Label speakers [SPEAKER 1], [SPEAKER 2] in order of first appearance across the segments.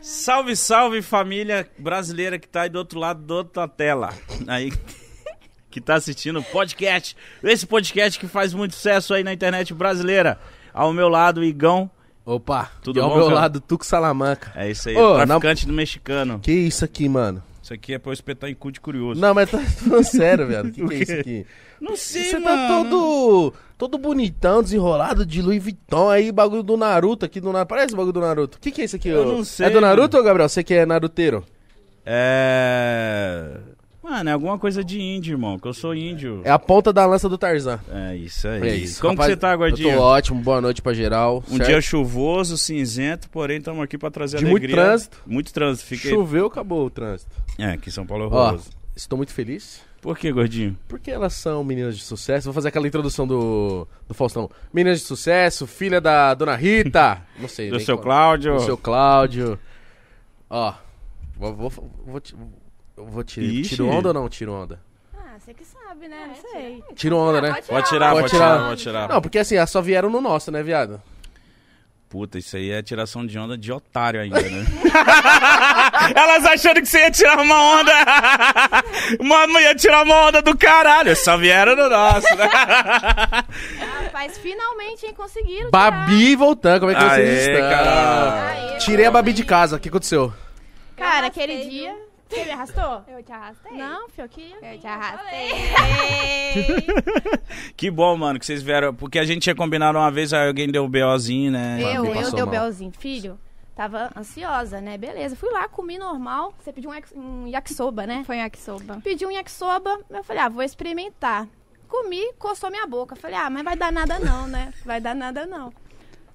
[SPEAKER 1] Salve, salve família brasileira que tá aí do outro lado da outra tela. Aí que tá assistindo o podcast. Esse podcast que faz muito sucesso aí na internet brasileira. Ao meu lado, Igão.
[SPEAKER 2] Opa,
[SPEAKER 1] Tudo
[SPEAKER 2] e ao
[SPEAKER 1] bom,
[SPEAKER 2] meu
[SPEAKER 1] cara?
[SPEAKER 2] lado, Tuco Salamanca.
[SPEAKER 1] É isso aí,
[SPEAKER 2] Ô,
[SPEAKER 1] traficante do mexicano.
[SPEAKER 2] Que isso aqui, mano?
[SPEAKER 1] Isso aqui é pra eu espetar em cu de curioso.
[SPEAKER 2] Não, mas tá falando sério, velho. Que que é
[SPEAKER 1] O quê?
[SPEAKER 2] isso aqui?
[SPEAKER 1] Não, sei,
[SPEAKER 2] Você tá
[SPEAKER 1] mano.
[SPEAKER 2] todo, todo bonitão, desenrolado de Louis Vuitton aí, bagulho do Naruto aqui do Naruto. Parece o bagulho do Naruto. Que que é isso aqui?
[SPEAKER 1] Eu
[SPEAKER 2] ô?
[SPEAKER 1] não sei,
[SPEAKER 2] É do Naruto, ô, Gabriel? Você que é naruteiro?
[SPEAKER 1] É... Mano, é alguma coisa de índio, irmão, que eu sou índio.
[SPEAKER 2] É a ponta da lança do Tarzan.
[SPEAKER 1] É, isso aí.
[SPEAKER 2] É isso.
[SPEAKER 1] Como
[SPEAKER 2] rapaz,
[SPEAKER 1] que você tá, gordinho?
[SPEAKER 2] Eu tô ótimo, boa noite pra geral.
[SPEAKER 1] Um dia chuvoso, cinzento, porém estamos aqui pra trazer
[SPEAKER 2] De muito
[SPEAKER 1] alegria.
[SPEAKER 2] trânsito.
[SPEAKER 1] Muito trânsito. Fiquei...
[SPEAKER 2] Choveu, acabou o trânsito.
[SPEAKER 1] É, aqui em São Paulo é
[SPEAKER 2] Ó,
[SPEAKER 1] horroroso.
[SPEAKER 2] estou muito feliz.
[SPEAKER 1] Por que, gordinho?
[SPEAKER 2] Porque elas são meninas de sucesso. Vou fazer aquela introdução do, do Faustão. Meninas de sucesso, filha da Dona Rita. Não sei.
[SPEAKER 1] Do
[SPEAKER 2] nem
[SPEAKER 1] seu
[SPEAKER 2] qual-
[SPEAKER 1] Cláudio?
[SPEAKER 2] Do seu Cláudio. Ó, vou, vou, vou, ti- vou tirar.
[SPEAKER 1] Ixi.
[SPEAKER 2] Tiro onda ou não tiro onda?
[SPEAKER 3] Ah, você que sabe,
[SPEAKER 4] É,
[SPEAKER 3] né? Não sei.
[SPEAKER 2] Tiro
[SPEAKER 3] Ah,
[SPEAKER 2] onda, né?
[SPEAKER 1] Pode tirar,
[SPEAKER 2] Pode
[SPEAKER 1] pode
[SPEAKER 2] tirar.
[SPEAKER 1] tirar, pode tirar.
[SPEAKER 2] Não, porque assim, elas só vieram no nosso, né, viado?
[SPEAKER 1] Puta, isso aí é tiração de onda de otário ainda, né? Elas achando que você ia tirar uma onda. Mano, ia tirar uma onda do caralho. Só vieram no nosso, né?
[SPEAKER 3] Rapaz, finalmente, hein? Conseguiram.
[SPEAKER 2] Babi e Voltan, como é que vocês
[SPEAKER 1] Aê,
[SPEAKER 2] estão?
[SPEAKER 1] caralho.
[SPEAKER 3] Aê,
[SPEAKER 2] Tirei a Babi de casa, o que aconteceu?
[SPEAKER 3] tirar. Cara,
[SPEAKER 4] Eu
[SPEAKER 3] aquele
[SPEAKER 4] arrastei,
[SPEAKER 3] dia.
[SPEAKER 4] viu?
[SPEAKER 3] Você me arrastou?
[SPEAKER 4] Eu te arrastei.
[SPEAKER 3] Não, filho, eu queria.
[SPEAKER 4] Eu
[SPEAKER 3] vir,
[SPEAKER 4] te
[SPEAKER 3] falei.
[SPEAKER 4] arrastei.
[SPEAKER 1] Que bom, mano, que vocês vieram. Porque a gente tinha combinado uma vez, aí alguém deu o BOzinho, né?
[SPEAKER 3] Eu,
[SPEAKER 2] Babi
[SPEAKER 3] eu
[SPEAKER 2] É, passou
[SPEAKER 3] dei o
[SPEAKER 2] mal.
[SPEAKER 3] belzinho. Filho, tava ansiosa, né? Beleza. Fui lá, comi normal. Você pediu um, yax- um yakisoba, né?
[SPEAKER 4] Foi um yakisoba.
[SPEAKER 3] Pedi um yakisoba. Eu falei, ah, vou experimentar. Comi, coçou minha boca. Falei, ah, mas vai dar nada não, né? Vai dar nada não.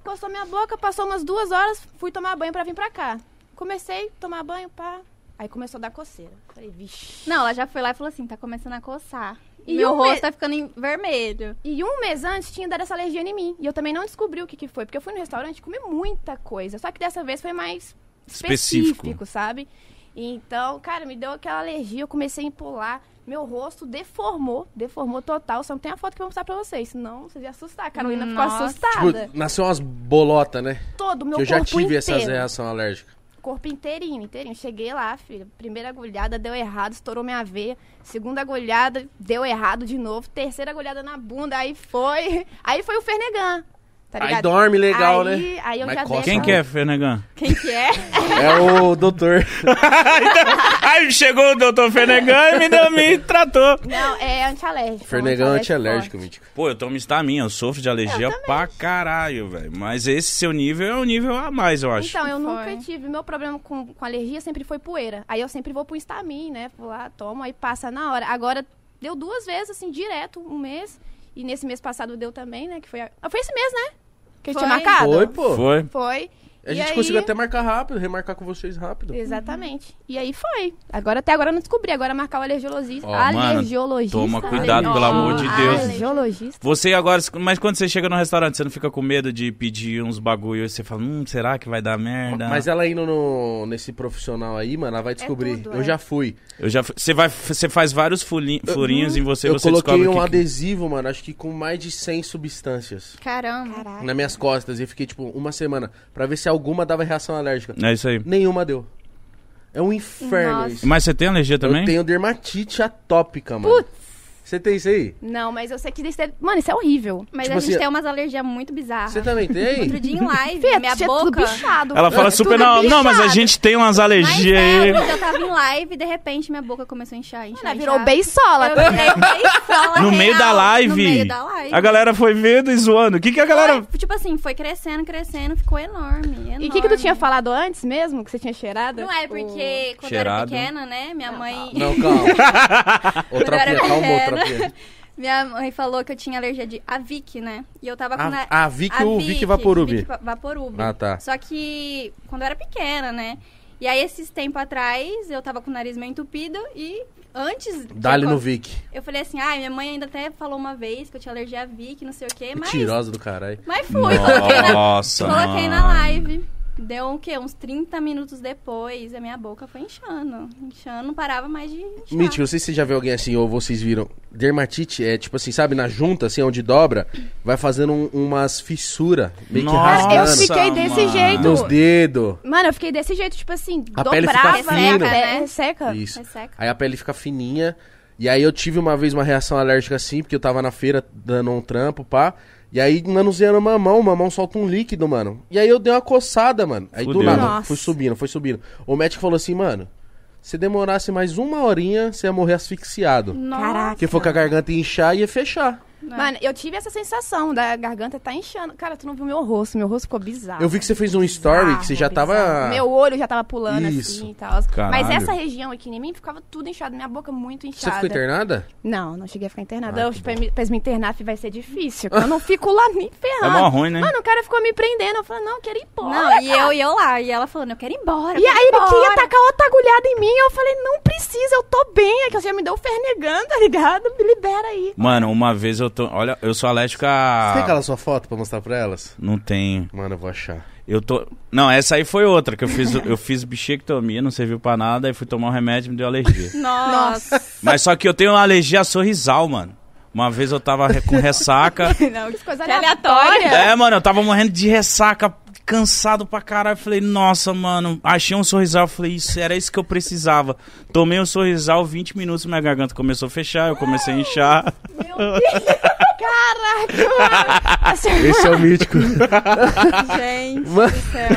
[SPEAKER 3] Coçou minha boca, passou umas duas horas, fui tomar banho pra vir pra cá. Comecei a tomar banho, pá. Aí começou a dar coceira. Falei, vixe.
[SPEAKER 4] Não, ela já foi lá e falou assim, tá começando a coçar.
[SPEAKER 3] E
[SPEAKER 4] E meu
[SPEAKER 3] um
[SPEAKER 4] rosto
[SPEAKER 3] me-
[SPEAKER 4] tá ficando em vermelho.
[SPEAKER 3] E um mês antes tinha dado essa alergia em mim. E eu também não descobri o que, que foi, porque eu fui no restaurante e comi muita coisa. Só que dessa vez foi mais específico,
[SPEAKER 1] Específico.
[SPEAKER 3] sabe? Então, cara, me deu aquela alergia, eu comecei a empolar. Meu rosto deformou, deformou total. Só não tem a foto que eu vou mostrar pra vocês, senão vocês iam assustar. A Carolina ficou
[SPEAKER 4] Nossa.
[SPEAKER 2] Tipo,
[SPEAKER 3] assustada.
[SPEAKER 2] nasceu umas bolotas, né?
[SPEAKER 3] Todo, meu
[SPEAKER 2] Que eu
[SPEAKER 3] corpo
[SPEAKER 2] já tive
[SPEAKER 3] inteiro.
[SPEAKER 2] essas reações alérgicas.
[SPEAKER 3] Corpo inteirinho, inteirinho. Cheguei lá, filha. Primeira agulhada deu errado, estourou minha veia. Segunda agulhada deu errado de novo. Terceira agulhada na bunda, aí foi. Aí foi o Fernegan. Tá
[SPEAKER 2] Aí
[SPEAKER 3] ligado?
[SPEAKER 2] dorme legal, né?
[SPEAKER 3] aí, Aí eu
[SPEAKER 2] Mas
[SPEAKER 3] já
[SPEAKER 2] coça
[SPEAKER 3] dei.
[SPEAKER 1] Quem
[SPEAKER 3] aquela-
[SPEAKER 1] que é, Fenegan?
[SPEAKER 4] Quem que é?
[SPEAKER 2] É o doutor.
[SPEAKER 1] Aí chegou o doutor Fenegan e me, deu, me tratou.
[SPEAKER 3] Não, é antialérgico.
[SPEAKER 2] Fernegão é
[SPEAKER 3] antialérgico
[SPEAKER 2] antialérgico,
[SPEAKER 3] forte.
[SPEAKER 2] mítico.
[SPEAKER 1] Pô, eu tomo estamina, eu sofro de alergia pra caralho, velho. Mas esse seu nível é um nível a mais, eu acho.
[SPEAKER 3] Então, eu
[SPEAKER 4] Foi.
[SPEAKER 3] nunca tive. Meu problema com, com alergia sempre foi poeira. Aí eu sempre vou pro Instamin, né? Vou lá, tomo, aí passa na hora. Agora, deu duas vezes, assim, direto, um mês. E nesse mês passado deu também, né? Que foi, a- ah, foi esse mês, né? Que eu tinha
[SPEAKER 4] Foi.
[SPEAKER 3] marcado.
[SPEAKER 2] Foi, pô.
[SPEAKER 1] Foi.
[SPEAKER 3] Foi.
[SPEAKER 2] A
[SPEAKER 3] E
[SPEAKER 2] gente
[SPEAKER 3] aí-
[SPEAKER 2] conseguiu até marcar rápido, remarcar com vocês rápido.
[SPEAKER 3] Exatamente. E aí foi. Agora, até agora eu não descobri. Agora marcar o alergiologista.
[SPEAKER 1] Ó, mano,
[SPEAKER 3] alergiologista.
[SPEAKER 1] toma cuidado, pelo amor de Deus.
[SPEAKER 3] Alergiologista.
[SPEAKER 1] Você agora, mas quando você chega no restaurante, você não fica com medo de pedir uns bagulho e você fala, hum, será que vai dar merda?
[SPEAKER 2] Mas é- ela indo no- nesse profissional aí, mano, ela vai descobrir.
[SPEAKER 3] tudo,
[SPEAKER 2] eu
[SPEAKER 3] é.
[SPEAKER 2] já fui.
[SPEAKER 1] Eu já, você vai, você faz vários fulinho- furinhos em você,
[SPEAKER 2] eu
[SPEAKER 1] você
[SPEAKER 2] coloquei
[SPEAKER 1] descobre
[SPEAKER 2] um
[SPEAKER 1] que-
[SPEAKER 2] adesivo, mano, acho que com mais de 100 substâncias
[SPEAKER 4] Caramba.
[SPEAKER 3] Caraca.
[SPEAKER 2] nas minhas costas. E eu fiquei, tipo, uma semana pra ver se alguma dava reação alérgica.
[SPEAKER 1] É isso aí.
[SPEAKER 2] Nenhuma deu. É um inferno
[SPEAKER 4] Nossa.
[SPEAKER 2] isso.
[SPEAKER 1] Mas você tem alergia também?
[SPEAKER 2] Eu tenho dermatite atópica, mano. Você tem isso aí?
[SPEAKER 3] Não, mas eu sei que isso é... Mano, isso é horrível.
[SPEAKER 4] Mas
[SPEAKER 2] Tipo
[SPEAKER 4] a gente
[SPEAKER 2] assim,
[SPEAKER 4] tem umas alergias muito
[SPEAKER 3] Ah.
[SPEAKER 4] bizarras.
[SPEAKER 1] tá
[SPEAKER 2] Você também
[SPEAKER 4] Outro
[SPEAKER 2] tem?
[SPEAKER 4] dia em live,
[SPEAKER 3] Fê,
[SPEAKER 4] minha
[SPEAKER 3] tu é tudo
[SPEAKER 4] boca...
[SPEAKER 3] bichado.
[SPEAKER 1] Ela fala
[SPEAKER 3] É
[SPEAKER 1] super
[SPEAKER 3] tudo
[SPEAKER 1] não, não, mas a
[SPEAKER 3] bichado.
[SPEAKER 1] gente tem umas
[SPEAKER 4] Mas
[SPEAKER 1] alergias
[SPEAKER 4] é,
[SPEAKER 1] aí.
[SPEAKER 4] outro dia eu tava em live e de repente minha boca começou a inchar, inchar,
[SPEAKER 3] Ela
[SPEAKER 4] inchar.
[SPEAKER 3] Né, virou beiçola.
[SPEAKER 4] Eu
[SPEAKER 3] tá?
[SPEAKER 4] virei beiçola
[SPEAKER 1] No
[SPEAKER 4] real,
[SPEAKER 1] meio da live.
[SPEAKER 4] No meio da live.
[SPEAKER 1] A galera foi vendo e zoando. O que que a galera
[SPEAKER 4] Foi, tipo assim, foi crescendo, crescendo, ficou enorme, enorme.
[SPEAKER 3] E o que, que tu tinha falado antes mesmo? Que você tinha cheirado?
[SPEAKER 4] Não é porque quando
[SPEAKER 1] Cheirado.
[SPEAKER 4] eu era pequena, né, minha mãe...
[SPEAKER 2] Não, calma. Outra
[SPEAKER 4] Agora
[SPEAKER 2] pia,
[SPEAKER 4] eu
[SPEAKER 2] calma,
[SPEAKER 4] quero.
[SPEAKER 2] outra pia.
[SPEAKER 4] Minha mãe falou que eu tinha alergia de Avic, né? E eu tava com...
[SPEAKER 2] A-
[SPEAKER 4] na-
[SPEAKER 2] Avic ou Vic Vaporub?
[SPEAKER 4] Vic Va- Vaporub.
[SPEAKER 2] Ah, tá.
[SPEAKER 4] Só que quando eu era pequena, né? E aí, esses tempos atrás, eu tava com o nariz meio entupido e antes... de
[SPEAKER 2] Dá-lhe
[SPEAKER 4] eu-
[SPEAKER 2] no Vic.
[SPEAKER 4] Eu falei assim, ai, minha mãe ainda até falou uma vez que eu tinha alergia a Vic, não sei o quê, mas...
[SPEAKER 2] Mentirosa do caralho.
[SPEAKER 4] Mas fui, coloquei na,
[SPEAKER 1] Nossa,
[SPEAKER 4] coloquei na
[SPEAKER 1] mano.
[SPEAKER 4] live. Deu o quê? Uns 30 minutos depois, a minha boca foi inchando. Inchando, não parava mais de inchar.
[SPEAKER 2] Mítico, não sei se você já viu alguém assim, ou vocês viram. Dermatite é tipo assim, sabe, na junta, assim, onde dobra, vai fazendo um- umas fissuras, meio que
[SPEAKER 1] Nossa,
[SPEAKER 3] Cara, eu
[SPEAKER 2] rasgando
[SPEAKER 3] fiquei desse
[SPEAKER 1] mano.
[SPEAKER 3] jeito.
[SPEAKER 2] nos dedos.
[SPEAKER 3] Mano, eu fiquei desse jeito, tipo assim,
[SPEAKER 2] A pele fica
[SPEAKER 3] dobrava,
[SPEAKER 2] fina.
[SPEAKER 3] né? a pele seca.
[SPEAKER 2] Isso.
[SPEAKER 4] É seca.
[SPEAKER 2] Aí a pele fica fininha. E aí eu tive uma vez uma reação alérgica assim, porque eu tava na feira dando um trampo, pá. E aí manuseando o mamão, o mamão solta um líquido, mano. E aí eu dei uma coçada, mano. Aí do
[SPEAKER 1] Fudeu.
[SPEAKER 2] nada,
[SPEAKER 3] Nossa.
[SPEAKER 2] foi subindo, foi subindo. O médico falou assim, mano, se demorasse mais uma horinha, você ia morrer asfixiado.
[SPEAKER 4] Nossa.
[SPEAKER 3] Caraca.
[SPEAKER 2] Porque foi com a garganta ia inchar e ia fechar.
[SPEAKER 4] Não.
[SPEAKER 3] Mano, eu tive essa sensação da garganta tá inchando. Cara, tu não viu meu rosto, meu rosto ficou bizarro.
[SPEAKER 2] Eu vi que você fez um story, que você já
[SPEAKER 3] Ah, Bizarro,
[SPEAKER 2] tava...
[SPEAKER 3] bizarro. Meu olho já tava pulando
[SPEAKER 2] Isso.
[SPEAKER 3] assim e tal. Mas
[SPEAKER 1] Caralho.
[SPEAKER 3] essa região aqui em mim ficava tudo inchada, minha boca muito
[SPEAKER 2] Você
[SPEAKER 3] inchada.
[SPEAKER 2] ficou internada?
[SPEAKER 3] Não, não cheguei a ficar internada.
[SPEAKER 2] Ah,
[SPEAKER 3] eu,
[SPEAKER 2] que
[SPEAKER 3] pra, me, pra me internar vai ser difícil. porque Eu não fico lá nem ferrando.
[SPEAKER 1] É mó ruim, né?
[SPEAKER 3] Mano, o cara ficou me prendendo. Eu falei, não, eu quero ir embora.
[SPEAKER 4] Não, e eu, e eu lá. E ela falando, eu quero ir embora. eu
[SPEAKER 3] E
[SPEAKER 4] quero
[SPEAKER 3] aí
[SPEAKER 4] ir
[SPEAKER 3] ele queria
[SPEAKER 4] embora.
[SPEAKER 3] tacar outra agulhada em mim. Eu falei, não precisa, eu tô bem. É que você já me deu fernegando, tá ligado? Me libera aí.
[SPEAKER 1] Mano, uma vez eu tô. Olha, eu sou alérgico a.
[SPEAKER 2] Você tem aquela sua foto pra mostrar pra elas?
[SPEAKER 1] Não tenho.
[SPEAKER 2] Mano, eu vou achar.
[SPEAKER 1] Eu tô. Não, essa aí foi outra, que eu fiz, eu fiz bichectomia, não serviu pra nada, aí fui tomar um remédio e me deu alergia.
[SPEAKER 4] Nossa.
[SPEAKER 1] Mas só que eu tenho uma alergia a sorrisal, mano. Uma vez eu tava re- com ressaca.
[SPEAKER 4] não,
[SPEAKER 3] Que coisa
[SPEAKER 4] Que aleatória.
[SPEAKER 1] É, mano, eu tava morrendo de ressaca, cansado pra caralho. Falei, nossa, mano, achei um sorrisal. Falei, isso era isso que eu precisava. Tomei um sorrisal, 20 minutos, minha garganta começou a fechar, eu comecei a inchar.
[SPEAKER 3] Meu Deus. Caraca, mano. Assim,
[SPEAKER 2] Esse é o mítico.
[SPEAKER 4] Gente
[SPEAKER 2] Mano.
[SPEAKER 4] do céu.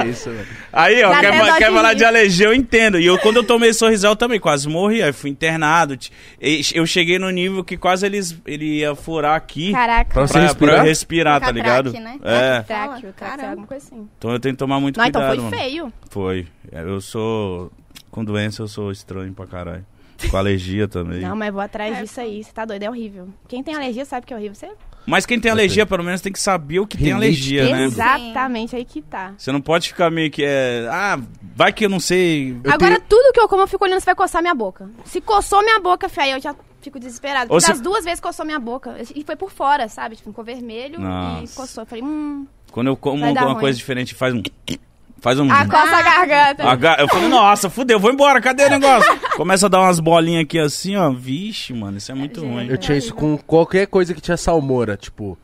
[SPEAKER 2] é isso, velho.
[SPEAKER 1] Aí, ó,
[SPEAKER 3] Dá
[SPEAKER 1] quer,
[SPEAKER 3] até
[SPEAKER 1] fa-
[SPEAKER 3] dó
[SPEAKER 1] quer
[SPEAKER 3] de
[SPEAKER 1] falar
[SPEAKER 3] rir.
[SPEAKER 1] de alergia, eu entendo. E eu, quando eu tomei sorrisal, eu também quase morri. Aí fui internado. Ti- e- Eu cheguei no nível que quase eles, ele ia furar aqui.
[SPEAKER 3] Caraca. Tá
[SPEAKER 2] Pra você
[SPEAKER 1] Pra,
[SPEAKER 2] respirar?
[SPEAKER 1] pra eu respirar, tá
[SPEAKER 4] Catraque,
[SPEAKER 1] ligado?
[SPEAKER 4] né?
[SPEAKER 1] É,
[SPEAKER 3] Tráqueo, tráqueo,
[SPEAKER 4] Caramba.
[SPEAKER 3] alguma coisa assim.
[SPEAKER 1] então eu tenho que tomar muito
[SPEAKER 3] Não, então
[SPEAKER 1] cuidado.
[SPEAKER 3] foi
[SPEAKER 1] mano.
[SPEAKER 3] feio.
[SPEAKER 1] Foi. É, Eu sou. Com doença eu sou estranho pra caralho. Com alergia também.
[SPEAKER 3] Não, mas vou atrás disso aí. Você tá doido, é horrível. Quem tem alergia sabe que é horrível. Você...
[SPEAKER 1] Mas quem tem alergia, pelo menos tem que saber o que tem
[SPEAKER 2] Rinite,
[SPEAKER 1] alergia, né?
[SPEAKER 4] Exato.
[SPEAKER 3] Exatamente, aí que tá.
[SPEAKER 1] Você não pode ficar meio que é. Ah, vai que eu não sei.
[SPEAKER 2] Eu
[SPEAKER 3] Agora,
[SPEAKER 2] tenho-
[SPEAKER 3] tudo que eu como, eu fico olhando se vai coçar minha boca. Se coçou minha boca, fia, aí eu já fico desesperada.
[SPEAKER 1] Ou
[SPEAKER 3] Porque
[SPEAKER 1] se-
[SPEAKER 3] as duas vezes coçou minha boca. E foi por fora, sabe? Tipo, ficou vermelho e
[SPEAKER 1] Nossa.
[SPEAKER 3] coçou. Eu falei, hum.
[SPEAKER 1] Quando eu como
[SPEAKER 3] Vai dar
[SPEAKER 1] alguma
[SPEAKER 3] ruim.
[SPEAKER 1] coisa diferente, faz um. Faz um.
[SPEAKER 3] Ah, coça a garganta.
[SPEAKER 1] A ga- Eu falei, nossa, fudeu, vou embora, cadê o negócio? Começa a dar umas bolinhas aqui assim, ó. Vixe, mano, isso é muito ruim.
[SPEAKER 2] Eu tinha isso com qualquer coisa que tinha salmoura, tipo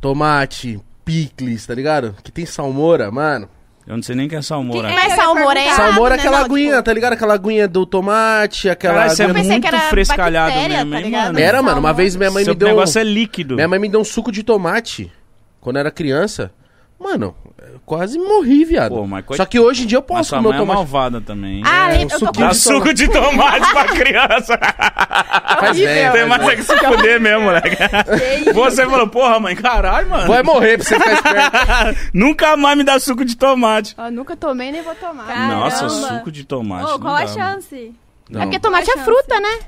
[SPEAKER 2] tomate, picles, tá ligado? Que tem salmoura, mano.
[SPEAKER 1] Eu não sei nem quem é salmoura.
[SPEAKER 4] Quem é?
[SPEAKER 3] Mas
[SPEAKER 4] eu ia
[SPEAKER 3] salmoura é
[SPEAKER 4] perguntar.
[SPEAKER 3] errado,
[SPEAKER 2] salmoura é
[SPEAKER 3] né?
[SPEAKER 2] aquela
[SPEAKER 3] Não,
[SPEAKER 2] aguinha, tá ligado? Aquela aguinha do tomate, aquela
[SPEAKER 1] Caralho, isso é
[SPEAKER 2] aguinha-
[SPEAKER 3] Eu pensei que
[SPEAKER 1] muito
[SPEAKER 3] era
[SPEAKER 1] frescalhado
[SPEAKER 3] bactéria,
[SPEAKER 1] mesmo,
[SPEAKER 3] tá
[SPEAKER 1] hein,
[SPEAKER 3] ligado?
[SPEAKER 1] mano?
[SPEAKER 2] Era, mano, uma vez minha mãe
[SPEAKER 1] Seu
[SPEAKER 2] me deu
[SPEAKER 1] negócio é líquido.
[SPEAKER 2] Minha mãe me deu um suco de tomate quando era criança. Mano, eu quase morri, viado.
[SPEAKER 1] Pô, mas coi-
[SPEAKER 2] Só que hoje em dia eu
[SPEAKER 1] Mas
[SPEAKER 2] posso
[SPEAKER 1] sua
[SPEAKER 2] comer o
[SPEAKER 1] mãe é
[SPEAKER 2] tomate.
[SPEAKER 1] malvada também. hein?
[SPEAKER 3] Ah, lembra-
[SPEAKER 2] É, um
[SPEAKER 3] eu tô
[SPEAKER 2] suquinho.
[SPEAKER 3] com
[SPEAKER 1] Dá suco de tomate pra criança.
[SPEAKER 2] Faz bem,
[SPEAKER 1] Tem
[SPEAKER 2] faz
[SPEAKER 1] mais
[SPEAKER 2] bem.
[SPEAKER 1] é que se fuder mesmo, moleque. Você falou, porra, mãe, caralho, mano.
[SPEAKER 2] Vai morrer pra você ficar esperto.
[SPEAKER 1] Nunca mais me dá suco de tomate.
[SPEAKER 3] Ó, nunca tomei, nem vou tomar.
[SPEAKER 4] Caramba.
[SPEAKER 1] Nossa, suco de tomate.
[SPEAKER 4] Ô,
[SPEAKER 1] não
[SPEAKER 4] qual a
[SPEAKER 1] dá, mano.
[SPEAKER 4] chance?
[SPEAKER 3] É
[SPEAKER 2] Não.
[SPEAKER 3] porque tomate é
[SPEAKER 4] Qual a
[SPEAKER 3] fruta, né?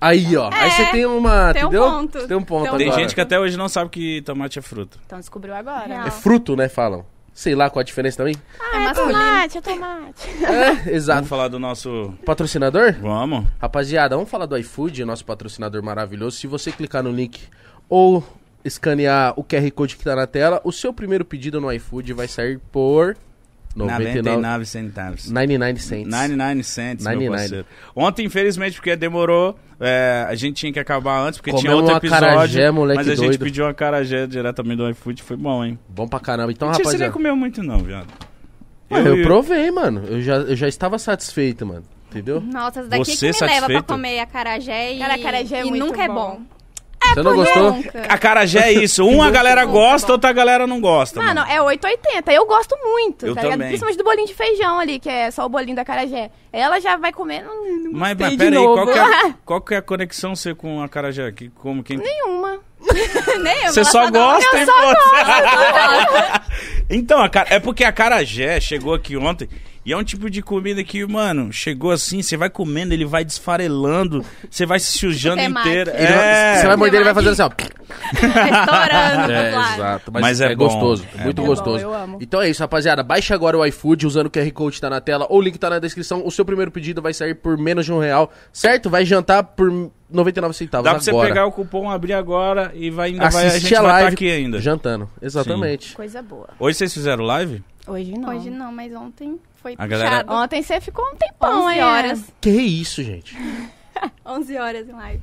[SPEAKER 2] Aí, ó. Aí você tem uma.
[SPEAKER 4] tem um
[SPEAKER 2] entendeu?
[SPEAKER 4] ponto.
[SPEAKER 2] Você Tem um ponto
[SPEAKER 4] Tem um
[SPEAKER 1] Tem
[SPEAKER 2] agora.
[SPEAKER 1] gente que até hoje não sabe que tomate é fruta.
[SPEAKER 3] Então descobriu agora.
[SPEAKER 4] Real.
[SPEAKER 2] É fruto, né? Falam. Sei lá qual a diferença também.
[SPEAKER 3] Ah,
[SPEAKER 4] É
[SPEAKER 3] é,
[SPEAKER 4] masculino.
[SPEAKER 3] tomate, é tomate.
[SPEAKER 2] É, exato.
[SPEAKER 1] Vamos falar do nosso.
[SPEAKER 2] Patrocinador?
[SPEAKER 1] Vamos?
[SPEAKER 2] Rapaziada, vamos falar do iFood, nosso patrocinador maravilhoso. Se você clicar no link ou escanear o QR Code que tá na tela, o seu primeiro pedido no iFood vai sair por 99
[SPEAKER 1] 99 centavos.
[SPEAKER 2] 99 cents.
[SPEAKER 1] 99 cents,
[SPEAKER 2] 99.
[SPEAKER 1] meu parceiro. Ontem, infelizmente, porque demorou, é, a gente tinha que acabar antes, porque tinha
[SPEAKER 2] Comemos
[SPEAKER 1] outro
[SPEAKER 2] um
[SPEAKER 1] episódio.
[SPEAKER 2] acarajé, moleque
[SPEAKER 1] mas a gente
[SPEAKER 2] doido.
[SPEAKER 1] pediu uma carajé diretamente do iFood, foi bom, hein?
[SPEAKER 2] Bom pra caramba. Então,
[SPEAKER 1] Tia, você nem
[SPEAKER 2] rapaziada,
[SPEAKER 1] comeu muito, não, viado.
[SPEAKER 2] mano, eu
[SPEAKER 1] e-
[SPEAKER 2] provei, mano. Eu já, eu já estava satisfeito, mano. Entendeu?
[SPEAKER 4] Nossa, essa daqui é
[SPEAKER 1] Você
[SPEAKER 4] que me leva pra
[SPEAKER 1] satisfeito?
[SPEAKER 4] comer acarajé e,
[SPEAKER 3] Cara, acarajé é
[SPEAKER 4] e
[SPEAKER 3] muito
[SPEAKER 4] nunca é
[SPEAKER 3] bom.
[SPEAKER 4] bom.
[SPEAKER 2] você não gostou?
[SPEAKER 4] Nunca.
[SPEAKER 1] A carajé é isso. Uma galera
[SPEAKER 4] bom,
[SPEAKER 1] gosta,
[SPEAKER 4] bom.
[SPEAKER 1] outra galera não gosta.
[SPEAKER 3] tá Mano,
[SPEAKER 1] mano.
[SPEAKER 3] é 880. Eu gosto muito,
[SPEAKER 1] Eu
[SPEAKER 3] tá ligado?
[SPEAKER 1] também.
[SPEAKER 3] Principalmente do bolinho de feijão ali, que é só o bolinho da carajé. Ela já vai comer. Não, não
[SPEAKER 1] Mas,
[SPEAKER 3] gostei
[SPEAKER 1] mas
[SPEAKER 3] de
[SPEAKER 1] peraí,
[SPEAKER 3] novo.
[SPEAKER 1] qual que, é, qual que é a conexão você com a carajé? Que, como, quem...
[SPEAKER 3] Nenhuma.
[SPEAKER 4] Nem eu,
[SPEAKER 1] Você
[SPEAKER 4] ela
[SPEAKER 1] só
[SPEAKER 4] dá-
[SPEAKER 1] gosta,
[SPEAKER 4] Eu
[SPEAKER 1] hein,
[SPEAKER 4] só
[SPEAKER 1] pô?
[SPEAKER 4] gosto.
[SPEAKER 1] Então, a cara- é porque a Carajé chegou aqui ontem e é um tipo de comida que, mano, chegou assim, você vai comendo, ele vai desfarelando, você vai se sujando
[SPEAKER 4] Temaki.
[SPEAKER 1] inteiro.
[SPEAKER 4] Ele
[SPEAKER 1] É.
[SPEAKER 2] Você vai morder, ele vai
[SPEAKER 4] Tem
[SPEAKER 2] fazendo assim, ó.
[SPEAKER 3] Tá
[SPEAKER 4] Estourando,
[SPEAKER 2] É,
[SPEAKER 4] claro.
[SPEAKER 2] exato. Mas,
[SPEAKER 1] Mas
[SPEAKER 2] é,
[SPEAKER 1] é bom.
[SPEAKER 2] gostoso.
[SPEAKER 1] É
[SPEAKER 2] muito
[SPEAKER 1] bom.
[SPEAKER 2] gostoso.
[SPEAKER 3] É bom, eu amo.
[SPEAKER 2] Então é isso, rapaziada. Baixa agora o iFood usando o QR Code que tá na tela ou o link tá na descrição. O seu primeiro pedido vai sair por menos de um real, certo? Vai jantar por 99 centavos
[SPEAKER 1] Dá pra
[SPEAKER 2] agora.
[SPEAKER 1] você pegar o cupom, abrir agora e vai ainda vai, a
[SPEAKER 2] Assistir
[SPEAKER 1] gente
[SPEAKER 2] a
[SPEAKER 1] vai
[SPEAKER 2] live
[SPEAKER 1] estar aqui ainda.
[SPEAKER 2] jantando. Exatamente.
[SPEAKER 3] Coisa boa.
[SPEAKER 1] Hoje vocês fizeram live?
[SPEAKER 3] Hoje não.
[SPEAKER 4] Hoje não, mas ontem foi
[SPEAKER 1] A galera-
[SPEAKER 4] puxado. é.
[SPEAKER 3] Ontem você ficou um tempão
[SPEAKER 4] 11
[SPEAKER 3] aí.
[SPEAKER 4] horas.
[SPEAKER 2] Que isso, gente?
[SPEAKER 4] 11 horas em live.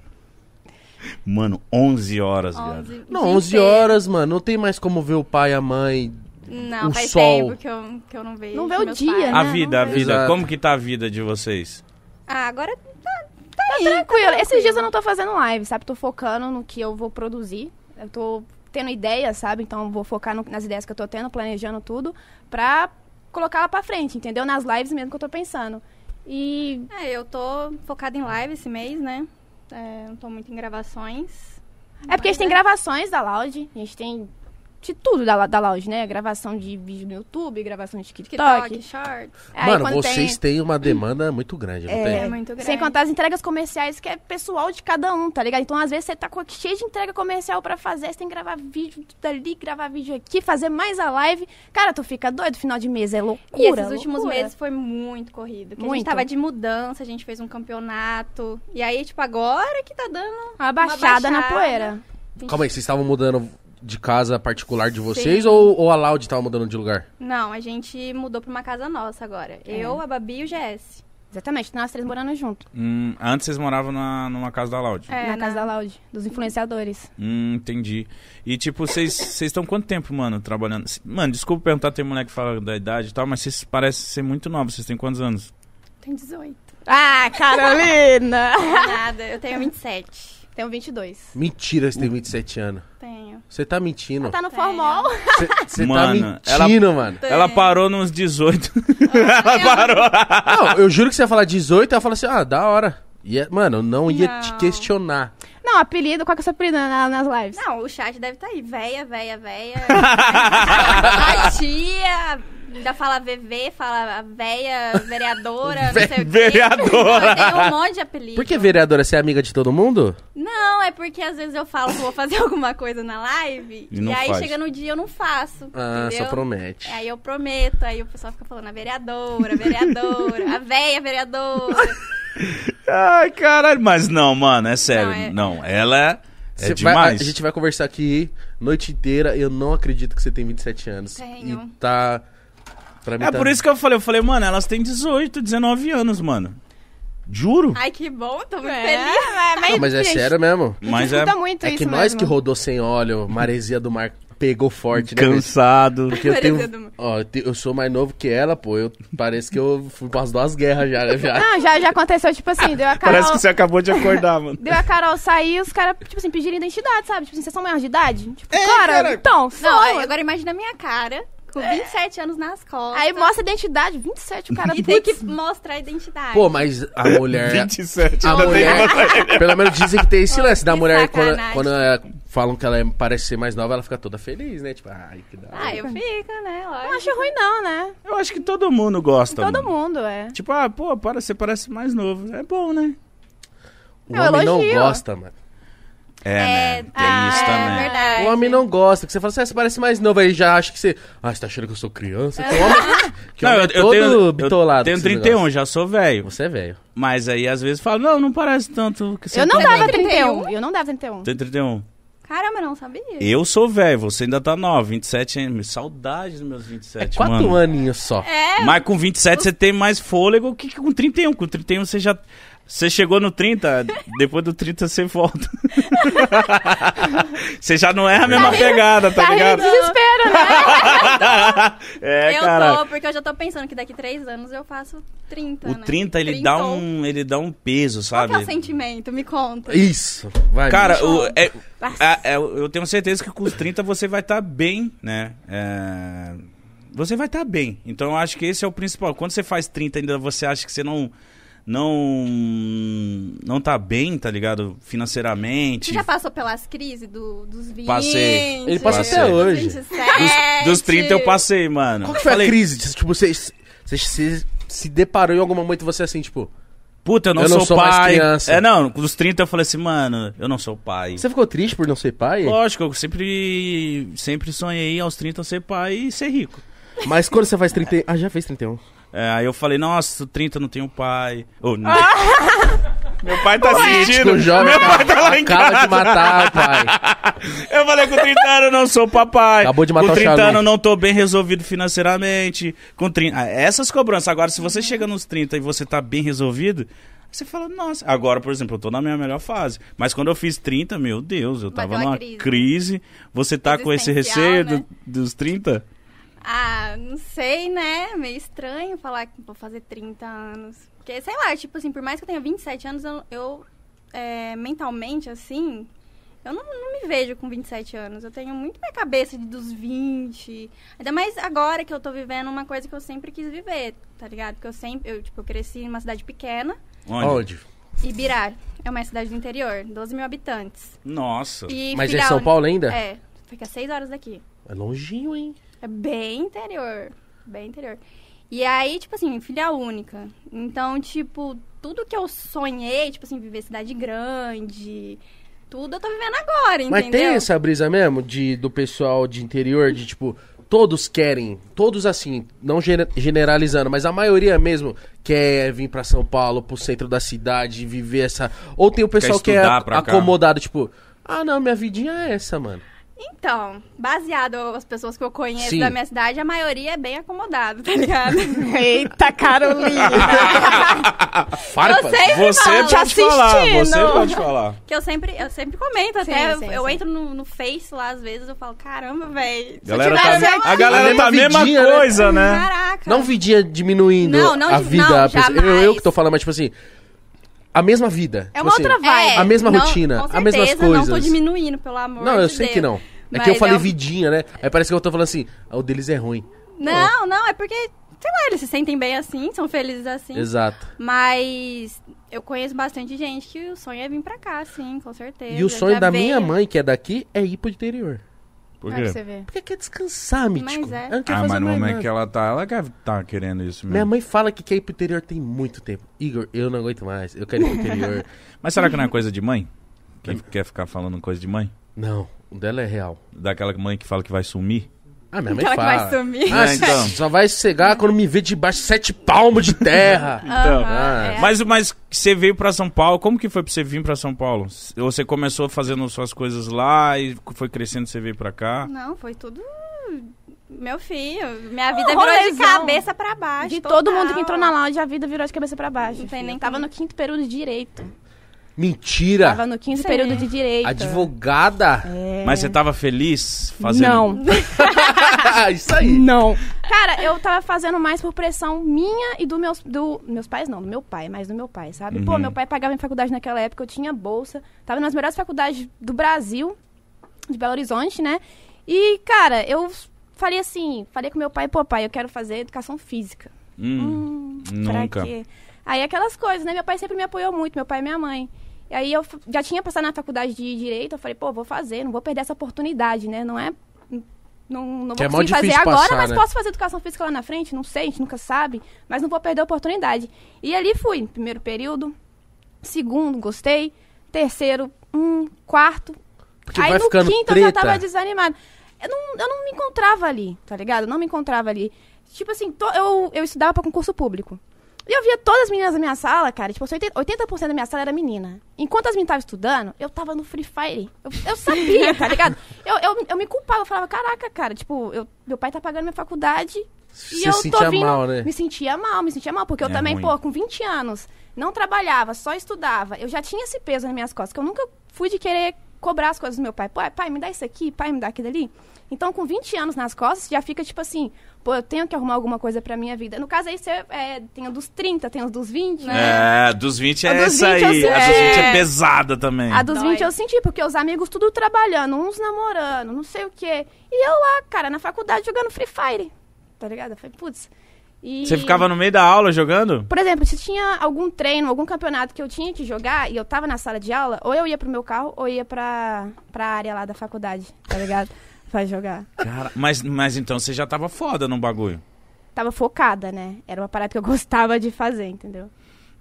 [SPEAKER 1] Mmano, 11 horas, viado.
[SPEAKER 4] 11,
[SPEAKER 2] Não,
[SPEAKER 4] dia
[SPEAKER 2] 11
[SPEAKER 4] inteiro.
[SPEAKER 2] horas, mano. Não tem mais como ver o pai e a mãe.
[SPEAKER 4] Não,
[SPEAKER 2] o
[SPEAKER 4] faz
[SPEAKER 2] sol.
[SPEAKER 4] tempo que eu, que eu não é. vejo.
[SPEAKER 3] Não vê o
[SPEAKER 4] meus
[SPEAKER 3] dia,
[SPEAKER 4] pais.
[SPEAKER 3] né?
[SPEAKER 1] A
[SPEAKER 3] não
[SPEAKER 1] vida, a
[SPEAKER 3] vai.
[SPEAKER 1] vida.
[SPEAKER 2] Exato.
[SPEAKER 1] Como que tá a vida de vocês?
[SPEAKER 4] Ah, agora tá,
[SPEAKER 3] Tá tranquilo. Esses dias eu não tô fazendo live, sabe? Tô focando no que eu vou produzir. Eu tô tendo ideias, sabe? Então eu vou focar no- nas ideias que eu tô tendo, planejando tudo, pra colocar lá pra frente, entendeu? Nas lives mesmo que eu tô pensando. E
[SPEAKER 4] É, eu tô focada em live esse mês, né? É, não tô muito em gravações.
[SPEAKER 3] É porque a gente tem gravações da Loud, a gente tem de tudo da, da Loud, né? Gravação de vídeo no YouTube, gravação de TikTok.
[SPEAKER 4] TikTok, shorts.
[SPEAKER 3] Aí
[SPEAKER 2] mano,
[SPEAKER 3] quando
[SPEAKER 2] vocês têm uma demanda muito grande, não
[SPEAKER 4] É,
[SPEAKER 2] tem?
[SPEAKER 4] muito grande.
[SPEAKER 3] Sem contar as entregas comerciais, que é pessoal de cada um, tá ligado? Então, às vezes, você tá com- cheio de entrega comercial pra fazer, você tem que gravar vídeo dali, gravar vídeo aqui, fazer mais a live. Cara, tu fica doido, final de mês é loucura.
[SPEAKER 4] E esses últimos
[SPEAKER 3] loucura.
[SPEAKER 4] meses foi muito corrido. Porque a
[SPEAKER 3] Muito.
[SPEAKER 4] gente tava de mudança, a gente fez um campeonato. E aí, tipo, agora que tá dando.
[SPEAKER 3] Uma baixada, na
[SPEAKER 4] baixada.
[SPEAKER 3] poeira.
[SPEAKER 2] Calma aí, vocês estavam mudando de casa particular de vocês
[SPEAKER 4] Sim.
[SPEAKER 2] ou, ou a Loud tava mudando de lugar?
[SPEAKER 4] Não, a gente mudou pra uma casa nossa agora.
[SPEAKER 3] É.
[SPEAKER 4] Eu, a Babi e o GS.
[SPEAKER 3] Exatamente, nós três morando junto,
[SPEAKER 1] Hum, antes vocês moravam na, numa casa da Loud.
[SPEAKER 4] É,
[SPEAKER 3] na casa
[SPEAKER 4] na-
[SPEAKER 3] da Loud, dos influenciadores.
[SPEAKER 1] Hum, entendi. E tipo, vocês vocês estão quanto tempo, mano, trabalhando? C- Mano, desculpa perguntar, tem moleque que fala da idade e tal, mas vocês parecem ser muito novos. Vocês têm quantos anos?
[SPEAKER 4] Tem 18.
[SPEAKER 3] Ah, Carolina!
[SPEAKER 4] Nada, eu tenho 27.
[SPEAKER 3] Tenho 22.
[SPEAKER 2] Mentira, você tem 27 anos.
[SPEAKER 4] Tenho.
[SPEAKER 2] Você tá mentindo.
[SPEAKER 3] Ela tá no
[SPEAKER 4] Tenho.
[SPEAKER 3] formal.
[SPEAKER 2] Você você tá
[SPEAKER 1] Mano, ela-
[SPEAKER 2] mentindo, mano.
[SPEAKER 4] Tenho.
[SPEAKER 1] Ela parou nos 18. Ela parou.
[SPEAKER 2] Não, eu juro que você ia falar 18 e ia falar assim, ah, da hora. E é- mano, eu não ia te
[SPEAKER 4] Não.
[SPEAKER 2] questionar.
[SPEAKER 3] Não, apelido, qual que é o seu apelido na- nas lives?
[SPEAKER 4] Não, o chat deve tá aí. Véia, véia, véia. a tia. Ainda fala VV, fala a véia vereadora, não sei o quê.
[SPEAKER 1] vereadora.
[SPEAKER 4] Não, eu tenho um monte de apelido.
[SPEAKER 2] Por que, vereadora, você é amiga de todo mundo?
[SPEAKER 4] Não, é porque às vezes eu falo que vou fazer alguma coisa na live.
[SPEAKER 1] E
[SPEAKER 4] E,
[SPEAKER 1] não
[SPEAKER 4] aí
[SPEAKER 1] faz.
[SPEAKER 4] chega no dia eu não faço.
[SPEAKER 2] Ah,
[SPEAKER 4] entendeu? É
[SPEAKER 2] só promete.
[SPEAKER 4] Aí eu prometo, aí o pessoal fica falando a vereadora, a vereadora, a véia vereadora.
[SPEAKER 1] Ai, caralho. Mas não, mano, é sério. Não,
[SPEAKER 4] Não, é-
[SPEAKER 1] ela é
[SPEAKER 2] Você vai-
[SPEAKER 1] demais.
[SPEAKER 2] a gente vai conversar aqui noite inteira. Eu não acredito que você tem 27 anos.
[SPEAKER 4] Tenho.
[SPEAKER 2] E tá. Pra mim
[SPEAKER 1] É
[SPEAKER 2] tá-
[SPEAKER 1] por isso que eu falei, eu falei, mano, elas têm 18, 19 anos, mano. Juro?
[SPEAKER 4] Ai, que bom, tô muito
[SPEAKER 3] É,
[SPEAKER 4] feliz.
[SPEAKER 2] Não, mas é sério mesmo.
[SPEAKER 1] Mas é
[SPEAKER 3] Escuta muito
[SPEAKER 2] É
[SPEAKER 3] isso
[SPEAKER 2] que nós
[SPEAKER 3] mesmo.
[SPEAKER 2] que rodou sem óleo, maresia do mar pegou forte, né?
[SPEAKER 1] cansado.
[SPEAKER 2] Porque eu tenho.
[SPEAKER 4] Maresia do Mar.
[SPEAKER 2] Ó, eu, te- eu sou mais novo que ela, pô. Eu, parece que eu fui pras duas guerras já, né? Já.
[SPEAKER 3] Não, já, já aconteceu, tipo assim, deu a Carol...
[SPEAKER 1] Parece que você acabou de acordar, mano.
[SPEAKER 3] Deu a Carol sair e os caras, tipo assim, pediram identidade, sabe? Tipo assim, vocês são maiores de idade? Tipo, cara, então,
[SPEAKER 4] Não,
[SPEAKER 3] sou.
[SPEAKER 4] aí agora imagina a minha cara, com 27 anos nas costas.
[SPEAKER 3] Aí mostra a identidade, 27, o cara...
[SPEAKER 4] E tem
[SPEAKER 3] putz,
[SPEAKER 4] que mostrar a identidade.
[SPEAKER 2] Pô, mas a mulher.
[SPEAKER 1] 27
[SPEAKER 2] A
[SPEAKER 1] ainda
[SPEAKER 2] mulher, pelo menos dizem que tem esse
[SPEAKER 4] Pô,
[SPEAKER 2] lance da
[SPEAKER 4] que
[SPEAKER 2] mulher quando,
[SPEAKER 4] sacanagem.
[SPEAKER 2] quando ela- falam que ela é- parece ser mais nova, ela fica toda feliz, né? Tipo, ai, que da hora.
[SPEAKER 4] Ah, eu fico, né?
[SPEAKER 3] Não
[SPEAKER 4] Lógico.
[SPEAKER 3] acho ruim não, né?
[SPEAKER 1] Eu acho que todo mundo gosta.
[SPEAKER 3] Todo
[SPEAKER 1] mano.
[SPEAKER 3] mundo, é.
[SPEAKER 1] Tipo, ah, pô, para, você parece mais novo. É bom, né?
[SPEAKER 2] O
[SPEAKER 3] É um
[SPEAKER 2] homem não
[SPEAKER 3] elogio.
[SPEAKER 2] gosta, mano.
[SPEAKER 1] É,
[SPEAKER 4] É,
[SPEAKER 1] Tem
[SPEAKER 4] ah,
[SPEAKER 1] isso
[SPEAKER 4] É
[SPEAKER 1] também.
[SPEAKER 4] verdade.
[SPEAKER 2] O homem não gosta, que você fala assim, ah, você parece mais novo, aí já acha que você. Ah, você tá achando que eu sou criança? Que homem, que homem é todo bitolado.
[SPEAKER 1] tenho
[SPEAKER 2] com esse
[SPEAKER 1] 31,
[SPEAKER 2] negócio.
[SPEAKER 1] já sou velho.
[SPEAKER 2] Você é velho.
[SPEAKER 1] Mas aí às vezes fala, não, não parece tanto. Que você
[SPEAKER 3] Eu não
[SPEAKER 1] tem,
[SPEAKER 3] dava
[SPEAKER 1] né?
[SPEAKER 3] 31, eu não dava 31.
[SPEAKER 1] Tem 31.
[SPEAKER 4] Caramba, não sabia.
[SPEAKER 1] Eu sou velho, você ainda tá nova, 27 anos. Saudades dos meus 27,
[SPEAKER 2] É Quatro
[SPEAKER 1] mano.
[SPEAKER 2] aninhos só.
[SPEAKER 4] É.
[SPEAKER 1] Mas com 27 você tem mais fôlego que com 31. Com 31 você já. Você chegou no 30, depois do 30 você volta. você já não é a mesma pegada, tá
[SPEAKER 3] Tá rindo
[SPEAKER 1] ligado?
[SPEAKER 3] de desespero, né?
[SPEAKER 1] É,
[SPEAKER 4] eu
[SPEAKER 1] cara.
[SPEAKER 4] tô, porque eu já tô pensando que daqui três anos eu faço 30,
[SPEAKER 1] O
[SPEAKER 4] né?
[SPEAKER 1] 30, ele
[SPEAKER 4] Trintou.
[SPEAKER 1] dá um. Ele dá um peso,
[SPEAKER 4] Qual que é o
[SPEAKER 1] sabe?
[SPEAKER 4] sentimento? Me conta.
[SPEAKER 2] Isso. Vai.
[SPEAKER 1] Cara,
[SPEAKER 2] bicho.
[SPEAKER 1] o- é- é- é- eu tenho certeza que com os 30 você vai estar bem, né? É, você vai estar bem. Então eu acho que esse é o principal. Quando você faz 30 ainda você acha que você não não não tá bem, tá ligado? Financeiramente.
[SPEAKER 4] Você já passou pelas crises do, dos 20?
[SPEAKER 1] Passei.
[SPEAKER 2] Ele passa
[SPEAKER 1] Passei.
[SPEAKER 2] até
[SPEAKER 4] dos
[SPEAKER 2] hoje.
[SPEAKER 4] 27.
[SPEAKER 1] Dos, dos 30 eu passei, mano.
[SPEAKER 2] Qual que foi
[SPEAKER 1] Falei,
[SPEAKER 2] a crise? Tipo, você, você se- se deparou em algum momento você assim, tipo.
[SPEAKER 1] Puta, eu não,
[SPEAKER 2] Eu não
[SPEAKER 1] sou,
[SPEAKER 2] sou mais
[SPEAKER 1] pai.
[SPEAKER 2] criança.
[SPEAKER 1] É, não, com os 30 eu falei assim, mano, eu não sou pai.
[SPEAKER 2] Você ficou triste por não ser pai?
[SPEAKER 1] Lógico, eu sempre sempre sonhei aos 30 eu ser pai e ser rico.
[SPEAKER 2] Mas quando você faz 31. Ah, já fez 31.
[SPEAKER 1] É, aí eu falei, nossa, 30 não tenho pai. Ou, não. Meu pai tá assistindo.
[SPEAKER 2] O jovem
[SPEAKER 1] Meu pai tá lá em
[SPEAKER 2] acaba
[SPEAKER 1] casa.
[SPEAKER 2] de matar, pai.
[SPEAKER 1] Eu falei, com 30 anos não sou papai.
[SPEAKER 2] Acabou de matar
[SPEAKER 1] Com
[SPEAKER 2] o
[SPEAKER 1] 30
[SPEAKER 2] charuto.
[SPEAKER 1] anos não tô bem resolvido financeiramente. Com 30... ah, Essas cobranças. Agora, se você chega nos 30 e você tá bem resolvido, você fala, nossa. Agora, por exemplo, eu tô na minha melhor fase. Mas quando eu fiz 30, meu Deus, eu
[SPEAKER 4] Bateu
[SPEAKER 1] tava
[SPEAKER 4] a
[SPEAKER 1] numa crise.
[SPEAKER 4] crise.
[SPEAKER 1] Você tá com esse
[SPEAKER 4] Existencial,
[SPEAKER 1] receio
[SPEAKER 4] né?
[SPEAKER 1] do- dos 30?
[SPEAKER 4] Ah, não sei, né? Meio estranho falar que vou fazer 30 anos. Porque, sei lá, tipo assim, por mais que eu tenha 27 anos, eu, eu, é, mentalmente, assim, eu não, não me vejo com 27 anos. Eu tenho muito minha cabeça de dos 20. Ainda mais agora que eu tô vivendo uma coisa que eu sempre quis viver, tá ligado? Porque eu sempre, eu, tipo, eu cresci numa cidade pequena.
[SPEAKER 1] Onde?
[SPEAKER 2] Onde?
[SPEAKER 4] Ibirá é uma cidade do interior, 12 mil habitantes.
[SPEAKER 1] Nossa.
[SPEAKER 4] E
[SPEAKER 2] Mas é
[SPEAKER 4] Filhão-
[SPEAKER 2] São Paulo ainda?
[SPEAKER 4] É, fica 6 horas daqui.
[SPEAKER 2] É longinho, hein?
[SPEAKER 4] É bem interior. Bem interior. E aí, tipo assim, filha única. Então, tipo, tudo que eu sonhei, tipo assim, viver cidade grande, tudo eu tô vivendo agora, entendeu?
[SPEAKER 2] Mas tem essa brisa mesmo de, do pessoal de interior, de tipo, todos querem, todos assim, não gene- generalizando, mas a maioria mesmo quer vir pra São Paulo, pro centro da cidade, viver essa. Ou tem o pessoal que é
[SPEAKER 1] estudar
[SPEAKER 2] ac-
[SPEAKER 1] pra cá.
[SPEAKER 2] acomodado, tipo, ah não, minha vidinha é essa, mano.
[SPEAKER 4] Então, baseado as pessoas que eu conheço
[SPEAKER 2] Sim.
[SPEAKER 4] da minha cidade, a maioria é bem acomodada, tá ligado?
[SPEAKER 3] né? Eita, Carolina.
[SPEAKER 2] Farpa?
[SPEAKER 4] Eu sei.
[SPEAKER 1] Você
[SPEAKER 4] Fala,
[SPEAKER 1] pode
[SPEAKER 3] te
[SPEAKER 2] tá
[SPEAKER 1] falar,
[SPEAKER 3] assistindo.
[SPEAKER 1] você pode falar.
[SPEAKER 4] Que eu sempre, eu sempre comento,
[SPEAKER 3] Sim,
[SPEAKER 4] até eu-
[SPEAKER 3] sim,
[SPEAKER 4] eu
[SPEAKER 3] sim.
[SPEAKER 4] entro no, no Face lá, às vezes, eu falo, caramba, velho. é
[SPEAKER 1] Galera
[SPEAKER 3] tiver
[SPEAKER 1] tá,
[SPEAKER 3] seu-
[SPEAKER 1] a galera tá a mesma
[SPEAKER 2] vidinha, né?
[SPEAKER 1] coisa, né?
[SPEAKER 4] um Caraca.
[SPEAKER 2] Não vidinha diminuindo
[SPEAKER 4] Não, não
[SPEAKER 2] a
[SPEAKER 4] di-
[SPEAKER 2] vida.
[SPEAKER 4] não,
[SPEAKER 2] a pessoa- eu, eu
[SPEAKER 4] jamais.
[SPEAKER 2] que tô falando, mas tipo assim, a mesma vida.
[SPEAKER 3] É
[SPEAKER 2] Tipo
[SPEAKER 3] uma
[SPEAKER 2] assim,
[SPEAKER 3] outra vibe.
[SPEAKER 2] A mesma
[SPEAKER 4] não,
[SPEAKER 2] rotina,
[SPEAKER 4] com
[SPEAKER 2] as mesmas
[SPEAKER 4] certeza, Não tô
[SPEAKER 2] coisas.
[SPEAKER 4] diminuindo, pelo amor
[SPEAKER 2] Não,
[SPEAKER 4] de
[SPEAKER 2] eu sei que
[SPEAKER 4] Deus.
[SPEAKER 2] não. É que eu
[SPEAKER 4] Mas
[SPEAKER 2] falei
[SPEAKER 4] é um-
[SPEAKER 2] vidinha, né? Aí parece que eu tô falando assim, ah, o deles é ruim.
[SPEAKER 4] Não, não, é porque, sei lá, eles se sentem bem assim, são felizes assim.
[SPEAKER 2] Exato.
[SPEAKER 4] Mas eu conheço bastante gente que o sonho é vir pra cá, sim, com certeza.
[SPEAKER 2] E o sonho
[SPEAKER 4] Já
[SPEAKER 2] da
[SPEAKER 4] veio.
[SPEAKER 2] minha mãe, que é daqui, é ir pro interior.
[SPEAKER 1] Por
[SPEAKER 3] Pra você ver.
[SPEAKER 2] Porque quer descansar, mítico.
[SPEAKER 4] Mas é.
[SPEAKER 2] Ela não quer
[SPEAKER 1] Ah,
[SPEAKER 2] fazer
[SPEAKER 1] mas no
[SPEAKER 2] mais
[SPEAKER 1] momento
[SPEAKER 2] nada.
[SPEAKER 1] que ela tá, ela deve tá querendo isso
[SPEAKER 2] Minha
[SPEAKER 1] mesmo.
[SPEAKER 2] mãe fala que quer ir pro interior tem muito tempo. Igor, eu não aguento mais. Eu quero ir pro interior.
[SPEAKER 1] Mas será que não é coisa de mãe? Quem quer ficar falando coisa de mãe?
[SPEAKER 2] não, o dela é real.
[SPEAKER 1] Daquela mãe que fala que vai sumir?
[SPEAKER 2] Ah, minha mãe
[SPEAKER 4] Aquela Então
[SPEAKER 2] fala.
[SPEAKER 4] que vai sumir.
[SPEAKER 2] Ah,
[SPEAKER 1] É, então.
[SPEAKER 2] Só vai cegar quando me vê debaixo de sete palmos de terra.
[SPEAKER 1] Então.
[SPEAKER 2] Ah.
[SPEAKER 4] é.
[SPEAKER 1] Mas, mas você veio pra São Paulo, como que foi pra você vir pra São Paulo? S- Você começou fazendo suas coisas lá e foi crescendo você veio pra cá?
[SPEAKER 4] Não, foi tudo. Meu filho, minha vida
[SPEAKER 3] Um
[SPEAKER 4] virou de
[SPEAKER 3] rolezão.
[SPEAKER 4] cabeça pra baixo.
[SPEAKER 3] Tá De
[SPEAKER 4] total.
[SPEAKER 3] todo mundo que entrou na lounge, a vida virou de cabeça pra baixo.
[SPEAKER 4] Não tem
[SPEAKER 3] filho.
[SPEAKER 4] nem
[SPEAKER 3] Eu Tava
[SPEAKER 4] como. Ah.
[SPEAKER 3] no quinto período de direito. Tava
[SPEAKER 2] Mentira!
[SPEAKER 3] no 15
[SPEAKER 4] Sim.
[SPEAKER 3] período de direito.
[SPEAKER 2] Advogada!
[SPEAKER 3] É.
[SPEAKER 1] Mas você tava feliz fazendo?
[SPEAKER 3] Não, É.
[SPEAKER 2] Isso aí!
[SPEAKER 3] não. Cara, eu tava fazendo mais por pressão minha e do meus, do, meus pais, não, do meu pai, mas do meu pai, sabe? Pô,
[SPEAKER 1] Uhum.
[SPEAKER 3] meu pai pagava em faculdade naquela época, eu tinha bolsa, tava nas melhores faculdades do Brasil, de Belo Horizonte, né? E, cara, eu falei assim, falei com meu pai, pô, pai, eu quero fazer educação física.
[SPEAKER 1] Hum,
[SPEAKER 3] Pra
[SPEAKER 1] nunca.
[SPEAKER 3] quê? Aí aquelas coisas, né? Meu pai sempre me apoiou muito, meu pai e minha mãe. E aí eu f- já tinha passado na faculdade de Direito, eu falei, pô, vou fazer, não vou perder essa oportunidade, né? Não é... Não, não vou
[SPEAKER 2] Que é mó
[SPEAKER 3] conseguir fazer
[SPEAKER 2] difícil
[SPEAKER 3] agora,
[SPEAKER 2] passar,
[SPEAKER 3] mas
[SPEAKER 2] né?
[SPEAKER 3] posso fazer educação física lá na frente? Não sei, a gente nunca sabe, mas não vou perder a oportunidade. E ali fui, primeiro período, segundo, gostei, terceiro, hum, quarto.
[SPEAKER 2] Porque
[SPEAKER 3] aí
[SPEAKER 2] vai
[SPEAKER 3] no
[SPEAKER 2] ficando
[SPEAKER 3] quinto eu já
[SPEAKER 2] treta.
[SPEAKER 3] tava desanimada. Eu não, eu não me encontrava ali, tá ligado? Eu não me encontrava ali. Tipo assim, to- eu, eu estudava pra concurso público. E eu via todas as meninas da minha sala, cara. Tipo, 80%, 80% da minha sala era menina. Enquanto as meninas estavam estudando, eu tava no Free Fire. Eu, eu sabia, tá ligado? Eu, eu, eu me culpava, eu falava, caraca, cara, tipo, eu, meu pai tá pagando minha faculdade. e
[SPEAKER 2] Você
[SPEAKER 3] eu
[SPEAKER 2] sentia
[SPEAKER 3] tô vindo,
[SPEAKER 2] mal, né?
[SPEAKER 3] Me sentia mal, me sentia mal, porque eu
[SPEAKER 1] É
[SPEAKER 3] também,
[SPEAKER 1] ruim.
[SPEAKER 3] pô, com 20 anos, não trabalhava, só estudava. Eu já tinha esse peso nas minhas costas, que eu nunca fui de querer cobrar as coisas do meu pai. Pô, pai, me dá isso aqui, pai, me dá aquilo ali. Então, com 20 anos nas costas, já fica tipo assim, pô, eu tenho que arrumar alguma coisa pra minha vida. No caso aí, você é, tem os dos 30, tem os dos 20, né?
[SPEAKER 1] É, dos 20 é
[SPEAKER 3] A dos
[SPEAKER 1] essa
[SPEAKER 3] 20 eu
[SPEAKER 1] aí. A
[SPEAKER 3] sei.
[SPEAKER 1] dos 20 é pesada também.
[SPEAKER 3] A dos
[SPEAKER 4] Dói.
[SPEAKER 3] 20 eu senti, porque os amigos tudo trabalhando, uns namorando, não sei o quê. E eu lá, cara, na faculdade jogando Free Fire, tá ligado? Eu falei, putz. E-
[SPEAKER 1] Você ficava no meio da aula jogando?
[SPEAKER 3] Por exemplo, se tinha algum treino, algum campeonato que eu tinha que jogar e eu tava na sala de aula, ou eu ia pro meu carro ou ia pra, pra área lá da faculdade, tá ligado? pra jogar.
[SPEAKER 1] Cara, mas, mas então você já tava foda no bagulho.
[SPEAKER 3] Tava focada, né? Era uma parada que eu gostava de fazer, entendeu?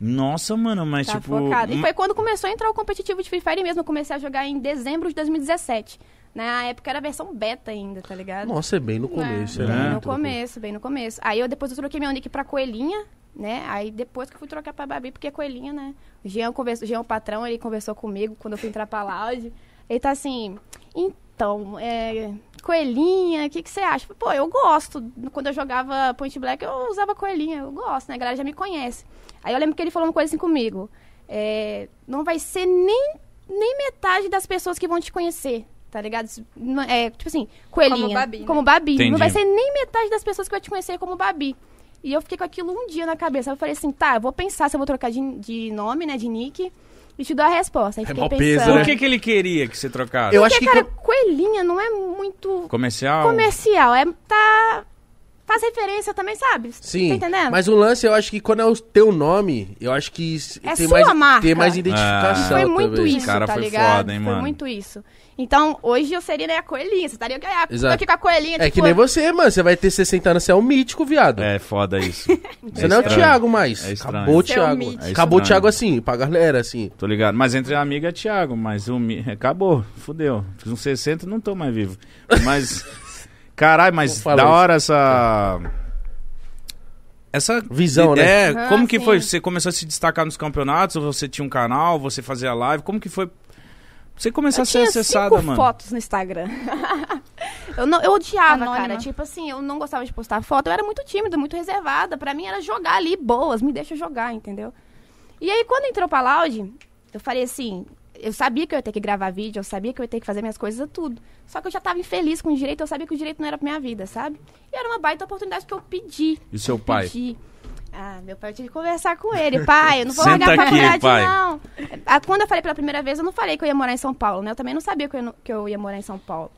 [SPEAKER 1] Nossa, mano, mas
[SPEAKER 3] Tá
[SPEAKER 1] tipo.
[SPEAKER 3] focado. E
[SPEAKER 1] hum,
[SPEAKER 3] foi quando começou a entrar o competitivo de Free Fire mesmo. Eu comecei a jogar em dezembro de 2017. Na época era a versão beta ainda, tá ligado?
[SPEAKER 2] Nossa, é bem no começo,
[SPEAKER 1] É, bem
[SPEAKER 2] né?
[SPEAKER 3] Bem no
[SPEAKER 2] Muito
[SPEAKER 3] começo, bem no começo. Aí eu depois eu troquei meu nick pra Coelhinha, né? Aí depois que eu fui trocar pra Babi, porque Coelhinha, né? O Jean, conversou, Jean, o patrão, ele conversou comigo quando eu fui entrar pra Loud. Ele tá assim, então, é, Coelhinha, o que, que você acha? Eu falei, Pô, eu gosto. Quando eu jogava Point Black, eu usava Coelhinha, eu gosto, né? A galera já me conhece. Aí eu lembro que ele falou uma coisa assim comigo. é, não vai ser nem, nem metade das pessoas que vão te conhecer, tá ligado? Isso não- É, tipo assim, Coelhinha.
[SPEAKER 4] Babi, né?
[SPEAKER 3] Como Babi.
[SPEAKER 1] Entendi.
[SPEAKER 3] Não vai ser nem metade das pessoas que vai te conhecer como Babi. E eu fiquei com aquilo um dia na cabeça. Eu falei assim, tá, eu vou pensar se eu vou trocar de, de nome, né, de nick, e te dou a resposta. Aí
[SPEAKER 2] É
[SPEAKER 3] fiquei
[SPEAKER 2] mó peso,
[SPEAKER 3] pensando.
[SPEAKER 2] né?
[SPEAKER 1] Por que, que ele queria que você trocasse?
[SPEAKER 2] Eu
[SPEAKER 3] Porque,
[SPEAKER 2] acho que
[SPEAKER 3] cara,
[SPEAKER 2] co-
[SPEAKER 3] coelhinha não é muito
[SPEAKER 1] Comercial?
[SPEAKER 3] comercial. É, tá... Faz referência também, sabe?
[SPEAKER 2] Sim,
[SPEAKER 3] Tá entendendo?
[SPEAKER 2] mas o lance, eu acho que quando é o teu nome, eu acho que s-
[SPEAKER 3] É
[SPEAKER 2] tem,
[SPEAKER 3] sua
[SPEAKER 2] mais,
[SPEAKER 3] marca.
[SPEAKER 2] tem mais
[SPEAKER 3] E
[SPEAKER 1] Ah,
[SPEAKER 2] identificação.
[SPEAKER 3] foi muito
[SPEAKER 2] talvez.
[SPEAKER 3] isso,
[SPEAKER 1] Cara,
[SPEAKER 3] tá
[SPEAKER 1] foi
[SPEAKER 3] ligado?
[SPEAKER 1] foda, hein,
[SPEAKER 3] foi
[SPEAKER 1] mano?
[SPEAKER 3] muito isso. Então, hoje eu seria né, a coelhinha. Você estaria ganhando. Tô
[SPEAKER 2] Exato.
[SPEAKER 3] aqui com a coelhinha.
[SPEAKER 2] É
[SPEAKER 3] tipo,
[SPEAKER 2] que nem você, mano. Você vai ter 60 anos, você é um mítico, viado.
[SPEAKER 1] É foda isso.
[SPEAKER 2] Você não é o
[SPEAKER 1] estranho.
[SPEAKER 2] Thiago mais.
[SPEAKER 1] É estranho.
[SPEAKER 2] Acabou o
[SPEAKER 4] Você é um
[SPEAKER 2] Thiago.
[SPEAKER 4] mítico.
[SPEAKER 1] É
[SPEAKER 2] Acabou o
[SPEAKER 1] estranho.
[SPEAKER 2] Thiago assim, pra galera, assim.
[SPEAKER 1] Tô ligado. Mas entre a amiga é Thiago, mas o Mi... acabou, fudeu. Fiz uns 60 e não tô mais vivo. Mas. Caralho, mas
[SPEAKER 2] Não fala
[SPEAKER 1] da
[SPEAKER 2] isso.
[SPEAKER 1] hora essa. É. Essa
[SPEAKER 2] Visão,
[SPEAKER 1] É,
[SPEAKER 2] né?
[SPEAKER 3] Ah,
[SPEAKER 1] como que
[SPEAKER 3] sim.
[SPEAKER 1] foi? Você começou a se destacar nos campeonatos? Ou você tinha um canal? Você fazia live? Como que foi? pra Você começar
[SPEAKER 3] Eu
[SPEAKER 1] a ser
[SPEAKER 3] tinha
[SPEAKER 1] acessada,
[SPEAKER 3] cinco
[SPEAKER 1] mano.
[SPEAKER 3] fotos no Instagram. eu, não, eu odiava,
[SPEAKER 4] Anônima.
[SPEAKER 3] cara. Tipo assim, eu não gostava de postar foto. Eu era muito tímida, muito reservada. Pra mim era jogar ali, boas. Me deixa jogar, entendeu? E aí, quando entrou pra Loud, eu falei assim... Eu sabia que eu ia ter que gravar vídeo, eu sabia que eu ia ter que fazer minhas coisas, tudo. Só que eu já tava infeliz com o direito, eu sabia que o direito não era pra minha vida, sabe? E era uma baita oportunidade que eu pedi.
[SPEAKER 1] E seu pai?
[SPEAKER 3] Pedi. Ah, meu pai, eu tive que conversar com ele. Pai, eu não vou
[SPEAKER 1] Senta
[SPEAKER 3] largar a
[SPEAKER 1] aqui,
[SPEAKER 3] faculdade,
[SPEAKER 1] pai.
[SPEAKER 3] não. Ah, Quando eu falei pela primeira vez, eu não falei que eu ia morar em São Paulo, né? Eu também não sabia que eu, não- que eu ia morar em São Paulo.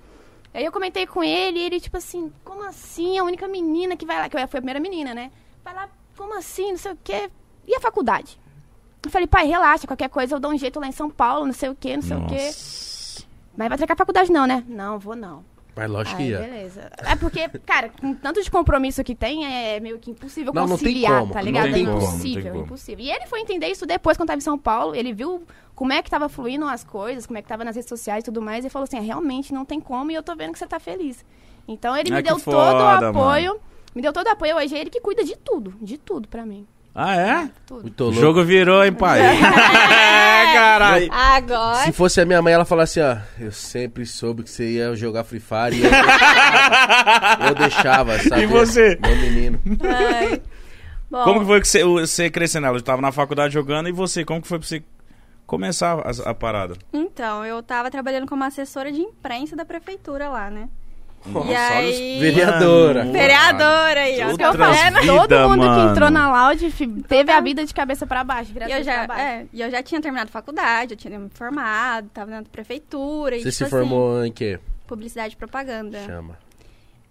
[SPEAKER 3] Aí eu comentei com ele e ele, tipo assim, como assim? A única menina que vai lá, que eu fui a primeira menina, né? Vai lá, como assim? Não sei o quê. E a faculdade? Eu falei, pai, relaxa, qualquer coisa eu dou um jeito lá em São Paulo, não sei o quê, não sei o quê.
[SPEAKER 1] Nossa.
[SPEAKER 3] Mas vai trancar a faculdade, não, né? Não, vou não.
[SPEAKER 2] Mas lógico
[SPEAKER 3] Ai,
[SPEAKER 2] que é.
[SPEAKER 3] beleza. É porque, cara, com tanto de compromisso que tem, é meio que impossível
[SPEAKER 2] Não, não tem
[SPEAKER 3] conciliar,
[SPEAKER 2] como.
[SPEAKER 3] tá
[SPEAKER 2] Não
[SPEAKER 3] ligado?
[SPEAKER 1] tem
[SPEAKER 3] é
[SPEAKER 1] como, não tem
[SPEAKER 3] impossível,
[SPEAKER 1] como.
[SPEAKER 3] impossível. E ele foi entender isso depois quando tava em São Paulo, ele viu como é que tava fluindo as coisas, como é que tava nas redes sociais e tudo mais, e falou assim, "É, realmente não tem como e eu tô vendo que você tá feliz. Então ele
[SPEAKER 1] Ah,
[SPEAKER 3] me
[SPEAKER 1] que
[SPEAKER 3] deu todo
[SPEAKER 1] foda,
[SPEAKER 3] o apoio, me deu todo o apoio, hoje é ele que cuida de tudo, de tudo pra mim,
[SPEAKER 1] Ah, é?
[SPEAKER 3] tudo.
[SPEAKER 2] Muito
[SPEAKER 1] O
[SPEAKER 2] louco.
[SPEAKER 1] jogo virou, hein, pai? é, caralho.
[SPEAKER 4] Agora.
[SPEAKER 2] Se fosse a minha mãe, ela falasse ó, eu sempre soube que você ia jogar Free Fire e eu deixava, eu deixava sabe?
[SPEAKER 1] E você?
[SPEAKER 2] Meu menino.
[SPEAKER 4] Ai. Bom,
[SPEAKER 1] Como que foi que você, o- você crescendo? Ela tava na faculdade jogando e você, como que foi pra você começar a, a parada?
[SPEAKER 4] Então, eu tava trabalhando como assessora de imprensa da prefeitura lá, né?
[SPEAKER 2] Nossa,
[SPEAKER 4] e
[SPEAKER 2] olha os
[SPEAKER 4] aí...
[SPEAKER 2] Vereadora.
[SPEAKER 1] Mano.
[SPEAKER 4] Vereadora aí, ó.
[SPEAKER 3] Isso que eu
[SPEAKER 1] Outras
[SPEAKER 3] falei, né?
[SPEAKER 1] vida,
[SPEAKER 3] todo mundo
[SPEAKER 1] mano.
[SPEAKER 3] que entrou na Loud fi- teve a vida de cabeça pra baixo,
[SPEAKER 4] E
[SPEAKER 3] graças
[SPEAKER 4] eu, já,
[SPEAKER 3] pra baixo.
[SPEAKER 4] é, e eu já tinha terminado faculdade, eu tinha me formado, tava na prefeitura. E,
[SPEAKER 2] Você
[SPEAKER 4] tipo
[SPEAKER 2] se
[SPEAKER 4] assim, né?
[SPEAKER 2] formou em quê?
[SPEAKER 4] publicidade e propaganda.
[SPEAKER 2] Chama.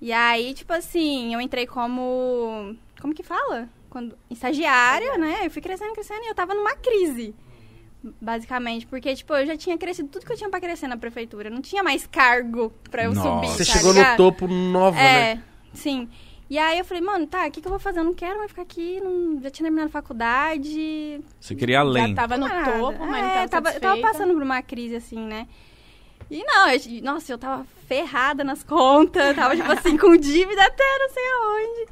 [SPEAKER 4] E aí, tipo assim, eu entrei como. Como que fala? Quando, estagiária, né? Eu fui crescendo, crescendo e eu tava numa crise. Basicamente, porque, tipo, eu já tinha crescido tudo que eu tinha pra crescer na prefeitura. Não tinha mais cargo pra eu
[SPEAKER 1] Nossa.
[SPEAKER 4] subir.
[SPEAKER 2] Você
[SPEAKER 4] tá
[SPEAKER 2] chegou no
[SPEAKER 4] ligado?
[SPEAKER 2] topo nova, né?
[SPEAKER 4] É, sim. E aí eu falei, mano, tá, o que, que eu vou fazer? Eu não quero mais ficar aqui, não... já tinha terminado a faculdade.
[SPEAKER 1] Você queria além.
[SPEAKER 3] Já
[SPEAKER 4] tá
[SPEAKER 3] tava no
[SPEAKER 4] nada.
[SPEAKER 3] topo, mas
[SPEAKER 4] É,
[SPEAKER 3] não tava,
[SPEAKER 4] eu tava
[SPEAKER 3] satisfeita.
[SPEAKER 4] passando por uma crise, assim, né? E não, eu, nossa, eu tava ferrada nas contas, tava, tipo assim, com dívida até não sei aonde.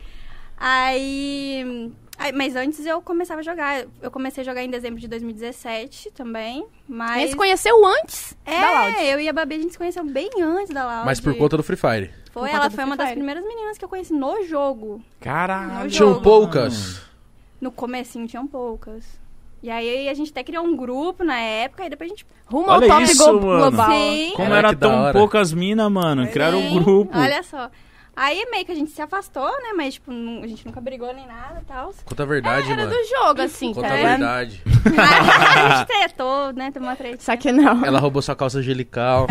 [SPEAKER 4] Aí... aí- Mas antes eu começava a jogar. Eu comecei a jogar em dezembro de 2017 também,
[SPEAKER 3] Ele
[SPEAKER 4] mas...
[SPEAKER 3] se conheceu antes da Loud.
[SPEAKER 4] É, eu e a Babi, a gente se conheceu bem antes da Loud.
[SPEAKER 2] Mas por conta do Free Fire.
[SPEAKER 3] Por
[SPEAKER 4] Foi,
[SPEAKER 3] conta
[SPEAKER 4] ela
[SPEAKER 3] do
[SPEAKER 4] foi
[SPEAKER 3] Free
[SPEAKER 4] uma das
[SPEAKER 3] Fire.
[SPEAKER 4] primeiras meninas que eu conheci no jogo.
[SPEAKER 1] Caralho.
[SPEAKER 4] No
[SPEAKER 2] Tinham
[SPEAKER 4] jogo.
[SPEAKER 2] poucas.
[SPEAKER 4] No comecinho tinham poucas. E aí a gente até criou um grupo na época, e depois a gente...
[SPEAKER 3] Rumo
[SPEAKER 1] Olha
[SPEAKER 3] ao top
[SPEAKER 1] isso,
[SPEAKER 3] glo-
[SPEAKER 1] mano.
[SPEAKER 3] global.
[SPEAKER 4] Sim.
[SPEAKER 1] Como
[SPEAKER 2] Caraca,
[SPEAKER 1] era
[SPEAKER 2] que da
[SPEAKER 1] tão
[SPEAKER 2] hora.
[SPEAKER 1] poucas minas, mano. Criaram
[SPEAKER 4] Sim,
[SPEAKER 1] um grupo.
[SPEAKER 4] Olha só. Aí é meio que a gente se afastou, né? Mas, tipo, não- a gente nunca brigou nem nada e tal.
[SPEAKER 2] Conta a verdade,
[SPEAKER 3] Era
[SPEAKER 2] mano.
[SPEAKER 3] do jogo, assim,
[SPEAKER 2] Conta
[SPEAKER 3] tá
[SPEAKER 2] a
[SPEAKER 4] né?
[SPEAKER 3] ligado?
[SPEAKER 2] verdade.
[SPEAKER 4] a gente tretou, né? Teve uma treta.
[SPEAKER 3] Só que não.
[SPEAKER 2] Ela roubou sua calça angelical.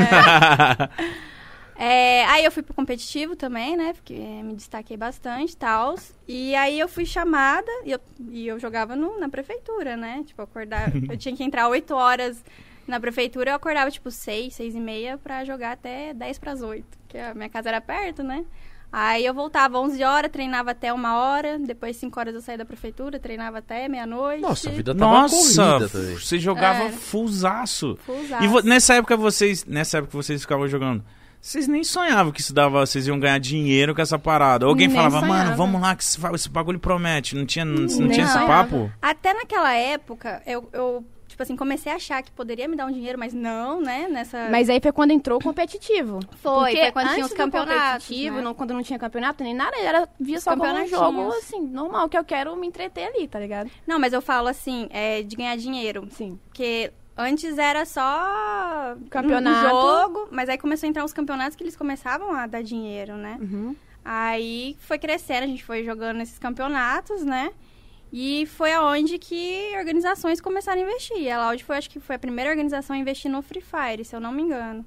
[SPEAKER 4] É, aí eu fui pro competitivo também, né? Porque eh, me destaquei bastante e tal. E aí eu fui chamada e eu, e eu jogava no- na prefeitura, né? Tipo, eu acordava. eu tinha que entrar 8 horas na prefeitura, eu acordava tipo 6, 6 e meia pra jogar até 10 pras 8. Porque a minha casa era perto, né? Aí eu voltava 11 horas, treinava até uma hora, depois 5 horas eu saía da prefeitura, treinava até meia-noite.
[SPEAKER 2] Nossa, a vida tava
[SPEAKER 1] Nossa,
[SPEAKER 2] corrida também.
[SPEAKER 1] você jogava
[SPEAKER 4] Era.
[SPEAKER 1] fullzaço.
[SPEAKER 4] É. Fusaço.
[SPEAKER 1] E vo- né? nessa época vocês, nessa época que vocês ficavam jogando, vocês nem sonhavam que isso dava, vocês iam ganhar dinheiro com essa parada. Alguém
[SPEAKER 4] Nem
[SPEAKER 1] falava,
[SPEAKER 4] sonhava.
[SPEAKER 1] mano, vamos lá que esse, fa- esse bagulho promete. Não tinha, não, não
[SPEAKER 4] Nem
[SPEAKER 1] tinha esse
[SPEAKER 4] sonhava.
[SPEAKER 1] papo?
[SPEAKER 4] Até naquela época, eu, eu, tipo assim, comecei a achar que poderia me dar um dinheiro, mas não, né? Nessa.
[SPEAKER 3] Mas aí foi quando entrou o competitivo.
[SPEAKER 4] foi,
[SPEAKER 3] Porque
[SPEAKER 4] foi quando tinha
[SPEAKER 3] antes
[SPEAKER 4] os
[SPEAKER 3] do
[SPEAKER 4] campeonatos.
[SPEAKER 3] competitivo,
[SPEAKER 4] né?
[SPEAKER 3] não, quando não tinha campeonato nem nada, era via só como um
[SPEAKER 4] campeonatinhos.
[SPEAKER 3] jogo, assim, normal, que eu quero me entreter ali, tá ligado?
[SPEAKER 4] Não, mas eu falo assim, é, de ganhar dinheiro.
[SPEAKER 3] Sim.
[SPEAKER 4] Porque antes era só
[SPEAKER 3] Campeonato.
[SPEAKER 4] um jogo, mas aí começou a entrar os campeonatos que eles começavam a dar dinheiro, né?
[SPEAKER 3] Uhum.
[SPEAKER 4] Aí foi crescendo, a gente foi jogando esses campeonatos, né? E foi aonde que organizações começaram a investir. E A Loud foi, acho que foi a primeira organização a investir no Free Fire, se eu não me engano.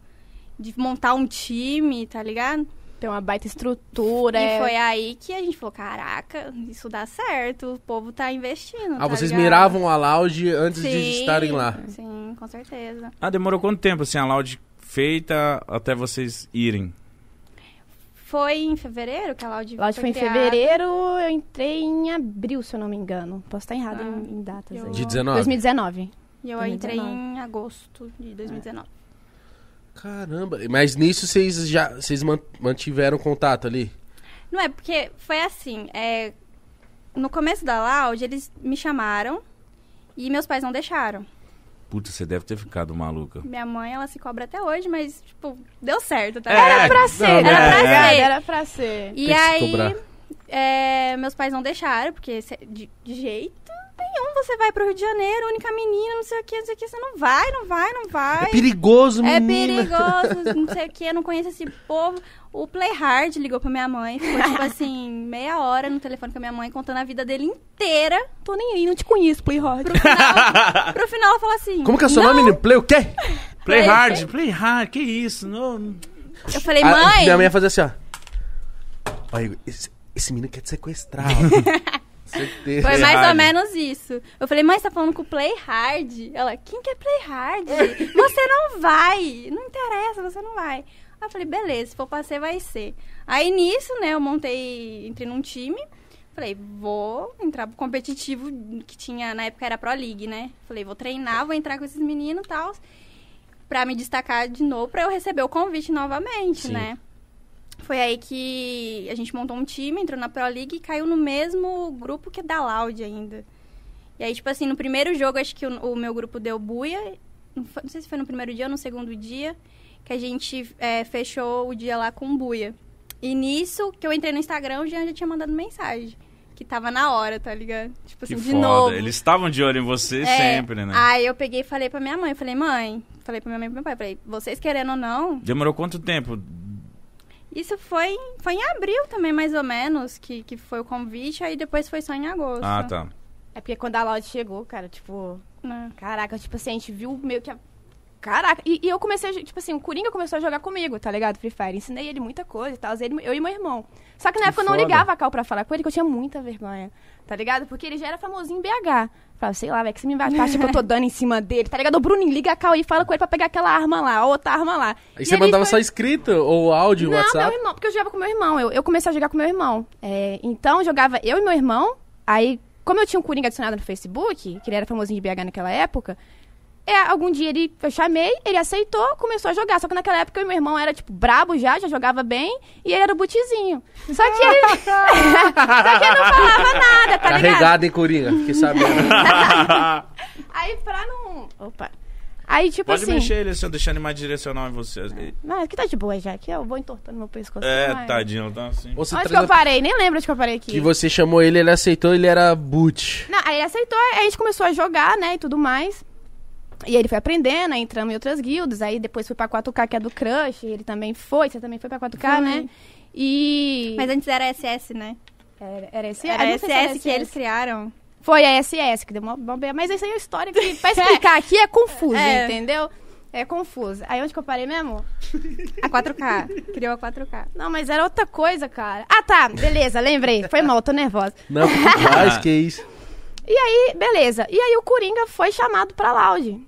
[SPEAKER 4] De montar um time, tá ligado?
[SPEAKER 3] Tem uma baita estrutura.
[SPEAKER 4] E
[SPEAKER 3] é-
[SPEAKER 4] foi aí que a gente falou, caraca, isso dá certo, o povo tá investindo.
[SPEAKER 2] Ah,
[SPEAKER 4] tá
[SPEAKER 2] vocês
[SPEAKER 4] ligado?"
[SPEAKER 2] miravam a Loud antes de
[SPEAKER 4] Sim,
[SPEAKER 2] estarem lá.
[SPEAKER 4] Sim, com certeza.
[SPEAKER 1] Ah, demorou quanto tempo assim a loud feita até vocês irem?
[SPEAKER 4] Foi em fevereiro que a Loud
[SPEAKER 3] Lá foi em
[SPEAKER 4] criada.
[SPEAKER 3] fevereiro, eu entrei em abril, se eu não me engano. Posso estar errado em, em datas
[SPEAKER 4] eu-
[SPEAKER 3] aí.
[SPEAKER 2] De 19.
[SPEAKER 3] 2019.
[SPEAKER 4] E eu
[SPEAKER 3] 2019.
[SPEAKER 4] entrei em agosto
[SPEAKER 2] É.
[SPEAKER 4] de 2019.
[SPEAKER 2] Caramba, mas nisso vocês já vocês man- mantiveram contato ali?
[SPEAKER 4] Não é, porque foi assim, é, no começo da Loud, eles me chamaram e meus pais não deixaram.
[SPEAKER 1] Puta, você deve ter ficado maluca.
[SPEAKER 4] Minha mãe, ela se cobra até hoje, mas, tipo, deu certo, tá?
[SPEAKER 1] É,
[SPEAKER 4] ligado?
[SPEAKER 1] Era pra
[SPEAKER 3] ser,
[SPEAKER 1] não,
[SPEAKER 4] era pra
[SPEAKER 1] é.
[SPEAKER 4] ser.
[SPEAKER 3] Era pra ser.
[SPEAKER 4] E
[SPEAKER 2] Tem que se
[SPEAKER 4] aí,
[SPEAKER 2] cobrar.
[SPEAKER 4] é, meus pais não deixaram, porque se- de, de jeito nenhum você vai pro Rio de Janeiro, única menina, não sei o que, não sei o que, você não vai, não vai, não
[SPEAKER 2] É
[SPEAKER 4] vai.
[SPEAKER 2] perigoso,
[SPEAKER 4] É
[SPEAKER 2] menina.
[SPEAKER 4] perigoso, não sei o que, eu não conheço esse povo. O Playhard ligou pra minha mãe, ficou tipo assim, meia hora no telefone com a minha mãe, contando a vida dele inteira.
[SPEAKER 3] Tô nem aí, não te conheço, Playhard.
[SPEAKER 4] Pro final, pro final ela falou assim.
[SPEAKER 2] Como que é seu nome, menino? Play o quê?
[SPEAKER 1] Play
[SPEAKER 4] Play-
[SPEAKER 1] hard, play hard, que isso? Não,
[SPEAKER 4] Eu falei,
[SPEAKER 2] Ah,
[SPEAKER 4] mãe,
[SPEAKER 2] minha mãe ia fazer assim, ó. Ó, Igor, esse, esse menino quer te sequestrar. ó. Certeza.
[SPEAKER 4] foi
[SPEAKER 1] Play
[SPEAKER 4] mais ou
[SPEAKER 1] Hard.
[SPEAKER 4] menos isso. Eu falei, mãe, você tá falando com o Playhard? Ela, quem que é Playhard? Você não vai, não interessa, você não vai. Aí eu falei, beleza, se for pra ser, vai ser. Aí nisso, né, eu montei, entrei num time. Falei, vou entrar pro competitivo que tinha, na época era Pro League, né? Falei, vou treinar, vou entrar com esses meninos e tal. Pra me destacar de novo, pra eu receber o convite novamente,
[SPEAKER 2] Sim.
[SPEAKER 4] né? Foi aí que a gente montou um time, entrou na Pro League e caiu no mesmo grupo que é da Loud ainda. E aí, tipo assim, no primeiro jogo, acho que o, o meu grupo deu buia. Não, foi- não sei se foi no primeiro dia ou no segundo dia, que a gente é, fechou o dia lá com buia. E nisso que eu entrei no Instagram, o Jean já tinha mandado mensagem. Que tava na hora, tá ligado? Tipo assim,
[SPEAKER 1] que
[SPEAKER 4] de
[SPEAKER 1] foda.
[SPEAKER 4] novo.
[SPEAKER 1] Eles estavam de olho em você
[SPEAKER 4] É,
[SPEAKER 1] sempre, né?
[SPEAKER 4] Aí eu peguei e falei pra minha mãe, falei, mãe, falei pra minha mãe e pro meu pai, falei, vocês querendo ou não,
[SPEAKER 1] Demorou quanto tempo?
[SPEAKER 4] isso foi, em- foi em abril também, mais ou menos, que, que foi o convite, aí depois foi só em agosto.
[SPEAKER 1] Ah, tá.
[SPEAKER 3] É porque quando a Loud chegou, cara, tipo,
[SPEAKER 4] né?
[SPEAKER 3] Caraca, tipo assim, a gente viu meio que a... Caraca, e, e eu comecei, a jo- tipo assim, o Coringa começou a jogar comigo, tá ligado? Free Fire. Ensinei ele muita coisa e tal, ele- eu e meu irmão. Só que na época eu não
[SPEAKER 2] foda.
[SPEAKER 3] ligava a Cal pra falar com ele, que eu tinha muita vergonha, tá ligado? Porque ele já era famosinho em BH. Falava, sei lá, velho, que você me vai achar que eu tô dando em cima dele, tá ligado? O Bruninho, liga a Cal e fala com ele pra pegar aquela arma lá, a outra arma lá.
[SPEAKER 2] Aí
[SPEAKER 3] E
[SPEAKER 2] você
[SPEAKER 3] ele
[SPEAKER 2] mandava
[SPEAKER 3] foi-
[SPEAKER 2] só escrito ou áudio,
[SPEAKER 3] não, meu
[SPEAKER 2] WhatsApp.
[SPEAKER 3] irmão, porque eu jogava com meu irmão. Eu, eu comecei a jogar com meu irmão. É, então, eu jogava eu e meu irmão. Aí, como eu tinha um Coringa adicionado no Facebook, que ele era famosinho de BH naquela época, é, algum dia ele, eu chamei, ele aceitou, começou a jogar. Só que naquela época eu e meu irmão era, tipo, brabo já, já jogava bem, e ele era o butizinho. Só que ele. só que ele não falava nada, tá ligado?
[SPEAKER 2] Carregado, hein, Coringa? Fiquei sabendo.
[SPEAKER 3] Aí, pra não. Opa. Aí, tipo
[SPEAKER 1] Pode
[SPEAKER 3] assim.
[SPEAKER 1] mexer ele, se eu deixar ele mais direcional em você.
[SPEAKER 3] Mas que tá de boa já, que eu vou entortando meu pescoço.
[SPEAKER 1] É,
[SPEAKER 3] vai.
[SPEAKER 1] tadinho, tá assim.
[SPEAKER 2] Você
[SPEAKER 3] Onde que
[SPEAKER 2] transa-
[SPEAKER 3] eu parei? Nem lembro onde que eu parei aqui.
[SPEAKER 2] E você chamou ele, ele aceitou, ele era boot.
[SPEAKER 3] Não, aí ele aceitou, aí a gente começou a jogar, né, e tudo mais. E ele foi aprendendo, aí entramos em outras guildas, aí depois fui pra 4K, que é do Crush, ele também foi, você também foi pra 4K,
[SPEAKER 4] Foi.
[SPEAKER 3] né? E...
[SPEAKER 4] Mas antes era SS, né?
[SPEAKER 3] Era, era esse?
[SPEAKER 4] Era
[SPEAKER 3] ah, não sei
[SPEAKER 4] SS,
[SPEAKER 3] se
[SPEAKER 4] que eles criaram.
[SPEAKER 3] Foi a SS, que deu uma bomba, mas essa aí é uma história que pra explicar aqui é confusa,
[SPEAKER 4] É.
[SPEAKER 3] entendeu? É confusa. Aí onde que eu parei mesmo?
[SPEAKER 4] A 4K. Criou a 4K.
[SPEAKER 3] Não, mas era outra coisa, cara. Ah, tá, beleza, lembrei. Foi mal, tô nervosa.
[SPEAKER 2] Não, que mais, que isso?
[SPEAKER 3] E aí, beleza. E aí o Coringa foi chamado pra Loud.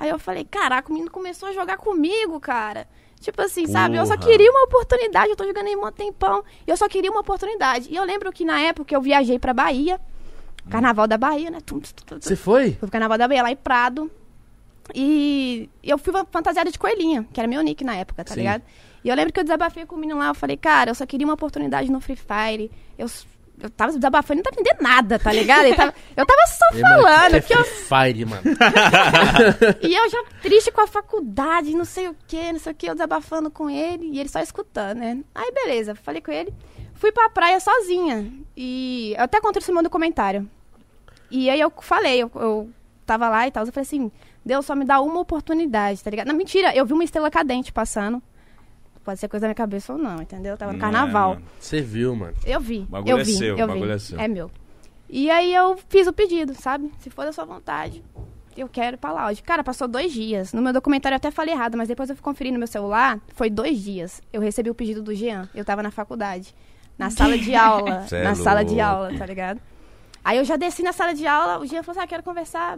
[SPEAKER 3] Aí eu falei, caraca, o menino começou a jogar comigo, cara. Tipo assim, sabe? Eu só queria uma oportunidade, eu tô jogando aí um tempão. E eu só queria uma oportunidade. E eu lembro que na época eu viajei pra Bahia, Carnaval da Bahia, né? Tum, tum, tum, tum.
[SPEAKER 2] Você foi?
[SPEAKER 3] Fui pro Carnaval da Bahia lá em Prado. E eu fui fantasiada de coelhinha, que era meu nick na época, tá
[SPEAKER 2] Sim.
[SPEAKER 3] ligado? E eu lembro que eu desabafei com o menino lá, eu falei, cara, eu só queria uma oportunidade no Free Fire. Eu, s- eu tava desabafando, ele não tava entendendo nada, tá ligado? Ele tava- eu tava só
[SPEAKER 2] Ei, mano,
[SPEAKER 3] falando
[SPEAKER 2] é
[SPEAKER 3] que eu
[SPEAKER 2] Free Fire, mano.
[SPEAKER 3] e eu já triste com a faculdade, não sei o que, não sei o que, eu desabafando com ele e ele só escutando, né? Aí beleza, falei com ele, fui pra praia sozinha. E eu até contei isso no comentário. E aí eu falei, eu, eu tava lá e tal, eu falei assim, Deus só me dá uma oportunidade, tá ligado? Não, mentira, eu vi uma estrela cadente passando. Pode ser coisa da minha cabeça ou não, entendeu? Eu tava no
[SPEAKER 1] Não é,
[SPEAKER 3] carnaval.
[SPEAKER 1] mano.
[SPEAKER 2] Você viu, mano.
[SPEAKER 3] Eu vi.
[SPEAKER 1] Bagulho
[SPEAKER 3] eu
[SPEAKER 1] é
[SPEAKER 3] vi,
[SPEAKER 1] seu,
[SPEAKER 3] eu
[SPEAKER 1] bagulho
[SPEAKER 3] vi.
[SPEAKER 1] é seu.
[SPEAKER 3] meu. E aí eu fiz o pedido, sabe? Se for da sua vontade, eu quero ir pra lounge. Cara, passou dois dias. No meu documentário eu até falei errado, mas depois eu fui conferir no meu celular. Foi dois dias. Eu recebi o pedido do Jean. Eu tava na faculdade. Na sala de aula.
[SPEAKER 1] Cê é
[SPEAKER 3] na sala de
[SPEAKER 1] louco.
[SPEAKER 3] aula, tá ligado? Aí eu já desci na sala de aula, o Jean falou assim, ah, quero conversar.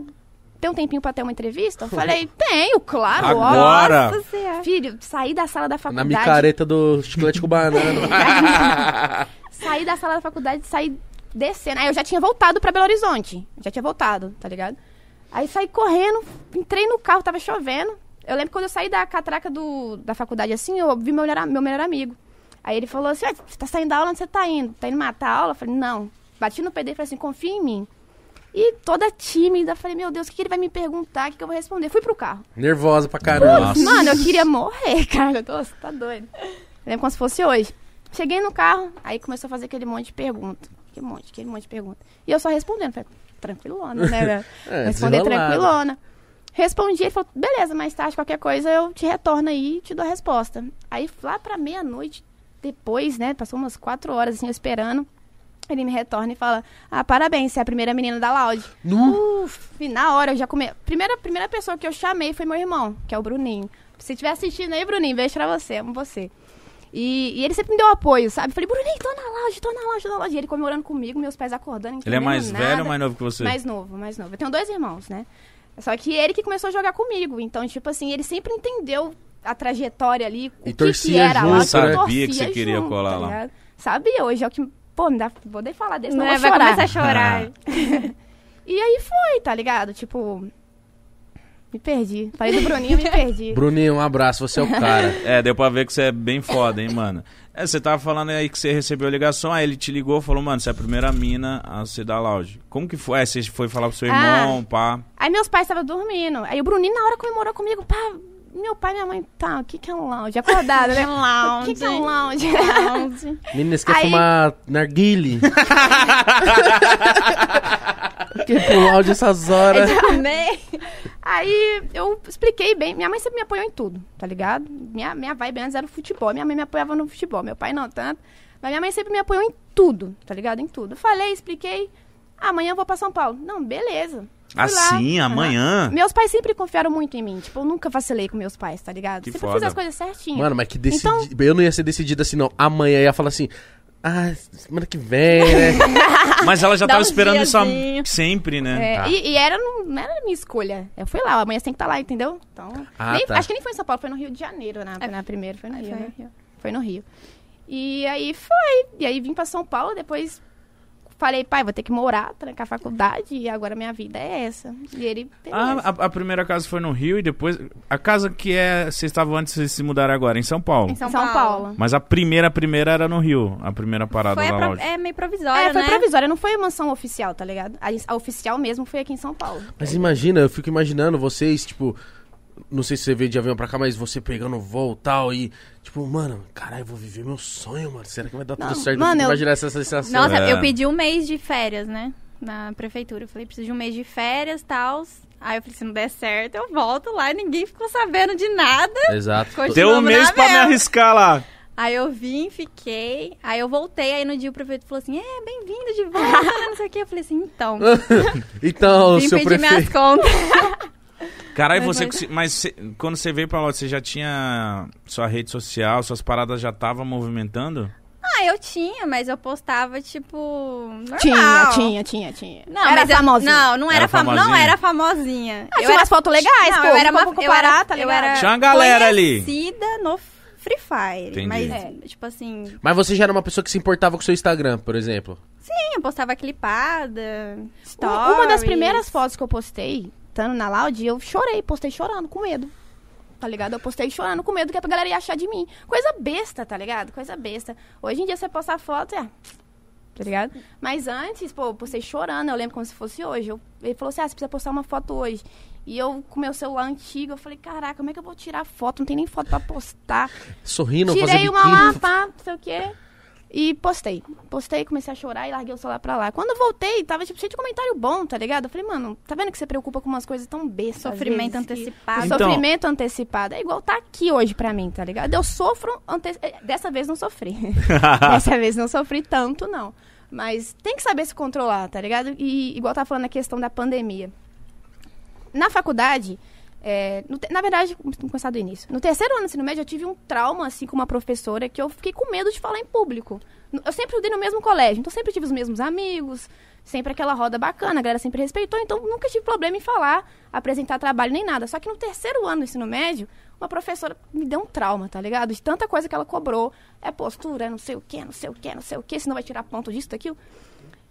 [SPEAKER 3] Tem um tempinho pra ter uma entrevista? Eu falei, tenho, claro. ó."
[SPEAKER 1] Agora!
[SPEAKER 4] Nossa Senhora.
[SPEAKER 3] Filho, saí da sala da
[SPEAKER 2] Tá Na
[SPEAKER 3] faculdade.
[SPEAKER 2] micareta do chiclete com banana.
[SPEAKER 3] saí da sala da faculdade, saí descendo. Aí eu já tinha voltado pra Belo Horizonte. Já tinha voltado, tá ligado? Aí saí correndo, entrei no carro, tava chovendo. Eu lembro quando eu saí da catraca do, da faculdade assim, eu vi meu melhor, meu melhor amigo. Aí ele falou assim: "Ué, você tá saindo da aula, onde você tá indo? Tá indo matar a aula? Eu falei: não. Bati no PD e falei assim: confia em mim. E toda tímida, falei: meu Deus, o que, que ele vai me perguntar? O que, que eu vou responder? Fui pro carro.
[SPEAKER 2] Nervosa pra caramba.
[SPEAKER 3] Mano, eu queria morrer, cara. Nossa, tá doido. Eu lembro como se fosse hoje. Cheguei no carro, aí começou a fazer aquele monte de pergunta. Aquele monte, aquele monte de pergunta. E eu só respondendo. Falei, tranquilona, né, velho?
[SPEAKER 2] É,
[SPEAKER 3] Responder
[SPEAKER 2] desenrolada.
[SPEAKER 3] tranquilona. Respondi, ele falou, beleza, mais tarde, qualquer coisa, eu te retorno aí e te dou a resposta. Aí lá pra meia-noite, depois, né, passou umas quatro horas, assim, eu esperando. Ele me retorna e fala, ah, parabéns, você é a primeira menina da Loud.
[SPEAKER 2] Nu.
[SPEAKER 1] Hum.
[SPEAKER 3] Uf, na hora eu já comecei. Primeira, primeira pessoa que eu chamei foi meu irmão, que é o Bruninho. Se estiver assistindo aí, Bruninho, beijo pra você, amo você. E, e ele sempre me deu apoio, sabe? Falei, Bruninho, tô na loja, tô na loja, tô na loja. E ele comemorando comigo, meus pais acordando.
[SPEAKER 1] Ele é
[SPEAKER 3] entendendo
[SPEAKER 1] mais
[SPEAKER 3] nada.
[SPEAKER 1] velho ou mais novo que você?
[SPEAKER 3] Mais novo, mais novo. Eu tenho dois irmãos, né? Só que ele que começou a jogar comigo. Então, tipo assim, ele sempre entendeu a trajetória ali, o que, que
[SPEAKER 2] torcia
[SPEAKER 3] era
[SPEAKER 2] junto,
[SPEAKER 3] lá.
[SPEAKER 2] né?
[SPEAKER 3] eu
[SPEAKER 1] Sabia que
[SPEAKER 3] torcia
[SPEAKER 1] você queria
[SPEAKER 3] junto,
[SPEAKER 1] colar
[SPEAKER 3] tá
[SPEAKER 1] lá.
[SPEAKER 3] ligado? Sabia, hoje é o que... Pô, me dá... vou nem falar desse, não,
[SPEAKER 4] Né,
[SPEAKER 3] vou
[SPEAKER 4] vai
[SPEAKER 3] chorar.
[SPEAKER 4] começar a chorar.
[SPEAKER 3] E aí foi, tá ligado? Tipo. Me perdi. Falei do Bruninho, me perdi.
[SPEAKER 2] Bruninho, um abraço, você é o cara.
[SPEAKER 1] É, deu pra ver que você é bem foda, hein, mano. É, você tava falando aí que você recebeu a ligação, aí ele te ligou e falou, mano, você é a primeira mina a ser da lounge. Como que foi? É, você foi falar pro seu
[SPEAKER 3] Ah.
[SPEAKER 1] irmão, pá.
[SPEAKER 3] Aí meus pais estavam dormindo. Aí o Bruninho na hora comemorou comigo, pá. Meu pai e minha mãe, tá, o que que é um lounge? Acordado, né? O que que é um lounge?
[SPEAKER 4] lounge?
[SPEAKER 2] Menina, você quer
[SPEAKER 3] Aí-
[SPEAKER 2] fumar narguile? Quem pro áudio essas
[SPEAKER 4] É
[SPEAKER 3] É
[SPEAKER 2] horas?
[SPEAKER 4] Também.
[SPEAKER 3] Aí eu expliquei bem. Minha mãe sempre me apoiou em tudo, tá ligado? Minha, minha vibe antes era o futebol. Minha mãe me apoiava no futebol, meu pai não tanto. Mas minha mãe sempre me apoiou em tudo, tá ligado? Em tudo. Eu falei, expliquei. Amanhã eu vou pra São Paulo. Não, beleza. Fui lá.
[SPEAKER 1] Assim,
[SPEAKER 3] Aham.
[SPEAKER 1] amanhã.
[SPEAKER 3] Meus pais sempre confiaram muito em mim. Tipo, eu nunca vacilei com meus pais, tá ligado?
[SPEAKER 1] Que
[SPEAKER 3] sempre
[SPEAKER 1] foda.
[SPEAKER 3] fiz as coisas certinho.
[SPEAKER 2] Mano, mas que decidi...
[SPEAKER 3] Então-
[SPEAKER 2] Eu não ia ser decidido assim, não. Amanhã eu ia falar assim... Ah, semana que vem, né?
[SPEAKER 1] Mas ela já
[SPEAKER 4] Dá
[SPEAKER 1] tava
[SPEAKER 4] uns
[SPEAKER 1] esperando isso há-
[SPEAKER 4] diazinho.
[SPEAKER 1] sempre, né?
[SPEAKER 3] É,
[SPEAKER 2] Tá.
[SPEAKER 3] E, e era, não, não era minha escolha. Eu fui lá, amanhã você tem que estar lá, entendeu? Então,
[SPEAKER 2] Ah,
[SPEAKER 3] nem-
[SPEAKER 2] tá.
[SPEAKER 3] acho que nem foi em São Paulo, foi no Rio de Janeiro na,
[SPEAKER 4] É.
[SPEAKER 3] na primeira. Foi no Rio,
[SPEAKER 4] foi
[SPEAKER 3] né?
[SPEAKER 4] no Rio.
[SPEAKER 3] Foi no Rio. E aí foi. E aí vim pra São Paulo, depois falei, pai, vou ter que morar, trancar a faculdade, e agora minha vida é essa. E ele,
[SPEAKER 1] Ah,
[SPEAKER 3] beleza.
[SPEAKER 1] a, a primeira casa foi no Rio e depois. A casa que é. Vocês estavam antes, vocês se mudaram agora, em São Paulo.
[SPEAKER 4] Em São,
[SPEAKER 3] São, Paulo.
[SPEAKER 1] Mas a primeira, a primeira era no Rio, a primeira parada
[SPEAKER 4] Foi
[SPEAKER 1] da
[SPEAKER 4] a pro-
[SPEAKER 1] loja.
[SPEAKER 4] é meio provisória,
[SPEAKER 3] é, foi
[SPEAKER 4] né?
[SPEAKER 3] provisória, não foi mansão oficial, tá ligado? A, a oficial mesmo foi aqui em São Paulo.
[SPEAKER 2] Mas imagina, eu fico imaginando vocês, tipo... Não sei se você veio de avião pra cá, mas você pegando voo e tal, e... Tipo, mano, caralho, eu vou viver meu sonho, mano. Será que vai dar
[SPEAKER 3] Não,
[SPEAKER 2] tudo certo?
[SPEAKER 3] mano,
[SPEAKER 2] eu fico
[SPEAKER 3] eu-
[SPEAKER 2] imaginar essa sensação.
[SPEAKER 4] Nossa,
[SPEAKER 1] É.
[SPEAKER 4] eu pedi um mês de férias, né? Na prefeitura. Eu falei, preciso de um mês de férias e tal. Aí eu falei, se não der certo, eu volto lá e ninguém ficou sabendo de nada.
[SPEAKER 2] Exato.
[SPEAKER 4] Continua
[SPEAKER 1] Deu um
[SPEAKER 4] na
[SPEAKER 1] mês pra me
[SPEAKER 4] merda.
[SPEAKER 1] arriscar lá.
[SPEAKER 4] Aí eu vim, fiquei. Aí eu voltei, aí no dia o prefeito falou assim: é, bem-vindo de volta, né, não sei o quê. Eu falei assim, então.
[SPEAKER 2] Então,
[SPEAKER 4] vim
[SPEAKER 2] seu
[SPEAKER 4] pedir
[SPEAKER 2] prefeito...
[SPEAKER 4] minhas contas.
[SPEAKER 1] Caralho,
[SPEAKER 4] Mas
[SPEAKER 1] você.
[SPEAKER 4] vai-
[SPEAKER 1] consi- Mas cê- quando você veio pra loja, você já tinha sua rede social, suas paradas já estavam movimentando?
[SPEAKER 4] Ah, Ah, eu tinha, mas eu postava, tipo. Normal.
[SPEAKER 3] Tinha, tinha, tinha, tinha.
[SPEAKER 4] Não,
[SPEAKER 3] era
[SPEAKER 4] mas eu-
[SPEAKER 3] famosinha.
[SPEAKER 4] não, não era,
[SPEAKER 1] Era
[SPEAKER 4] famo- não
[SPEAKER 1] famosinha?
[SPEAKER 4] era famosinha.
[SPEAKER 3] Ah, tinha umas fotos legais,
[SPEAKER 4] não,
[SPEAKER 3] pô.
[SPEAKER 4] eu era
[SPEAKER 3] uma,
[SPEAKER 4] uma eu era,
[SPEAKER 3] tá
[SPEAKER 4] eu
[SPEAKER 3] ligado?
[SPEAKER 4] era
[SPEAKER 1] Tinha uma galera ali.
[SPEAKER 4] conhecida no Free Fire,
[SPEAKER 1] Entendi.
[SPEAKER 4] mas
[SPEAKER 3] É.
[SPEAKER 4] tipo assim,
[SPEAKER 2] Mas você já era uma pessoa que se importava com o seu Instagram, por exemplo.
[SPEAKER 4] sim, eu postava clipada, stories.
[SPEAKER 3] Uma, uma das primeiras fotos que eu postei, estando na Loud, eu chorei, postei chorando, com medo. Tá ligado? Eu postei chorando, com medo que a galera ia achar de mim. Coisa besta, tá ligado? Coisa besta. Hoje em dia você posta foto, é. Tá ligado? Mas antes, pô, eu postei chorando, eu lembro como se fosse hoje. Eu- ele falou assim: ah, você precisa postar uma foto hoje. E eu, com meu celular antigo, eu falei: caraca, como é que eu vou tirar foto? Não tem nem foto pra postar.
[SPEAKER 2] Sorrindo,
[SPEAKER 3] Tirei
[SPEAKER 2] fazendo
[SPEAKER 3] uma lá,
[SPEAKER 2] biquinho.
[SPEAKER 3] pá, não sei o quê. E postei. Postei, comecei a chorar e larguei o celular pra lá. Quando eu voltei, tava tipo, cheio de comentário bom, tá ligado? Eu falei, mano, tá vendo que você preocupa com umas coisas tão bestas? às
[SPEAKER 4] Sofrimento
[SPEAKER 3] vezes, que-
[SPEAKER 4] antecipado.
[SPEAKER 1] Então-
[SPEAKER 3] Sofrimento antecipado. É igual tá aqui hoje pra mim, tá ligado? Eu sofro. Ante... eh, Dessa vez não sofri. Dessa vez não sofri tanto, não. Mas tem que saber se controlar, tá ligado? E igual tá falando a questão da pandemia. Na faculdade, é, no te- na verdade, vamos começar do início. No terceiro ano do ensino médio, eu tive um trauma, assim, com uma professora que eu fiquei com medo de falar em público. N- Eu sempre estudei no mesmo colégio, então sempre tive os mesmos amigos, sempre aquela roda bacana, a galera sempre respeitou, então nunca tive problema em falar, apresentar trabalho nem nada. Só que no terceiro ano do ensino médio, uma professora me deu um trauma, tá ligado? De tanta coisa que ela cobrou. É postura, é não sei o quê, não sei o quê, não sei o quê, senão vai tirar ponto disso, daquilo.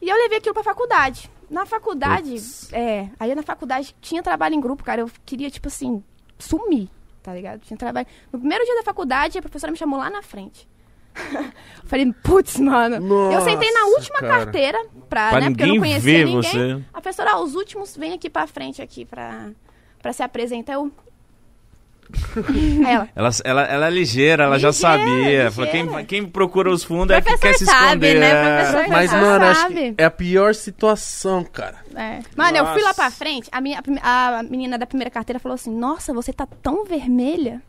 [SPEAKER 3] E eu levei aquilo pra faculdade. Na faculdade, é. Aí na faculdade tinha trabalho em grupo, cara. Eu queria, tipo assim, sumir, tá ligado? Tinha trabalho. No primeiro dia da faculdade, a professora me chamou lá na frente. Eu Falei, putz, mano. eu sentei na
[SPEAKER 2] Nossa,
[SPEAKER 3] última
[SPEAKER 2] cara.
[SPEAKER 3] carteira pra,
[SPEAKER 1] Pra
[SPEAKER 3] né? Porque eu não
[SPEAKER 1] ninguém
[SPEAKER 3] conhecia
[SPEAKER 1] ver
[SPEAKER 3] ninguém.
[SPEAKER 1] você.
[SPEAKER 3] A professora, ah, os últimos, vem aqui pra frente aqui pra, pra se apresentar. Eu. Aí ela.
[SPEAKER 1] Ela, ela, ela é ligeira, ela já
[SPEAKER 3] Ligeira,
[SPEAKER 1] sabia. Falou,
[SPEAKER 3] ligeira.
[SPEAKER 1] quem, quem procura os fundos é que
[SPEAKER 4] Professor
[SPEAKER 1] quer se
[SPEAKER 4] sabe,
[SPEAKER 1] esconder.
[SPEAKER 4] né?
[SPEAKER 1] é.
[SPEAKER 4] Professor sabe.
[SPEAKER 2] Mas,
[SPEAKER 4] Você
[SPEAKER 2] mano, acho
[SPEAKER 3] sabe.
[SPEAKER 2] que é a pior situação, cara.
[SPEAKER 4] É.
[SPEAKER 3] Mano, eu fui lá
[SPEAKER 1] Nossa.
[SPEAKER 3] pra frente, a, minha, a prime- a menina da primeira carteira falou assim, nossa, você tá tão vermelha.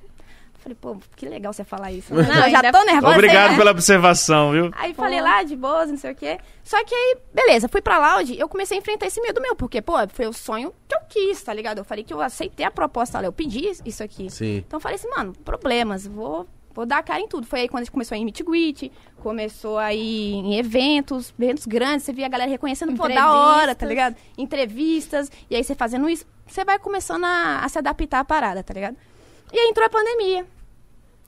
[SPEAKER 3] Eu falei, pô, que legal você falar isso. né?
[SPEAKER 4] Não,
[SPEAKER 3] eu já
[SPEAKER 4] ainda-
[SPEAKER 3] tô nervosa.
[SPEAKER 1] Obrigado
[SPEAKER 4] é.
[SPEAKER 3] né?
[SPEAKER 1] pela observação, viu?
[SPEAKER 3] Aí falei lá, de boas, não sei o quê. Só que aí, beleza, fui pra Loud, eu comecei a enfrentar esse medo meu, porque, pô, foi o sonho que eu quis, tá ligado? Eu falei que eu aceitei a proposta, olha, eu pedi isso aqui.
[SPEAKER 2] Sim.
[SPEAKER 3] Então eu falei assim, mano, problemas, vou, vou dar a cara em tudo. Foi aí quando a gente começou a ir em meet and greet, começou a ir em eventos, eventos grandes, você via a galera reconhecendo, pô, da hora, tá
[SPEAKER 4] Entrevistas.
[SPEAKER 3] ligado? Entrevistas, e aí você fazendo isso, você vai começando a, a se adaptar à parada, tá ligado? E aí entrou a pandemia.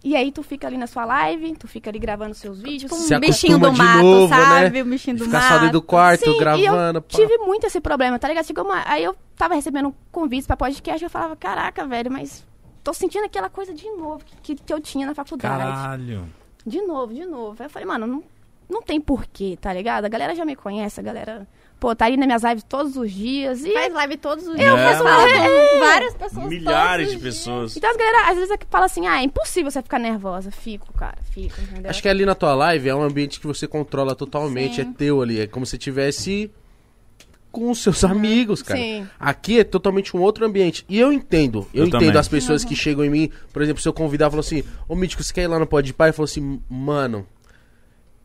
[SPEAKER 3] E aí tu fica ali na sua live, tu fica ali gravando seus vídeos.
[SPEAKER 4] Tipo um
[SPEAKER 2] Se
[SPEAKER 4] bichinho
[SPEAKER 2] acostuma
[SPEAKER 4] do
[SPEAKER 2] de
[SPEAKER 4] mato,
[SPEAKER 2] novo,
[SPEAKER 4] sabe?
[SPEAKER 2] né?
[SPEAKER 4] O bichinho do
[SPEAKER 2] Ficar só
[SPEAKER 4] mato.
[SPEAKER 2] dentro do quarto,
[SPEAKER 3] Sim, e
[SPEAKER 2] gravando.
[SPEAKER 3] eu
[SPEAKER 2] pá.
[SPEAKER 3] tive muito esse problema, tá ligado? Chegou uma- Aí eu tava recebendo um convite pra podcast e eu falava, caraca, velho, mas tô sentindo aquela coisa de novo que, que eu tinha na faculdade.
[SPEAKER 1] Caralho.
[SPEAKER 3] De novo, de novo. Aí eu falei, mano, não, não tem porquê, tá ligado? A galera já me conhece, a galera, pô, tá aí nas minhas lives todos os dias e...
[SPEAKER 4] Faz live todos os dias. Uhum.
[SPEAKER 1] Eu faço
[SPEAKER 4] falo
[SPEAKER 3] live.
[SPEAKER 4] com várias pessoas
[SPEAKER 1] Milhares de
[SPEAKER 4] todos os
[SPEAKER 1] pessoas.
[SPEAKER 3] Então as galera, às vezes, é que fala assim, ah, é impossível você ficar nervosa. Fico, cara, fico, entendeu?
[SPEAKER 2] Acho que ali na tua live é um ambiente que você controla totalmente, é teu ali, é como se tivesse com os seus amigos, cara.
[SPEAKER 3] Sim.
[SPEAKER 2] Aqui é totalmente um outro ambiente. E eu entendo, eu,
[SPEAKER 1] Eu
[SPEAKER 2] entendo
[SPEAKER 1] também.
[SPEAKER 2] as pessoas que chegam em mim, por exemplo, se eu convidar, falou assim: "Ô Mítico, você quer ir lá no Pode Pai?" Eu falo assim: "Mano,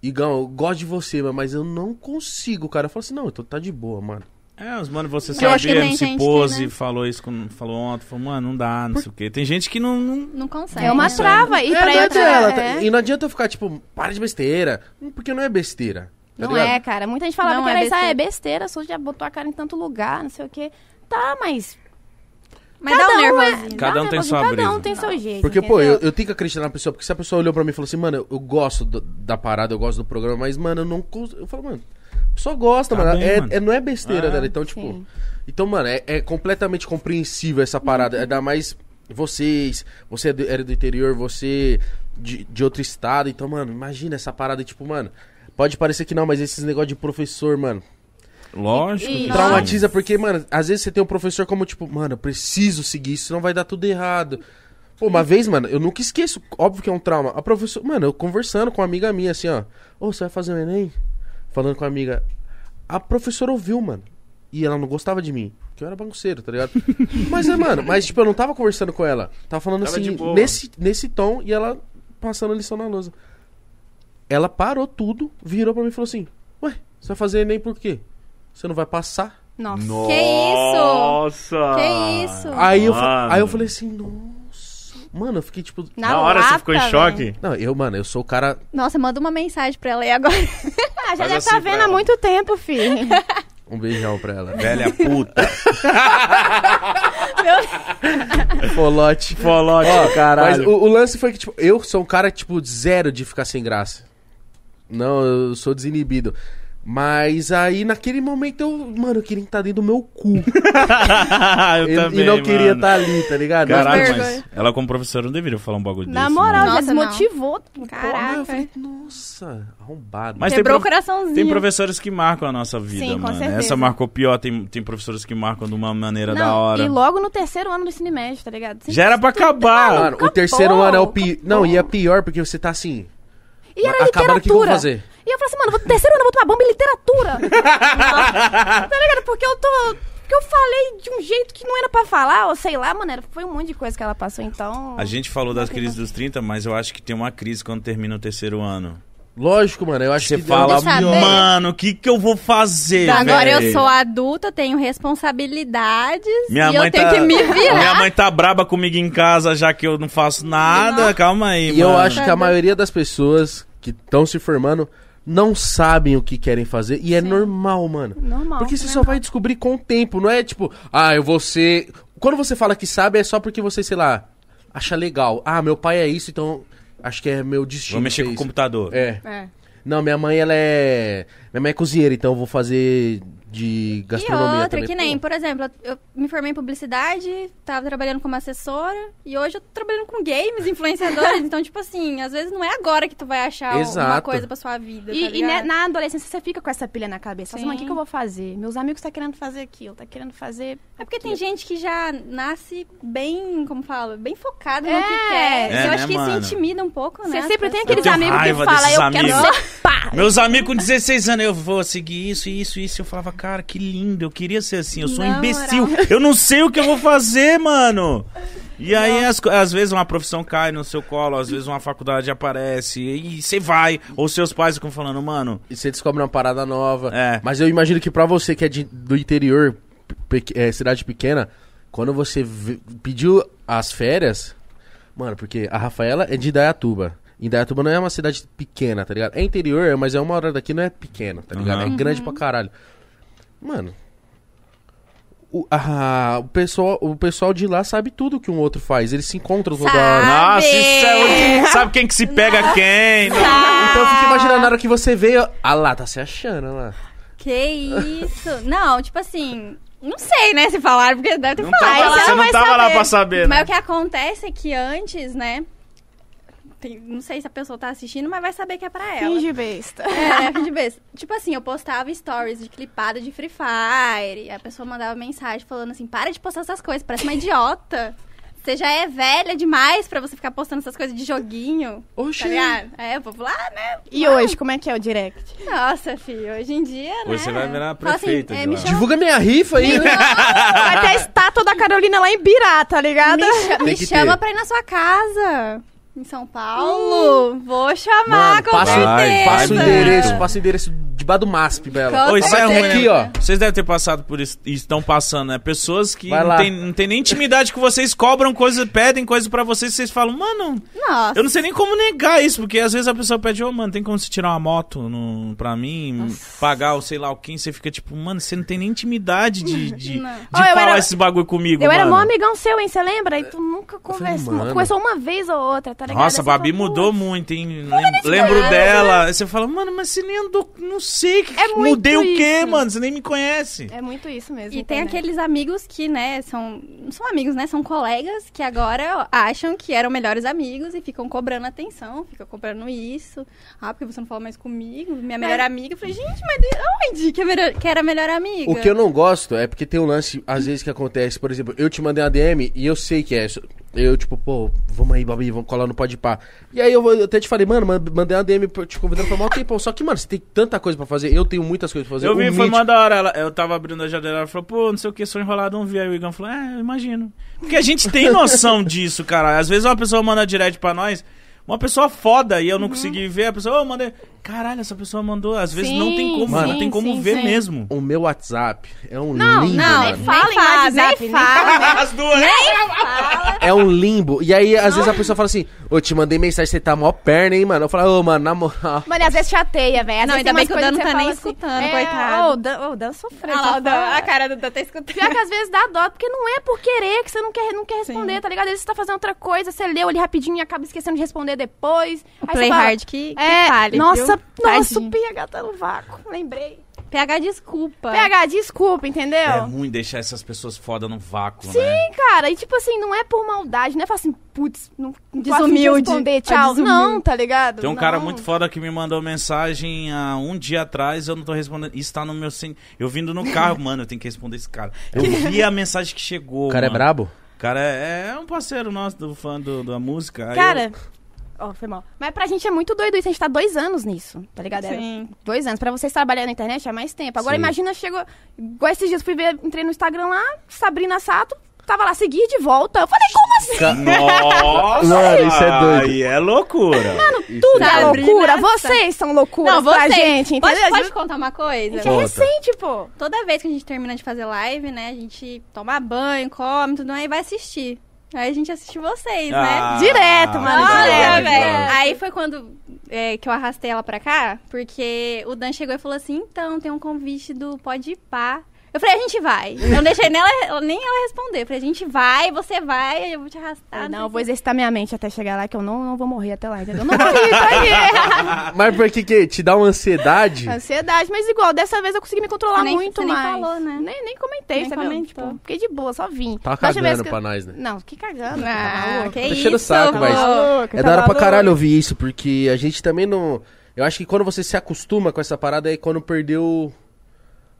[SPEAKER 2] Igão, eu gosto de você, mas eu não consigo, cara. Eu falo assim, não, então tá de boa, mano.
[SPEAKER 1] É, os mano, você
[SPEAKER 4] Eu acho que
[SPEAKER 1] sabia,
[SPEAKER 4] tem
[SPEAKER 1] não se
[SPEAKER 4] gente
[SPEAKER 1] pose,
[SPEAKER 4] que, né?
[SPEAKER 1] falou isso, com- falou ontem, falou, mano, não dá, não sei o quê. Tem gente que não. não-
[SPEAKER 4] dias. Não consegue.
[SPEAKER 3] É uma
[SPEAKER 4] né?
[SPEAKER 3] trava. E
[SPEAKER 2] É,
[SPEAKER 3] pra
[SPEAKER 2] não
[SPEAKER 3] eu...
[SPEAKER 2] adianta,
[SPEAKER 3] é.
[SPEAKER 2] E não adianta eu ficar, tipo, para de besteira. Porque não é besteira. tá
[SPEAKER 3] Não
[SPEAKER 2] ligado?
[SPEAKER 3] é, cara. Muita gente falava
[SPEAKER 4] Não
[SPEAKER 3] que
[SPEAKER 4] é
[SPEAKER 3] era isso, ah, é
[SPEAKER 4] besteira.
[SPEAKER 3] besteira, só já botou a cara em tanto lugar, não sei o quê. Tá, mas.
[SPEAKER 4] Mas dá um
[SPEAKER 3] é-
[SPEAKER 4] nervosinho.
[SPEAKER 1] Cada
[SPEAKER 3] dá
[SPEAKER 1] um tem
[SPEAKER 3] nervosinho,
[SPEAKER 1] sua
[SPEAKER 3] Cada um
[SPEAKER 1] brisa.
[SPEAKER 3] tem seu jeito.
[SPEAKER 2] Porque, pô, eu,
[SPEAKER 3] entendeu?
[SPEAKER 2] eu tenho que acreditar na pessoa, porque se a pessoa olhou pra mim e falou assim, mano, eu, eu gosto do- da parada, eu gosto do programa, mas, mano, eu não cons-" Eu falo, mano, a pessoa gosta,
[SPEAKER 1] Tá
[SPEAKER 2] mano,
[SPEAKER 1] bom,
[SPEAKER 2] é,
[SPEAKER 1] mano.
[SPEAKER 2] é- não é besteira
[SPEAKER 1] Ah,
[SPEAKER 2] dela, então, tipo... Então, mano, é, é completamente compreensível essa
[SPEAKER 3] Uhum.
[SPEAKER 2] parada, ainda mais vocês, você é do- era do interior, você de, de outro estado, então, mano, imagina essa parada, tipo, mano, pode parecer que não, mas esses negócios de professor, mano,
[SPEAKER 1] Lógico.
[SPEAKER 3] E-
[SPEAKER 1] que
[SPEAKER 3] Nossa.
[SPEAKER 2] traumatiza, porque, mano, às vezes você tem um professor como, tipo, mano, eu preciso seguir isso, senão vai dar tudo errado. Pô, uma vez, mano, eu nunca esqueço, óbvio que é um trauma. A professora, mano, eu conversando com uma amiga minha, assim, ó, ô, você vai fazer o Enem? Falando com a amiga. A professora ouviu, mano. E ela não gostava de mim. Porque eu era bagunceiro, tá ligado? mas é, mano, mas tipo, eu não tava conversando com ela. Tava falando
[SPEAKER 1] Tava de
[SPEAKER 2] assim,
[SPEAKER 1] boa.
[SPEAKER 2] nesse, nesse tom, e ela passando a lição na lousa. Ela parou tudo, virou pra mim e falou assim: Ué, você vai fazer Enem por quê? Você não vai passar?
[SPEAKER 3] Nossa.
[SPEAKER 1] Nossa.
[SPEAKER 4] Que isso?
[SPEAKER 1] Nossa.
[SPEAKER 4] Que isso?
[SPEAKER 2] Aí eu, fa-
[SPEAKER 1] Mano.
[SPEAKER 2] aí eu falei assim, nossa. Mano, eu fiquei tipo.
[SPEAKER 1] Na, hora você ficou em
[SPEAKER 3] lata,
[SPEAKER 1] choque?
[SPEAKER 3] velho.
[SPEAKER 2] Não, eu, mano, eu sou o cara.
[SPEAKER 4] Nossa, manda uma mensagem pra ela aí agora.
[SPEAKER 3] Ah, já
[SPEAKER 1] Faz
[SPEAKER 3] deve
[SPEAKER 1] assim
[SPEAKER 3] tá
[SPEAKER 1] pra
[SPEAKER 3] vendo
[SPEAKER 1] ela.
[SPEAKER 3] há muito tempo, filho.
[SPEAKER 2] Um beijão pra ela.
[SPEAKER 1] Velha puta.
[SPEAKER 2] Folote.
[SPEAKER 1] Folote,
[SPEAKER 2] Mas
[SPEAKER 1] caralho.
[SPEAKER 2] o, o lance foi que, tipo, eu sou um cara, tipo, zero de ficar sem graça. Não, eu sou desinibido. Mas aí, naquele momento, eu, mano, eu queria estar dentro do meu cu.
[SPEAKER 1] eu
[SPEAKER 2] e,
[SPEAKER 1] também,
[SPEAKER 2] e não queria
[SPEAKER 1] mano.
[SPEAKER 2] estar ali, tá ligado?
[SPEAKER 1] Caralho,
[SPEAKER 4] Vergonha.
[SPEAKER 1] mas ela como professora não deveria falar um bagulho
[SPEAKER 3] Na
[SPEAKER 1] desse.
[SPEAKER 3] moral, já
[SPEAKER 1] mano.
[SPEAKER 4] Nossa,
[SPEAKER 3] desmotivou.
[SPEAKER 2] Mas eu
[SPEAKER 4] Caraca.
[SPEAKER 2] falei, nossa, arrombado.
[SPEAKER 1] Mas tem
[SPEAKER 4] Quebrou
[SPEAKER 1] prof-
[SPEAKER 4] o coraçãozinho.
[SPEAKER 1] Tem professores que marcam a nossa vida,
[SPEAKER 3] Sim, com
[SPEAKER 1] mano.
[SPEAKER 3] certeza.
[SPEAKER 1] Essa marcou pior, tem, tem professores que marcam de uma maneira da
[SPEAKER 3] Não,
[SPEAKER 1] hora.
[SPEAKER 3] E logo no terceiro ano do ensino médio, tá ligado? Sim.
[SPEAKER 1] Já era pra acabar.
[SPEAKER 2] Mano, o terceiro ano é o pior.
[SPEAKER 3] acabou.
[SPEAKER 2] Não, e é pior porque você tá assim.
[SPEAKER 3] E era
[SPEAKER 2] acabaram,
[SPEAKER 3] literatura.
[SPEAKER 2] o que que eu vou fazer?
[SPEAKER 3] E eu falei assim, mano, vou- terceiro ano eu vou tomar bomba em literatura. tá ligado? Porque eu tô. Porque eu falei de um jeito que não era pra falar, ou sei lá, mano, era- foi um monte de coisa que ela passou, então.
[SPEAKER 1] A gente falou das crises dos 30, mas eu acho que tem uma crise quando termina o terceiro ano.
[SPEAKER 2] Lógico, mano, eu acho
[SPEAKER 1] Você
[SPEAKER 2] que.
[SPEAKER 1] fala,
[SPEAKER 4] Deixa eu ver.
[SPEAKER 1] mano, o que que eu vou fazer,
[SPEAKER 4] Tá, Agora eu
[SPEAKER 1] véi?"
[SPEAKER 4] sou adulta, tenho responsabilidades
[SPEAKER 1] Minha
[SPEAKER 4] e
[SPEAKER 1] mãe
[SPEAKER 4] eu tenho
[SPEAKER 1] tá...
[SPEAKER 4] que me virar.
[SPEAKER 1] Minha mãe tá braba comigo em casa, já que eu não faço nada. Calma aí,
[SPEAKER 2] E eu
[SPEAKER 1] mano.
[SPEAKER 2] acho que a maioria das pessoas que estão se formando não sabem o que querem fazer. E é normal, mano.
[SPEAKER 3] Normal. né?
[SPEAKER 2] Porque
[SPEAKER 4] né,
[SPEAKER 2] você só vai descobrir com o tempo, não é tipo, ah, eu vou ser. Quando você fala que sabe, é só porque você, sei lá, acha legal. Ah, meu pai é isso, então acho que é meu destino.
[SPEAKER 1] Vou mexer
[SPEAKER 2] ser
[SPEAKER 1] com o
[SPEAKER 2] isso.
[SPEAKER 1] computador.
[SPEAKER 2] É.
[SPEAKER 4] É.
[SPEAKER 2] Não, minha mãe, ela é. Minha mãe é cozinheira, então eu vou fazer de
[SPEAKER 4] E
[SPEAKER 2] gastronomia.
[SPEAKER 4] outra,
[SPEAKER 2] também.
[SPEAKER 4] que
[SPEAKER 2] Pô,
[SPEAKER 4] nem, por exemplo, eu me formei em publicidade, tava trabalhando como assessora, e hoje eu tô trabalhando com games, influenciadores. então, tipo assim, às vezes não é agora que tu vai achar uma
[SPEAKER 2] Exato.
[SPEAKER 4] coisa pra sua vida. tá
[SPEAKER 3] E, e
[SPEAKER 4] ligado?
[SPEAKER 3] né, na adolescência você fica com essa pilha na cabeça. Fala assim,
[SPEAKER 4] Sim.
[SPEAKER 3] mano, o que, que eu vou fazer? Meus amigos tá querendo fazer aquilo, tá querendo fazer.
[SPEAKER 4] É porque tem gente que já nasce bem, como fala, bem focada
[SPEAKER 3] É.
[SPEAKER 4] no que quer. Então,
[SPEAKER 1] É,
[SPEAKER 4] eu
[SPEAKER 1] né,
[SPEAKER 4] acho que
[SPEAKER 1] mano?
[SPEAKER 4] isso intimida um pouco, né?
[SPEAKER 3] Você
[SPEAKER 4] as
[SPEAKER 3] sempre tem
[SPEAKER 4] pessoas.
[SPEAKER 3] aqueles
[SPEAKER 1] tenho
[SPEAKER 3] amigos que
[SPEAKER 1] raiva
[SPEAKER 3] falam,
[SPEAKER 1] desses
[SPEAKER 3] eu quero
[SPEAKER 1] amigos."
[SPEAKER 3] ser pá.
[SPEAKER 1] Meus amigos com 16 anos, eu vou seguir isso, isso, isso. Eu falava, cara, que lindo, eu queria ser assim, eu sou um
[SPEAKER 4] Na
[SPEAKER 1] imbecil. Eu não sei o que eu vou fazer, mano. E aí, as co- às vezes, uma profissão cai no seu colo, às vezes uma faculdade aparece, e você vai. Ou seus pais ficam falando, mano,
[SPEAKER 2] E você descobre uma parada nova.
[SPEAKER 1] É.
[SPEAKER 2] Mas eu imagino que pra você que é de- do interior, pe- é, cidade pequena, quando você vê- pediu as férias. Mano, porque a Rafaela é de Indaiatuba. Indaiatuba não é uma cidade pequena, tá ligado? É interior, mas é uma hora daqui, não é pequena, tá ligado?
[SPEAKER 1] Uhum.
[SPEAKER 2] É grande pra caralho. Mano. O, a- o, pessoal, o pessoal de lá sabe tudo que um outro faz. Eles se encontram toda hora.
[SPEAKER 1] nossa,
[SPEAKER 4] Sabe.
[SPEAKER 1] isso é o... Sabe quem que se pega quem? né?" Não.
[SPEAKER 2] Então eu fico imaginando na hora que você veio. Ah lá, tá se achando, ah lá.
[SPEAKER 4] Que isso? Não, tipo assim, não sei, né, se falaram, porque deve ter
[SPEAKER 1] Não
[SPEAKER 4] falado.
[SPEAKER 1] tava lá,
[SPEAKER 4] Aí
[SPEAKER 1] você
[SPEAKER 4] não
[SPEAKER 1] não
[SPEAKER 4] vai
[SPEAKER 1] tava
[SPEAKER 4] saber.
[SPEAKER 1] lá pra saber,
[SPEAKER 4] Mas
[SPEAKER 1] né?
[SPEAKER 4] o que acontece é que antes, né? tem- não sei se a pessoa tá assistindo, mas vai saber que é pra ela.
[SPEAKER 3] Finge besta.
[SPEAKER 4] É, finge besta. Tipo assim, eu postava stories de clipada de Free Fire. e a pessoa mandava mensagem falando assim: para de postar essas coisas, parece uma idiota. Você já é velha demais pra você ficar postando essas coisas de joguinho.
[SPEAKER 2] Oxi.
[SPEAKER 4] Tá ligado? É, o povo lá, né?
[SPEAKER 3] E hoje, como é que é o direct?
[SPEAKER 4] Nossa, filho, hoje em dia, né?
[SPEAKER 1] Hoje você vai virar
[SPEAKER 4] Fala assim,
[SPEAKER 1] prefeita
[SPEAKER 4] é,
[SPEAKER 1] de
[SPEAKER 4] me
[SPEAKER 1] lá.
[SPEAKER 4] chama
[SPEAKER 2] Divulga minha rifa aí, né?
[SPEAKER 3] Vai ter a estátua da Carolina lá em Birá, tá ligado?
[SPEAKER 4] Me, cha- me
[SPEAKER 2] que
[SPEAKER 4] chama
[SPEAKER 2] ter.
[SPEAKER 4] pra ir na sua casa. Em São Paulo. Vou
[SPEAKER 3] Tá
[SPEAKER 4] chamar,
[SPEAKER 2] Mano,
[SPEAKER 4] com
[SPEAKER 2] passa,
[SPEAKER 1] o-
[SPEAKER 4] certeza.
[SPEAKER 2] passa o
[SPEAKER 1] Vai,
[SPEAKER 2] endereço, passa o endereço debaixo do MASP, Bela.
[SPEAKER 4] Com
[SPEAKER 1] Oi, sai
[SPEAKER 3] é
[SPEAKER 4] certeza.
[SPEAKER 1] um
[SPEAKER 2] aqui, ó.
[SPEAKER 1] Vocês devem ter passado por isso e estão passando, né? Pessoas que
[SPEAKER 2] Vai
[SPEAKER 1] não
[SPEAKER 2] lá.
[SPEAKER 1] tem, não tem nem intimidade com vocês, cobram coisa, pedem coisa pra vocês, vocês falam, mano,
[SPEAKER 4] Nossa.
[SPEAKER 1] eu não sei nem como negar isso, porque às vezes a pessoa pede, ô, mano, tem como você tirar uma moto no, pra mim, pagar o sei lá o quem, você fica tipo, mano, você não tem nem intimidade de, de,
[SPEAKER 4] Não.
[SPEAKER 1] de
[SPEAKER 3] Ó, eu
[SPEAKER 1] falar
[SPEAKER 3] era-
[SPEAKER 1] esses bagulho comigo,
[SPEAKER 3] Eu
[SPEAKER 1] mano.
[SPEAKER 3] era mó amigão seu, hein? Você lembra? E tu nunca conversou.
[SPEAKER 2] mano.
[SPEAKER 3] Conversou uma vez ou outra, tá ligado?
[SPEAKER 1] Nossa, a
[SPEAKER 3] Aí você
[SPEAKER 1] Babi
[SPEAKER 3] fala,
[SPEAKER 1] mudou
[SPEAKER 3] "Putz,
[SPEAKER 1] muito, hein? Lem- Lembro dela. Aí Você fala, mano, mas você nem andou. Não sei. que-
[SPEAKER 3] É muito
[SPEAKER 1] mudei o quê,
[SPEAKER 3] isso.
[SPEAKER 1] mano? Você nem me conhece.
[SPEAKER 3] É muito isso mesmo.
[SPEAKER 4] E tem
[SPEAKER 3] internet.
[SPEAKER 4] aqueles amigos que, né, são. Não são amigos, né? São colegas que agora acham que eram melhores amigos e ficam cobrando atenção, ficam cobrando isso. Ah, porque você não fala mais comigo, minha melhor amiga. Eu falei, gente, mas de onde que, é melhor- que era a melhor amiga?
[SPEAKER 2] O que eu não gosto é porque tem um lance, às vezes, que acontece. Por exemplo, eu te mandei uma DM e eu sei que é isso. Eu, tipo, pô, vamos aí, Babi, vamos colar no Pode Pá. E aí eu, vou- eu até te falei, mano, man- mandei uma DM pra- te convidando pra maior tempão. Só que, mano, você tem tanta coisa pra fazer. Eu tenho muitas coisas pra fazer. Um
[SPEAKER 1] Eu vi,
[SPEAKER 2] O
[SPEAKER 1] foi
[SPEAKER 2] Mítico-
[SPEAKER 1] uma da hora. Ela, eu tava abrindo a janela, ela falou, pô, não sei o que, sou enrolado, não vi. Aí o Igão falou, é, eu imagino. Porque a gente tem noção disso,
[SPEAKER 3] Uhum.
[SPEAKER 1] cara. Às vezes uma pessoa manda direct pra nós, uma pessoa foda, e eu não consegui ver, a pessoa, ô, mandei. caralho, essa pessoa mandou. Às vezes
[SPEAKER 3] Sim,
[SPEAKER 1] não tem como,
[SPEAKER 3] sim,
[SPEAKER 1] não tem como
[SPEAKER 3] sim,
[SPEAKER 1] ver
[SPEAKER 3] sim.
[SPEAKER 1] mesmo.
[SPEAKER 2] O meu WhatsApp é um
[SPEAKER 4] Não,
[SPEAKER 2] limbo.
[SPEAKER 4] não,
[SPEAKER 2] mano.
[SPEAKER 4] nem fala em WhatsApp, nem fala.
[SPEAKER 1] As duas.
[SPEAKER 3] Né,
[SPEAKER 2] É um limbo. E aí, às vezes, a pessoa fala assim, ô, te mandei mensagem, você tá mó perna, hein, mano? Eu falo, ô, mano, na moral.
[SPEAKER 3] Mano, e às vezes chateia, velho. Às
[SPEAKER 4] Não,
[SPEAKER 3] vezes tem
[SPEAKER 4] ainda bem
[SPEAKER 3] umas
[SPEAKER 4] que o Dan
[SPEAKER 3] coisas
[SPEAKER 4] não
[SPEAKER 3] você
[SPEAKER 4] tá nem
[SPEAKER 3] fala assim,
[SPEAKER 4] escutando,
[SPEAKER 3] é,
[SPEAKER 4] coitado.
[SPEAKER 3] ô, o Dan, ô, o Dan sofreu.
[SPEAKER 4] Ah, lá,
[SPEAKER 3] o Dan-
[SPEAKER 4] a cara do Dan tá escutando.
[SPEAKER 3] Pior que às vezes dá dó, porque não é por querer que você não quer, não quer responder, tá ligado? Às vezes você tá fazendo outra coisa, você leu ali rapidinho e acaba esquecendo de responder depois.
[SPEAKER 4] O
[SPEAKER 3] Aí
[SPEAKER 4] Play
[SPEAKER 3] você fala,
[SPEAKER 4] Hard que, que
[SPEAKER 3] é,
[SPEAKER 4] fale,
[SPEAKER 3] nossa,
[SPEAKER 4] viu?
[SPEAKER 3] nossa,
[SPEAKER 4] Tadinho.
[SPEAKER 3] o PH tá no vácuo, lembrei.
[SPEAKER 4] PH, desculpa.
[SPEAKER 3] PH, desculpa, entendeu?
[SPEAKER 1] É ruim deixar essas pessoas foda no vácuo,
[SPEAKER 3] Sim,
[SPEAKER 1] né?
[SPEAKER 3] cara, e tipo assim, não é por maldade, não é falar assim, putz, não não gosto nem de
[SPEAKER 4] Desumilde,
[SPEAKER 3] responder,
[SPEAKER 4] é
[SPEAKER 3] tchau.
[SPEAKER 4] desumilde.
[SPEAKER 3] Não, tá ligado?
[SPEAKER 1] Tem um cara
[SPEAKER 3] Não.
[SPEAKER 1] muito foda que me mandou mensagem há um dia atrás, eu não tô respondendo. Isso tá no meu. sen- Eu vindo no carro, mano, eu tenho que responder esse cara. Eu vi a mensagem que chegou.
[SPEAKER 2] O cara é
[SPEAKER 1] mano.
[SPEAKER 2] brabo?
[SPEAKER 1] O cara é, é um parceiro nosso, do fã do, da música. Aí
[SPEAKER 3] Cara, ó, foi mal. Mas pra gente é muito doido isso, a gente tá dois anos nisso, tá ligado? Era
[SPEAKER 4] Sim.
[SPEAKER 3] Dois anos. Pra vocês trabalharem na internet é mais tempo. Agora
[SPEAKER 2] Sim.
[SPEAKER 3] imagina, chegou. Igual esses dias, fui ver, entrei no Instagram lá, Sabrina Sato, tava lá, seguir de volta. Eu falei, como assim?
[SPEAKER 1] eu... Nossa!
[SPEAKER 2] Mano, isso é doido.
[SPEAKER 1] Aí é loucura.
[SPEAKER 3] Tudo é
[SPEAKER 4] Sabrina
[SPEAKER 3] loucura.
[SPEAKER 4] Sato.
[SPEAKER 3] Vocês são loucuras
[SPEAKER 4] Não,
[SPEAKER 3] pra
[SPEAKER 4] vocês.
[SPEAKER 3] gente, entendeu?
[SPEAKER 4] Pode,
[SPEAKER 3] A
[SPEAKER 4] pode Tá
[SPEAKER 3] gente-
[SPEAKER 4] contar uma
[SPEAKER 3] a
[SPEAKER 4] coisa?
[SPEAKER 3] gente é
[SPEAKER 2] Conta.
[SPEAKER 3] recente, pô.
[SPEAKER 4] Toda vez que a gente termina de fazer live, né? A gente toma banho, come, tudo aí vai assistir. Aí a gente assiste vocês, né?
[SPEAKER 1] Ah,
[SPEAKER 3] Direto, mano,
[SPEAKER 1] legal,
[SPEAKER 4] Olha,
[SPEAKER 3] direto.
[SPEAKER 1] legal.
[SPEAKER 4] velho. Aí foi quando é, que eu arrastei ela pra cá, porque o Dan chegou e falou assim: então, tem um convite do Pode Ir Pá. Eu falei, a gente vai. Eu não deixei nela, ela- nem ela responder. Eu falei, a gente vai, você vai, eu vou te arrastar.
[SPEAKER 3] Falei, não,
[SPEAKER 4] sei
[SPEAKER 3] eu vou
[SPEAKER 4] o quê.
[SPEAKER 3] exercitar minha mente até chegar lá, que eu não, não vou morrer até lá, entendeu? Não vou morrer, tá aí.
[SPEAKER 2] Mas por que que te dá uma ansiedade?
[SPEAKER 3] Ansiedade, mas igual, dessa vez eu consegui me controlar
[SPEAKER 4] Você nem-
[SPEAKER 3] muito
[SPEAKER 4] você nem
[SPEAKER 3] mais.
[SPEAKER 4] falou, né?
[SPEAKER 3] Nem, nem comentei,
[SPEAKER 4] Nem
[SPEAKER 3] sabe? Eu,
[SPEAKER 4] comentou.
[SPEAKER 3] Tipo, fiquei de boa, só vim.
[SPEAKER 2] Tá
[SPEAKER 3] Da última vez
[SPEAKER 2] cagando
[SPEAKER 3] que eu-
[SPEAKER 2] pra nós, né?
[SPEAKER 3] Não, que cagando. tá
[SPEAKER 4] Ah,
[SPEAKER 3] maluco.
[SPEAKER 4] que
[SPEAKER 2] Tá
[SPEAKER 4] isso.
[SPEAKER 2] cheio do saco,
[SPEAKER 4] pô.
[SPEAKER 2] mas-
[SPEAKER 3] maluco,
[SPEAKER 2] É
[SPEAKER 3] tá
[SPEAKER 2] da hora pra
[SPEAKER 3] maluco.
[SPEAKER 2] caralho ouvir isso, porque a gente também não. Eu acho que quando você se acostuma com essa parada é quando perdeu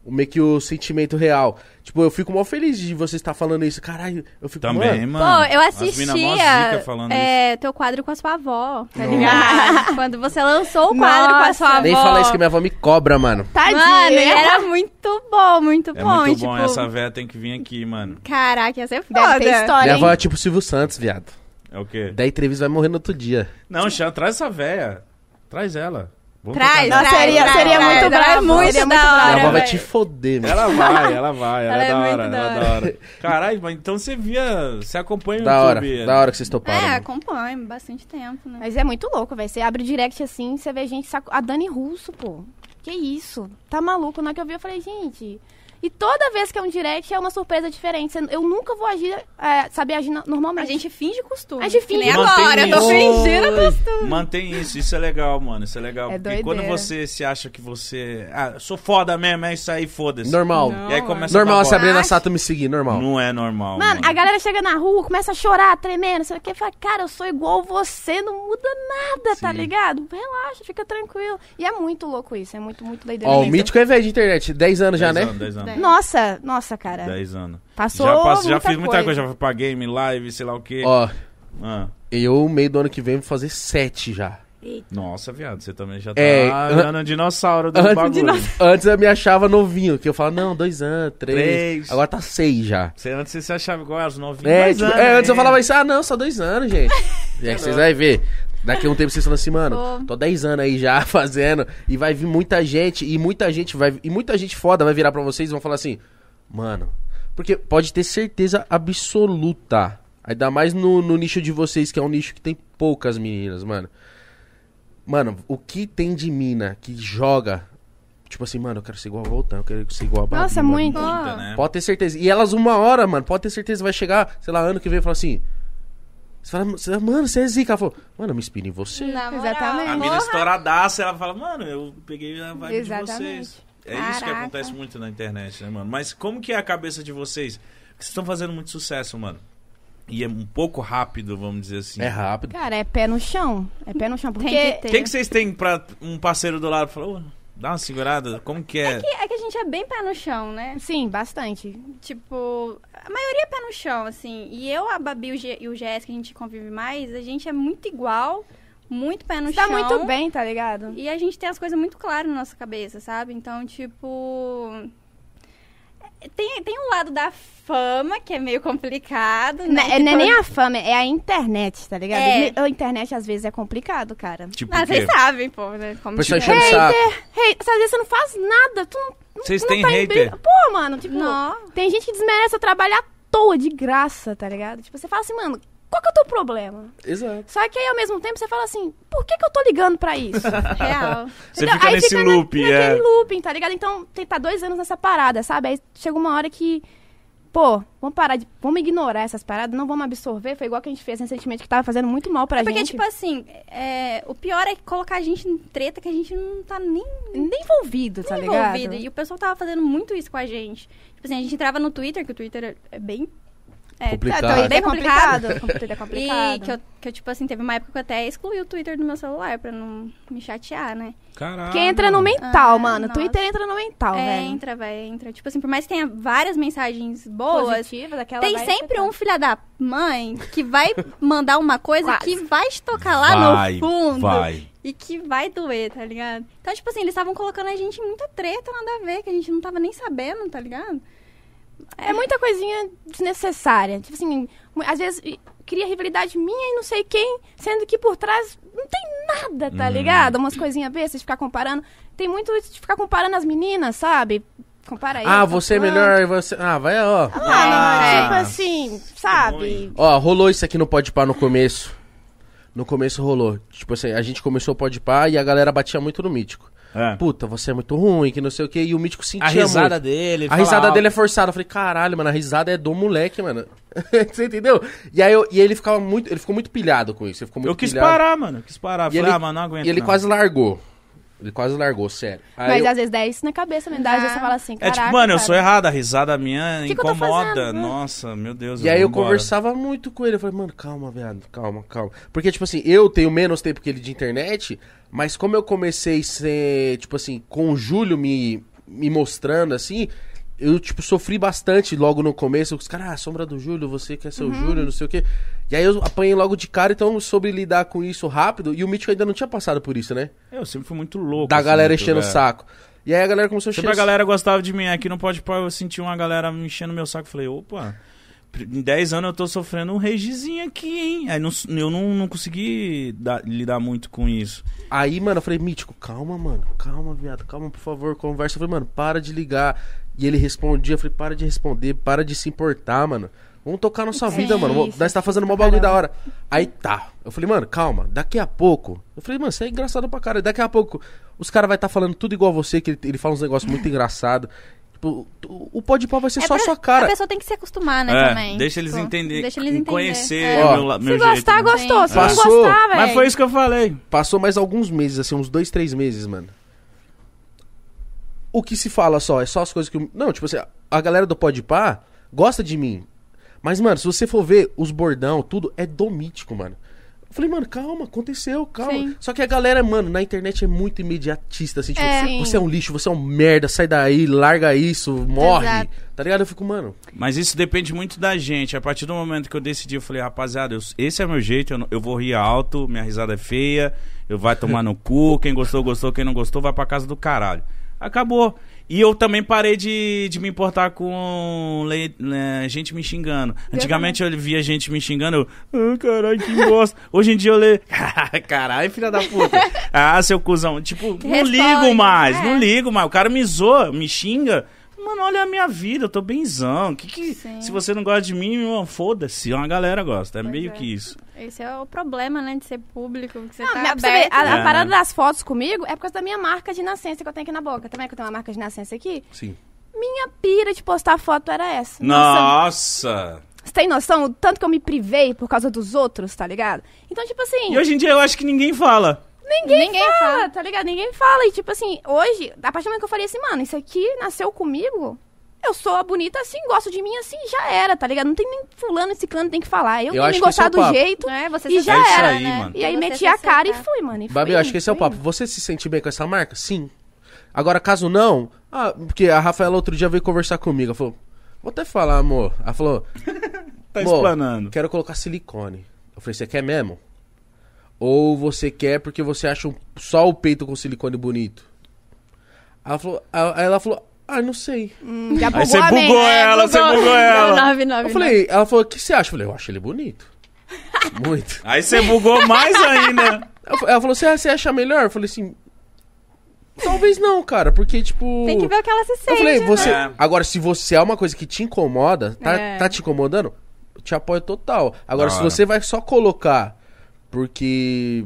[SPEAKER 2] o, meio que o sentimento real. Tipo, eu fico mal feliz de você estar falando isso. Caralho, eu fico
[SPEAKER 1] Também,
[SPEAKER 2] mano,
[SPEAKER 4] Pô,
[SPEAKER 1] mano.
[SPEAKER 4] eu
[SPEAKER 1] As mina mó zica
[SPEAKER 4] assistia
[SPEAKER 1] falando isso.
[SPEAKER 4] é, teu quadro com a sua avó, tá ligado? Quando você lançou o quadro com a sua
[SPEAKER 3] Nossa.
[SPEAKER 4] avó.
[SPEAKER 2] Nem fala isso que minha avó me cobra, mano.
[SPEAKER 3] Tadinho,
[SPEAKER 4] Mano,
[SPEAKER 3] né?
[SPEAKER 4] era muito bom, muito
[SPEAKER 1] É
[SPEAKER 4] bom.
[SPEAKER 1] muito
[SPEAKER 4] e,
[SPEAKER 1] bom,
[SPEAKER 4] tipo,
[SPEAKER 1] essa véia tem que vir aqui, mano.
[SPEAKER 4] Caraca, ia ser
[SPEAKER 3] Deve
[SPEAKER 4] foda.
[SPEAKER 3] ter história,
[SPEAKER 2] minha
[SPEAKER 3] hein?
[SPEAKER 2] avó é tipo Silvio Santos, viado.
[SPEAKER 1] É o quê?
[SPEAKER 2] Da entrevista vai morrer no outro dia.
[SPEAKER 1] Não, Xan, traz essa véia. Traz ela. Vamos
[SPEAKER 4] Traz,
[SPEAKER 1] tocar
[SPEAKER 3] Nossa,
[SPEAKER 4] traz,
[SPEAKER 1] nela.
[SPEAKER 3] seria-
[SPEAKER 4] traz,
[SPEAKER 3] seria
[SPEAKER 4] traz,
[SPEAKER 3] muito
[SPEAKER 4] traz,
[SPEAKER 3] bravo,
[SPEAKER 4] muito É,
[SPEAKER 3] seria muito
[SPEAKER 4] da
[SPEAKER 3] bravo.
[SPEAKER 4] hora,
[SPEAKER 2] minha avó vai
[SPEAKER 4] velho.
[SPEAKER 2] te foder, mano.
[SPEAKER 1] Ela vai, ela vai, ela,
[SPEAKER 4] Ela
[SPEAKER 1] é,
[SPEAKER 4] é
[SPEAKER 1] da
[SPEAKER 4] muito
[SPEAKER 1] hora,
[SPEAKER 4] da
[SPEAKER 1] ela é da hora. Caralho, mas então você via, você acompanha o
[SPEAKER 2] Da hora,
[SPEAKER 1] YouTube. né?
[SPEAKER 2] da hora que vocês toparam.
[SPEAKER 4] É,
[SPEAKER 2] mano.
[SPEAKER 4] acompanho bastante tempo, né?
[SPEAKER 3] Mas é muito louco, velho. Você abre o direct assim, você vê gente saco... A Dani Russo, pô. Que isso? Tá maluco? Na hora que eu vi, eu falei, gente... E toda vez que é um direct, é uma surpresa diferente. Você- Eu nunca vou agir, é, saber agir no-
[SPEAKER 4] A
[SPEAKER 3] normalmente.
[SPEAKER 4] gente finge costume.
[SPEAKER 3] A gente
[SPEAKER 4] Que nem
[SPEAKER 3] finge.
[SPEAKER 4] agora, eu tô
[SPEAKER 1] Mantém isso.
[SPEAKER 4] fingindo costume.
[SPEAKER 1] Mantém isso, isso é legal, mano, isso é legal.
[SPEAKER 3] É
[SPEAKER 1] porque quando
[SPEAKER 3] doideira.
[SPEAKER 1] você se acha que você, ah, eu sou foda mesmo, é isso aí, foda-se.
[SPEAKER 2] Normal.
[SPEAKER 4] Não.
[SPEAKER 1] E aí começa
[SPEAKER 2] Normal
[SPEAKER 1] a
[SPEAKER 2] a
[SPEAKER 1] dar bola.
[SPEAKER 2] Sabrina
[SPEAKER 3] Acho-
[SPEAKER 2] Sato me seguir, normal.
[SPEAKER 1] Não é normal, mano.
[SPEAKER 3] Mano, a galera chega na rua, começa a chorar, tremendo, sei o que, fala, cara, eu sou igual você, não muda nada, tá
[SPEAKER 2] Sim.
[SPEAKER 3] ligado? Relaxa, fica tranquilo. E é muito louco isso, é muito, muito doideira.
[SPEAKER 2] Ó, o
[SPEAKER 3] mesmo.
[SPEAKER 2] mítico é velho de internet. 10 anos já, né?
[SPEAKER 1] 10 anos, 10 anos.
[SPEAKER 3] Nossa, nossa, cara.
[SPEAKER 1] 10 anos.
[SPEAKER 3] É. Passou
[SPEAKER 1] já passo- já
[SPEAKER 3] muita
[SPEAKER 1] fiz muita
[SPEAKER 3] coisa.
[SPEAKER 1] coisa, já fui pra game, live, sei lá o quê.
[SPEAKER 2] Ó,
[SPEAKER 1] Ah,
[SPEAKER 2] eu, meio do ano que vem, vou fazer 7 já.
[SPEAKER 1] nossa, viado, você também já tá
[SPEAKER 2] É,
[SPEAKER 1] virando um dinossauro do
[SPEAKER 2] Antes,
[SPEAKER 1] bagulho.
[SPEAKER 2] antes eu me achava novinho, que eu falava, não, dois anos, três.
[SPEAKER 1] Três.
[SPEAKER 2] Agora tá seis já.
[SPEAKER 1] Você, antes você se achava igual aos novinhos.
[SPEAKER 2] É,
[SPEAKER 1] Dois
[SPEAKER 2] tipo,
[SPEAKER 1] anos,
[SPEAKER 2] é, antes eu
[SPEAKER 1] né?
[SPEAKER 2] falava isso, ah, não, só dois anos, gente. e aí vocês vão ver. Daqui a um tempo vocês falam assim, mano,
[SPEAKER 4] Pô.
[SPEAKER 2] tô dez anos aí já fazendo. E vai vir muita gente, e muita gente vai. E muita gente foda vai virar pra vocês e vão falar assim, mano. Porque pode ter certeza absoluta. Ainda mais no, no nicho de vocês, que é um nicho que tem poucas meninas, mano. Mano, o que tem de mina que joga? Tipo assim, mano, eu quero ser igual a Voltan, eu quero ser igual a Babi,
[SPEAKER 3] Nossa,
[SPEAKER 2] mano.
[SPEAKER 3] muito.
[SPEAKER 1] Puta, né?
[SPEAKER 2] Pode ter certeza. E elas, uma hora, mano, pode ter certeza, vai chegar, sei lá, ano que vem e falar assim. Você fala, você fala, mano, você é zica. Ela falou, mano, eu me inspiro em você.
[SPEAKER 4] Na moral.
[SPEAKER 3] Exatamente.
[SPEAKER 1] A mina estouradaça, ela fala, mano, eu peguei a vibe de
[SPEAKER 3] Exatamente.
[SPEAKER 1] vocês. É isso que
[SPEAKER 4] Caraca.
[SPEAKER 1] acontece muito na internet, né, mano? Mas como que é a cabeça de vocês? Porque vocês estão fazendo muito sucesso, mano. E é um pouco rápido, vamos dizer assim.
[SPEAKER 2] É rápido.
[SPEAKER 3] Cara, é pé no chão. É pé no chão. Porque
[SPEAKER 4] Tem que ter.
[SPEAKER 1] Quem que vocês têm pra um parceiro do lado? Falou, dá uma segurada, como que é?
[SPEAKER 4] É que a gente é bem pé no chão, né?
[SPEAKER 3] Sim, bastante.
[SPEAKER 4] Tipo, a maioria é pé no chão, assim. E eu, a Babi e o Ge- e o Jess, que a gente convive mais, a gente é muito igual, muito pé no
[SPEAKER 3] Você tá
[SPEAKER 4] chão.
[SPEAKER 3] muito bem, tá ligado?
[SPEAKER 4] E a gente tem as coisas muito claras na nossa cabeça, sabe? Então, tipo. Tem, tem um lado da fama, que é meio complicado.
[SPEAKER 3] Não,
[SPEAKER 4] né?
[SPEAKER 3] é, não é nem a fama, é a internet, tá ligado?
[SPEAKER 4] É.
[SPEAKER 3] A internet às vezes é complicado, cara.
[SPEAKER 1] Tipo, o
[SPEAKER 4] Ah,
[SPEAKER 1] quê?
[SPEAKER 4] vocês sabem, pô, né? Como
[SPEAKER 2] Pessoal
[SPEAKER 4] que é.
[SPEAKER 2] enchendo o saco.
[SPEAKER 3] Hey, às vezes você não faz nada, tu não, não-
[SPEAKER 1] Vocês
[SPEAKER 3] não
[SPEAKER 1] têm
[SPEAKER 3] tá em
[SPEAKER 1] hater?
[SPEAKER 3] briga. Pô, mano,
[SPEAKER 4] É,
[SPEAKER 3] tipo,
[SPEAKER 4] Não.
[SPEAKER 3] tem gente que desmerece o trabalho à toa, de graça, tá ligado? Tipo, você fala assim, mano, qual que é o teu problema?
[SPEAKER 2] Exato.
[SPEAKER 3] Só que aí ao mesmo tempo você fala assim, por que que eu tô ligando pra isso?
[SPEAKER 4] Real.
[SPEAKER 3] Entendeu?
[SPEAKER 1] Você fica
[SPEAKER 3] Então, Aí
[SPEAKER 1] nesse
[SPEAKER 3] na-
[SPEAKER 1] loop, é.
[SPEAKER 3] naquele looping, tá ligado? Então, tem tá dois anos nessa parada, sabe? Aí chega uma hora que, pô, vamos parar de. Vamos ignorar essas paradas, não vamos absorver. Foi igual que a gente fez recentemente, que tava fazendo muito mal pra
[SPEAKER 4] É porque,
[SPEAKER 3] gente.
[SPEAKER 4] tipo assim, é, o pior é colocar a gente em treta que a gente não tá nem
[SPEAKER 3] nem envolvido, tá ligado?
[SPEAKER 4] envolvido. E o pessoal tava fazendo muito isso com a gente. Tipo assim, a gente entrava no Twitter, que o Twitter é- é bem. É,
[SPEAKER 2] Complicado.
[SPEAKER 4] tá- tá bem complicado.
[SPEAKER 3] Complicado, é complicado.
[SPEAKER 4] E que eu, que eu, tipo assim, teve uma época que eu até excluí o Twitter do meu celular pra não me chatear, né?
[SPEAKER 1] Caralho.
[SPEAKER 3] Porque entra no mental,
[SPEAKER 4] Ah,
[SPEAKER 3] mano.
[SPEAKER 4] nossa.
[SPEAKER 3] Twitter entra no mental,
[SPEAKER 4] é,
[SPEAKER 3] velho.
[SPEAKER 4] entra, vai, entra. Tipo assim, por mais que tenha várias mensagens boas,
[SPEAKER 3] Positivas, aquela
[SPEAKER 4] tem
[SPEAKER 3] vai-
[SPEAKER 4] sempre um filha da mãe que vai mandar uma coisa
[SPEAKER 3] Quase.
[SPEAKER 4] que vai te tocar lá
[SPEAKER 1] Vai,
[SPEAKER 4] no fundo.
[SPEAKER 1] vai.
[SPEAKER 4] E que vai doer, tá ligado? Então, tipo assim, eles estavam colocando a gente em muita treta, nada a ver, que a gente não tava nem sabendo, tá ligado?
[SPEAKER 3] É muita coisinha desnecessária. Tipo assim, mu- às vezes e- cria rivalidade minha e não sei quem, sendo que por trás não tem nada,
[SPEAKER 2] Uhum.
[SPEAKER 3] tá ligado? Umas coisinhas bestas de ficar comparando. Tem muito isso de ficar comparando as meninas, sabe? Compara eu
[SPEAKER 2] Ah,
[SPEAKER 3] com
[SPEAKER 2] você é
[SPEAKER 3] fulano.
[SPEAKER 2] melhor, você... Ah, vai, ó.
[SPEAKER 3] Ah,
[SPEAKER 1] Ah,
[SPEAKER 3] tipo assim, sabe?
[SPEAKER 2] Ó, rolou isso aqui no Pode Pá no começo. No começo rolou. Tipo assim, a gente começou o Pode Pá e a galera batia muito no Mítico.
[SPEAKER 1] É.
[SPEAKER 2] Puta, você é muito ruim, que não sei o que. E o Mítico sentia
[SPEAKER 1] A risada
[SPEAKER 2] muito.
[SPEAKER 1] dele.
[SPEAKER 2] A risada dele é forçada. Eu falei, caralho, mano, a risada é do moleque, mano. você entendeu? E aí eu- e ele ficava muito, ele ficou muito pilhado com isso. Ele ficou muito
[SPEAKER 1] Eu quis
[SPEAKER 2] pilhado.
[SPEAKER 1] parar, mano. Quis parar.
[SPEAKER 2] E
[SPEAKER 1] Falei,
[SPEAKER 2] ele-
[SPEAKER 1] ah, mano, não aguento.
[SPEAKER 2] E ele
[SPEAKER 1] não.
[SPEAKER 2] quase largou. Ele quase largou, sério. Aí
[SPEAKER 3] Mas
[SPEAKER 2] eu-
[SPEAKER 3] às vezes dá isso na cabeça mesmo. Dá, Às vezes você fala assim,
[SPEAKER 1] É
[SPEAKER 3] caraca.
[SPEAKER 1] tipo, mano, eu
[SPEAKER 3] cara.
[SPEAKER 1] sou errado. A risada minha
[SPEAKER 3] Que que eu tô
[SPEAKER 1] incomoda.
[SPEAKER 3] fazendo?
[SPEAKER 1] Nossa, meu Deus.
[SPEAKER 2] E aí eu
[SPEAKER 1] vou embora.
[SPEAKER 2] conversava muito com ele. Eu falei, mano, calma, viado, calma, calma. Porque, tipo assim, eu tenho menos tempo que ele de internet, mas como eu comecei a ser, tipo assim, com o Júlio me, me mostrando, assim, eu, tipo, sofri bastante logo no começo. Os caras, ah, sombra do Júlio, você quer ser o Júlio, não sei o quê. E aí eu apanhei logo de cara, então eu soube lidar com isso rápido. E o Mítico ainda não tinha passado por isso, né?
[SPEAKER 1] Eu sempre fui muito louco.
[SPEAKER 2] Da
[SPEAKER 1] assim,
[SPEAKER 2] galera
[SPEAKER 1] muito,
[SPEAKER 2] enchendo o
[SPEAKER 1] é.
[SPEAKER 2] saco. E aí a galera começou a encher
[SPEAKER 1] Sempre a
[SPEAKER 2] o saco.
[SPEAKER 1] galera gostava de mim. Aqui no Pode Pau eu senti uma galera me enchendo meu saco. Falei, opa, em 10 anos eu tô sofrendo um regizinho aqui, hein? Aí não- eu não, não consegui dar- lidar muito com isso.
[SPEAKER 2] Aí, mano, eu falei, Mítico, calma, mano, calma, viado, calma, por favor, conversa. Eu falei, mano, para de ligar. E ele respondia, eu falei, para de responder, para de se importar, mano. Vamos tocar nossa
[SPEAKER 3] Sim,
[SPEAKER 2] vida, mano. Vamos-
[SPEAKER 3] isso,
[SPEAKER 2] Nós tá fazendo mó bagulho da hora. Aí tá. Eu falei, mano, calma, daqui a pouco. Eu falei, mano, você é engraçado pra cara. Daqui a pouco os caras vai estar falando tudo igual você, que ele, ele fala uns negócios muito engraçados. Tipo, o, o pó de pau vai ser
[SPEAKER 4] É
[SPEAKER 2] só a
[SPEAKER 4] pra-
[SPEAKER 2] sua
[SPEAKER 4] A
[SPEAKER 2] cara.
[SPEAKER 4] pessoa tem que se acostumar, né,
[SPEAKER 1] É,
[SPEAKER 4] também.
[SPEAKER 1] deixa eles
[SPEAKER 4] Tipo,
[SPEAKER 1] entenderem.
[SPEAKER 4] Deixa eles entenderem.
[SPEAKER 1] Conhecer
[SPEAKER 4] É.
[SPEAKER 1] o
[SPEAKER 2] Ó,
[SPEAKER 1] meu, la- meu
[SPEAKER 3] Se
[SPEAKER 1] jeito.
[SPEAKER 3] gostar,
[SPEAKER 1] né?
[SPEAKER 3] gostou. Se não
[SPEAKER 2] Passou.
[SPEAKER 3] gostar, velho.
[SPEAKER 1] Mas foi isso que eu falei.
[SPEAKER 2] Passou mais alguns meses, assim, uns dois, três meses, mano. O que se fala só, é só as coisas que... eu- Não, tipo assim, a galera do Podpah gosta de mim. Mas, mano, se você for ver os bordão, tudo, é do mítico, mano. Eu falei, mano, calma, aconteceu, calma.
[SPEAKER 4] Sim.
[SPEAKER 2] Só que a galera, mano, na internet é muito imediatista, assim, tipo,
[SPEAKER 3] É. Sim.
[SPEAKER 2] você é um lixo, você é um merda, sai daí, larga isso, morre.
[SPEAKER 4] Exato.
[SPEAKER 2] Tá ligado? Eu fico, mano,
[SPEAKER 1] Mas isso depende muito da gente. A partir do momento que eu decidi, eu falei, rapaziada, eu- esse é meu jeito, eu, não- eu vou rir alto, minha risada é feia, eu vai tomar no cu, quem gostou, gostou, quem não gostou, vai pra casa do caralho. Acabou. E eu também parei de, de me importar com le- né, gente me xingando. Antigamente eu via gente me xingando, eu, ah, caralho, que bosta. Hoje em dia eu leio, caralho, filha da puta. Ah, seu cuzão. Tipo, não
[SPEAKER 4] Responde,
[SPEAKER 1] ligo mais,
[SPEAKER 4] é.
[SPEAKER 1] não ligo, mas o cara me zoa, me xinga. Mano, olha a minha vida, eu tô benzão. Que que,
[SPEAKER 4] Sim.
[SPEAKER 1] se você não gosta de mim, irmão, foda-se. Uma galera gosta, é meio
[SPEAKER 4] é.
[SPEAKER 1] que isso.
[SPEAKER 4] Esse é o problema, né, de ser público, que você
[SPEAKER 3] Não,
[SPEAKER 4] tá
[SPEAKER 3] mas pra você ver,
[SPEAKER 4] aberto.
[SPEAKER 3] a, a
[SPEAKER 1] É,
[SPEAKER 3] parada
[SPEAKER 1] né?
[SPEAKER 3] das fotos comigo é por causa da minha marca de nascença que eu tenho aqui na boca. Também que eu tenho uma marca de nascença aqui.
[SPEAKER 2] sim.
[SPEAKER 3] Minha pira de postar foto era essa.
[SPEAKER 1] Nossa!
[SPEAKER 3] Você tem noção o tanto que eu me privei por causa dos outros, tá ligado? Então, tipo assim,
[SPEAKER 1] E hoje em dia eu acho que ninguém fala.
[SPEAKER 3] ninguém,
[SPEAKER 4] Ninguém
[SPEAKER 3] fala,
[SPEAKER 4] fala.
[SPEAKER 3] tá ligado? Ninguém fala. E tipo assim, hoje, a partir do momento que eu falei assim, mano, isso aqui nasceu comigo, eu sou a bonita assim, gosto de mim assim, já era, tá ligado? Não tem nem fulano, esse cano tem que falar. Eu,
[SPEAKER 2] Eu
[SPEAKER 3] tenho
[SPEAKER 2] acho
[SPEAKER 3] que
[SPEAKER 2] que
[SPEAKER 3] gostar
[SPEAKER 2] esse é
[SPEAKER 3] do
[SPEAKER 2] o papo.
[SPEAKER 3] jeito.
[SPEAKER 4] Né? Você
[SPEAKER 3] E
[SPEAKER 4] se
[SPEAKER 3] já
[SPEAKER 1] É isso
[SPEAKER 4] aceitar,
[SPEAKER 1] aí,
[SPEAKER 4] né?
[SPEAKER 1] mano.
[SPEAKER 3] E aí
[SPEAKER 4] Você
[SPEAKER 3] meti
[SPEAKER 4] se
[SPEAKER 3] a cara e
[SPEAKER 4] aceitar.
[SPEAKER 3] fui, mano. E
[SPEAKER 2] Babi,
[SPEAKER 3] fui, Hum,
[SPEAKER 2] eu acho que esse é o
[SPEAKER 3] fui.
[SPEAKER 2] papo. Você se sente bem com essa marca? Sim. Agora, caso não, ah, porque a Rafaela outro dia veio conversar comigo. Ela falou, vou até falar, amor. Ela falou,
[SPEAKER 1] Tá
[SPEAKER 2] amor,
[SPEAKER 1] explanando.
[SPEAKER 2] quero colocar silicone. Eu falei, você quer mesmo? Ou você quer porque você acha um- só o peito com silicone bonito? Ela falou, aí ela falou, Ah, não sei.
[SPEAKER 3] Hum, já
[SPEAKER 1] Aí você
[SPEAKER 3] a mente.
[SPEAKER 1] bugou ela, você bugou ela.
[SPEAKER 2] Eu falei, ela falou, o que você acha? Eu falei, eu acho ele bonito. Muito.
[SPEAKER 1] Aí você bugou mais ainda.
[SPEAKER 2] Ela fa- ela falou assim, ah, você acha melhor? Eu falei assim, talvez não, cara, porque tipo...
[SPEAKER 4] Tem que ver o que ela se sente.
[SPEAKER 2] Eu falei, você...
[SPEAKER 1] É.
[SPEAKER 2] Agora, se você é uma coisa que te incomoda, tá,
[SPEAKER 4] É.
[SPEAKER 2] tá te incomodando, eu te apoio total. Agora,
[SPEAKER 1] Da
[SPEAKER 2] se
[SPEAKER 1] hora.
[SPEAKER 2] você vai só colocar porque...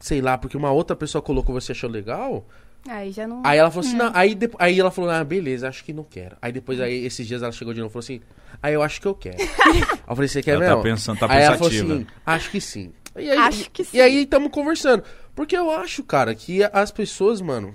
[SPEAKER 2] Sei lá, porque uma outra pessoa colocou você achou legal.
[SPEAKER 3] Aí já não.
[SPEAKER 2] Aí ela falou assim, não, aí, depo- aí ela falou, ah, beleza, acho que não quero. Aí depois, aí, esses dias ela chegou de novo e falou assim, ah, eu acho que eu quero. aí eu falei, você quer
[SPEAKER 1] Ela tá
[SPEAKER 2] mesmo?
[SPEAKER 1] pensando, tá
[SPEAKER 2] aí ela falou
[SPEAKER 1] pensativa.
[SPEAKER 2] assim, acho que sim. E aí,
[SPEAKER 3] Acho que sim.
[SPEAKER 2] E aí estamos conversando. Porque eu acho, cara, que as pessoas, mano,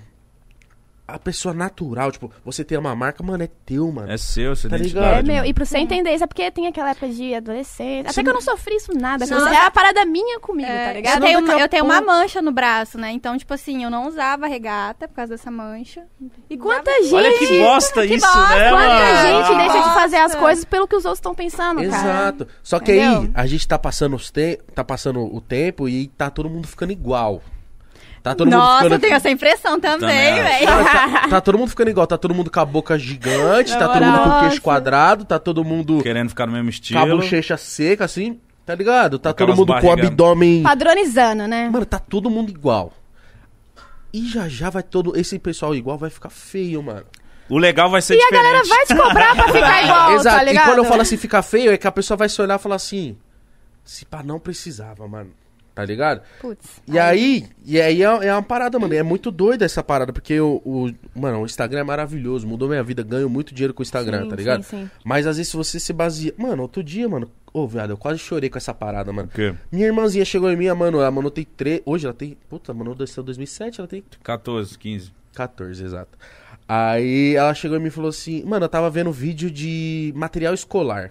[SPEAKER 2] a pessoa natural, tipo, você tem uma marca, mano, é teu, mano.
[SPEAKER 1] É seu, você
[SPEAKER 2] Tá
[SPEAKER 1] identidade.
[SPEAKER 2] ligado?
[SPEAKER 3] É meu,
[SPEAKER 1] mano.
[SPEAKER 3] e pra você entender isso é porque tem aquela época de adolescente. Até que eu não sofri isso nada.
[SPEAKER 4] Não.
[SPEAKER 3] É a parada minha comigo, tá
[SPEAKER 4] É,
[SPEAKER 3] ligado?
[SPEAKER 4] eu, tenho,
[SPEAKER 3] Senão daqui a
[SPEAKER 4] eu tenho uma
[SPEAKER 3] pouco-
[SPEAKER 4] mancha no braço, né? Então, tipo assim, eu não usava regata por causa dessa mancha.
[SPEAKER 3] E quanta gente.
[SPEAKER 1] Olha que bosta
[SPEAKER 3] que
[SPEAKER 1] isso,
[SPEAKER 3] bosta,
[SPEAKER 1] né,
[SPEAKER 3] Quanta
[SPEAKER 1] mano?
[SPEAKER 3] gente deixa de
[SPEAKER 4] Nossa.
[SPEAKER 3] fazer as coisas pelo que os outros estão pensando, cara.
[SPEAKER 2] Exato. Só que aí,
[SPEAKER 3] Entendeu?
[SPEAKER 2] a gente tá passando, os te... tá passando o tempo e tá todo mundo ficando igual. Tá todo mundo
[SPEAKER 4] Nossa,
[SPEAKER 2] ficando...
[SPEAKER 4] eu tenho essa impressão
[SPEAKER 1] Também
[SPEAKER 4] também,
[SPEAKER 1] acho.
[SPEAKER 4] velho.
[SPEAKER 2] Não, tá, tá todo mundo ficando igual, tá todo mundo com a boca gigante, tá todo mundo com o queixo
[SPEAKER 3] Nossa.
[SPEAKER 2] quadrado, tá todo mundo
[SPEAKER 1] Querendo ficar no mesmo estilo.
[SPEAKER 2] com a bochecha seca, assim, tá ligado? Tá
[SPEAKER 1] Aquelas
[SPEAKER 2] todo mundo com o
[SPEAKER 1] barriga-
[SPEAKER 2] abdômen.
[SPEAKER 3] Padronizando, né?
[SPEAKER 2] Mano, tá todo mundo igual. E já já vai todo. Esse pessoal igual vai ficar feio, mano.
[SPEAKER 1] O legal vai ser
[SPEAKER 3] E a
[SPEAKER 1] diferente.
[SPEAKER 3] galera vai te cobrar pra ficar igual, tá
[SPEAKER 2] Exato. e
[SPEAKER 3] ligado?
[SPEAKER 2] quando eu falo assim, ficar feio, é que a pessoa vai se olhar e falar assim. Se pá, não precisava, mano. Tá ligado?
[SPEAKER 3] Putz.
[SPEAKER 2] E aí, e aí é, é uma parada, mano. É muito doida essa parada, porque o, o- Mano, o Instagram é maravilhoso, mudou minha vida, ganho muito dinheiro com o Instagram,
[SPEAKER 3] Sim,
[SPEAKER 2] tá ligado?
[SPEAKER 3] sim, sim.
[SPEAKER 2] Mas às vezes se você se baseia. Mano, outro dia, mano. Ô, viado, eu quase chorei com essa parada, mano.
[SPEAKER 1] O quê?
[SPEAKER 2] Minha irmãzinha chegou em mim, a mano, a Manu tem 3. Hoje ela tem. Puta, a Manu nasceu em 2007, ela tem
[SPEAKER 1] 14, 15.
[SPEAKER 2] 14, exato. Aí ela chegou em mim e falou assim: Mano, eu tava vendo vídeo de material escolar.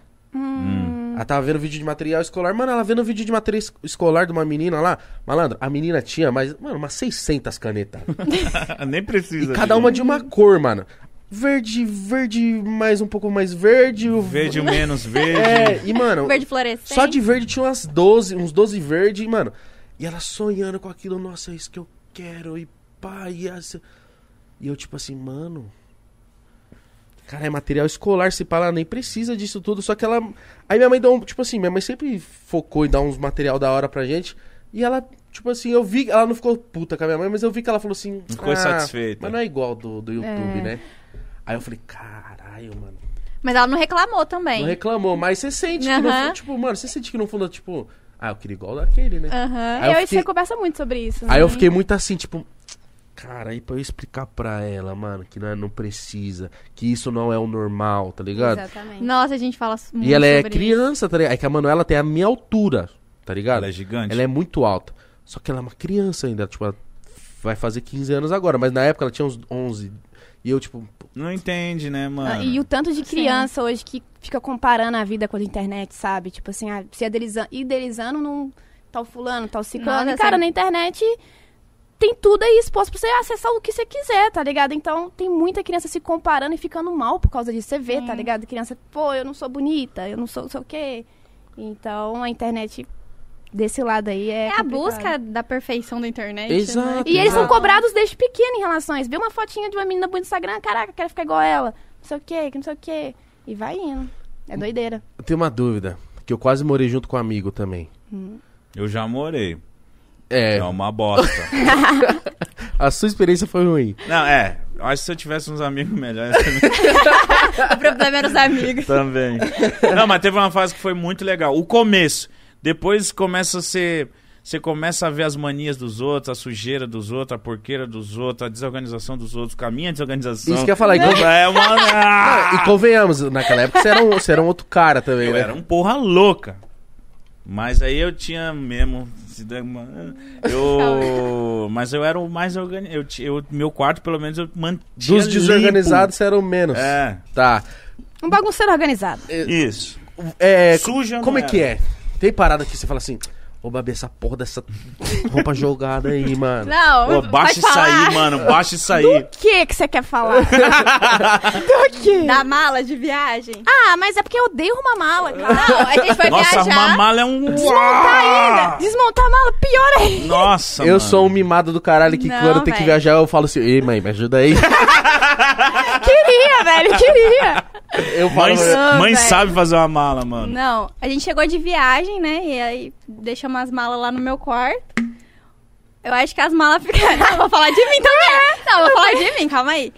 [SPEAKER 2] Ela tava vendo vídeo de material escolar. Mano, ela vendo vídeo de material es- escolar de uma menina lá. Malandro, a menina tinha, mas, mano, umas 600 canetas.
[SPEAKER 1] Nem precisa.
[SPEAKER 2] Cada uma de uma cor, mano. Verde, verde, mais um pouco mais verde. o-
[SPEAKER 1] Verde o menos verde.
[SPEAKER 2] É, e, mano.
[SPEAKER 4] Verde fluorescente.
[SPEAKER 2] Só de verde tinha umas 12, uns 12 verde, e, mano. E ela sonhando com aquilo, nossa, é isso que eu quero, e pá, e essa. E eu, tipo assim, mano. Cara, é material escolar, se pá, ela nem precisa disso tudo. Só que ela. Aí minha mãe deu um. Tipo assim, minha mãe sempre focou em dar uns material da hora pra gente. E ela, tipo assim, eu vi. Ela não ficou puta com a minha mãe, mas eu vi que ela falou assim.
[SPEAKER 1] Não ficou satisfeita."
[SPEAKER 2] Mas não é igual do, do YouTube,
[SPEAKER 3] É.
[SPEAKER 2] né? Aí eu falei, caralho, mano.
[SPEAKER 4] Mas ela não reclamou também.
[SPEAKER 2] Não reclamou, mas você sente que no
[SPEAKER 4] Aham.
[SPEAKER 2] fundo, tipo, mano, você sente que no fundo, tipo, ah, eu queria igual daquele, né?
[SPEAKER 4] Aham.
[SPEAKER 2] Aí eu
[SPEAKER 3] eu e
[SPEAKER 2] fiquei-
[SPEAKER 3] você conversa muito sobre isso.
[SPEAKER 2] Aí
[SPEAKER 3] né?
[SPEAKER 2] eu fiquei muito assim, tipo, cara, aí pra eu explicar pra ela, mano, que não, não precisa, que isso não é o normal, tá ligado?
[SPEAKER 3] Exatamente.
[SPEAKER 4] Nossa, a gente fala muito
[SPEAKER 2] E ela é
[SPEAKER 4] sobre
[SPEAKER 2] criança, tá ligado? É que a Manuela tem a minha altura, tá ligado?
[SPEAKER 1] Ela é gigante.
[SPEAKER 2] Ela é muito alta. Só que ela é uma criança ainda, tipo, ela vai fazer 15 anos agora, mas na época ela tinha uns 11. E eu, tipo,
[SPEAKER 1] Não entende, né,
[SPEAKER 3] Ah,
[SPEAKER 1] mano?
[SPEAKER 3] E o tanto de criança hoje que fica comparando a vida com a da internet, sabe? Tipo assim, ah, se idealizando, idealizando num tal fulano, tal ciclano.
[SPEAKER 4] Nossa,
[SPEAKER 3] E, cara,
[SPEAKER 4] essa-
[SPEAKER 3] na internet tem tudo aí exposto pra você acessar o que você quiser, tá ligado? Então tem muita criança se comparando e ficando mal por causa disso. Você vê, tá ligado? Criança, pô, eu não sou bonita, eu não sou não sei o quê. Então a internet desse lado aí é.
[SPEAKER 4] É a
[SPEAKER 3] complicado.
[SPEAKER 4] busca da perfeição da internet.
[SPEAKER 2] Exato.
[SPEAKER 4] Né?
[SPEAKER 3] E eles são
[SPEAKER 2] Exato.
[SPEAKER 3] cobrados desde pequeno em relação a isso. Vê uma fotinha de uma menina bonita no Instagram, caraca, quero ficar igual ela. Não sei o quê, que não sei o quê. E vai indo. É doideira.
[SPEAKER 2] eu tenho uma dúvida, que eu quase morei junto com um amigo também.
[SPEAKER 1] Eu já morei.
[SPEAKER 2] É,
[SPEAKER 1] É uma bosta.
[SPEAKER 2] a sua experiência foi ruim.
[SPEAKER 1] Não, é. Acho que se eu tivesse uns amigos melhores
[SPEAKER 4] O problema era os amigos.
[SPEAKER 1] também. Não, mas teve uma fase que foi muito legal. O começo. Depois começa a ser. Você começa a ver as manias dos outros, a sujeira dos outros, a porqueira dos outros, a desorganização dos outros, com a minha desorganização.
[SPEAKER 2] Isso que eu ia falar, e, conven-
[SPEAKER 1] É uma. Ah!
[SPEAKER 2] e convenhamos, naquela época você era um, você era um outro cara também,
[SPEAKER 1] Eu
[SPEAKER 2] né?
[SPEAKER 1] era um porra louca. Mas aí eu tinha mesmo. se der uma- Eu. Mas eu era o mais organizado. Eu, ti- eu, meu quarto, pelo menos, eu mantinha.
[SPEAKER 2] Dos
[SPEAKER 1] limpo.
[SPEAKER 2] desorganizados você era o menos.
[SPEAKER 1] É.
[SPEAKER 2] Tá.
[SPEAKER 3] Um bagunceiro organizado.
[SPEAKER 1] Isso.
[SPEAKER 2] É,
[SPEAKER 1] Suja não
[SPEAKER 2] Como é
[SPEAKER 1] era.
[SPEAKER 2] que é? Tem parada que você fala assim, ô Babi, essa porra dessa roupa jogada aí, mano.
[SPEAKER 4] Não,
[SPEAKER 1] Ô, baixa
[SPEAKER 4] pode
[SPEAKER 1] isso
[SPEAKER 4] falar.
[SPEAKER 1] aí, mano. Baixa isso aí.
[SPEAKER 3] O que que você quer falar? Do quê?
[SPEAKER 4] Da mala de viagem.
[SPEAKER 3] Ah, mas é porque eu odeio arrumar mala, cara.
[SPEAKER 4] Não, a gente foi
[SPEAKER 1] Nossa,
[SPEAKER 4] viajar.
[SPEAKER 1] arrumar mala é um.
[SPEAKER 3] Desmontar ainda. Desmontar a mala, pior ainda.
[SPEAKER 1] Nossa,
[SPEAKER 2] Eu
[SPEAKER 1] mano.
[SPEAKER 2] sou um mimado do caralho que
[SPEAKER 4] Não,
[SPEAKER 2] quando tem que
[SPEAKER 4] véi.
[SPEAKER 2] viajar eu falo assim, ei mãe, me ajuda aí.
[SPEAKER 3] Queria, queria, velho, queria.
[SPEAKER 2] Eu
[SPEAKER 1] Mãe,
[SPEAKER 2] falo. pra-
[SPEAKER 4] Não,
[SPEAKER 1] mãe
[SPEAKER 4] velho.
[SPEAKER 1] sabe fazer uma mala, mano.
[SPEAKER 4] Não, a gente chegou de viagem, né? E aí deixamos as malas lá no meu quarto. Eu acho que as malas ficaram. vou falar de mim também. Não, vou falar de mim, calma aí.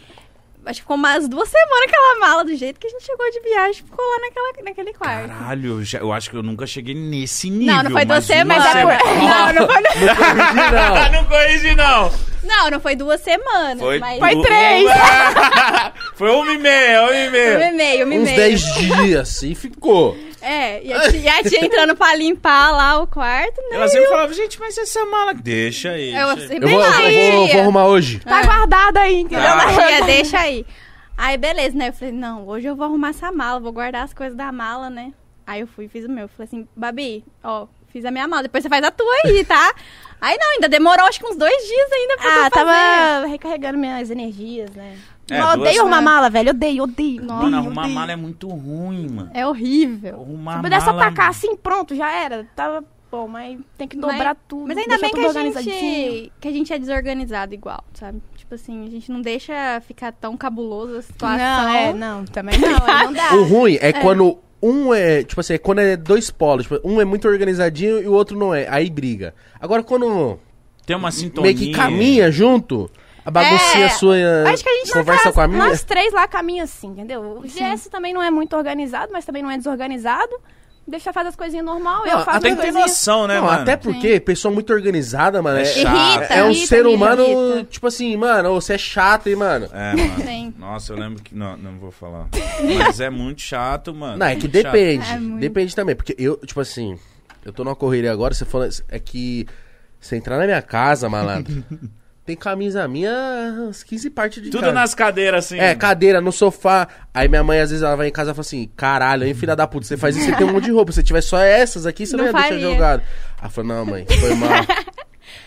[SPEAKER 4] Acho que ficou umas duas semanas aquela mala, do jeito que a gente chegou de viagem, ficou lá naquela, naquele quarto.
[SPEAKER 1] Caralho, eu, já- eu acho que eu nunca cheguei nesse nível.
[SPEAKER 4] não, não foi
[SPEAKER 1] mas
[SPEAKER 4] duas semanas.
[SPEAKER 1] uma
[SPEAKER 3] mas é
[SPEAKER 1] semana-
[SPEAKER 4] Não, não foi,
[SPEAKER 1] Ah,
[SPEAKER 2] Não,
[SPEAKER 1] não corrigi, não.
[SPEAKER 4] não, não foi duas semanas. mas...
[SPEAKER 3] Foi três.
[SPEAKER 1] foi uma e meia, uma e
[SPEAKER 4] Um
[SPEAKER 1] meia.
[SPEAKER 4] e-mail, um
[SPEAKER 2] Uns
[SPEAKER 4] e-mail.
[SPEAKER 2] 10 dias e ficou.
[SPEAKER 4] É, e a, tia, e a tia entrando pra limpar lá o quarto, né?
[SPEAKER 1] Ela sempre falava, gente, mas essa mala... Deixa aí. deixa aí.
[SPEAKER 4] Eu, assim,
[SPEAKER 2] Eu vou, eu
[SPEAKER 4] "Beleza,
[SPEAKER 2] vou- eu vou- eu vou
[SPEAKER 4] tia."
[SPEAKER 2] arrumar hoje.
[SPEAKER 3] Tá guardado aí, entendeu?
[SPEAKER 1] É. Ah.
[SPEAKER 4] Tia, deixa aí. Aí, beleza, né? Eu falei, não, hoje eu vou arrumar essa mala, vou guardar as coisas da mala, né? Aí eu fui e fiz o meu. Falei assim, Babi, ó, fiz a minha mala, depois você faz a tua aí, tá? aí não, ainda demorou acho que uns dois dias ainda pra
[SPEAKER 3] Ah,
[SPEAKER 4] tu fazer.
[SPEAKER 3] tava recarregando minhas energias, né? Mas
[SPEAKER 1] É,
[SPEAKER 3] eu
[SPEAKER 1] duas-
[SPEAKER 3] odeio arrumar mala, velho. Odeio, odeio.
[SPEAKER 1] Mano,
[SPEAKER 3] odeio,
[SPEAKER 1] arrumar
[SPEAKER 3] odeio.
[SPEAKER 1] mala é muito ruim, mano.
[SPEAKER 4] É horrível.
[SPEAKER 1] Arrumar
[SPEAKER 3] Se eu pudesse
[SPEAKER 1] mala...
[SPEAKER 3] atacar assim, pronto, já era. Tava bom, mas tem que dobrar
[SPEAKER 4] mas,
[SPEAKER 3] tudo.
[SPEAKER 4] Mas ainda
[SPEAKER 3] deixar
[SPEAKER 4] bem que
[SPEAKER 3] tudo
[SPEAKER 4] a,
[SPEAKER 3] organizadinho.
[SPEAKER 4] gente, que a gente é desorganizado igual, sabe? Tipo assim, a gente não deixa ficar tão cabuloso a situação.
[SPEAKER 3] Não, é, não, também não. aí não dá.
[SPEAKER 2] O ruim é, quando um é. Tipo assim, é quando é dois polos. Tipo, um é muito organizadinho e o outro não é. Aí briga. Agora quando um
[SPEAKER 1] Tem uma sintonia.
[SPEAKER 2] meio que caminha junto, a baguncinha
[SPEAKER 4] É,
[SPEAKER 2] sua
[SPEAKER 3] Acho que a gente
[SPEAKER 2] conversa
[SPEAKER 3] na casa,
[SPEAKER 2] com a minha.
[SPEAKER 3] Nós três lá caminha assim, entendeu? O GS também não é muito organizado, mas também não é desorganizado. Deixa fazer as coisinhas normal, eu
[SPEAKER 2] Não,
[SPEAKER 3] faço
[SPEAKER 2] até
[SPEAKER 1] Tem
[SPEAKER 3] as
[SPEAKER 1] que ter
[SPEAKER 3] coisinhas.
[SPEAKER 1] noção, né,
[SPEAKER 2] não,
[SPEAKER 1] mano?
[SPEAKER 2] até porque pessoa muito organizada, mano.
[SPEAKER 1] É
[SPEAKER 2] É,
[SPEAKER 1] chato.
[SPEAKER 4] Irrita,
[SPEAKER 2] é um
[SPEAKER 4] irrita,
[SPEAKER 2] ser
[SPEAKER 4] irrita,
[SPEAKER 2] humano,
[SPEAKER 4] irrita.
[SPEAKER 2] tipo assim, mano, você é chato, hein, mano.
[SPEAKER 1] É, mano.
[SPEAKER 4] Sim.
[SPEAKER 1] Nossa, eu lembro que... Não, não vou falar. Mas é muito chato, mano.
[SPEAKER 2] Não, é que
[SPEAKER 1] Muito chato.
[SPEAKER 2] depende.
[SPEAKER 4] É muito.
[SPEAKER 2] depende também. Porque eu, tipo assim, eu tô numa correria agora, você falando. É que. Você entrar na minha casa, malandro. tem camisa minha, uns 15 partes de
[SPEAKER 1] Tudo
[SPEAKER 2] casa.
[SPEAKER 1] nas cadeiras, assim.
[SPEAKER 2] É, cadeira, no sofá. Aí minha mãe, às vezes, ela vai em casa e fala assim: caralho, hein, filha da puta, você faz isso, você tem um monte de roupa. Se tiver só essas aqui, você não,
[SPEAKER 4] Não
[SPEAKER 2] ia deixar
[SPEAKER 4] faria.
[SPEAKER 2] jogado. Ela falou: não, mãe, foi mal.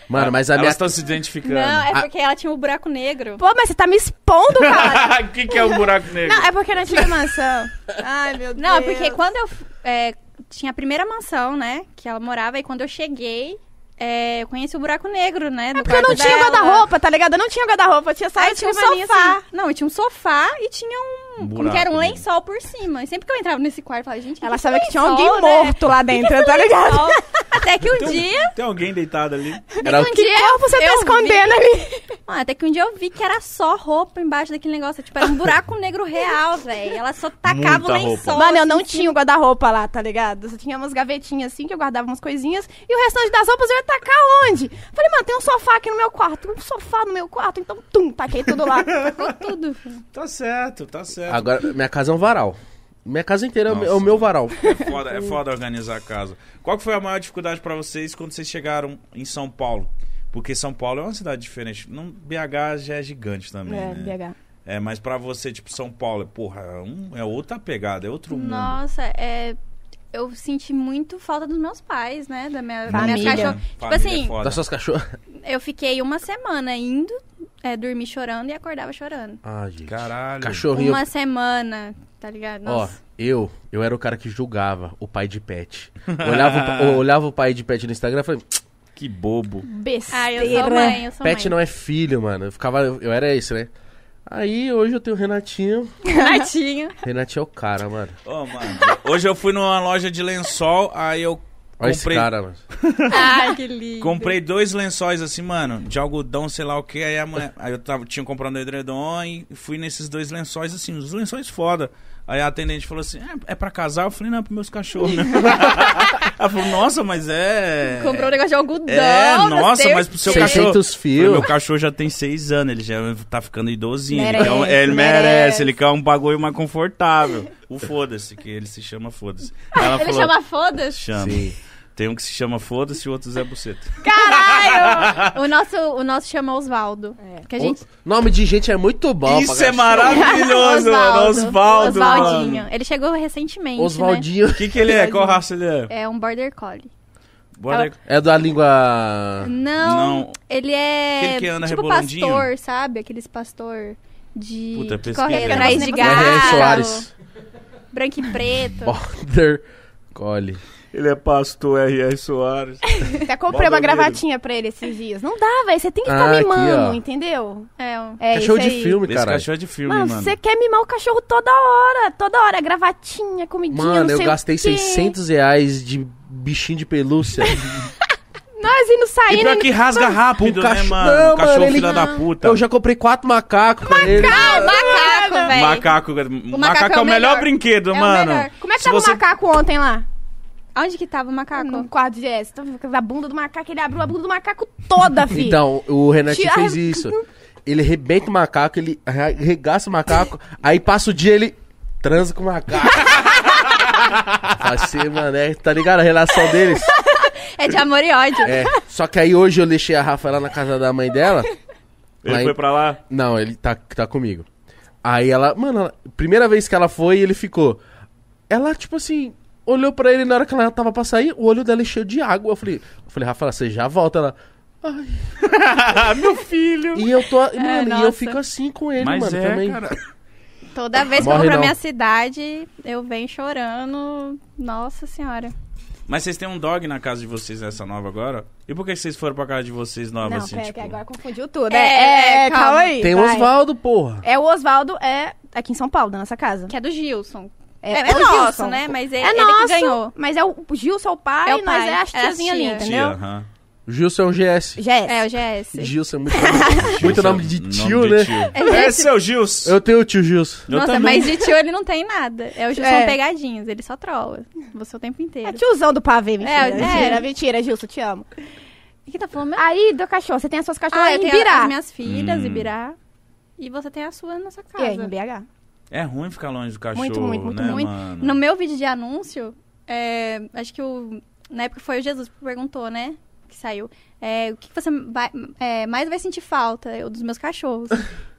[SPEAKER 2] Mano, mas a
[SPEAKER 1] Elas
[SPEAKER 2] minha.
[SPEAKER 1] estão se identificando.
[SPEAKER 4] Não, é
[SPEAKER 2] A-
[SPEAKER 4] porque ela tinha o buraco negro.
[SPEAKER 3] Pô, mas você tá me expondo, cara.
[SPEAKER 1] O que, que é o buraco negro?
[SPEAKER 3] não, é porque não tive mansão. Ai, meu Deus.
[SPEAKER 4] Não, é porque quando eu é, tinha a primeira mansão, né, que ela morava, e quando eu cheguei, é, eu conheci o buraco negro, né? do
[SPEAKER 3] É Porque eu não
[SPEAKER 4] quarto
[SPEAKER 3] tinha
[SPEAKER 4] dela.
[SPEAKER 3] guarda-roupa, tá ligado? Eu não tinha guarda-roupa, eu tinha saído
[SPEAKER 4] Aí tinha um
[SPEAKER 3] com a maninha
[SPEAKER 4] sofá.
[SPEAKER 3] assim.
[SPEAKER 4] Não, eu tinha um sofá e tinha um. como
[SPEAKER 1] buraco
[SPEAKER 4] que era um
[SPEAKER 1] negro.
[SPEAKER 4] lençol por cima. E sempre que eu entrava nesse quarto, eu falava, gente, que
[SPEAKER 3] Ela
[SPEAKER 4] que
[SPEAKER 3] sabia
[SPEAKER 4] é
[SPEAKER 3] que tinha
[SPEAKER 4] lençol,
[SPEAKER 3] alguém
[SPEAKER 4] né?
[SPEAKER 3] morto lá dentro, tá ligado?
[SPEAKER 4] Lençol. Até que
[SPEAKER 1] Então
[SPEAKER 4] um dia.
[SPEAKER 1] Tem alguém deitado ali.
[SPEAKER 2] Era o-
[SPEAKER 4] um
[SPEAKER 3] Que
[SPEAKER 4] dia
[SPEAKER 3] corpo você tá
[SPEAKER 4] eu vi-
[SPEAKER 3] escondendo ali?
[SPEAKER 4] Ah, até que um dia eu vi que era só roupa embaixo daquele negócio. Tipo, era um buraco negro real, velho. Ela só tacava
[SPEAKER 1] Muita
[SPEAKER 4] o
[SPEAKER 1] roupa.
[SPEAKER 4] lençol.
[SPEAKER 3] Mano, eu
[SPEAKER 4] assim,
[SPEAKER 3] não
[SPEAKER 4] em cima.
[SPEAKER 3] tinha o guarda-roupa lá, tá ligado? Eu tinha umas gavetinhas assim que eu guardava umas coisinhas e o restante das roupas eu ia tacar onde? Falei, mano, tem um sofá aqui no meu quarto, um sofá no meu quarto, então tum, taquei tudo lá.
[SPEAKER 4] Ficou tudo. filho.
[SPEAKER 1] Tá certo, tá certo.
[SPEAKER 2] Agora, minha casa é um varal. Minha casa inteira é o meu- é o
[SPEAKER 1] Nossa.
[SPEAKER 2] meu varal.
[SPEAKER 1] É foda, é foda organizar a casa. Qual que foi a maior dificuldade pra vocês quando vocês chegaram em São Paulo? Porque São Paulo é uma cidade diferente. Não, BH já é gigante também,
[SPEAKER 3] É,
[SPEAKER 1] né?
[SPEAKER 3] BH.
[SPEAKER 1] É, mas pra você, tipo, São Paulo, porra, é, um- é outra pegada, é outro mundo.
[SPEAKER 4] Nossa, é. Eu senti muito falta dos meus pais, né? Da minha, da minha
[SPEAKER 3] Família.
[SPEAKER 4] cachorra. Tipo
[SPEAKER 1] Família é
[SPEAKER 4] assim,
[SPEAKER 1] foda.
[SPEAKER 2] Das suas cachorras.
[SPEAKER 4] eu fiquei uma semana indo, é, dormir chorando e acordava chorando.
[SPEAKER 2] Ah, gente.
[SPEAKER 1] Caralho.
[SPEAKER 2] Cachorrinho.
[SPEAKER 4] Uma semana, tá ligado?
[SPEAKER 2] Ó,
[SPEAKER 4] Nossa.
[SPEAKER 2] eu, eu era o cara que julgava o pai de pet. Olhava, o pa- eu olhava o pai de pet no Instagram e falei,
[SPEAKER 1] Que bobo.
[SPEAKER 3] Besteira.
[SPEAKER 4] Ah, eu sou mãe, eu sou
[SPEAKER 2] pet
[SPEAKER 4] mãe.
[SPEAKER 2] não é filho, mano. Eu ficava, eu era isso, né? Aí hoje eu tenho o Renatinho.
[SPEAKER 4] Renatinho.
[SPEAKER 2] Renatinho é o cara, mano.
[SPEAKER 1] Ô, mano, hoje eu fui numa loja de lençol, aí eu comprei,
[SPEAKER 2] Olha esse cara, mano.
[SPEAKER 4] Ai, que lindo.
[SPEAKER 1] comprei dois lençóis assim, mano, de algodão, sei lá o que. Aí, a mulher- aí eu tava, tinha comprado um edredom e fui nesses dois lençóis, assim, os lençóis foda. Aí a atendente falou assim: é, é pra casar? Eu falei: não, é pros meus cachorros, né? Ela falou: nossa, mas é.
[SPEAKER 4] Comprou um negócio de algodão.
[SPEAKER 1] É,
[SPEAKER 4] não
[SPEAKER 1] nossa,
[SPEAKER 4] sei
[SPEAKER 1] mas
[SPEAKER 4] o
[SPEAKER 1] pro seu
[SPEAKER 4] quê.
[SPEAKER 1] cachorro-
[SPEAKER 2] 600
[SPEAKER 1] Falei,
[SPEAKER 2] fios.
[SPEAKER 1] meu cachorro já tem seis anos, ele já tá ficando idosinho.
[SPEAKER 3] Merece,
[SPEAKER 1] ele, quer um- é, ele merece,
[SPEAKER 3] merece.
[SPEAKER 1] ele quer um bagulho mais confortável. O foda-se, que ele se chama foda-se. Ela
[SPEAKER 4] Ele
[SPEAKER 1] falou,
[SPEAKER 4] chama foda-se.
[SPEAKER 1] chama.
[SPEAKER 2] Sim.
[SPEAKER 1] Tem um que se chama foda-se e o outro Zé Buceta.
[SPEAKER 4] Caralho! o, nosso, o nosso chama Osvaldo. Que a gente...
[SPEAKER 2] O nome de gente é muito bom.
[SPEAKER 1] Isso
[SPEAKER 2] pra
[SPEAKER 1] é
[SPEAKER 2] cachorro.
[SPEAKER 1] maravilhoso, mano. Osvaldo,
[SPEAKER 4] Osvaldinho.
[SPEAKER 1] mano.
[SPEAKER 4] Ele chegou recentemente, né?
[SPEAKER 2] Oswaldinho.
[SPEAKER 1] O que, que ele é? Qual raça ele é?
[SPEAKER 4] É um Border Collie.
[SPEAKER 1] Bora aí.
[SPEAKER 2] É da língua...
[SPEAKER 4] Não,
[SPEAKER 1] Ah, Não.
[SPEAKER 4] ele é
[SPEAKER 1] Aquele que anda
[SPEAKER 4] tipo
[SPEAKER 1] rebolandinho?
[SPEAKER 4] pastor, sabe? Aqueles pastor de...
[SPEAKER 1] Puta,
[SPEAKER 4] que
[SPEAKER 2] né?
[SPEAKER 1] pesquisa.
[SPEAKER 2] é,
[SPEAKER 4] corre atrás de
[SPEAKER 3] É,
[SPEAKER 2] da
[SPEAKER 4] gato.
[SPEAKER 2] R.R. Soares.
[SPEAKER 4] Branco e preto.
[SPEAKER 2] Border Cole.
[SPEAKER 1] Ele é pastor R.R. Soares.
[SPEAKER 3] Até comprei
[SPEAKER 1] Manda
[SPEAKER 3] uma
[SPEAKER 1] mesmo.
[SPEAKER 3] gravatinha pra ele esses dias. Não dá, velho. Você tem que
[SPEAKER 2] Ah,
[SPEAKER 3] ficar
[SPEAKER 2] aqui,
[SPEAKER 3] mimando,
[SPEAKER 2] ó.
[SPEAKER 3] entendeu?
[SPEAKER 4] É, um-
[SPEAKER 3] É
[SPEAKER 2] cachorro
[SPEAKER 3] isso
[SPEAKER 2] de
[SPEAKER 3] aí.
[SPEAKER 2] filme,
[SPEAKER 1] Esse
[SPEAKER 2] cara.
[SPEAKER 1] cachorro é de filme,
[SPEAKER 3] Mano,
[SPEAKER 1] mano.
[SPEAKER 3] você quer mimar o cachorro toda hora. Toda hora. Gravatinha, comidinha,
[SPEAKER 2] Mano,
[SPEAKER 3] não
[SPEAKER 2] eu
[SPEAKER 3] sei o
[SPEAKER 2] gastei
[SPEAKER 3] quê.
[SPEAKER 2] 600 reais de bichinho de pelúcia.
[SPEAKER 3] Nós indo
[SPEAKER 1] E
[SPEAKER 3] saindo.
[SPEAKER 1] pior que rasga rápido, né,
[SPEAKER 2] cachorro-
[SPEAKER 1] mano?
[SPEAKER 2] Não,
[SPEAKER 1] cachorro
[SPEAKER 2] mano, ele-
[SPEAKER 1] filha da puta.
[SPEAKER 2] eu já comprei quatro macacos pra ele.
[SPEAKER 3] É,
[SPEAKER 4] Ah, o macaco, velho.
[SPEAKER 1] Macaco, macaco, é o melhor, brinquedo,
[SPEAKER 4] É o
[SPEAKER 1] mano.
[SPEAKER 4] melhor.
[SPEAKER 3] Como é que
[SPEAKER 1] Se
[SPEAKER 3] tava
[SPEAKER 1] você-
[SPEAKER 3] o macaco ontem lá?
[SPEAKER 4] Onde que tava o macaco?
[SPEAKER 3] No quarto um de S. Então, A bunda do macaco, ele abriu a bunda do macaco toda, filho.
[SPEAKER 2] Então, o Renatinho
[SPEAKER 3] Tira-
[SPEAKER 2] fez isso. Ele arrebenta o macaco, ele arregaça o macaco, aí passa o dia ele transa com o macaco. Assim, mano, é, tá ligado a relação deles?
[SPEAKER 4] É de amor e ódio.
[SPEAKER 2] É. Só que aí hoje eu deixei a Rafa lá na casa da mãe dela.
[SPEAKER 1] Ele
[SPEAKER 2] Lá em-
[SPEAKER 1] foi pra lá.
[SPEAKER 2] Não, ele tá, tá comigo. Aí ela, mano, ela- primeira vez que ela foi, ele ficou. Ela, tipo assim, olhou pra ele na hora que ela tava pra sair, o olho dela encheu de água. Eu falei, eu falei, Rafa, você já volta? Ela,
[SPEAKER 1] Meu filho.
[SPEAKER 2] e eu
[SPEAKER 3] É,
[SPEAKER 2] tô. mano, e eu
[SPEAKER 4] nossa.
[SPEAKER 2] fico assim com ele,
[SPEAKER 1] Mas
[SPEAKER 2] mano,
[SPEAKER 1] é,
[SPEAKER 2] também.
[SPEAKER 1] cara.
[SPEAKER 4] Toda vez que eu
[SPEAKER 2] Morre
[SPEAKER 4] vou pra
[SPEAKER 2] não.
[SPEAKER 4] minha cidade, eu venho chorando. Nossa senhora.
[SPEAKER 1] Mas vocês têm um dog na casa de vocês nessa nova agora? E por que vocês foram pra casa de vocês nova
[SPEAKER 3] Não,
[SPEAKER 1] assim?
[SPEAKER 3] pera,
[SPEAKER 1] tipo?
[SPEAKER 3] que agora confundiu tudo.
[SPEAKER 4] É,
[SPEAKER 3] É, é,
[SPEAKER 4] é,
[SPEAKER 3] calma.
[SPEAKER 4] calma.
[SPEAKER 3] aí.
[SPEAKER 2] Tem o
[SPEAKER 3] vai.
[SPEAKER 2] Osvaldo, porra.
[SPEAKER 3] É o Osvaldo, é aqui em São Paulo, da nossa casa.
[SPEAKER 4] Que é do Gilson.
[SPEAKER 3] É,
[SPEAKER 4] É,
[SPEAKER 3] é o
[SPEAKER 4] nosso,
[SPEAKER 3] Gilson.
[SPEAKER 4] né? Mas ele,
[SPEAKER 3] é
[SPEAKER 4] ele
[SPEAKER 3] nosso,
[SPEAKER 4] que ganhou.
[SPEAKER 3] mas é o, o Gilson é o pai,
[SPEAKER 4] É o
[SPEAKER 3] nós
[SPEAKER 4] pai,
[SPEAKER 3] é as
[SPEAKER 4] é as
[SPEAKER 3] tiazinhas ali,
[SPEAKER 4] tia.
[SPEAKER 1] Tia,
[SPEAKER 3] entendeu?
[SPEAKER 1] aham.
[SPEAKER 2] Gilson é um GS.
[SPEAKER 3] Já
[SPEAKER 4] É,
[SPEAKER 3] é.
[SPEAKER 4] o GS.
[SPEAKER 2] Gilson é muito, muito nome de tio, né?
[SPEAKER 1] É seu Gilson.
[SPEAKER 2] Eu tenho o tio Gilson.
[SPEAKER 1] Eu
[SPEAKER 4] Nossa, é
[SPEAKER 1] também.
[SPEAKER 4] mas de tio ele não tem nada. É o Gilson
[SPEAKER 3] É.
[SPEAKER 4] pegadinhas, ele só trola. Você o tempo
[SPEAKER 3] É
[SPEAKER 4] inteiro.
[SPEAKER 3] tiozão do pavê, mentira.
[SPEAKER 4] É,
[SPEAKER 3] mentira,
[SPEAKER 4] é.
[SPEAKER 3] mentira, Gilson, te amo.
[SPEAKER 4] O que tá falando? mesmo?
[SPEAKER 3] Aí, do cachorro, você tem as suas cachorras
[SPEAKER 4] Ah, eu
[SPEAKER 3] em
[SPEAKER 4] tenho as
[SPEAKER 3] Ibirá.
[SPEAKER 4] minhas filhas,
[SPEAKER 1] Hum.
[SPEAKER 4] Ibirá. E você tem a sua na sua
[SPEAKER 3] É, em
[SPEAKER 4] casa.
[SPEAKER 3] BH.
[SPEAKER 1] É ruim ficar longe do cachorro,
[SPEAKER 3] Muito, muito, muito,
[SPEAKER 1] né,
[SPEAKER 4] muito.
[SPEAKER 1] mano?
[SPEAKER 4] No meu vídeo de anúncio, é, acho que o, na época foi o Jesus que perguntou, né? Que saiu. é, o que que você vai- é, mais vai sentir falta? Eu dos meus cachorros.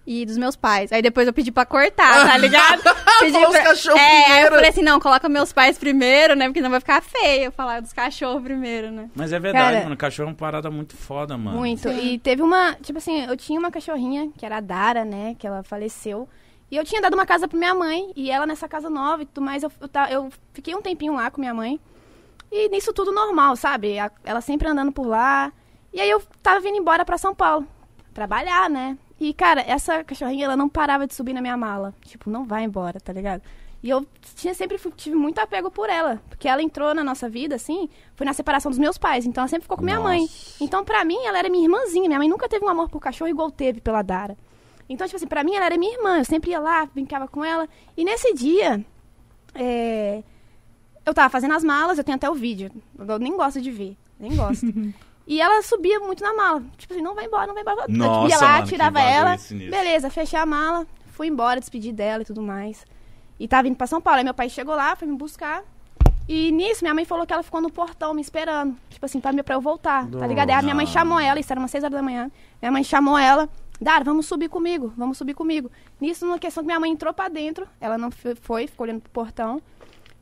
[SPEAKER 4] E dos meus pais. Aí depois eu pedi pra cortar, tá ligado? Pedi
[SPEAKER 2] Fala os cachorros
[SPEAKER 4] é, aí eu
[SPEAKER 2] primeiro.
[SPEAKER 4] falei assim, não, coloca meus pais primeiro, né? Porque não vai ficar feio eu falar dos cachorros primeiro, né?
[SPEAKER 1] Mas é verdade,
[SPEAKER 3] Cara-
[SPEAKER 1] mano. Cachorro é uma parada muito foda, mano.
[SPEAKER 3] Muito. E teve uma. Tipo assim, eu tinha uma cachorrinha, que era a Dara, né? Que ela faleceu. E eu tinha dado uma casa pra minha mãe. E ela nessa casa nova e tudo mais. Eu, eu, ta- eu fiquei um tempinho lá com minha mãe. E nisso tudo normal, sabe? A- Ela sempre andando por lá. E aí eu tava vindo embora pra São Paulo. Trabalhar, né? E, cara, essa cachorrinha, ela não parava de subir na minha mala. Tipo, não vai embora, tá ligado? E eu tinha, sempre fui- tive muito apego por ela. Porque ela entrou na nossa vida, assim, foi na separação dos meus pais. Então ela sempre ficou com minha mãe. Então, pra mim, ela era minha irmãzinha. Minha mãe nunca teve um amor por cachorro igual teve pela Dara. Então, tipo assim, pra mim ela era minha irmã. Eu sempre ia lá, brincava com ela. E nesse dia, é, eu tava fazendo as malas, eu tenho até o vídeo. Eu nem gosto de ver, nem gosto. e ela subia muito na mala. Tipo assim, não vai embora, não vai embora. eu
[SPEAKER 1] Nossa,
[SPEAKER 3] ia lá,
[SPEAKER 1] mano, que
[SPEAKER 3] tirava
[SPEAKER 1] bagulho
[SPEAKER 3] ela.
[SPEAKER 1] sinistro.
[SPEAKER 3] Beleza, fechei a mala, fui embora, despedi dela e tudo mais. E tava indo pra São Paulo. Aí meu pai chegou lá, foi me buscar. E nisso, minha mãe falou que ela ficou no portão me esperando. Tipo assim, pra, mim- pra eu voltar, tá ligado? Aí a minha mãe chamou ela, isso era umas 6 horas da manhã. Minha mãe chamou ela. Dara, vamos subir comigo, vamos subir comigo. Nisso, numa questão que minha mãe entrou pra dentro, ela não fe- foi, ficou olhando pro portão.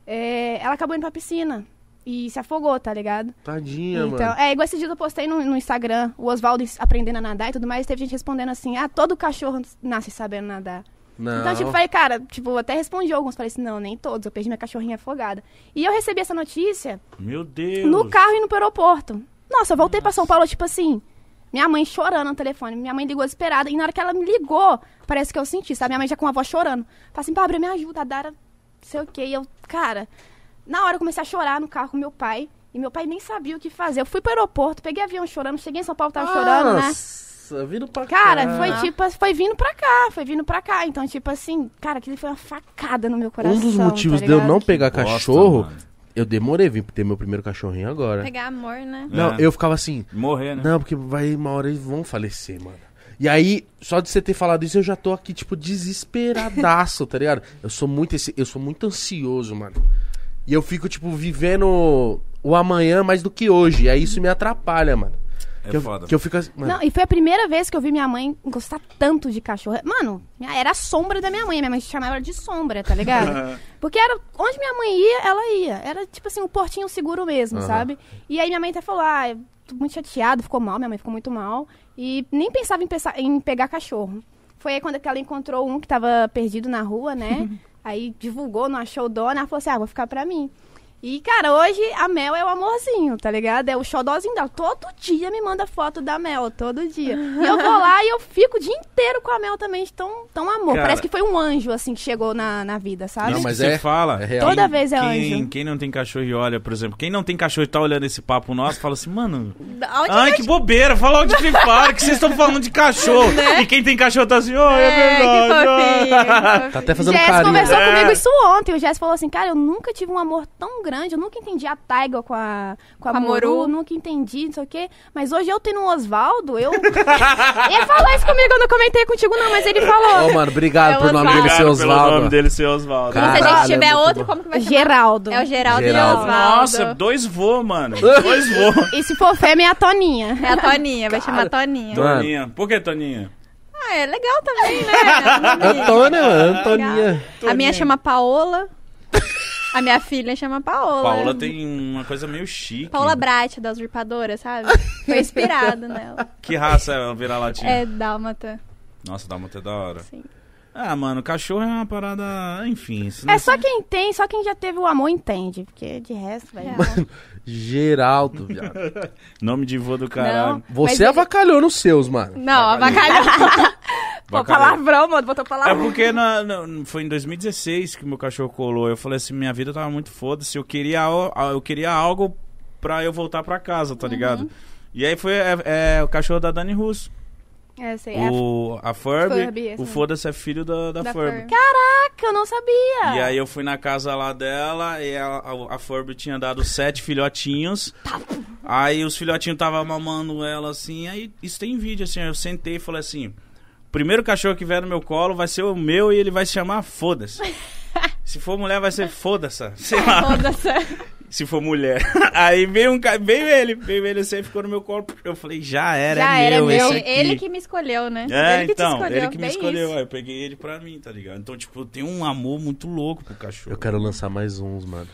[SPEAKER 3] É, ela acabou indo pra piscina e se afogou, tá ligado?
[SPEAKER 2] Tadinha,
[SPEAKER 3] então,
[SPEAKER 2] mano.
[SPEAKER 3] é igual esses dias eu postei no, no Instagram, o Oswaldo ens- aprendendo a nadar e tudo mais, teve gente respondendo assim: ah, todo cachorro nasce sabendo nadar.
[SPEAKER 2] Não.
[SPEAKER 3] Então, tipo, falei, cara, tipo, eu até respondi alguns. Falei assim, não, nem todos, eu perdi minha cachorrinha afogada. E eu recebi essa notícia
[SPEAKER 1] Meu Deus.
[SPEAKER 3] no carro e no aeroporto. Nossa, eu voltei pra São Paulo, tipo assim, minha mãe chorando no telefone. Minha mãe ligou desesperada. E na hora que ela me ligou, parece que eu senti, sabe? Minha mãe já com a voz chorando. Falei assim, Pabra, me ajuda, a Dara, sei o quê. E eu, cara, na hora eu comecei a chorar no carro com meu pai. E meu pai nem sabia o que fazer. Eu fui pro aeroporto, peguei avião chorando, cheguei em São Paulo, tava chorando, né?
[SPEAKER 2] Nossa, vindo pra
[SPEAKER 3] Cara,
[SPEAKER 2] cá.
[SPEAKER 3] foi tipo, foi vindo pra cá, foi vindo pra cá. Então, tipo assim, cara, aquilo foi uma facada no meu coração.
[SPEAKER 2] Um dos motivos
[SPEAKER 3] tá
[SPEAKER 2] de eu
[SPEAKER 3] ligado?
[SPEAKER 2] não pegar
[SPEAKER 1] bosta,
[SPEAKER 2] cachorro,
[SPEAKER 1] mano.
[SPEAKER 2] eu demorei a vir ter meu primeiro cachorrinho agora.
[SPEAKER 4] Pegar amor, né?
[SPEAKER 2] Não,
[SPEAKER 1] É.
[SPEAKER 2] eu ficava assim,
[SPEAKER 1] Morrer, né?
[SPEAKER 2] não, porque vai uma hora eles vão falecer, mano. E aí, só de você ter falado isso, eu já tô aqui, tipo, desesperadaço, tá ligado? Eu sou muito esse, eu sou muito ansioso, mano. E eu fico, tipo, vivendo o amanhã mais do que hoje. E aí isso me atrapalha, mano.
[SPEAKER 1] É
[SPEAKER 2] que eu,
[SPEAKER 1] foda.
[SPEAKER 2] Que eu fico assim, mano.
[SPEAKER 3] Não, e foi a primeira vez que eu vi minha mãe gostar tanto de cachorro. Mano, minha- era a sombra da minha mãe. Minha mãe chamava ela de sombra, tá ligado? Porque era onde minha mãe ia, ela ia. Era tipo assim, um portinho seguro mesmo,
[SPEAKER 2] Aham.
[SPEAKER 3] sabe? E aí minha mãe até falou: ah, eu tô muito chateado, ficou mal, minha mãe ficou muito mal. E nem pensava em, pensar- em pegar cachorro. Foi aí quando que ela encontrou um que tava perdido na rua, né? aí divulgou, não achou o dono, ela falou assim: ah, vou ficar pra mim. E, cara, hoje a Mel é o amorzinho, tá ligado? É o xodózinho dela. Todo dia me manda foto da Mel, todo dia. E eu vou lá e eu fico o dia inteiro com a Mel também, de tão, tão amor.
[SPEAKER 1] Cara.
[SPEAKER 3] Parece que foi um anjo, assim, que chegou na, na vida, sabe?
[SPEAKER 2] Não,
[SPEAKER 1] Isso
[SPEAKER 2] mas
[SPEAKER 1] que você
[SPEAKER 2] é-
[SPEAKER 1] fala.
[SPEAKER 2] é real.
[SPEAKER 3] Toda vez é
[SPEAKER 1] quem,
[SPEAKER 3] anjo.
[SPEAKER 1] quem não tem cachorro e olha, por exemplo, quem não tem cachorro e tá olhando esse papo nosso, fala assim, mano.
[SPEAKER 4] Da- onde
[SPEAKER 1] Ai, que bobeira, fala de Free Fire, que vocês estão falando de cachorro.
[SPEAKER 3] Né?
[SPEAKER 1] E quem tem cachorro tá assim, ó, é,
[SPEAKER 4] É, que
[SPEAKER 1] verdade. ó."
[SPEAKER 4] fofinho.
[SPEAKER 2] Tá até
[SPEAKER 3] O
[SPEAKER 2] fazendo
[SPEAKER 3] Jess
[SPEAKER 2] carinho.
[SPEAKER 3] conversou
[SPEAKER 1] É.
[SPEAKER 3] comigo isso ontem. O Jess falou assim, cara, eu nunca tive um amor tão grande. Eu nunca entendi a Taiga com a, com a,
[SPEAKER 4] Com a
[SPEAKER 3] Moru,
[SPEAKER 4] Moru.
[SPEAKER 3] Nunca entendi, não sei o quê. Mas hoje eu tendo um Osvaldo, eu... ele falou isso comigo, eu não comentei contigo não, mas ele
[SPEAKER 2] Ô,
[SPEAKER 3] falou.
[SPEAKER 2] mano, obrigado
[SPEAKER 4] É o
[SPEAKER 2] por nome dele
[SPEAKER 1] Obrigado
[SPEAKER 2] ser
[SPEAKER 1] pelo
[SPEAKER 2] Osvaldo.
[SPEAKER 1] nome dele, seu Osvaldo.
[SPEAKER 2] Cara.
[SPEAKER 4] Se a gente
[SPEAKER 2] Caralho, é
[SPEAKER 4] tiver
[SPEAKER 2] muito
[SPEAKER 4] outro,
[SPEAKER 2] bom.
[SPEAKER 4] como que vai chamar?
[SPEAKER 3] Geraldo.
[SPEAKER 4] É o Geraldo,
[SPEAKER 2] Geraldo.
[SPEAKER 4] e o Osvaldo.
[SPEAKER 1] Nossa, dois vô, mano. Dois vô.
[SPEAKER 3] E se for fêmea, é a Toninha.
[SPEAKER 4] É a Toninha, vai chamar Toninha.
[SPEAKER 2] Mano.
[SPEAKER 1] Toninha. Por que, Toninha?
[SPEAKER 4] Ah, é legal também, né?
[SPEAKER 2] Antônia, mano, Antoninha.
[SPEAKER 4] A minha chama Paola. A minha filha chama Paola.
[SPEAKER 1] Paola tem uma coisa meio chique.
[SPEAKER 4] Paola Brat, da Usurpadora, sabe? Foi inspirado nela.
[SPEAKER 1] Que raça é o vira-latinha?
[SPEAKER 4] É dálmata.
[SPEAKER 1] Nossa, dá muito da hora.
[SPEAKER 4] Sim.
[SPEAKER 1] Ah, mano, cachorro é uma parada. Enfim. Isso não-
[SPEAKER 3] É só quem tem, só quem já teve o amor entende. Porque de resto,
[SPEAKER 4] É.
[SPEAKER 3] velho.
[SPEAKER 2] Geraldo, viado.
[SPEAKER 1] Nome de vô do caralho.
[SPEAKER 2] Você
[SPEAKER 3] Mas ele-
[SPEAKER 2] avacalhou nos seus, mano.
[SPEAKER 4] Não, avacalhou.
[SPEAKER 3] Pô,
[SPEAKER 1] Bacana.
[SPEAKER 3] palavrão, mano, botou
[SPEAKER 1] É
[SPEAKER 3] palavrão.
[SPEAKER 1] porque na- na- foi em 2016 que meu cachorro colou. Eu falei assim, minha vida tava muito foda-se. Eu queria, al- eu queria algo pra eu voltar pra casa, tá ligado? E aí foi é, é, o cachorro da Dani Russo.
[SPEAKER 3] É, sei. É,
[SPEAKER 1] O, a Furby.
[SPEAKER 3] Furby, esse
[SPEAKER 1] o
[SPEAKER 3] mesmo.
[SPEAKER 1] foda-se é filho da, da,
[SPEAKER 4] Da
[SPEAKER 1] Furby.
[SPEAKER 4] Furby.
[SPEAKER 3] que É eu não sabia.
[SPEAKER 4] É.
[SPEAKER 1] E aí eu fui na casa lá dela e a, a, a Furby tinha dado sete filhotinhos.
[SPEAKER 4] Tá.
[SPEAKER 1] Aí os filhotinhos tava mamando ela assim. Aí isso tem vídeo assim. Eu sentei e falei assim: o primeiro cachorro que vier no meu colo vai ser o meu e ele vai se chamar Foda-se. Se for mulher, vai ser foda-se. Sei lá. Se for mulher. Aí veio, um, ca- veio ele. Veio ele assim, ficou no meu colo. Eu falei, já era,
[SPEAKER 3] Já
[SPEAKER 1] é
[SPEAKER 3] era, é
[SPEAKER 1] meu.
[SPEAKER 3] meu.
[SPEAKER 1] esse aqui.
[SPEAKER 4] Ele, ele que me escolheu, né?
[SPEAKER 1] É,
[SPEAKER 4] ele que
[SPEAKER 1] então,
[SPEAKER 4] te escolheu.
[SPEAKER 1] ele que me
[SPEAKER 4] bem
[SPEAKER 1] escolheu.
[SPEAKER 4] isso.
[SPEAKER 1] Aí eu peguei ele pra mim, tá ligado? Então, tipo, eu tenho um amor muito louco pro cachorro.
[SPEAKER 2] Eu quero lançar mais uns, mano.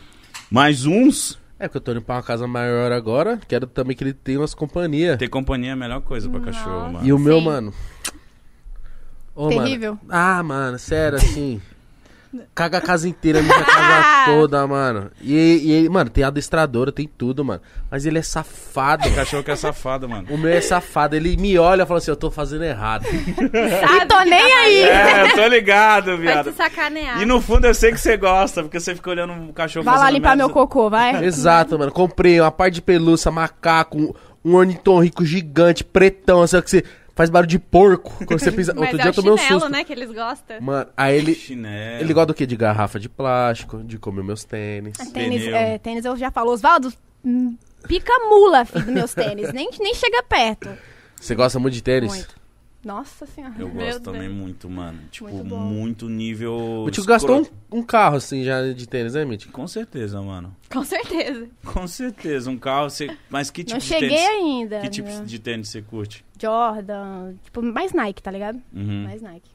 [SPEAKER 1] Mais uns?
[SPEAKER 2] É que eu tô indo pra uma casa maior agora. Quero também que ele tenha umas companhias.
[SPEAKER 1] Ter companhia é a melhor coisa pra cachorro, mano.
[SPEAKER 2] E o meu,
[SPEAKER 4] Sim.
[SPEAKER 2] mano. Ô,
[SPEAKER 3] Terrível.
[SPEAKER 2] Mano. Ah, mano, sério, assim. Caga a casa inteira, minha casa toda, mano. E, e ele, mano, tem adestradora, tem tudo, mano. Mas ele é
[SPEAKER 1] O
[SPEAKER 2] safado, cara.
[SPEAKER 1] cachorro que é safado, mano.
[SPEAKER 2] O meu é safado. Ele me olha e fala assim: eu tô fazendo errado.
[SPEAKER 3] E Ah, tô nem aí.
[SPEAKER 1] É, eu tô ligado,
[SPEAKER 4] Vai
[SPEAKER 1] viado.
[SPEAKER 4] se sacanear.
[SPEAKER 1] E no fundo eu sei que você gosta, porque você fica olhando o cachorro
[SPEAKER 3] Vai lá
[SPEAKER 1] fazendo
[SPEAKER 3] limpar
[SPEAKER 1] merda.
[SPEAKER 3] meu cocô, vai.
[SPEAKER 2] Exato, mano. Comprei uma parte de pelúcia, macaco, um- um ornitorrinco gigante, pretão, assim, que você faz barulho de porco. Quando você pisa.
[SPEAKER 4] Mas
[SPEAKER 2] Outro
[SPEAKER 4] é
[SPEAKER 2] dia eu
[SPEAKER 4] o
[SPEAKER 2] tomei um
[SPEAKER 4] chinelo,
[SPEAKER 2] susto.
[SPEAKER 4] né, que eles gostam.
[SPEAKER 2] Mano, aí ele.
[SPEAKER 1] Chinelo.
[SPEAKER 2] Ele gosta do quê? De garrafa de plástico, de comer meus tênis.
[SPEAKER 3] Tênis,
[SPEAKER 1] Pneu.
[SPEAKER 3] é, tênis eu já falo, Osvaldo, hum, pica mula, filho, dos meus tênis. Nem, nem chega perto.
[SPEAKER 2] Você gosta muito de tênis?
[SPEAKER 3] Muito. Nossa senhora.
[SPEAKER 1] Eu
[SPEAKER 4] Meu
[SPEAKER 1] gosto
[SPEAKER 4] Deus.
[SPEAKER 1] também muito, mano. Tipo,
[SPEAKER 3] Muito
[SPEAKER 1] muito,
[SPEAKER 3] bom.
[SPEAKER 1] nível.
[SPEAKER 2] O tio gastou
[SPEAKER 1] escroto.
[SPEAKER 2] um, um carro, assim, já de tênis, né, Mítico?
[SPEAKER 1] Com certeza, mano.
[SPEAKER 4] Com certeza.
[SPEAKER 1] Com certeza. Um carro, você. Mas que tipo
[SPEAKER 3] não
[SPEAKER 1] de
[SPEAKER 3] cheguei
[SPEAKER 1] tênis?
[SPEAKER 3] ainda.
[SPEAKER 1] Que tipo
[SPEAKER 3] né?
[SPEAKER 1] de tênis você curte?
[SPEAKER 3] Jordan, tipo, mais Nike, tá ligado?
[SPEAKER 1] Uhum.
[SPEAKER 3] Mais Nike.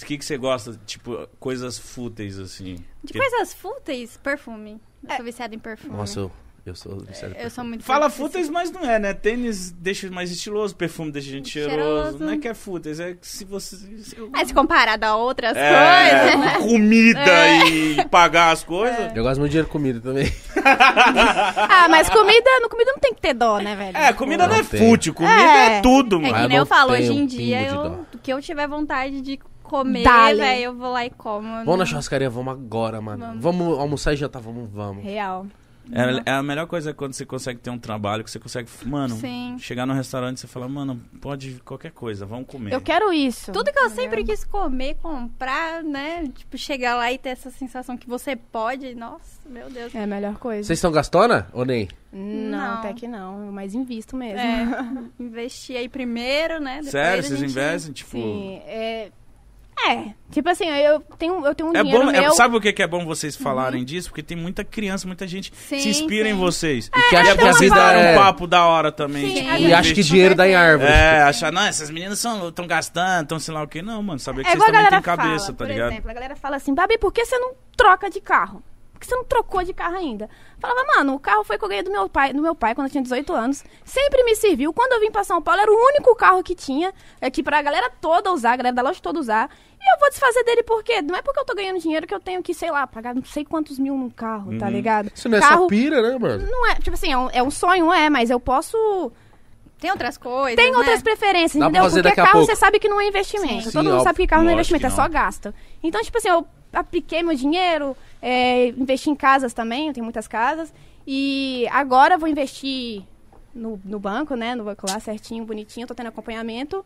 [SPEAKER 1] O que, que você gosta? Tipo, coisas fúteis, assim.
[SPEAKER 4] De
[SPEAKER 1] Que-
[SPEAKER 4] coisas fúteis, perfume. Eu sou viciada em perfume.
[SPEAKER 2] Nossa, eu, eu sou sério.
[SPEAKER 4] Uhum. eu sou muito
[SPEAKER 1] Fala
[SPEAKER 4] fúteis.
[SPEAKER 1] fúteis, mas não é, né? Tênis deixa mais estiloso, perfume deixa a gente cheiroso.
[SPEAKER 4] Cheiroso.
[SPEAKER 1] Não é que é fúteis, é que se você. se eu-
[SPEAKER 4] Aí se comparado a outras
[SPEAKER 1] É,
[SPEAKER 4] coisas, né?
[SPEAKER 1] comida e pagar as coisas.
[SPEAKER 2] Eu gosto muito de dinheiro comida também.
[SPEAKER 3] Ah, mas comida, no comida não tem que ter dó, né, velho?
[SPEAKER 1] É, comida não,
[SPEAKER 2] Não
[SPEAKER 1] é
[SPEAKER 2] tem.
[SPEAKER 1] fútil, comida é,
[SPEAKER 3] É.
[SPEAKER 1] tudo,
[SPEAKER 4] É
[SPEAKER 1] mano.
[SPEAKER 4] que
[SPEAKER 2] Mas
[SPEAKER 4] nem
[SPEAKER 2] não
[SPEAKER 4] eu falo,
[SPEAKER 2] tem
[SPEAKER 4] hoje
[SPEAKER 2] um
[SPEAKER 4] em dia,
[SPEAKER 2] pingo de
[SPEAKER 4] eu, o que eu tiver vontade de comer,
[SPEAKER 3] Dale.
[SPEAKER 4] velho, eu vou lá e como.
[SPEAKER 2] Vamos na churrascaria, vamos agora, mano. Vamos, almoçar e jantar, vamos, vamos.
[SPEAKER 3] Real.
[SPEAKER 1] É, é a melhor coisa quando você consegue ter um trabalho, que você consegue, mano,
[SPEAKER 4] Sim.
[SPEAKER 1] chegar num restaurante e você fala, mano, pode qualquer coisa, vamos comer.
[SPEAKER 3] Eu quero isso.
[SPEAKER 4] Tudo que eu sempre quis comer, comprar, né? Tipo, chegar lá e ter essa sensação que você pode. Nossa, meu Deus.
[SPEAKER 3] É a melhor coisa.
[SPEAKER 2] Vocês estão gastona ou nem?
[SPEAKER 3] Não,
[SPEAKER 4] Não.
[SPEAKER 3] até que não. Eu mais invisto mesmo.
[SPEAKER 4] É, investir aí primeiro, né? depois
[SPEAKER 1] Sério,
[SPEAKER 4] a
[SPEAKER 1] vocês
[SPEAKER 4] gente-
[SPEAKER 1] investem, tipo...
[SPEAKER 3] Sim, é... É, tipo assim, eu tenho, eu tenho um
[SPEAKER 1] É
[SPEAKER 3] dinheiro
[SPEAKER 1] bom, é-
[SPEAKER 3] meu...
[SPEAKER 1] sabe o que que é bom vocês falarem disso? Porque tem muita criança, muita gente se
[SPEAKER 4] Sim,
[SPEAKER 1] inspira em
[SPEAKER 4] sim.
[SPEAKER 1] vocês.
[SPEAKER 2] E que acha que a
[SPEAKER 1] Vocês
[SPEAKER 2] vida
[SPEAKER 1] darem um
[SPEAKER 2] é...
[SPEAKER 1] papo da hora também.
[SPEAKER 4] Sim,
[SPEAKER 1] tipo,
[SPEAKER 4] às
[SPEAKER 2] E
[SPEAKER 4] vezes-
[SPEAKER 2] acha que dinheiro dá em árvore.
[SPEAKER 1] É, achar, não, essas meninas estão gastando, estão sei lá o quê. Não, mano, saber que
[SPEAKER 3] É
[SPEAKER 1] vocês
[SPEAKER 3] igual a
[SPEAKER 1] também
[SPEAKER 3] galera
[SPEAKER 1] têm cabeça,
[SPEAKER 3] fala,
[SPEAKER 1] tá
[SPEAKER 3] por
[SPEAKER 1] ligado?
[SPEAKER 3] exemplo, a galera fala assim, Babi, por que você não troca de carro? Por que você não trocou de carro ainda? Falava, mano, o carro foi que eu ganhei do meu pai, do meu pai quando eu tinha 18 anos. Sempre me serviu. Quando eu vim pra São Paulo, era o único carro que tinha, aqui pra galera toda usar, a galera da loja toda usar. E eu vou desfazer dele por quê? Não é porque eu tô ganhando dinheiro que eu tenho que, sei lá, pagar não sei quantos mil num carro,
[SPEAKER 1] Uhum.
[SPEAKER 3] tá ligado?
[SPEAKER 2] Isso não é
[SPEAKER 3] carro,
[SPEAKER 2] só pira, né, mano?
[SPEAKER 3] Não é, tipo assim, é um, é um sonho, é, mas eu posso
[SPEAKER 4] Tem outras coisas.
[SPEAKER 3] tem
[SPEAKER 4] né?
[SPEAKER 3] outras preferências,
[SPEAKER 2] Dá pra
[SPEAKER 3] entendeu?
[SPEAKER 2] fazer
[SPEAKER 3] Porque
[SPEAKER 2] daqui a
[SPEAKER 3] carro
[SPEAKER 2] pouco.
[SPEAKER 3] você sabe que não é investimento.
[SPEAKER 2] Sim,
[SPEAKER 3] Todo mundo
[SPEAKER 2] óbvio.
[SPEAKER 3] sabe que carro não é
[SPEAKER 1] Lógico
[SPEAKER 3] investimento, é
[SPEAKER 1] que
[SPEAKER 3] só
[SPEAKER 1] não.
[SPEAKER 3] gasto. Então, tipo assim, eu apliquei meu dinheiro, é, investi em casas também, eu tenho muitas casas. E agora eu vou investir no, no banco, né? No banco lá, certinho, bonitinho, tô tendo acompanhamento.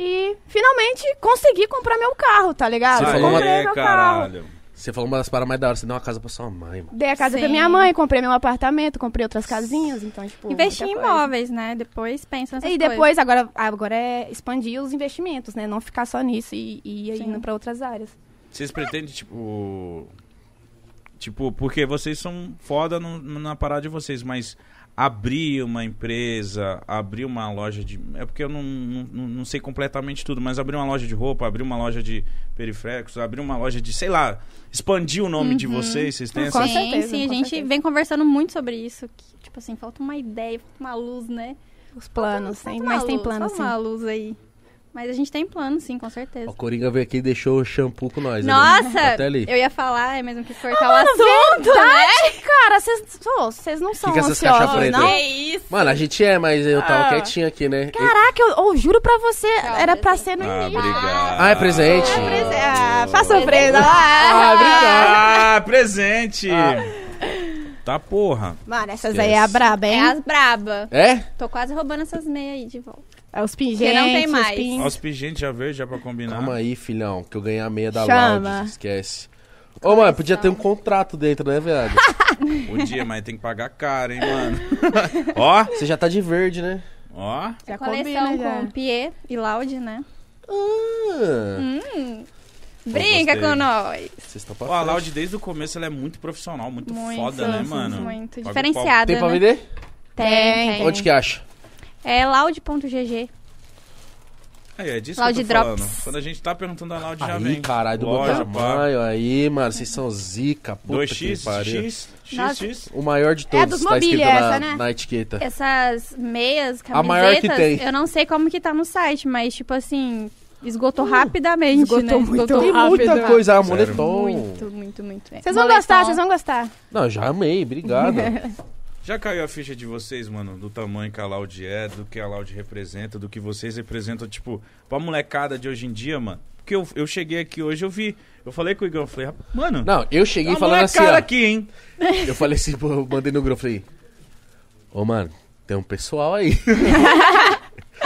[SPEAKER 3] E finalmente consegui comprar meu carro, tá ligado?
[SPEAKER 2] Você
[SPEAKER 3] Eu
[SPEAKER 2] falou uma-
[SPEAKER 3] comprei meu carro.
[SPEAKER 2] Você falou uma das paradas mais da hora, você deu uma casa pra sua mãe, mano.
[SPEAKER 3] Dei a casa pra
[SPEAKER 4] Sim.
[SPEAKER 3] minha mãe, comprei meu apartamento, comprei outras casinhas, então, tipo.
[SPEAKER 4] Investir em
[SPEAKER 3] muita coisa.
[SPEAKER 4] imóveis, né? Depois pensa nessas
[SPEAKER 3] E
[SPEAKER 4] coisas.
[SPEAKER 3] depois, agora, agora é expandir os investimentos, né? Não ficar só nisso e, e ir
[SPEAKER 4] Sim.
[SPEAKER 3] indo pra outras áreas.
[SPEAKER 1] Vocês pretendem, tipo. Tipo, porque vocês são foda no- na parada de vocês, mas abrir uma empresa, abrir uma loja de. É porque eu não, não, não- não sei completamente tudo, mas abrir uma loja de roupa, abrir uma loja de periféricos, abrir uma loja de, sei lá, expandir o nome de vocês, vocês têm
[SPEAKER 3] Não,
[SPEAKER 1] essa.
[SPEAKER 3] Uhum. com
[SPEAKER 4] sim,
[SPEAKER 3] certeza,
[SPEAKER 4] sim,
[SPEAKER 3] com
[SPEAKER 4] a gente
[SPEAKER 3] certeza.
[SPEAKER 4] vem conversando muito sobre isso. que, tipo assim, falta uma ideia, falta uma luz, né?
[SPEAKER 3] Os planos,
[SPEAKER 4] Falta
[SPEAKER 3] tem,
[SPEAKER 4] uma
[SPEAKER 3] mas tem
[SPEAKER 4] luz,
[SPEAKER 3] planos,
[SPEAKER 4] falta
[SPEAKER 3] sim.
[SPEAKER 4] uma luz aí. Mas a gente tem plano, sim, com certeza.
[SPEAKER 2] O Coringa veio aqui e deixou o shampoo com nós. ali.
[SPEAKER 4] Nossa,
[SPEAKER 2] Até ali.
[SPEAKER 4] eu ia falar, é mesmo que cortar o assunto, né?
[SPEAKER 3] Verdade, cara, vocês ô, vocês não são
[SPEAKER 2] que essas caixas
[SPEAKER 3] ansiosos,
[SPEAKER 2] pretas?
[SPEAKER 3] não?
[SPEAKER 4] É isso.
[SPEAKER 2] Mano, a gente é, mas eu tava
[SPEAKER 4] Ah.
[SPEAKER 2] quietinho aqui, né?
[SPEAKER 3] Caraca, eu, eu juro pra você, era pra ser no
[SPEAKER 1] Ah,
[SPEAKER 3] início.
[SPEAKER 1] obrigado.
[SPEAKER 2] Ah, é presente?
[SPEAKER 3] Ah, presen- ah, faz surpresa lá.
[SPEAKER 2] Ah, obrigado.
[SPEAKER 1] Ah, presente!
[SPEAKER 2] Ah.
[SPEAKER 1] Tá porra.
[SPEAKER 3] Mano, essas aí é a braba, hein?
[SPEAKER 4] É as braba.
[SPEAKER 2] É?
[SPEAKER 4] Tô quase roubando essas meias aí de volta.
[SPEAKER 3] É os
[SPEAKER 4] Que
[SPEAKER 3] pingentes,
[SPEAKER 4] não tem
[SPEAKER 3] os
[SPEAKER 4] mais.
[SPEAKER 1] Ó,
[SPEAKER 3] pins.
[SPEAKER 1] os pingentes já veio, já pra combinar.
[SPEAKER 2] Calma aí, filhão, que eu ganhei a meia da
[SPEAKER 3] Chama.
[SPEAKER 2] Loud, esquece. Ô, mano, podia ter um contrato dentro, né, velho?
[SPEAKER 1] Podia, mas tem que pagar caro, hein, mano. ó,
[SPEAKER 2] Você já tá de verde, né?
[SPEAKER 1] ó.
[SPEAKER 3] Já
[SPEAKER 4] Coleção
[SPEAKER 3] É combina, já.
[SPEAKER 4] com Pierre e Laude, né?
[SPEAKER 2] Ah,
[SPEAKER 4] Brinca
[SPEAKER 1] gostei.
[SPEAKER 4] com nós.
[SPEAKER 2] Vocês estão
[SPEAKER 1] Ó, a
[SPEAKER 2] pra frente.
[SPEAKER 1] Laude desde o começo ela é muito profissional, muito,
[SPEAKER 4] Muito,
[SPEAKER 1] foda, né,
[SPEAKER 4] sim,
[SPEAKER 1] mano? Paga
[SPEAKER 4] Muito.
[SPEAKER 1] o
[SPEAKER 4] Diferenciada,
[SPEAKER 2] Tem pra
[SPEAKER 4] né?
[SPEAKER 2] vender?
[SPEAKER 4] Tem, tem.
[SPEAKER 2] Onde que acha?
[SPEAKER 4] É laude.gg.
[SPEAKER 1] pau. Aí, é disso
[SPEAKER 4] Laude
[SPEAKER 1] que eu tô falando.
[SPEAKER 4] Drops.
[SPEAKER 1] Quando a gente tá perguntando, a Laude já
[SPEAKER 2] Aí,
[SPEAKER 1] vem.
[SPEAKER 2] caralho, do meu
[SPEAKER 1] Loja, pá.
[SPEAKER 2] tamanho. Aí, mano, vocês são zica, puta que
[SPEAKER 1] 2x,
[SPEAKER 2] pariu.
[SPEAKER 1] X, X,
[SPEAKER 4] Nossa.
[SPEAKER 1] X.
[SPEAKER 2] O maior de
[SPEAKER 3] dos
[SPEAKER 2] todos, tá escrito
[SPEAKER 3] mobília
[SPEAKER 2] na,
[SPEAKER 3] essa, né?
[SPEAKER 2] na
[SPEAKER 4] É
[SPEAKER 2] etiqueta.
[SPEAKER 4] Essas meias, camisetas,
[SPEAKER 2] A maior que tem.
[SPEAKER 4] eu não sei como que tá no site, mas tipo assim, esgotou rapidamente,
[SPEAKER 3] esgotou
[SPEAKER 4] né?
[SPEAKER 3] muito
[SPEAKER 2] Tem muita
[SPEAKER 3] Rápido.
[SPEAKER 2] coisa, ah,
[SPEAKER 1] Sério?
[SPEAKER 2] moletom.
[SPEAKER 4] Muito, muito, muito. É.
[SPEAKER 3] Vocês vão
[SPEAKER 4] Moletom.
[SPEAKER 3] gostar, vocês vão gostar.
[SPEAKER 2] Não, já amei, obrigado.
[SPEAKER 1] Já caiu a ficha de vocês, mano, do tamanho que a Laude é, do que a Laude representa, do que vocês representam, tipo, pra molecada de hoje em dia, mano. Porque eu, eu cheguei aqui hoje, eu vi. Eu falei com o Igor, eu falei, "Rap- mano,
[SPEAKER 2] Não, eu cheguei
[SPEAKER 1] a
[SPEAKER 2] falando assim,
[SPEAKER 1] molecada
[SPEAKER 2] ó.
[SPEAKER 1] aqui, hein?
[SPEAKER 2] Eu falei assim, pô, eu mandei no grupo, falei... Ô, mano, tem um pessoal aí.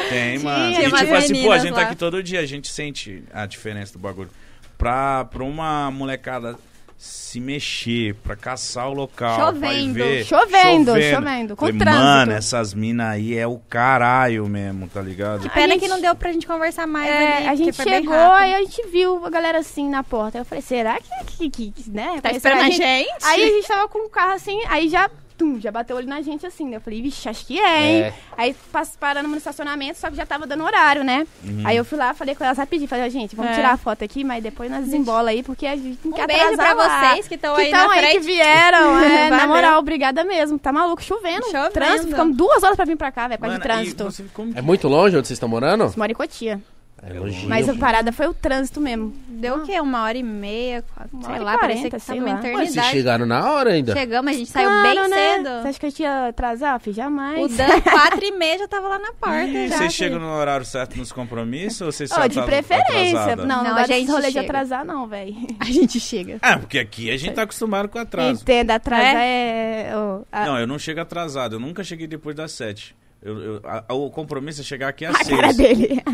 [SPEAKER 1] Tem, mano.
[SPEAKER 4] tem
[SPEAKER 1] E
[SPEAKER 4] umas
[SPEAKER 1] tipo assim, pô, a
[SPEAKER 4] meninas
[SPEAKER 1] gente tá
[SPEAKER 4] lá.
[SPEAKER 1] aqui todo dia, a gente sente a diferença do bagulho. Pra, pra uma molecada se mexer, pra caçar o local,
[SPEAKER 4] Chovendo,
[SPEAKER 1] pra ir ver.
[SPEAKER 3] chovendo, chovendo, com
[SPEAKER 1] Falei,
[SPEAKER 3] trânsito.
[SPEAKER 1] Mano, essas minas aí é o caralho mesmo, tá ligado?
[SPEAKER 4] Pena
[SPEAKER 3] A gente-
[SPEAKER 4] que não deu pra gente conversar mais
[SPEAKER 3] É,
[SPEAKER 4] ali,
[SPEAKER 3] a
[SPEAKER 4] porque
[SPEAKER 3] gente
[SPEAKER 4] foi bem
[SPEAKER 3] chegou
[SPEAKER 4] rápido.
[SPEAKER 3] aí a gente viu a galera assim na porta. Eu falei, será que, que, que- que, né?
[SPEAKER 4] Tá
[SPEAKER 3] Falei,
[SPEAKER 4] esperando
[SPEAKER 3] será
[SPEAKER 4] a
[SPEAKER 3] que-
[SPEAKER 4] gente?
[SPEAKER 3] Aí a gente tava com o carro assim, aí já, tum, já bateu olho na gente assim, né? Eu falei, vixe, acho que é, hein?
[SPEAKER 2] É.
[SPEAKER 3] Aí pass- parando no estacionamento, só que já tava dando horário, né?
[SPEAKER 1] Uhum.
[SPEAKER 3] Aí eu fui lá, falei com elas rapidinho, falei, ó, gente, vamos
[SPEAKER 4] É.
[SPEAKER 3] tirar a foto aqui, mas depois nós desembola aí, porque a gente não
[SPEAKER 4] Um
[SPEAKER 3] quer
[SPEAKER 4] beijo
[SPEAKER 3] atrasar
[SPEAKER 4] pra
[SPEAKER 3] lá.
[SPEAKER 4] vocês que estão
[SPEAKER 3] que
[SPEAKER 4] aí
[SPEAKER 3] tão
[SPEAKER 4] na
[SPEAKER 3] que
[SPEAKER 4] frente.
[SPEAKER 3] vieram, é, na
[SPEAKER 4] Valeu.
[SPEAKER 3] moral, obrigada mesmo. Tá maluco, chovendo,
[SPEAKER 4] Chovendo.
[SPEAKER 3] trânsito, ficamos duas horas pra vir pra cá, velho, quase
[SPEAKER 1] Mano,
[SPEAKER 3] de trânsito.
[SPEAKER 1] e você- como que-
[SPEAKER 2] É muito longe onde vocês estão morando?
[SPEAKER 3] Mora em Cotia.
[SPEAKER 2] É longe.
[SPEAKER 3] Mas a parada foi o trânsito mesmo.
[SPEAKER 4] Deu o quê? Uma hora e meia, quase,
[SPEAKER 3] Uma
[SPEAKER 4] sei
[SPEAKER 3] hora e
[SPEAKER 4] lá, parecia
[SPEAKER 3] quarenta,
[SPEAKER 4] que
[SPEAKER 3] sei
[SPEAKER 4] tava uma
[SPEAKER 3] lá.
[SPEAKER 2] Mas vocês
[SPEAKER 4] eternidade.
[SPEAKER 2] chegaram na hora ainda.
[SPEAKER 4] Chegamos, a gente saiu bem
[SPEAKER 3] Claro, né? Você
[SPEAKER 4] cedo.
[SPEAKER 3] acha que eu tinha atrasar? Fih,
[SPEAKER 4] O
[SPEAKER 3] jamais.
[SPEAKER 4] Dan, quatro e meia, já tava lá na porta.
[SPEAKER 1] E vocês
[SPEAKER 4] já, filho.
[SPEAKER 1] chegam no horário certo nos compromissos ou vocês
[SPEAKER 3] Ô,
[SPEAKER 1] são
[SPEAKER 3] de
[SPEAKER 1] atrasa-
[SPEAKER 3] preferência.
[SPEAKER 1] atrasada?
[SPEAKER 3] Não, não,
[SPEAKER 4] Não,
[SPEAKER 3] dá
[SPEAKER 4] a gente
[SPEAKER 3] esse rolê de
[SPEAKER 4] chega.
[SPEAKER 3] atrasar, não, velho.
[SPEAKER 4] A gente chega.
[SPEAKER 1] Ah, porque aqui a gente tá acostumado com atraso.
[SPEAKER 3] Entenda, atrasar é. ô, a-
[SPEAKER 1] Não, eu não chego atrasado, eu nunca cheguei depois das sete. Eu, eu- a- a- o compromisso é chegar aqui às
[SPEAKER 3] a
[SPEAKER 1] seis.
[SPEAKER 3] cara dele.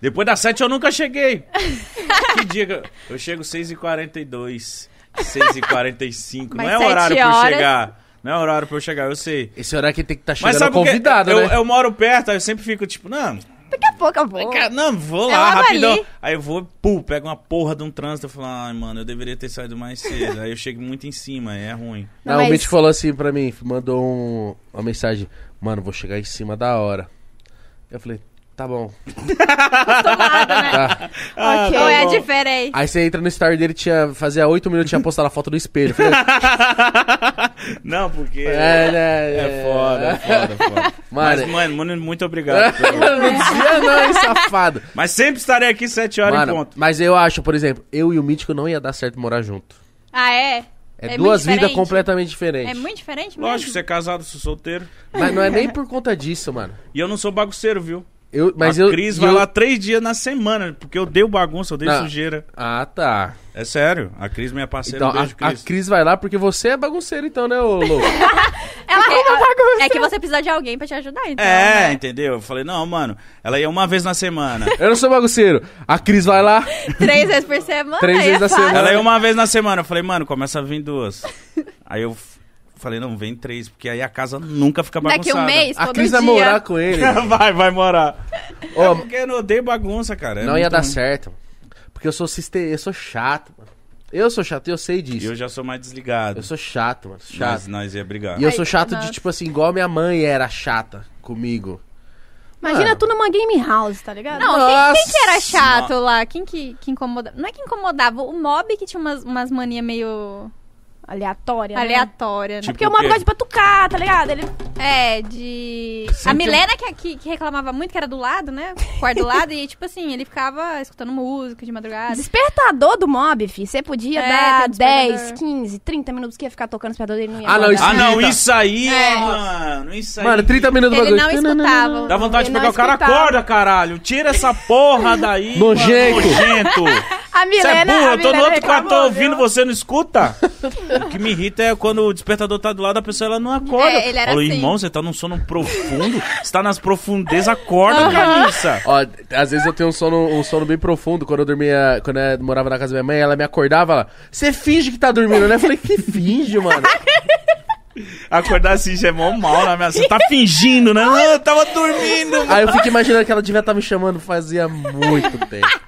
[SPEAKER 1] Depois das 7 eu nunca cheguei. que diga, eu chego 6h42, 6h45. Não
[SPEAKER 4] Mas
[SPEAKER 1] é horário
[SPEAKER 4] sete
[SPEAKER 1] pra eu
[SPEAKER 4] horas-
[SPEAKER 1] chegar. Não é horário pra eu chegar, eu sei.
[SPEAKER 2] Esse horário que tem que estar
[SPEAKER 1] Mas
[SPEAKER 2] chegando
[SPEAKER 1] sabe o que? é?
[SPEAKER 2] convidado,
[SPEAKER 1] eu,
[SPEAKER 2] né?
[SPEAKER 1] eu moro perto, aí eu sempre fico tipo, não,
[SPEAKER 3] Daqui a pouco eu vou.
[SPEAKER 1] cara, não, vou
[SPEAKER 4] É
[SPEAKER 2] um
[SPEAKER 1] lá,
[SPEAKER 4] logo
[SPEAKER 1] rapidão.
[SPEAKER 4] ali.
[SPEAKER 1] Aí eu vou, pum, pego uma porra de um trânsito. Eu falo, ai, mano, eu deveria ter saído mais cedo. aí eu chego muito em cima, aí é ruim.
[SPEAKER 2] Não,
[SPEAKER 3] mas-
[SPEAKER 2] o Mitch falou assim pra mim, mandou um- uma mensagem. Mano, vou chegar em cima da hora. Eu falei, Tá bom.
[SPEAKER 4] Acostumada, né?
[SPEAKER 2] Tá.
[SPEAKER 1] Ah,
[SPEAKER 3] Ok.
[SPEAKER 1] tá
[SPEAKER 4] Qual é a
[SPEAKER 1] bom.
[SPEAKER 4] diferença?
[SPEAKER 2] Aí você entra no story dele, tinha, fazia 8 minutos, tinha postado a foto do espelho. Eu Falei,
[SPEAKER 1] Não, porque.
[SPEAKER 2] é, né,
[SPEAKER 1] É foda, é foda, é foda.
[SPEAKER 2] Mano,
[SPEAKER 1] Mas,
[SPEAKER 2] é.
[SPEAKER 1] mano, mano, muito obrigado. pelo-
[SPEAKER 2] não dizia não, hein, safado.
[SPEAKER 1] Mas sempre estarei aqui sete horas em
[SPEAKER 2] Mano,
[SPEAKER 1] ponto.
[SPEAKER 2] mas eu acho, por exemplo, eu e o Mítico não ia dar certo morar junto.
[SPEAKER 4] Ah, é?
[SPEAKER 2] É,
[SPEAKER 4] É
[SPEAKER 2] duas
[SPEAKER 4] muito diferente.
[SPEAKER 2] vidas completamente diferentes.
[SPEAKER 4] É muito diferente mesmo?
[SPEAKER 1] Lógico, você é casado, sou solteiro.
[SPEAKER 2] Mas não é nem por conta disso, mano.
[SPEAKER 1] E eu não sou bagunceiro, viu?
[SPEAKER 2] Eu, mas
[SPEAKER 1] a
[SPEAKER 2] eu,
[SPEAKER 1] Cris
[SPEAKER 2] e
[SPEAKER 1] vai
[SPEAKER 2] eu-
[SPEAKER 1] lá três dias na semana, porque eu dei bagunça, eu dei
[SPEAKER 2] Não.
[SPEAKER 1] sujeira.
[SPEAKER 2] Ah, tá.
[SPEAKER 1] É sério, a Cris minha parceira,
[SPEAKER 2] Então,
[SPEAKER 1] um beijo,
[SPEAKER 2] a, a
[SPEAKER 1] Cris.
[SPEAKER 2] Cris vai lá porque você é bagunceiro, então, né, ô louco?
[SPEAKER 4] Ela arruma bagunça. É que você precisa de alguém pra te ajudar, então.
[SPEAKER 1] É,
[SPEAKER 4] né?
[SPEAKER 1] entendeu? Eu falei, não, mano, ela ia uma vez na semana.
[SPEAKER 2] Eu não sou bagunceiro. A Cris vai lá.
[SPEAKER 4] Três vezes por semana.
[SPEAKER 2] Três
[SPEAKER 4] aí
[SPEAKER 2] vezes
[SPEAKER 4] Ah,
[SPEAKER 2] na
[SPEAKER 4] é
[SPEAKER 2] semana.
[SPEAKER 1] ela um- ia uma vez na semana. Eu falei, mano, começa a vir duas. Aí eu f- falei, não, vem três, porque aí a casa nunca fica bagunçada.
[SPEAKER 4] Daqui um mês,
[SPEAKER 2] A
[SPEAKER 4] todo
[SPEAKER 2] Cris
[SPEAKER 4] dia.
[SPEAKER 2] vai morar com ele.
[SPEAKER 1] vai, vai morar. É
[SPEAKER 2] Ô,
[SPEAKER 1] porque eu não odeio bagunça, cara. É
[SPEAKER 2] não ia
[SPEAKER 1] muito
[SPEAKER 2] dar
[SPEAKER 1] ruim.
[SPEAKER 2] certo. Porque eu sou siste... eu sou chato, mano. Eu sou chato, eu sei
[SPEAKER 1] E
[SPEAKER 2] disso.
[SPEAKER 1] eu já sou mais desligado.
[SPEAKER 2] Eu sou chato, mano. Chato.
[SPEAKER 1] Mas nós ia brigar.
[SPEAKER 2] E eu
[SPEAKER 4] Ai,
[SPEAKER 2] sou chato de,
[SPEAKER 4] nossa.
[SPEAKER 2] tipo assim, igual minha mãe era chata comigo.
[SPEAKER 3] Imagina
[SPEAKER 2] Mano.
[SPEAKER 3] tu numa game house, tá ligado?
[SPEAKER 4] Não, quem, quem que
[SPEAKER 2] Nossa.
[SPEAKER 4] era chato lá? Quem que, que incomodava? Não é que incomodava, o mob que tinha umas, umas manias meio
[SPEAKER 3] Aleatória. né?
[SPEAKER 4] aleatórias, né?
[SPEAKER 1] Tipo
[SPEAKER 3] Porque o Mob
[SPEAKER 1] o quê?
[SPEAKER 3] gosta de batucar, tá ligado? Ele...
[SPEAKER 4] É, de.
[SPEAKER 1] Sempre- um
[SPEAKER 4] A Milena que, que, que reclamava muito, que era do lado, né? O quarto do lado, e tipo assim, ele ficava escutando música de madrugada.
[SPEAKER 3] Despertador do Mob, fi. Você podia
[SPEAKER 4] É,
[SPEAKER 3] dar
[SPEAKER 4] tem despertador.
[SPEAKER 3] 10, 15, 30 minutos que ia ficar tocando despertador dele. Não ia
[SPEAKER 2] Ah, não,
[SPEAKER 3] acordar.
[SPEAKER 2] isso
[SPEAKER 1] Ah, não,
[SPEAKER 2] Esquisita.
[SPEAKER 1] isso aí,
[SPEAKER 4] É.
[SPEAKER 1] mano. Isso aí.
[SPEAKER 2] Mano, 30 minutos
[SPEAKER 4] Ele não
[SPEAKER 2] bagulho.
[SPEAKER 4] escutava.
[SPEAKER 1] Dá vontade de
[SPEAKER 3] Ele
[SPEAKER 1] pegar
[SPEAKER 3] não
[SPEAKER 1] o cara,
[SPEAKER 3] escutava.
[SPEAKER 1] acorda, caralho. Tira essa porra daí. mano,
[SPEAKER 2] Nojento.
[SPEAKER 1] Nojento.
[SPEAKER 3] A
[SPEAKER 1] Você é
[SPEAKER 3] Milena,
[SPEAKER 1] burro,
[SPEAKER 3] a
[SPEAKER 1] eu tô no
[SPEAKER 3] Milena
[SPEAKER 1] outro quarto tô
[SPEAKER 3] reclamou,
[SPEAKER 1] ouvindo,
[SPEAKER 3] viu?
[SPEAKER 1] você não escuta? o que me irrita é quando o despertador tá do lado, a pessoa ela não acorda.
[SPEAKER 4] É, ele era
[SPEAKER 1] Falo,
[SPEAKER 4] assim.
[SPEAKER 1] irmão, você tá num sono profundo, você tá nas profundezas, acorda, camisa.
[SPEAKER 2] Ó, às vezes eu tenho um sono, um sono bem profundo. Quando eu dormia, quando eu morava na casa da minha mãe, ela me acordava ela, Você finge que tá dormindo, né? Eu falei, que finge, mano?
[SPEAKER 1] Acordar assim já é mó mal na minha. Você tá fingindo, né? Não, eu tava dormindo.
[SPEAKER 2] Aí eu fico imaginando que ela devia estar me chamando fazia muito tempo.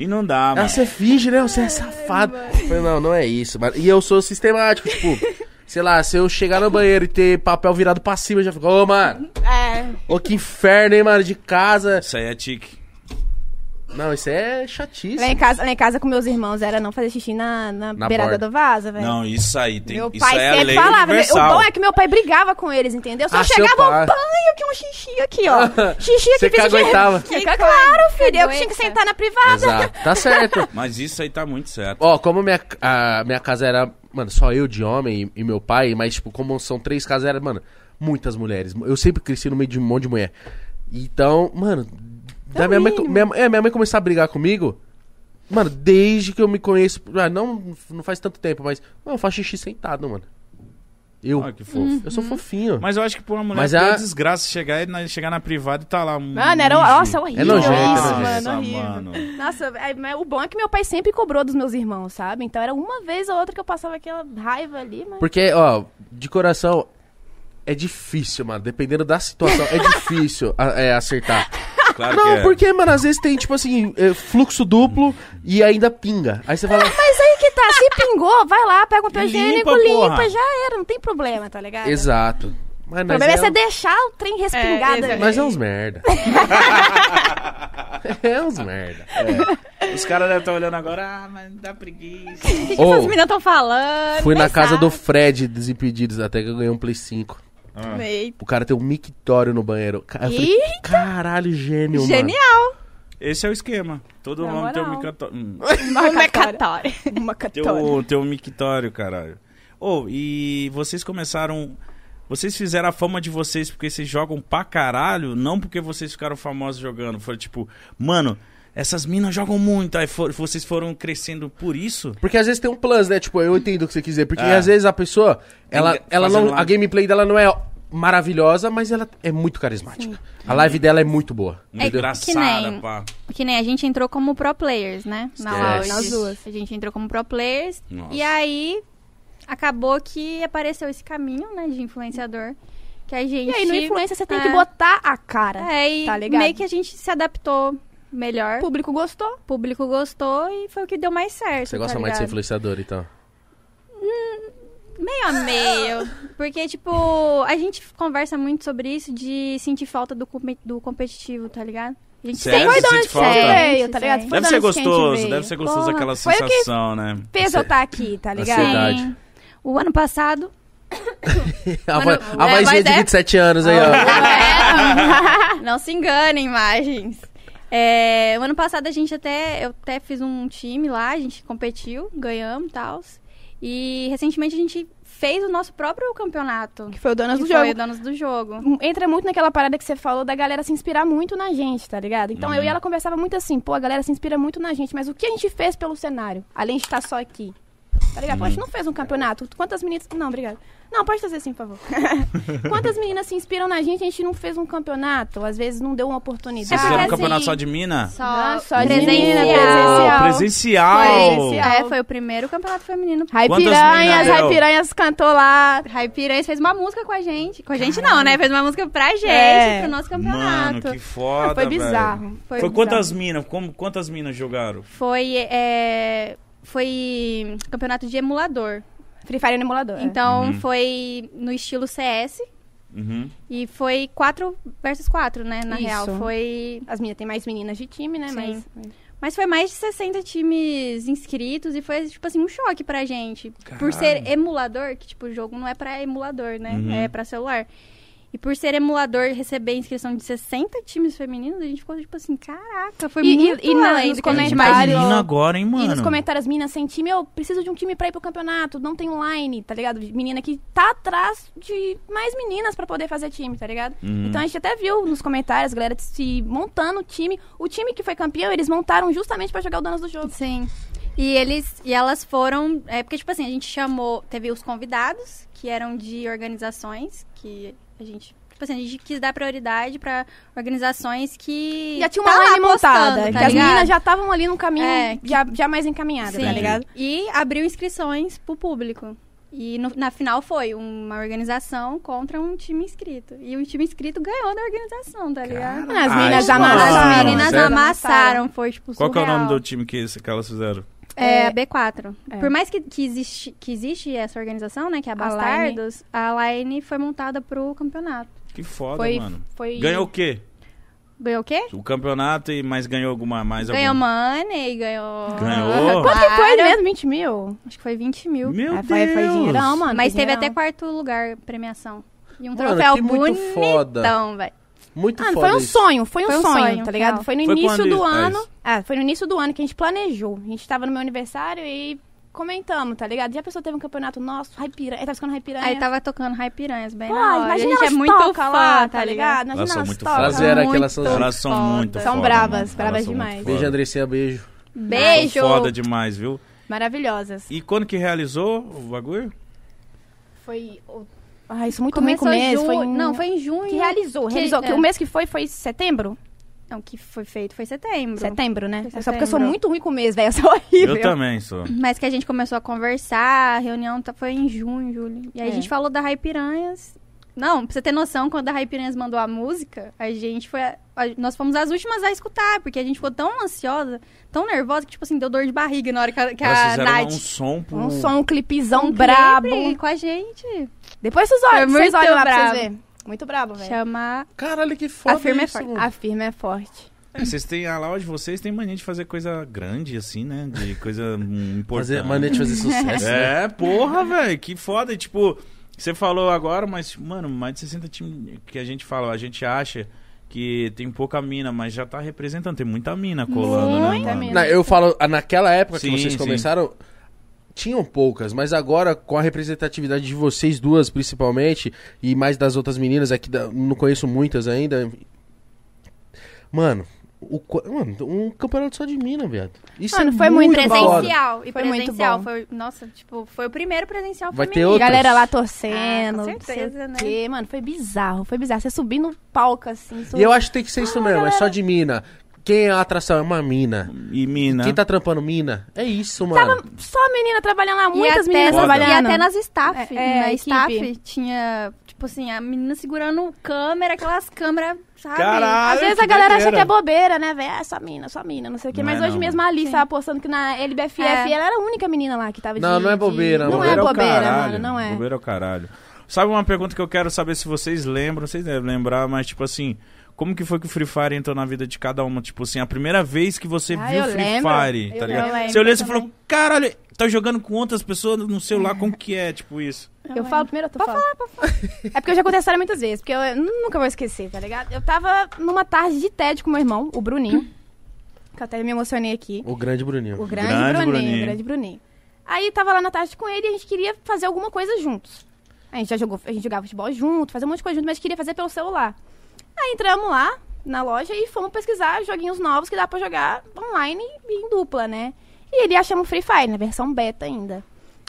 [SPEAKER 1] E não dá,
[SPEAKER 2] Ela,
[SPEAKER 1] mano.
[SPEAKER 2] você finge, né? Você é safado. Eu falei, não, não é isso, mano. E eu sou sistemático, tipo, sei lá, se eu chegar no banheiro e ter papel virado pra cima, eu já fico, ô, mano,
[SPEAKER 4] É.
[SPEAKER 2] ô, que inferno, hein, mano, de casa.
[SPEAKER 1] Isso aí é tique.
[SPEAKER 2] Não, isso é chatice.
[SPEAKER 3] Lá em, casa, lá em casa com meus irmãos era não fazer xixi na, na,
[SPEAKER 2] Na
[SPEAKER 3] beirada
[SPEAKER 2] borda.
[SPEAKER 3] do vaso, velho.
[SPEAKER 1] Não, isso aí tem.
[SPEAKER 3] É. Meu
[SPEAKER 1] isso
[SPEAKER 3] pai
[SPEAKER 1] aí é
[SPEAKER 3] sempre
[SPEAKER 1] lei
[SPEAKER 3] falava. né? O
[SPEAKER 1] universal.
[SPEAKER 3] bom é que meu pai brigava com eles, entendeu? Só
[SPEAKER 2] Ah, seu
[SPEAKER 3] chegava
[SPEAKER 2] pai.
[SPEAKER 3] um banho que um xixi aqui, ó. Xixi aqui
[SPEAKER 2] Você que
[SPEAKER 3] fez xixi.
[SPEAKER 2] aguentava.
[SPEAKER 3] Que claro, filho. Eu que tinha que
[SPEAKER 4] Aguenta.
[SPEAKER 3] sentar na privada.
[SPEAKER 2] Exato, tá certo.
[SPEAKER 1] Mas isso aí tá muito certo.
[SPEAKER 2] Ó, como minha, a minha casa era, mano, só eu de homem e, e meu pai, mas, tipo, como são três casas, era, mano, muitas mulheres. Eu sempre cresci no meio de um monte de mulher. Então, mano, da minha, mãe, minha, é, minha mãe começar a brigar comigo, mano, desde que eu me conheço, ah, não, não faz tanto tempo, mas, mano, eu faço xixi sentado, mano. Eu,
[SPEAKER 1] Ah, que fofo.
[SPEAKER 2] eu sou fofinho.
[SPEAKER 1] Mas eu acho que pra uma mulher
[SPEAKER 2] Mas
[SPEAKER 1] é
[SPEAKER 2] a-
[SPEAKER 1] uma desgraça chegar, e na- chegar na privada e tá lá. um
[SPEAKER 3] Mano, era.
[SPEAKER 1] mijo.
[SPEAKER 3] Nossa, horrível.
[SPEAKER 2] É nojento, é
[SPEAKER 3] isso,
[SPEAKER 2] nojento.
[SPEAKER 3] mano. Horrível.
[SPEAKER 1] mano.
[SPEAKER 3] Nossa, é, mas o bom é que meu pai sempre cobrou dos meus irmãos, sabe? Então era uma vez ou outra que eu passava aquela raiva ali, mas.
[SPEAKER 2] Porque, ó, de coração, é difícil, mano, dependendo da situação, é difícil a- é, acertar.
[SPEAKER 1] Claro
[SPEAKER 2] Não,
[SPEAKER 1] que é.
[SPEAKER 2] porque, mano, às vezes tem, tipo assim, é, fluxo duplo e ainda pinga. Aí você fala,
[SPEAKER 3] Mas aí que tá, se pingou, vai lá, pega um papel
[SPEAKER 1] Limpa,
[SPEAKER 3] higiênico,
[SPEAKER 1] porra.
[SPEAKER 3] limpa, já era, não tem problema, tá ligado?
[SPEAKER 2] exato. Mas,
[SPEAKER 3] O
[SPEAKER 2] nós
[SPEAKER 3] problema é né? você
[SPEAKER 2] é,
[SPEAKER 3] deixar o trem respingado
[SPEAKER 4] É,
[SPEAKER 3] ali.
[SPEAKER 2] nós é uns merda. é uns merda.
[SPEAKER 1] Os caras devem estar olhando agora, ah, mas dá preguiça.
[SPEAKER 4] O que, que
[SPEAKER 2] Ou,
[SPEAKER 4] essas meninas estão falando?
[SPEAKER 3] né?
[SPEAKER 2] fui na
[SPEAKER 4] Nem
[SPEAKER 2] casa
[SPEAKER 4] sabe.
[SPEAKER 2] do Fred, Desimpedidos, até que eu ganhei um Play 5.
[SPEAKER 4] Eita.
[SPEAKER 2] O cara tem um mictório no banheiro. Ca- eu falei, Caralho, gênio, mano.
[SPEAKER 4] Genial.
[SPEAKER 1] Esse é o esquema. Todo
[SPEAKER 3] Na
[SPEAKER 1] homem tem um
[SPEAKER 3] moral.
[SPEAKER 1] mictório. Hum,
[SPEAKER 4] Uma catória.
[SPEAKER 3] Uma
[SPEAKER 1] Tem
[SPEAKER 3] católica.
[SPEAKER 1] um, tem um mictório, caralho. Ô, e vocês começaram. Vocês fizeram a fama de vocês porque vocês jogam pra caralho, não porque vocês ficaram famosos jogando. Foi tipo, mano, essas minas jogam muito. Aí for- vocês foram crescendo por isso?
[SPEAKER 2] Porque às vezes tem um plus, né? Tipo, eu entendo o que você quiser. Porque
[SPEAKER 1] É.
[SPEAKER 2] às vezes a pessoa, ela,
[SPEAKER 1] Enga-
[SPEAKER 2] ela
[SPEAKER 1] fazendo
[SPEAKER 2] não, a
[SPEAKER 1] live.
[SPEAKER 2] gameplay dela não é maravilhosa, mas ela é muito carismática. A live dela é muito boa. entendeu?
[SPEAKER 1] Engraçada,
[SPEAKER 4] que nem-
[SPEAKER 1] pá.
[SPEAKER 4] Que nem né, a gente entrou como pro players, né?
[SPEAKER 2] Esquece.
[SPEAKER 4] Na loja.
[SPEAKER 3] Nas duas.
[SPEAKER 4] A gente entrou como pro players.
[SPEAKER 1] Nossa.
[SPEAKER 4] E aí, acabou que apareceu esse caminho, né, de influenciador. Que a gente...
[SPEAKER 3] E aí, no influencer, você tem
[SPEAKER 4] É.
[SPEAKER 3] que botar a cara.
[SPEAKER 4] É, e
[SPEAKER 3] Tá ligado?
[SPEAKER 4] meio que a gente se adaptou melhor.
[SPEAKER 3] O público gostou.
[SPEAKER 4] O público gostou e foi o que deu mais certo.
[SPEAKER 2] Você gosta
[SPEAKER 4] tá
[SPEAKER 2] mais de ser
[SPEAKER 4] ligado?
[SPEAKER 2] influenciador, então?
[SPEAKER 4] Meio a meio. Porque, tipo, a gente conversa muito sobre isso de sentir falta do, com- do competitivo, tá ligado? A gente
[SPEAKER 1] Sério?
[SPEAKER 4] sente.
[SPEAKER 3] Foi de
[SPEAKER 1] sente
[SPEAKER 3] onde que
[SPEAKER 1] falta?
[SPEAKER 3] veio, tá ligado? Foi
[SPEAKER 4] Deve
[SPEAKER 1] Deve
[SPEAKER 3] de
[SPEAKER 1] ser
[SPEAKER 3] onde que a gente
[SPEAKER 1] gostoso,
[SPEAKER 3] veio.
[SPEAKER 1] deve ser gostoso
[SPEAKER 4] Porra,
[SPEAKER 1] aquela
[SPEAKER 3] foi o que-
[SPEAKER 1] sensação, né?
[SPEAKER 3] Peso eu tá aqui, tá ligado?
[SPEAKER 2] Ansiedade.
[SPEAKER 4] Sim. O ano passado.
[SPEAKER 2] A,
[SPEAKER 4] Mano,
[SPEAKER 2] vo- a
[SPEAKER 4] é,
[SPEAKER 2] vozinha
[SPEAKER 4] mas
[SPEAKER 2] de
[SPEAKER 4] é-
[SPEAKER 2] 27 anos aí, ó.
[SPEAKER 4] É, não se enganem, imagens. É, o ano passado a gente até. Eu até fiz um time lá, a gente competiu, ganhamos e tal. E recentemente a gente fez o nosso próprio campeonato.
[SPEAKER 3] Que foi o Donas
[SPEAKER 4] que
[SPEAKER 3] do
[SPEAKER 4] foi
[SPEAKER 3] Jogo.
[SPEAKER 4] o Donos do Jogo.
[SPEAKER 3] entra muito naquela parada que você falou da galera se inspirar muito na gente, tá ligado? Então
[SPEAKER 1] Uhum.
[SPEAKER 3] eu e ela conversava muito assim, pô, a galera se inspira muito na gente, mas o que a gente fez pelo cenário? Além de estar só aqui. Tá ligado? Pô,
[SPEAKER 1] Uhum.
[SPEAKER 3] a gente não fez um campeonato. Quantas meninas. Não, obrigado. Não, pode fazer assim, por favor. Quantas meninas se inspiram na gente, a gente não fez um campeonato, às vezes não deu uma oportunidade.
[SPEAKER 1] Vocês
[SPEAKER 4] porque
[SPEAKER 1] fizeram um
[SPEAKER 4] assim-
[SPEAKER 1] campeonato só de mina?
[SPEAKER 4] Só,
[SPEAKER 3] Ah, só de
[SPEAKER 4] Né? presencial.
[SPEAKER 3] menina, presencial.
[SPEAKER 1] Oh, presencial!
[SPEAKER 3] Presencial.
[SPEAKER 4] É, foi o primeiro campeonato feminino.
[SPEAKER 3] Rai
[SPEAKER 1] Quantas meninas
[SPEAKER 3] Piranhas,
[SPEAKER 1] deu?
[SPEAKER 3] Rai Piranhas cantou lá.
[SPEAKER 4] Rai Piranhas fez uma música com a gente. Com a gente não, né? Fez uma música pra gente,
[SPEAKER 3] É.
[SPEAKER 4] pro nosso
[SPEAKER 1] Mano,
[SPEAKER 4] campeonato.
[SPEAKER 1] que foda,
[SPEAKER 3] Foi
[SPEAKER 1] velho.
[SPEAKER 3] bizarro.
[SPEAKER 1] Foi,
[SPEAKER 4] bizarro.
[SPEAKER 1] quantas minas? Como, quantas minas jogaram?
[SPEAKER 4] Foi, é, foi campeonato de emulador.
[SPEAKER 3] Free Fire no emulador. Então,
[SPEAKER 4] Então
[SPEAKER 1] Uhum.
[SPEAKER 4] foi no estilo CS
[SPEAKER 1] Uhum.
[SPEAKER 4] e foi 4 versus 4, né? Na
[SPEAKER 3] Isso.
[SPEAKER 4] real. Foi.
[SPEAKER 3] as meninas, tem mais meninas de time, né?
[SPEAKER 4] Sim.
[SPEAKER 3] Mas.
[SPEAKER 4] Mas foi mais de 60 times inscritos e foi, tipo assim, um choque pra gente.
[SPEAKER 1] Caralho.
[SPEAKER 4] Por ser emulador, que, tipo, o jogo não é pra emulador, né?
[SPEAKER 1] Uhum.
[SPEAKER 4] É pra celular. E por ser emulador, receber inscrição de 60 times femininos, a gente ficou, tipo assim, caraca, foi
[SPEAKER 3] E- e-
[SPEAKER 4] muito
[SPEAKER 3] e na-
[SPEAKER 4] além
[SPEAKER 3] nos
[SPEAKER 4] do que a gente
[SPEAKER 3] comentários-
[SPEAKER 4] imaginou.
[SPEAKER 1] Imagina agora, hein, mano?
[SPEAKER 3] E nos comentários, mina sem time, eu preciso de um time pra ir pro campeonato, não tem online, tá ligado? Menina que tá atrás de mais meninas pra poder fazer time, tá ligado?
[SPEAKER 1] Uhum.
[SPEAKER 3] Então a gente até viu nos comentários, a galera se montando o time. O time que foi campeão, eles montaram justamente pra jogar o Donos do Jogo.
[SPEAKER 4] Sim. E eles e elas foram, é porque tipo assim, a gente chamou, teve os convidados que eram de organizações que a gente, tipo assim, a gente quis dar prioridade pra organizações que
[SPEAKER 3] Já tinha uma
[SPEAKER 4] tá lá
[SPEAKER 3] live montada,
[SPEAKER 4] apostando,
[SPEAKER 3] que as
[SPEAKER 4] ligado?
[SPEAKER 3] meninas já estavam ali no caminho,
[SPEAKER 4] É,
[SPEAKER 3] já, já mais encaminhadas, tá
[SPEAKER 1] Sim.
[SPEAKER 3] ligado?
[SPEAKER 4] E abriu inscrições pro público. E no- na final foi uma organização contra um time inscrito. E o time inscrito ganhou da organização, tá ligado?
[SPEAKER 3] As
[SPEAKER 1] Ah,
[SPEAKER 3] meninas
[SPEAKER 1] isso é não.
[SPEAKER 3] amassaram.
[SPEAKER 4] As
[SPEAKER 1] Sério?
[SPEAKER 4] meninas amassaram, foi tipo
[SPEAKER 1] Qual que é o
[SPEAKER 4] surreal.
[SPEAKER 1] nome do time que, esse- que elas fizeram?
[SPEAKER 4] É,
[SPEAKER 3] É.
[SPEAKER 4] a B4.
[SPEAKER 3] É.
[SPEAKER 4] Por mais que, que, existe, que existe essa organização, né, que é a
[SPEAKER 3] A Line.
[SPEAKER 4] Bastardos, a Line foi montada pro campeonato.
[SPEAKER 1] Que foda,
[SPEAKER 3] Foi,
[SPEAKER 1] mano.
[SPEAKER 3] foi...
[SPEAKER 1] Ganhou o quê?
[SPEAKER 4] Ganhou o quê?
[SPEAKER 1] O campeonato e mais ganhou alguma mais
[SPEAKER 4] ganhou
[SPEAKER 1] alguma?
[SPEAKER 4] Money, ganhou...
[SPEAKER 1] Ganhou?
[SPEAKER 3] Quanto que foi
[SPEAKER 4] Claro.
[SPEAKER 3] mesmo? 20 mil?
[SPEAKER 4] Acho que foi 20 mil.
[SPEAKER 1] Meu
[SPEAKER 3] Aí
[SPEAKER 1] Deus.
[SPEAKER 3] foi, foi dinheirão, mano.
[SPEAKER 4] Mas
[SPEAKER 3] foi
[SPEAKER 4] teve até
[SPEAKER 3] dinheirão.
[SPEAKER 4] quarto lugar premiação. E um
[SPEAKER 2] Mano,
[SPEAKER 4] troféu
[SPEAKER 2] que muito foda.
[SPEAKER 4] bonitão, velho.
[SPEAKER 2] Muito
[SPEAKER 3] Mano,
[SPEAKER 2] foda
[SPEAKER 3] foi um
[SPEAKER 2] isso.
[SPEAKER 3] sonho, foi um,
[SPEAKER 4] Foi um
[SPEAKER 3] sonho,
[SPEAKER 4] sonho,
[SPEAKER 3] tá ligado?
[SPEAKER 4] real.
[SPEAKER 3] Foi no
[SPEAKER 1] Foi
[SPEAKER 3] início
[SPEAKER 1] quando
[SPEAKER 3] do
[SPEAKER 1] isso? É
[SPEAKER 3] ano.
[SPEAKER 1] isso.
[SPEAKER 3] Ah, foi no início do ano que a gente planejou. A gente tava no meu aniversário e comentamos, tá ligado? Já a pessoa teve um campeonato nosso, Raipiranha. Aí tá tava ficando Raipiranha.
[SPEAKER 4] Aí tava tocando Rai Piranhas bem
[SPEAKER 3] Pô,
[SPEAKER 4] na hora.
[SPEAKER 3] imagina
[SPEAKER 4] a gente
[SPEAKER 3] elas
[SPEAKER 4] é muito
[SPEAKER 3] toca
[SPEAKER 4] fã,
[SPEAKER 3] lá,
[SPEAKER 4] tá ligado?
[SPEAKER 3] Imagina
[SPEAKER 1] Elas são
[SPEAKER 3] elas
[SPEAKER 1] muito
[SPEAKER 3] tocam.
[SPEAKER 1] fodas.
[SPEAKER 2] Elas eram aquelas
[SPEAKER 4] Muito
[SPEAKER 2] são-
[SPEAKER 1] Elas são
[SPEAKER 4] foda.
[SPEAKER 1] muito
[SPEAKER 3] São
[SPEAKER 1] foda,
[SPEAKER 3] bravas,
[SPEAKER 1] mano.
[SPEAKER 3] bravas
[SPEAKER 1] Elas são muito
[SPEAKER 3] demais.
[SPEAKER 1] foda.
[SPEAKER 2] Beijo, Andressinha, beijo.
[SPEAKER 4] Beijo!
[SPEAKER 1] Foda demais, viu?
[SPEAKER 3] Maravilhosas.
[SPEAKER 1] E quando que realizou o bagulho?
[SPEAKER 3] Foi. o- Ah, isso muito
[SPEAKER 4] Começou
[SPEAKER 3] ruim com o
[SPEAKER 4] em
[SPEAKER 3] mês.
[SPEAKER 4] junho.
[SPEAKER 3] Foi em-
[SPEAKER 4] Não, foi em junho.
[SPEAKER 3] Que realizou,
[SPEAKER 4] Que-
[SPEAKER 3] realizou. Que
[SPEAKER 4] é.
[SPEAKER 3] o mês que foi foi setembro?
[SPEAKER 4] Não, que foi feito foi setembro.
[SPEAKER 3] Setembro, né?
[SPEAKER 4] Foi
[SPEAKER 3] É Só porque eu sou
[SPEAKER 4] setembro.
[SPEAKER 3] muito ruim com o mês, velho. Eu sou horrível.
[SPEAKER 1] Eu também sou.
[SPEAKER 4] Mas que a gente começou a conversar, a reunião tá- foi em junho, julho. E aí
[SPEAKER 3] É.
[SPEAKER 4] a gente falou da Rai Piranhas. Não, pra você ter noção, quando a Rai Piranhas mandou a música, a gente foi. a- a- nós fomos as últimas a escutar, porque a gente ficou tão ansiosa, tão nervosa, que, tipo assim, deu dor de barriga na hora que a, que
[SPEAKER 1] Elas
[SPEAKER 4] a
[SPEAKER 1] fizeram
[SPEAKER 4] Nath.
[SPEAKER 1] um som por
[SPEAKER 3] Um som, um clipezão
[SPEAKER 4] Um
[SPEAKER 3] brabo.
[SPEAKER 4] clipe com a gente.
[SPEAKER 3] Depois vocês olham,
[SPEAKER 4] Foi
[SPEAKER 3] vocês
[SPEAKER 4] muito
[SPEAKER 3] olham lá pra
[SPEAKER 4] brabo.
[SPEAKER 3] vocês verem. Muito brabo, velho.
[SPEAKER 4] Chamar.
[SPEAKER 2] Caralho, que foda
[SPEAKER 4] A firma é
[SPEAKER 2] isso,
[SPEAKER 4] forte.
[SPEAKER 2] mano.
[SPEAKER 3] A firma é forte.
[SPEAKER 1] É, vocês têm, a Laura de vocês tem mania de fazer coisa grande, assim, né? De coisa hum, importante.
[SPEAKER 2] Fazer, mania de fazer sucesso, né?
[SPEAKER 1] É, porra, velho, que foda. E, tipo, você falou agora, mas, mano, mais de 60 times que a gente fala, a gente acha que tem pouca mina, mas já tá representando, tem muita mina colando, né?
[SPEAKER 3] Muita
[SPEAKER 1] mano?
[SPEAKER 3] mina.
[SPEAKER 2] Na- eu falo, ah, naquela época
[SPEAKER 1] Sim,
[SPEAKER 2] que vocês
[SPEAKER 1] sim.
[SPEAKER 2] começaram, tinham poucas, mas agora com a representatividade de vocês duas principalmente, e mais das outras meninas, aqui da- não conheço muitas ainda. Mano, o, qua- mano, um campeonato só de mina, viado. Isso
[SPEAKER 3] Mano,
[SPEAKER 2] é
[SPEAKER 3] foi muito
[SPEAKER 2] muito
[SPEAKER 3] bom.
[SPEAKER 2] foda.
[SPEAKER 4] Presencial. E
[SPEAKER 3] Foi muito
[SPEAKER 4] presencial.
[SPEAKER 3] bom.
[SPEAKER 4] Foi, nossa, tipo, foi o primeiro presencial
[SPEAKER 2] Vai ter
[SPEAKER 4] feminino.
[SPEAKER 2] outro?
[SPEAKER 3] Galera lá
[SPEAKER 4] Ah,
[SPEAKER 3] torcendo.
[SPEAKER 4] com
[SPEAKER 3] não sei
[SPEAKER 4] certeza,
[SPEAKER 3] o
[SPEAKER 4] né?
[SPEAKER 3] quê. Mano, foi bizarro, foi bizarro. Você subir no palco assim.
[SPEAKER 2] E eu acho que tem que ser isso mesmo, é só de mina. Quem é a atração é uma mina.
[SPEAKER 1] E mina.
[SPEAKER 2] Quem tá trampando mina? É isso, mano.
[SPEAKER 3] Só a menina trabalhando lá,
[SPEAKER 4] E
[SPEAKER 3] muitas
[SPEAKER 4] até
[SPEAKER 3] meninas
[SPEAKER 4] nas-
[SPEAKER 1] Foda.
[SPEAKER 3] trabalhando.
[SPEAKER 4] E até nas staff.
[SPEAKER 3] É, é,
[SPEAKER 4] na
[SPEAKER 3] equipe.
[SPEAKER 4] staff tinha, tipo, Tipo assim, a menina segurando câmera, aquelas câmeras, sabe?
[SPEAKER 1] Caralho,
[SPEAKER 3] Às vezes
[SPEAKER 1] Ah, que
[SPEAKER 3] a galera acha
[SPEAKER 1] doideira.
[SPEAKER 3] que é bobeira, né, velho? Ah, só mina, só mina, não sei o quê.
[SPEAKER 1] Não
[SPEAKER 3] Mas
[SPEAKER 1] é
[SPEAKER 3] hoje
[SPEAKER 1] não,
[SPEAKER 3] mesmo a Alice tava postando que na LBFF
[SPEAKER 4] É.
[SPEAKER 3] ela era a única menina lá que tava de
[SPEAKER 2] Não, não é
[SPEAKER 3] de-
[SPEAKER 2] bobeira,
[SPEAKER 3] Não
[SPEAKER 2] mano.
[SPEAKER 3] é
[SPEAKER 1] o
[SPEAKER 3] bobeira, mano,
[SPEAKER 1] caralho,
[SPEAKER 3] não é.
[SPEAKER 1] Bobeira é o caralho. Sabe uma pergunta que eu quero saber se vocês lembram, vocês devem lembrar, mas tipo assim, como que foi que o Free Fire entrou na vida de cada uma? Tipo assim, a primeira vez que você
[SPEAKER 3] Ah,
[SPEAKER 1] viu
[SPEAKER 3] eu
[SPEAKER 1] Free
[SPEAKER 3] lembro.
[SPEAKER 1] Fire,
[SPEAKER 3] Eu
[SPEAKER 1] tá ligado?
[SPEAKER 3] lembro
[SPEAKER 1] Você olhou e você
[SPEAKER 3] também.
[SPEAKER 1] falou, caralho, tá jogando com outras pessoas no celular, como que é, tipo isso?
[SPEAKER 3] Eu falo primeiro, eu tô falando. É porque eu já contei a história muitas vezes, porque eu eu nunca vou esquecer, tá ligado? Eu tava numa tarde de tédio com meu irmão, o Bruninho, que eu até me emocionei aqui.
[SPEAKER 2] O grande Bruninho.
[SPEAKER 3] O grande,
[SPEAKER 1] grande
[SPEAKER 3] Bruninho,
[SPEAKER 1] Bruninho.
[SPEAKER 3] o grande Bruninho. Aí tava lá na tarde com ele e a gente queria fazer alguma coisa juntos. A gente já jogou, a gente jogava futebol junto, fazia um monte de coisa junto, mas queria fazer pelo celular. Aí entramos lá na loja e fomos pesquisar joguinhos novos que dá pra jogar online e em dupla, né? E ele achamos Free Fire, na versão beta ainda.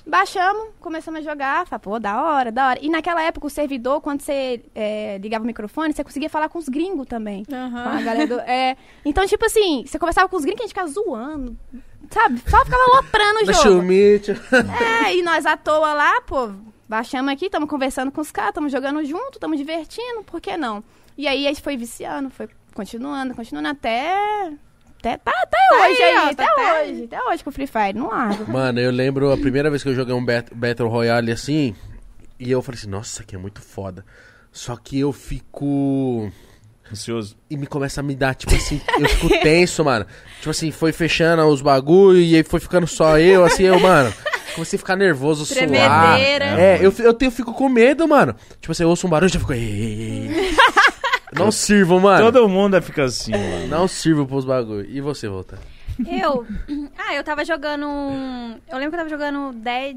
[SPEAKER 3] Baixamos, começamos a jogar, falei, pô, da hora, da hora. E naquela época o servidor, quando você é, ligava o microfone, você conseguia falar com os gringos também. Com a galera do- é. então, tipo assim, você conversava com os gringos que a gente ficava zoando, sabe? Só ficava aloprando o
[SPEAKER 2] Da
[SPEAKER 3] jogo.
[SPEAKER 2] Chumite.
[SPEAKER 3] É, e nós à toa lá, pô, baixamos aqui, estamos conversando com os caras, estamos jogando junto, estamos divertindo, por que não? E aí a gente foi viciando, foi continuando, continuando até. Até, tá, até hoje aí,
[SPEAKER 4] aí, ó,
[SPEAKER 3] até,
[SPEAKER 4] tá até
[SPEAKER 3] hoje, até hoje com o Free Fire, não largo.
[SPEAKER 2] Mano, eu lembro a primeira vez que eu joguei um bat- Battle Royale assim. E eu falei assim, nossa, isso aqui é muito foda. Só que eu fico.
[SPEAKER 1] Ansioso.
[SPEAKER 2] E me começa a me dar, tipo assim, eu fico tenso, mano. Tipo assim, foi fechando os bagulho e aí foi ficando só eu, assim, eu, mano. Comecei a ficar nervoso, suar.
[SPEAKER 4] Tremedeira.
[SPEAKER 2] É, eu, fi- eu, tenho- eu fico com medo, mano. Tipo assim, eu ouço um barulho e já fico. "Ei, ei, ei". Não sirvo, mano.
[SPEAKER 1] Todo mundo fica assim, mano.
[SPEAKER 2] Não sirvo pros bagulho. E você, volta?
[SPEAKER 4] Eu. Ah, eu tava jogando. um- Eu lembro que eu tava jogando Dead.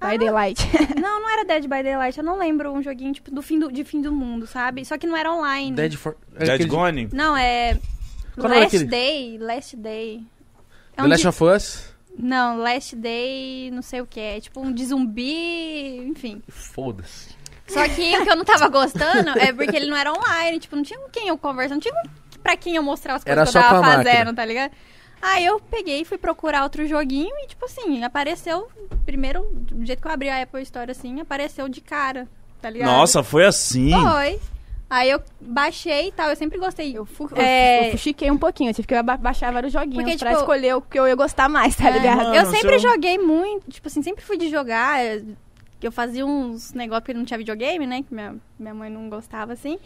[SPEAKER 3] By Daylight.
[SPEAKER 4] Não, não era Dead by Daylight. Eu não lembro um joguinho tipo do fim do, de fim do mundo, sabe? Só que não era online.
[SPEAKER 2] Dead for. é
[SPEAKER 1] Dead
[SPEAKER 2] aquele-
[SPEAKER 1] Gone?
[SPEAKER 4] Não, é.
[SPEAKER 2] Qual era
[SPEAKER 4] Last
[SPEAKER 2] aquele?
[SPEAKER 4] Day. Last Day. É
[SPEAKER 2] The
[SPEAKER 4] um
[SPEAKER 2] Last
[SPEAKER 4] de-
[SPEAKER 2] of Us?
[SPEAKER 4] Não, Last Day, não sei o que. É tipo um de zumbi, enfim.
[SPEAKER 2] Foda-se.
[SPEAKER 4] Só que o que eu não tava gostando é porque ele não era online, tipo, não tinha com quem eu conversar, não tinha com- pra quem eu mostrar as coisas
[SPEAKER 2] Era
[SPEAKER 4] que eu
[SPEAKER 2] só
[SPEAKER 4] tava
[SPEAKER 2] com a
[SPEAKER 4] fazendo,
[SPEAKER 2] máquina.
[SPEAKER 4] tá ligado? Aí eu peguei e fui procurar outro joguinho e, tipo assim, apareceu. Primeiro, do jeito que eu abri a Apple Store assim, apareceu de cara, tá ligado?
[SPEAKER 1] Nossa, foi assim.
[SPEAKER 4] Foi. Aí eu baixei e tal, eu sempre gostei. É, Eu fui.
[SPEAKER 3] Eu fuxiquei um pouquinho, eu tive que aba- baixar vários joguinhos
[SPEAKER 4] Porque,
[SPEAKER 3] pra
[SPEAKER 4] tipo,
[SPEAKER 3] escolher o que eu ia gostar mais, tá
[SPEAKER 4] É,
[SPEAKER 3] ligado?
[SPEAKER 1] mano,
[SPEAKER 4] eu sempre
[SPEAKER 1] seu-
[SPEAKER 4] joguei muito, tipo assim, sempre fui de jogar. é, Eu fazia uns negócios porque não tinha videogame, né? Que minha, minha mãe não gostava assim.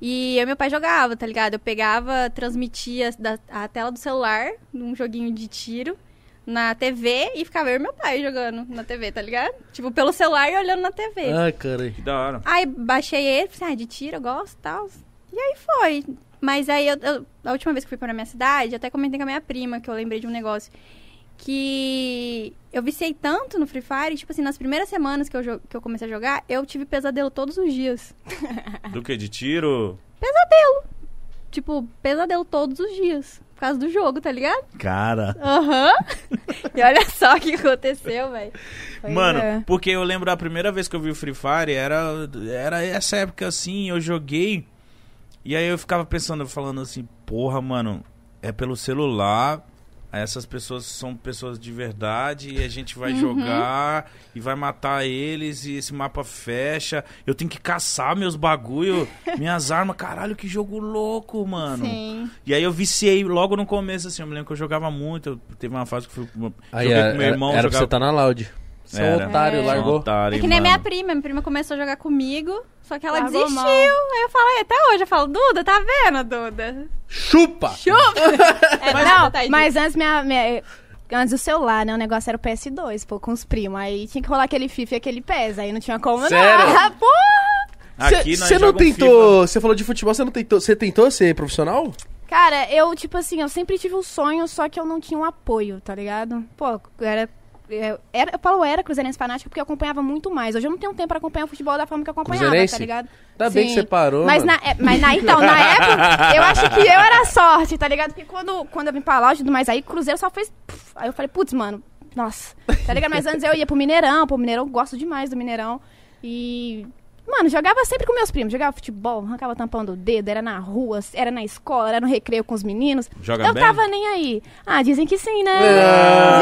[SPEAKER 4] E eu e meu pai jogava, tá ligado? Eu pegava, transmitia da- a tela do celular, num joguinho de tiro, na TV e ficava eu e meu pai jogando na TV, tá ligado? Tipo, pelo celular e olhando na TV.
[SPEAKER 2] Ai, caralho.
[SPEAKER 1] Que da hora.
[SPEAKER 4] Aí baixei ele, falei, ah, de tiro, eu gosto e tal. E aí foi. Mas aí, eu, eu- a última vez que fui pra minha cidade, até comentei com a minha prima, que eu lembrei de um negócio. Que eu viciei tanto no Free Fire, tipo assim, nas primeiras semanas que eu, jo- que eu comecei a jogar, eu tive pesadelo todos os dias.
[SPEAKER 1] Do que? De tiro?
[SPEAKER 4] Tipo, pesadelo todos os dias. Por causa do jogo, tá ligado?
[SPEAKER 1] Cara.
[SPEAKER 4] Aham. e olha só o que aconteceu, velho.
[SPEAKER 3] Pois
[SPEAKER 1] Mano,
[SPEAKER 3] é.
[SPEAKER 1] porque eu lembro a primeira vez que eu vi o Free Fire era, era essa época assim, eu joguei e aí eu ficava pensando, falando assim, porra, mano, é pelo celular, essas pessoas são pessoas de verdade e a gente
[SPEAKER 3] Uhum.
[SPEAKER 1] vai jogar e vai matar eles e esse mapa fecha, eu tenho que caçar meus bagulho, minhas armas, caralho, que jogo louco, mano.
[SPEAKER 4] Sim.
[SPEAKER 1] E aí eu viciei logo no começo, assim, eu me lembro que eu jogava muito, eu teve uma fase que eu fui,
[SPEAKER 2] Aí
[SPEAKER 1] joguei
[SPEAKER 2] era,
[SPEAKER 1] com meu irmão,
[SPEAKER 2] era pra
[SPEAKER 1] jogava
[SPEAKER 2] você tá na loud. Você é um
[SPEAKER 1] Era.
[SPEAKER 2] otário,
[SPEAKER 4] É.
[SPEAKER 2] largou.
[SPEAKER 1] Otário,
[SPEAKER 4] É que nem a
[SPEAKER 1] mano.
[SPEAKER 4] minha prima. Minha prima começou a jogar comigo, só que ela
[SPEAKER 3] Largou
[SPEAKER 4] desistiu.
[SPEAKER 3] mão.
[SPEAKER 4] Aí eu falei, até hoje. Eu falo, Duda, tá vendo, Duda?
[SPEAKER 2] Chupa!
[SPEAKER 4] É,
[SPEAKER 3] não,
[SPEAKER 4] Thaís.
[SPEAKER 3] mas antes minha, minha- Antes o celular, né? O negócio era o PS2, pô, com os primos. Aí tinha que rolar aquele FIFA e aquele PES. Aí não tinha como, não.
[SPEAKER 2] Sério?
[SPEAKER 3] Porra!
[SPEAKER 1] Aqui nós
[SPEAKER 2] Você não
[SPEAKER 1] jogamos
[SPEAKER 2] tentou. Você falou de futebol, você não tentou. Você tentou ser profissional?
[SPEAKER 3] Cara, eu, tipo assim, eu sempre tive um sonho, só que eu não tinha um apoio, tá ligado? Pô, eu era. Eu, era, eu falo, eu era cruzeirense fanática porque eu acompanhava muito mais. Hoje eu não tenho tempo pra acompanhar o futebol da forma que eu acompanhava,
[SPEAKER 2] Cruzeirense?
[SPEAKER 3] tá ligado?
[SPEAKER 2] Ainda bem que você parou,
[SPEAKER 3] Mas,
[SPEAKER 2] mano.
[SPEAKER 3] na, é, mas na, então, na época, eu acho que eu era sorte, tá ligado? Porque quando, quando eu vim pra loja e tudo mais, aí Cruzeiro só fez. puf, aí eu falei, putz, mano, nossa. Tá ligado? Mas antes eu ia pro Mineirão, pro Mineirão, eu gosto demais do Mineirão. E. Mano, jogava sempre com meus primos. Jogava futebol, arrancava tampão do dedo, era na rua, era na escola, era no recreio com os meninos.
[SPEAKER 1] Joga
[SPEAKER 3] eu
[SPEAKER 1] bem? Tá
[SPEAKER 2] É.
[SPEAKER 3] tava nem aí. Ah, dizem que sim, né?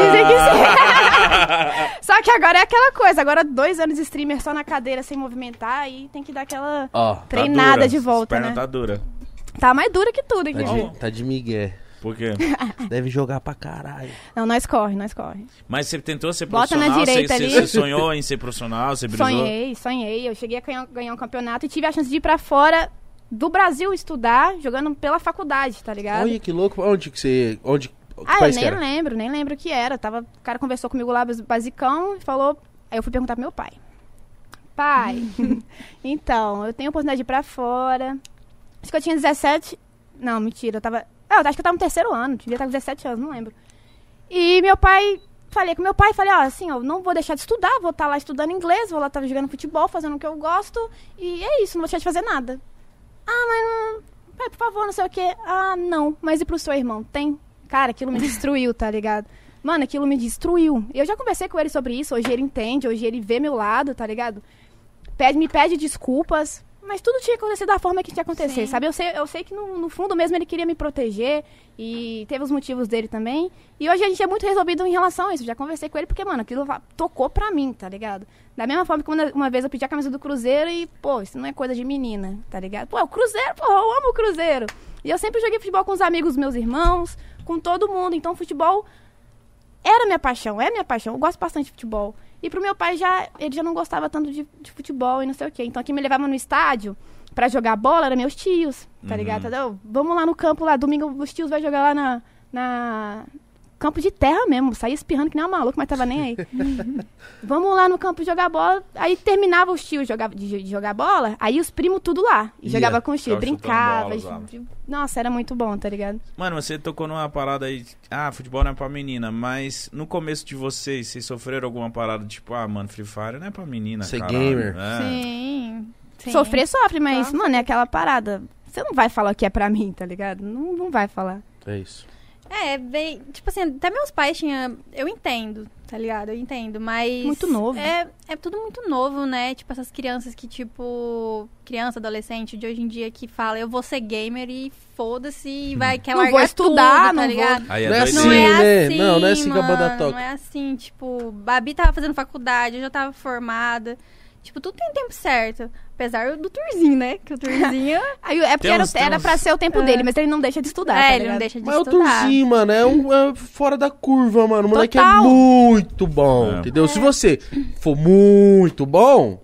[SPEAKER 3] Dizem que sim. Só Só que agora é aquela coisa, agora dois anos de streamer só na cadeira sem movimentar e tem que dar aquela
[SPEAKER 2] Ó, tá
[SPEAKER 3] treinada
[SPEAKER 1] dura.
[SPEAKER 3] de volta,
[SPEAKER 1] As pernas
[SPEAKER 3] né?
[SPEAKER 1] tá dura.
[SPEAKER 3] Tá mais dura que tudo
[SPEAKER 2] Tá
[SPEAKER 3] aqui.
[SPEAKER 2] de, tá de migué.
[SPEAKER 1] Por quê?
[SPEAKER 2] Deve jogar pra caralho.
[SPEAKER 3] Não, nós corre, nós corre.
[SPEAKER 1] Mas você tentou ser
[SPEAKER 3] Bota
[SPEAKER 1] profissional?
[SPEAKER 3] na direita
[SPEAKER 1] você,
[SPEAKER 3] ali.
[SPEAKER 1] você sonhou em ser profissional? Você brisou?
[SPEAKER 3] Sonhei, sonhei. Eu cheguei a ganhar, ganhar um campeonato e tive a chance de ir pra fora do Brasil estudar, jogando pela faculdade, tá ligado?
[SPEAKER 2] Olha que louco. Onde que você. Onde. que
[SPEAKER 3] Ah, eu
[SPEAKER 2] país que
[SPEAKER 3] nem
[SPEAKER 2] era?
[SPEAKER 3] lembro, nem lembro o que era. Tava, o cara conversou comigo lá, basicão, e falou... Aí eu fui perguntar pro meu pai. Pai, então, eu tenho a oportunidade de ir pra fora. Acho que eu tinha 17... Não, mentira, eu tava... Ah, eu acho que eu tava no terceiro ano, devia estar com 17 anos, não lembro. E meu pai... Falei com meu pai, falei, ó, assim, eu não vou deixar de estudar, vou estar lá estudando inglês, vou lá estar jogando futebol, fazendo o que eu gosto, e é isso, não vou deixar de fazer nada. Ah, mas não... Pai, por favor, não sei o quê. Ah, não. Mas e pro seu irmão? Tem? Cara, aquilo me destruiu, tá ligado? Mano, aquilo me destruiu. Eu já conversei com ele sobre isso, hoje ele entende, hoje ele vê meu lado, tá ligado? Pede, me pede desculpas, mas tudo tinha que acontecer da forma que tinha que acontecer,
[SPEAKER 4] Sim.
[SPEAKER 3] sabe? Eu sei, eu sei que no, no fundo mesmo ele queria me proteger e teve os motivos dele também. E hoje a gente é muito resolvido em relação a isso. Eu já conversei com ele porque, mano, aquilo va- tocou pra mim, tá ligado? Da mesma forma que uma, uma vez eu pedi a camisa do Cruzeiro e, pô, isso não é coisa de menina, tá ligado? Pô, o Cruzeiro, pô, eu amo o Cruzeiro. E eu sempre joguei futebol com os amigos, meus irmãos, com todo mundo. Então, futebol era minha paixão, é minha paixão. Eu gosto bastante de futebol. E pro meu pai já, ele já não gostava tanto de, de futebol e não sei o quê. Então quem me levava no estádio pra jogar bola eram meus tios, tá ligado? Entendeu? Vamos lá no campo lá, domingo os tios vai jogar lá na, na campo de terra mesmo. Saía espirrando que nem uma maluca, mas tava nem aí. Vamos lá no campo jogar bola. Aí terminava os tios jogava, de, de jogar bola, aí os primos tudo lá. E
[SPEAKER 2] Ia,
[SPEAKER 3] jogava com os tios,
[SPEAKER 1] ficava chutando
[SPEAKER 3] brincava.
[SPEAKER 1] bolas lá.
[SPEAKER 3] ju- Nossa, era muito bom, tá ligado?
[SPEAKER 1] Mano, você tocou numa parada aí. Ah, futebol não é pra menina, mas no começo de vocês, vocês sofreram alguma parada tipo, ah, mano, Free Fire não é pra menina,
[SPEAKER 2] Você é
[SPEAKER 1] caralho.
[SPEAKER 2] gamer.
[SPEAKER 1] É.
[SPEAKER 4] Sim. sim.
[SPEAKER 3] Sofrer, sofre, mas,
[SPEAKER 4] Sofre.
[SPEAKER 3] mano, é aquela parada. Você não vai falar que é pra mim, tá ligado? Não, não vai falar.
[SPEAKER 2] É isso.
[SPEAKER 4] É, bem, tipo assim, até meus pais tinham. Eu entendo, tá ligado? Eu entendo, mas.
[SPEAKER 3] Muito novo.
[SPEAKER 4] É, é tudo muito novo, né? Tipo, essas crianças que, tipo. Criança, adolescente de hoje em dia que fala, eu vou ser gamer e foda-se
[SPEAKER 2] Hum.
[SPEAKER 4] e vai, quer
[SPEAKER 3] Não vou
[SPEAKER 4] largar
[SPEAKER 3] estudar,
[SPEAKER 4] tudo,
[SPEAKER 3] não
[SPEAKER 4] tá
[SPEAKER 3] vou-
[SPEAKER 4] ligado?
[SPEAKER 1] Aí é
[SPEAKER 2] Não é
[SPEAKER 1] doideira.
[SPEAKER 4] Não é
[SPEAKER 2] né?
[SPEAKER 4] assim,
[SPEAKER 2] Não, não é assim que a
[SPEAKER 4] mano,
[SPEAKER 2] banda toca.
[SPEAKER 4] Não é assim, tipo, Babi tava fazendo faculdade, eu já tava formada. Tipo, tudo tem tempo certo. Apesar do Turzinho, né? Que o Turzinho.
[SPEAKER 3] Aí, é porque
[SPEAKER 1] Tem
[SPEAKER 3] era,
[SPEAKER 1] uns- tem
[SPEAKER 3] era
[SPEAKER 1] uns-
[SPEAKER 3] pra ser o tempo
[SPEAKER 4] É.
[SPEAKER 3] dele, mas ele não deixa de estudar, tá
[SPEAKER 4] é, ele não
[SPEAKER 3] ligado?
[SPEAKER 4] deixa de
[SPEAKER 2] Mas o
[SPEAKER 4] estudar.
[SPEAKER 2] Turzinho, mano, é, um, é fora da curva, mano. O moleque é
[SPEAKER 3] Total.
[SPEAKER 2] muito bom,
[SPEAKER 1] É.
[SPEAKER 2] entendeu? Se você for muito bom.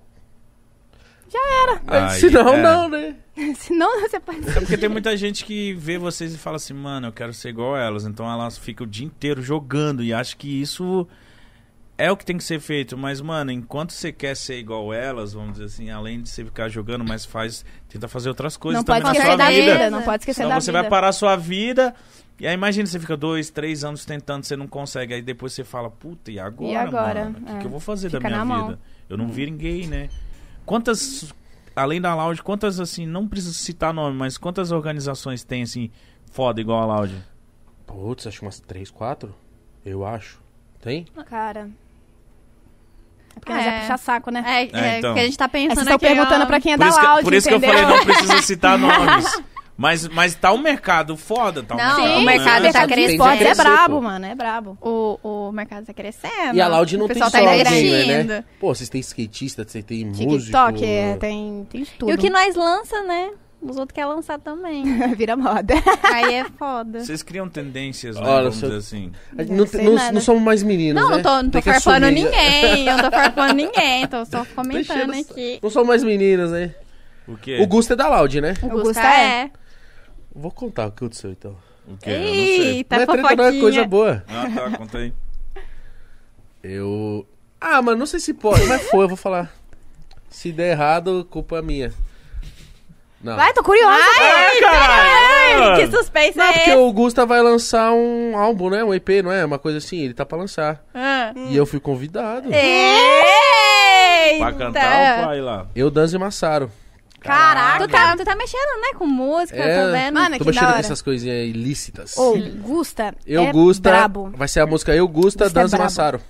[SPEAKER 1] Aí,
[SPEAKER 2] se não,
[SPEAKER 1] é.
[SPEAKER 2] não, né?
[SPEAKER 3] Senão você pode...
[SPEAKER 1] É porque tem muita gente que vê vocês e fala assim, mano, eu quero ser igual elas. Então elas ficam o dia inteiro jogando e acha que isso é o que tem que ser feito. Mas, mano, enquanto você quer ser igual elas, vamos dizer assim, além de você ficar jogando, mas faz. Tenta fazer outras coisas
[SPEAKER 3] Não
[SPEAKER 1] também
[SPEAKER 3] pode
[SPEAKER 1] na
[SPEAKER 3] esquecer
[SPEAKER 1] sua
[SPEAKER 3] da
[SPEAKER 1] vida.
[SPEAKER 3] vida.
[SPEAKER 4] vida.
[SPEAKER 3] não pode esquecer
[SPEAKER 1] Senão
[SPEAKER 3] da
[SPEAKER 1] você
[SPEAKER 3] vida.
[SPEAKER 1] vai parar a sua vida. E aí imagina, você fica dois, três anos tentando, você não consegue. Aí depois você fala, puta, e agora,
[SPEAKER 3] E agora?
[SPEAKER 1] mano? O que,
[SPEAKER 3] É.
[SPEAKER 1] que eu vou fazer
[SPEAKER 3] Fica
[SPEAKER 1] da
[SPEAKER 3] na
[SPEAKER 1] minha vida?
[SPEAKER 3] mão. Hum.
[SPEAKER 1] Eu não vi ninguém, né? Quantas, além da Loud, quantas, assim, não preciso citar nome, mas quantas organizações tem, assim, foda igual a Loud?
[SPEAKER 2] Putz, acho umas 3, 4? Eu acho. Tem?
[SPEAKER 3] Cara... É porque nós
[SPEAKER 4] É.
[SPEAKER 3] é puxar saco, né?
[SPEAKER 4] É,
[SPEAKER 1] É,
[SPEAKER 4] é,
[SPEAKER 1] então.
[SPEAKER 4] que a gente tá
[SPEAKER 3] Aí
[SPEAKER 4] pensando
[SPEAKER 3] vocês estão
[SPEAKER 4] aqui, ó.
[SPEAKER 3] perguntando pra quem é
[SPEAKER 1] Por,
[SPEAKER 3] da
[SPEAKER 1] isso, que,
[SPEAKER 3] áudio,
[SPEAKER 1] por isso que eu
[SPEAKER 3] entendeu?
[SPEAKER 1] falei, não preciso citar nomes. Mas, mas tá um mercado foda, tá um
[SPEAKER 4] Não,
[SPEAKER 1] mercado.
[SPEAKER 4] o
[SPEAKER 1] né?
[SPEAKER 4] mercado tá
[SPEAKER 3] mercado de
[SPEAKER 4] crescendo.
[SPEAKER 3] esportes é
[SPEAKER 2] Crescer, pô.
[SPEAKER 3] brabo, mano, é brabo.
[SPEAKER 4] O, o mercado tá crescendo.
[SPEAKER 2] E a Loud não
[SPEAKER 4] o
[SPEAKER 2] tem
[SPEAKER 4] pessoal
[SPEAKER 2] só
[SPEAKER 4] tá
[SPEAKER 2] gamer,
[SPEAKER 4] investindo.
[SPEAKER 2] né? Pô, vocês têm skatista, vocês têm músico.
[SPEAKER 3] TikTok, é, tem, tem de tudo.
[SPEAKER 4] E o que nós lança, né? Os outros querem lançar também.
[SPEAKER 3] Vira moda.
[SPEAKER 4] Aí é foda.
[SPEAKER 1] Vocês criam tendências, né?
[SPEAKER 2] Olha,
[SPEAKER 1] vamos
[SPEAKER 2] seu-
[SPEAKER 1] dizer assim.
[SPEAKER 2] A gente Não,
[SPEAKER 3] Sei
[SPEAKER 2] não-
[SPEAKER 3] nada.
[SPEAKER 2] não somos mais meninos,
[SPEAKER 4] Não,
[SPEAKER 2] né?
[SPEAKER 4] não tô, não
[SPEAKER 2] Tem
[SPEAKER 4] tô
[SPEAKER 2] que
[SPEAKER 4] farpando
[SPEAKER 2] assumir.
[SPEAKER 4] ninguém. Eu não tô farpando ninguém. Tô
[SPEAKER 2] Tá
[SPEAKER 4] só
[SPEAKER 2] enchendo
[SPEAKER 4] comentando
[SPEAKER 2] o saco.
[SPEAKER 4] aqui.
[SPEAKER 2] Não somos mais meninas, né?
[SPEAKER 1] O quê?
[SPEAKER 2] O Gusto é da Loud, né?
[SPEAKER 4] O
[SPEAKER 3] Augusta
[SPEAKER 4] Gusta
[SPEAKER 3] é.
[SPEAKER 4] é.
[SPEAKER 2] Vou contar o que aconteceu, então.
[SPEAKER 1] O quê? Eu não sei.
[SPEAKER 4] Eita,
[SPEAKER 2] não é treta, não é
[SPEAKER 4] tá fofoquinha.
[SPEAKER 2] coisa boa.
[SPEAKER 1] Ah, tá, conta aí.
[SPEAKER 2] Eu. Ah, mano, não sei se pode, mas foi, eu vou falar. Se der errado, culpa é minha. Não.
[SPEAKER 3] Vai, tô curiosa.
[SPEAKER 1] Ah, caralho!
[SPEAKER 4] Que suspense
[SPEAKER 2] não,
[SPEAKER 4] é
[SPEAKER 2] porque
[SPEAKER 4] esse?
[SPEAKER 2] o Gusta vai lançar um álbum, né? Um EP, não é? Uma coisa assim, ele tá pra lançar.
[SPEAKER 4] Ah.
[SPEAKER 2] E eu fui convidado.
[SPEAKER 4] É. Eita!
[SPEAKER 1] Pra cantar o pai lá.
[SPEAKER 2] Eu, Danzo e Massaro.
[SPEAKER 4] Tu tá, tu tá mexendo, né, com música,
[SPEAKER 2] É.
[SPEAKER 4] eu tô vendo.
[SPEAKER 3] Mano,
[SPEAKER 2] Tô
[SPEAKER 3] que
[SPEAKER 2] mexendo
[SPEAKER 3] da
[SPEAKER 2] com
[SPEAKER 3] hora.
[SPEAKER 2] essas coisinhas ilícitas.
[SPEAKER 3] Ô, Gusta
[SPEAKER 2] Eu,
[SPEAKER 3] é
[SPEAKER 2] Gusta.
[SPEAKER 3] brabo.
[SPEAKER 2] Vai ser a música Eu,
[SPEAKER 3] Gusta
[SPEAKER 2] Gusta,
[SPEAKER 3] é
[SPEAKER 2] Danzo e
[SPEAKER 3] brabo.
[SPEAKER 2] Massaro.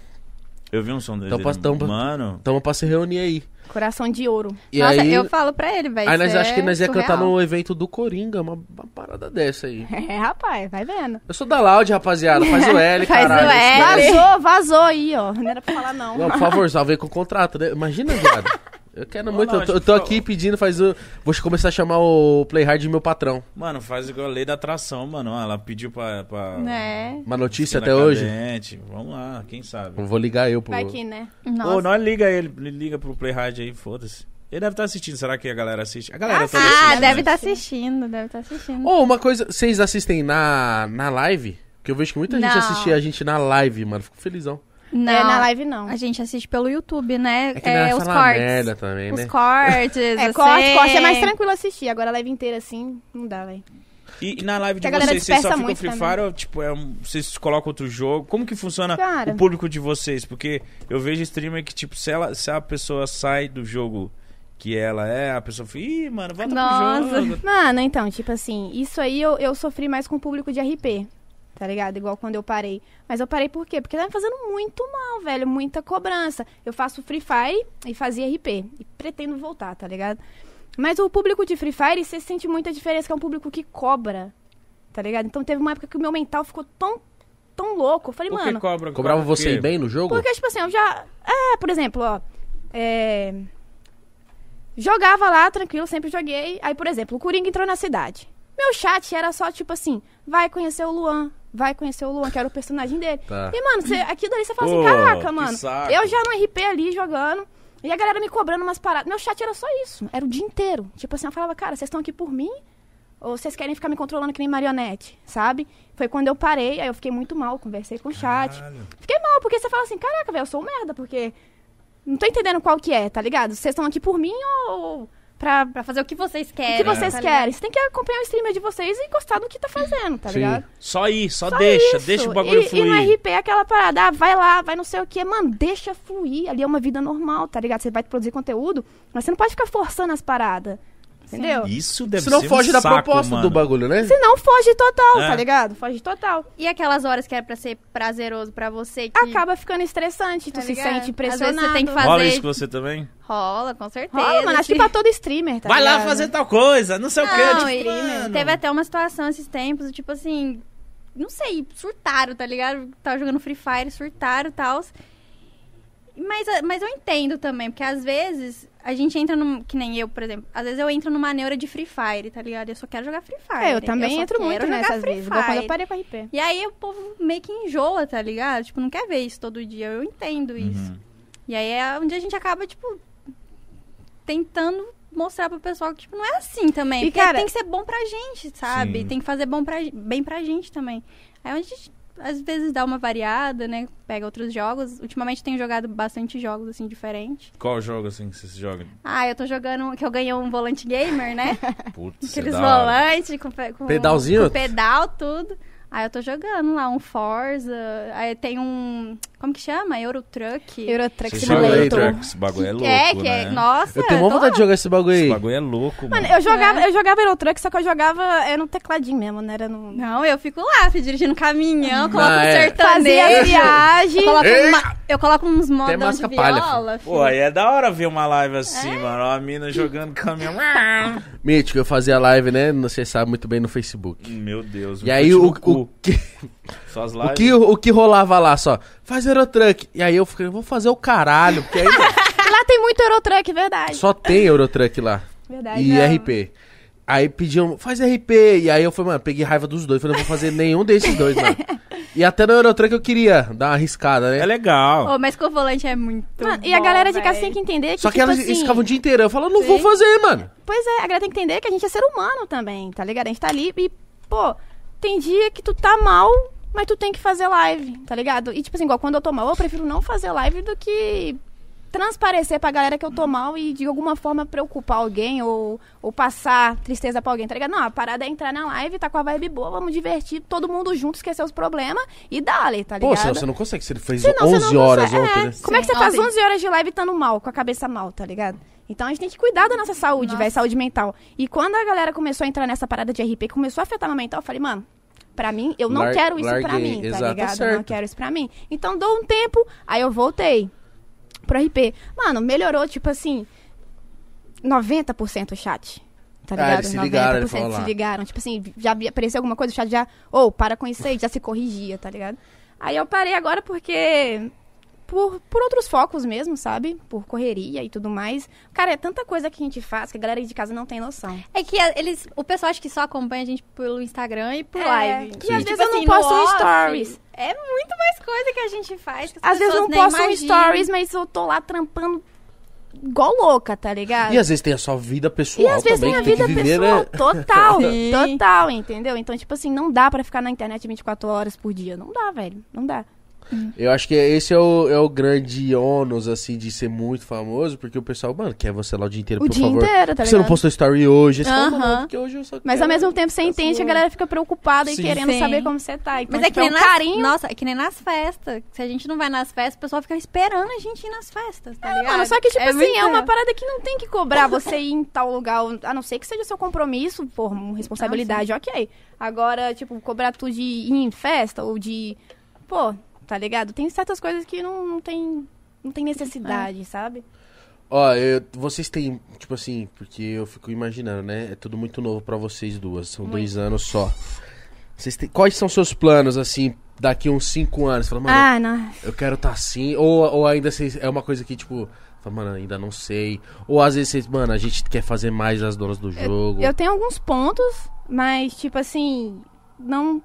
[SPEAKER 1] Eu vi um som dele.
[SPEAKER 2] Então, posso- então,
[SPEAKER 1] Mano,
[SPEAKER 2] Então é pra se reunir aí.
[SPEAKER 3] Coração de ouro.
[SPEAKER 2] E
[SPEAKER 4] Nossa,
[SPEAKER 2] aí,
[SPEAKER 4] eu falo pra ele, velho.
[SPEAKER 2] aí nós
[SPEAKER 4] isso
[SPEAKER 2] acho que
[SPEAKER 4] é
[SPEAKER 2] nós ia cantar
[SPEAKER 4] surreal.
[SPEAKER 2] no evento do Coringa, uma, uma parada dessa aí.
[SPEAKER 3] É, rapaz, vai vendo.
[SPEAKER 2] Eu sou da Loud, rapaziada. Faz o L,
[SPEAKER 4] Faz o
[SPEAKER 2] caralho.
[SPEAKER 4] L.
[SPEAKER 2] Isso daí-
[SPEAKER 3] Vazou, vazou aí, ó. Não era pra falar, não.
[SPEAKER 2] Não, por favor, só vem com o contrato, né? Imagina, viado. Eu quero muito. Eu tô, eu tô aqui pedindo, faz o. Vou começar a chamar o Playhard de meu patrão.
[SPEAKER 1] mano, faz igual a lei da atração, mano. Ela pediu pra. pra...
[SPEAKER 4] Né?
[SPEAKER 2] Uma notícia
[SPEAKER 1] Cena
[SPEAKER 2] até hoje.
[SPEAKER 1] Cadente. Vamos lá, quem sabe.
[SPEAKER 2] Eu vou ligar eu pro.
[SPEAKER 3] Vai que, né?
[SPEAKER 4] Nossa.
[SPEAKER 1] Ô, nós liga ele, liga pro Play Rádio aí, foda-se. Ele deve estar assistindo, será que a galera assiste? A galera toda
[SPEAKER 4] Ah,
[SPEAKER 1] assiste,
[SPEAKER 4] deve
[SPEAKER 1] né?
[SPEAKER 3] tá
[SPEAKER 4] estar assistindo, deve estar assistindo.
[SPEAKER 2] Ou uma coisa, vocês assistem na, na live? Porque eu vejo que muita gente
[SPEAKER 4] Não.
[SPEAKER 2] assiste a gente na live, mano. Fico felizão.
[SPEAKER 4] Não,
[SPEAKER 3] É, na live, não.
[SPEAKER 4] A gente assiste pelo YouTube, né?
[SPEAKER 2] É que é,
[SPEAKER 4] os
[SPEAKER 2] fala
[SPEAKER 4] cortes.
[SPEAKER 2] merda também,
[SPEAKER 4] Os
[SPEAKER 2] né?
[SPEAKER 4] cortes.
[SPEAKER 3] É,
[SPEAKER 4] eu
[SPEAKER 3] corte,
[SPEAKER 4] sei.
[SPEAKER 3] corte é mais tranquilo assistir. Agora a live inteira assim, não dá, velho.
[SPEAKER 1] E, e na live de
[SPEAKER 3] Que a galera
[SPEAKER 1] vocês, vocês
[SPEAKER 3] dispersa
[SPEAKER 1] só ficam
[SPEAKER 3] muito
[SPEAKER 1] Free
[SPEAKER 3] também.
[SPEAKER 1] Fire ou tipo, é um- vocês colocam outro jogo? Como que funciona
[SPEAKER 3] Cara.
[SPEAKER 1] o público de vocês? Porque eu vejo streamer que, tipo, se, ela, se a pessoa sai do jogo que ela é, a pessoa fica, ih, mano, volta
[SPEAKER 4] Nossa.
[SPEAKER 1] pro jogo.
[SPEAKER 3] Mano, então, tipo assim, isso aí eu, eu sofri mais com o público de RP, tá ligado? Igual quando eu parei. Mas eu parei por quê? Porque tava me fazendo muito mal, velho, muita cobrança. Eu faço Free Fire e fazia RP. E pretendo voltar, tá ligado? Mas o público de Free Fire, você sente muita diferença, que é um público que cobra, tá ligado? Então teve uma época que o meu mental ficou tão, tão louco. Eu falei,
[SPEAKER 1] Por que
[SPEAKER 3] mano.
[SPEAKER 1] cobra?
[SPEAKER 2] Cobrava
[SPEAKER 1] Cobra
[SPEAKER 2] você
[SPEAKER 1] o
[SPEAKER 2] ir
[SPEAKER 1] quê?
[SPEAKER 2] bem no jogo?
[SPEAKER 3] Porque, tipo assim, eu já. É, por exemplo, ó. é, jogava lá, tranquilo, sempre joguei. Aí, por exemplo, o Coringa entrou na cidade. Meu chat era só, tipo assim, vai conhecer o Luan, vai conhecer o Luan, que era o personagem dele.
[SPEAKER 2] Tá.
[SPEAKER 3] E, mano, cê, aquilo ali você fala
[SPEAKER 1] Pô,
[SPEAKER 3] assim, caraca,
[SPEAKER 1] que
[SPEAKER 3] mano,
[SPEAKER 1] saco.
[SPEAKER 3] eu já no RP ali jogando. E a galera me cobrando umas paradas. Meu chat era só isso. Era o dia inteiro. Tipo assim, eu falava, cara, vocês estão aqui por mim? Ou vocês querem ficar me controlando que nem marionete? Sabe? Foi quando eu parei, aí eu fiquei muito mal, conversei com o chat.
[SPEAKER 1] Caralho.
[SPEAKER 3] Fiquei mal, porque você fala assim, caraca, velho, eu sou um merda, porque não tô entendendo qual que é, tá ligado? Vocês estão aqui por mim ou pra...
[SPEAKER 4] Pra fazer o que vocês querem.
[SPEAKER 3] O que vocês
[SPEAKER 4] tá ligado?
[SPEAKER 3] querem? Você tem que acompanhar o streamer de vocês e gostar do que tá fazendo, tá
[SPEAKER 2] Sim.
[SPEAKER 3] ligado?
[SPEAKER 1] Só ir, só,
[SPEAKER 3] Só
[SPEAKER 1] deixa,
[SPEAKER 3] isso.
[SPEAKER 1] deixa o bagulho
[SPEAKER 3] e,
[SPEAKER 1] fluir.
[SPEAKER 3] E no RP é aquela parada, ah, vai lá, vai não sei o que, mano, deixa fluir. Ali é uma vida normal, tá ligado? Você vai produzir conteúdo, mas você não pode ficar forçando as paradas, entendeu?
[SPEAKER 1] Isso deve
[SPEAKER 2] Se não
[SPEAKER 1] ser um
[SPEAKER 2] foge da
[SPEAKER 1] saco,
[SPEAKER 2] proposta
[SPEAKER 1] mano.
[SPEAKER 2] do bagulho, né?
[SPEAKER 3] Senão foge total,
[SPEAKER 1] É.
[SPEAKER 3] tá ligado? Foge total.
[SPEAKER 4] E aquelas horas que era pra ser prazeroso pra você, que
[SPEAKER 3] Acaba ficando estressante,
[SPEAKER 4] Tá
[SPEAKER 3] tu se
[SPEAKER 4] ligado?
[SPEAKER 3] sente
[SPEAKER 4] Às vezes
[SPEAKER 3] pressionado.
[SPEAKER 4] você tem que assim.
[SPEAKER 1] Rola
[SPEAKER 4] fazer-
[SPEAKER 1] isso com você também?
[SPEAKER 4] rola, com certeza.
[SPEAKER 3] Rola, mano, acho que
[SPEAKER 4] Sim.
[SPEAKER 3] pra todo streamer, tá
[SPEAKER 1] Vai lá
[SPEAKER 3] ligado?
[SPEAKER 1] fazer tal coisa, não sei o quê.
[SPEAKER 4] Não,
[SPEAKER 1] tipo,
[SPEAKER 4] e
[SPEAKER 1] mano.
[SPEAKER 4] teve até uma situação esses tempos, tipo assim, não sei, surtaram, tá ligado? Tava jogando Free Fire, surtaram e tal. Mas, ah, mas eu entendo também, porque às vezes a gente entra num. Que nem eu, por exemplo. Às vezes eu entro numa neura de Free Fire, tá ligado? Eu só quero jogar Free Fire.
[SPEAKER 3] É, eu também
[SPEAKER 4] só
[SPEAKER 3] entro
[SPEAKER 4] quero
[SPEAKER 3] muito
[SPEAKER 4] jogar
[SPEAKER 3] nessas
[SPEAKER 4] Free
[SPEAKER 3] vezes. Igual quando eu
[SPEAKER 4] Fire.
[SPEAKER 3] parei com RP.
[SPEAKER 4] E aí o povo meio que enjoa, tá ligado? Tipo, não quer ver isso todo dia. Eu entendo isso. E aí é onde a gente acaba, tipo, tentando mostrar pro pessoal que, tipo, não é assim também.
[SPEAKER 3] E,
[SPEAKER 4] porque
[SPEAKER 3] cara-
[SPEAKER 4] tem que ser bom pra gente, sabe?
[SPEAKER 1] Sim.
[SPEAKER 4] Tem que fazer bom pra, gen- bem pra gente também. Aí é onde a gente, às vezes, dá uma variada, né? Pega outros jogos. Ultimamente eu tenho jogado bastante jogos, assim, diferentes.
[SPEAKER 1] Qual jogo assim que vocês jogam?
[SPEAKER 4] Ah, eu tô jogando... Que eu ganhei um volante gamer, né?
[SPEAKER 1] Putz,
[SPEAKER 4] Aqueles
[SPEAKER 1] é da hora.
[SPEAKER 4] volantes com, pe- com-
[SPEAKER 2] Pedalzinho?
[SPEAKER 4] com pedal, tudo. Aí eu tô jogando lá um Forza. Aí tem um. Como que chama? Euro Truck.
[SPEAKER 3] Eurotruck
[SPEAKER 1] Vocês jogam
[SPEAKER 2] Simulator.
[SPEAKER 3] Simulator.
[SPEAKER 1] aí, Drax? Esse bagulho é
[SPEAKER 4] que
[SPEAKER 1] louco,
[SPEAKER 4] é, que
[SPEAKER 1] né?
[SPEAKER 4] é. Nossa,
[SPEAKER 2] Eu tenho uma
[SPEAKER 4] tô-
[SPEAKER 2] vontade de jogar esse bagulho
[SPEAKER 1] Esse
[SPEAKER 2] aí.
[SPEAKER 1] bagulho é louco, mano.
[SPEAKER 3] Mano, eu jogava,
[SPEAKER 4] É.
[SPEAKER 3] eu jogava Eurotruck, só que eu jogava é, no tecladinho mesmo, não era no...
[SPEAKER 4] Não, eu fico lá, fui dirigindo caminhão, coloco
[SPEAKER 2] Ah,
[SPEAKER 4] um
[SPEAKER 2] é.
[SPEAKER 3] Fazia
[SPEAKER 4] sertanejo.
[SPEAKER 3] a viagem...
[SPEAKER 4] Eu coloco,
[SPEAKER 2] Ei!
[SPEAKER 4] uma- eu coloco uns modão de
[SPEAKER 2] masca palha,
[SPEAKER 4] viola.
[SPEAKER 1] Pô, aí é da hora ver uma live assim,
[SPEAKER 3] É?
[SPEAKER 1] mano. Ó, A mina jogando caminhão.
[SPEAKER 2] Mítico, eu fazia live, né? Não sei se sabe muito bem no Facebook.
[SPEAKER 1] Meu Deus.
[SPEAKER 2] E aí o, o, que,
[SPEAKER 1] Só as
[SPEAKER 2] o,
[SPEAKER 1] lives.
[SPEAKER 2] que, o que rolava lá só? Faz Eurotruck. E aí eu fiquei, vou fazer o caralho, porque aí
[SPEAKER 3] Lá tem muito Eurotruck, verdade.
[SPEAKER 2] só tem Eurotruck lá.
[SPEAKER 3] Verdade.
[SPEAKER 2] E
[SPEAKER 3] não.
[SPEAKER 2] RP. Aí pediam, faz RP. E aí eu falei, mano, peguei raiva dos dois. Falei, não vou fazer nenhum desses dois, mano. E até no Eurotruck eu queria dar uma arriscada, né?
[SPEAKER 1] É legal.
[SPEAKER 4] Ô, mas com o volante é muito.
[SPEAKER 3] Mano, Ah, e a galera de casa tem
[SPEAKER 4] assim
[SPEAKER 3] que entender que,
[SPEAKER 2] Só que
[SPEAKER 3] tipo
[SPEAKER 2] elas
[SPEAKER 3] assim,
[SPEAKER 2] ficavam o dia inteiro. Eu falo, não vou
[SPEAKER 4] Sim.
[SPEAKER 2] fazer, mano.
[SPEAKER 3] Pois é, a galera tem que entender que a gente é ser humano também, tá ligado? A gente tá ali e, pô, tem dia que tu tá mal, mas tu tem que fazer live, tá ligado? E, tipo assim, igual quando eu tô mal, eu prefiro não fazer live do que transparecer pra galera que eu tô mal e de alguma forma preocupar alguém ou, ou passar tristeza pra alguém, tá ligado? Não, a parada é entrar na live, tá com a vibe boa, vamos divertir, todo mundo junto, esquecer os problemas e dale, tá ligado?
[SPEAKER 2] Pô, senão você não consegue. Você fez
[SPEAKER 3] Senão você
[SPEAKER 2] 11
[SPEAKER 3] não
[SPEAKER 2] horas
[SPEAKER 3] consegue-
[SPEAKER 2] ontem,
[SPEAKER 3] é.
[SPEAKER 2] né?
[SPEAKER 3] Como é que
[SPEAKER 4] Sim,
[SPEAKER 3] você faz
[SPEAKER 4] ontem.
[SPEAKER 3] 11 horas de live estando mal, com a cabeça mal, tá ligado? Então a gente tem que cuidar da nossa saúde,
[SPEAKER 4] Nossa.
[SPEAKER 3] velho, saúde mental. E quando a galera começou a entrar nessa parada de RP, começou a afetar meu mental, eu falei, mano, pra mim, eu não
[SPEAKER 2] Lar-
[SPEAKER 3] quero isso pra
[SPEAKER 2] larguei,
[SPEAKER 3] mim, tá
[SPEAKER 2] exato, tá
[SPEAKER 3] ligado? Eu não
[SPEAKER 2] certo.
[SPEAKER 3] quero isso pra mim. Então dou um tempo, aí eu voltei pro RP. Mano, melhorou, tipo assim, 90% o chat. Tá
[SPEAKER 2] Ah,
[SPEAKER 3] ligado?
[SPEAKER 2] eles se ligaram, ele
[SPEAKER 3] 90%
[SPEAKER 2] falou lá.
[SPEAKER 3] se ligaram. Tipo assim, já vi- apareceu alguma coisa, o chat já. Ou, para com isso aí, já se corrigia, tá ligado? Aí eu parei agora porque. Por, por outros focos mesmo, sabe? Por correria e tudo mais. Cara, é tanta coisa que a gente faz que a galera aí de casa não tem noção.
[SPEAKER 4] É que a- eles, o pessoal acha que só acompanha a gente pelo Instagram e por
[SPEAKER 3] É,
[SPEAKER 4] live.
[SPEAKER 3] e às
[SPEAKER 4] Tipo
[SPEAKER 3] vezes eu
[SPEAKER 2] assim,
[SPEAKER 3] não
[SPEAKER 4] no
[SPEAKER 3] posto um
[SPEAKER 4] off,
[SPEAKER 3] stories.
[SPEAKER 4] É muito mais coisa que a gente faz. Que as
[SPEAKER 3] Às vezes eu não
[SPEAKER 4] pessoas nem
[SPEAKER 3] posto um
[SPEAKER 4] imaginam.
[SPEAKER 3] stories, mas eu tô lá trampando igual louca, tá ligado?
[SPEAKER 2] E às vezes tem a sua vida pessoal
[SPEAKER 3] E às vezes
[SPEAKER 2] também,
[SPEAKER 3] tem a
[SPEAKER 2] que
[SPEAKER 3] vida
[SPEAKER 2] tem que viver,
[SPEAKER 3] pessoal
[SPEAKER 2] né?
[SPEAKER 3] total,
[SPEAKER 4] Sim.
[SPEAKER 3] total, entendeu? Então, tipo assim, não dá pra ficar na internet 24 horas por dia. Não dá, velho. Não dá.
[SPEAKER 2] Eu acho que esse é o, é o grande ônus, assim, de ser muito famoso, porque o pessoal, mano, quer você lá o dia inteiro,
[SPEAKER 3] O
[SPEAKER 2] por
[SPEAKER 3] dia
[SPEAKER 2] favor.
[SPEAKER 3] inteiro, tá
[SPEAKER 2] Por que você não
[SPEAKER 3] ligado?
[SPEAKER 2] postou story hoje? Aí você fala, mano,
[SPEAKER 4] Aham.
[SPEAKER 2] porque hoje eu só
[SPEAKER 3] Mas ao
[SPEAKER 2] quero-
[SPEAKER 3] mesmo tempo você entende que a galera fica preocupada
[SPEAKER 2] Sim.
[SPEAKER 3] e querendo
[SPEAKER 4] Sim.
[SPEAKER 3] saber como você tá. Então,
[SPEAKER 4] Mas é
[SPEAKER 3] tipo,
[SPEAKER 4] que nem
[SPEAKER 3] um
[SPEAKER 4] nas,
[SPEAKER 3] carinho.
[SPEAKER 4] Nossa, é que nem nas festas. Se a gente não vai nas festas, o pessoal fica esperando a gente ir nas festas, tá
[SPEAKER 3] É,
[SPEAKER 4] ligado?
[SPEAKER 3] mano, só que, tipo assim,
[SPEAKER 4] muito-
[SPEAKER 3] é uma parada que não tem que cobrar você ir em tal lugar, a não ser que seja seu compromisso, por uma responsabilidade, ok. Agora, tipo, cobrar tu de ir em festa ou de. Pô, tá ligado? Tem certas coisas que não, não tem. Não tem necessidade, sabe?
[SPEAKER 2] Ó, eu- vocês têm, tipo assim, porque eu fico imaginando, né? É tudo muito novo pra vocês duas, são dois anos só. Vocês têm, quais são seus planos, assim, daqui uns cinco anos? Fala, mano,
[SPEAKER 3] Ah, não.
[SPEAKER 2] eu quero estar assim, ou, ou ainda vocês, é uma coisa que, tipo, fala, mano, ainda não sei. Ou às vezes vocês, mano, a gente quer fazer mais as donas do jogo.
[SPEAKER 3] Eu tenho alguns pontos, mas, tipo assim, não.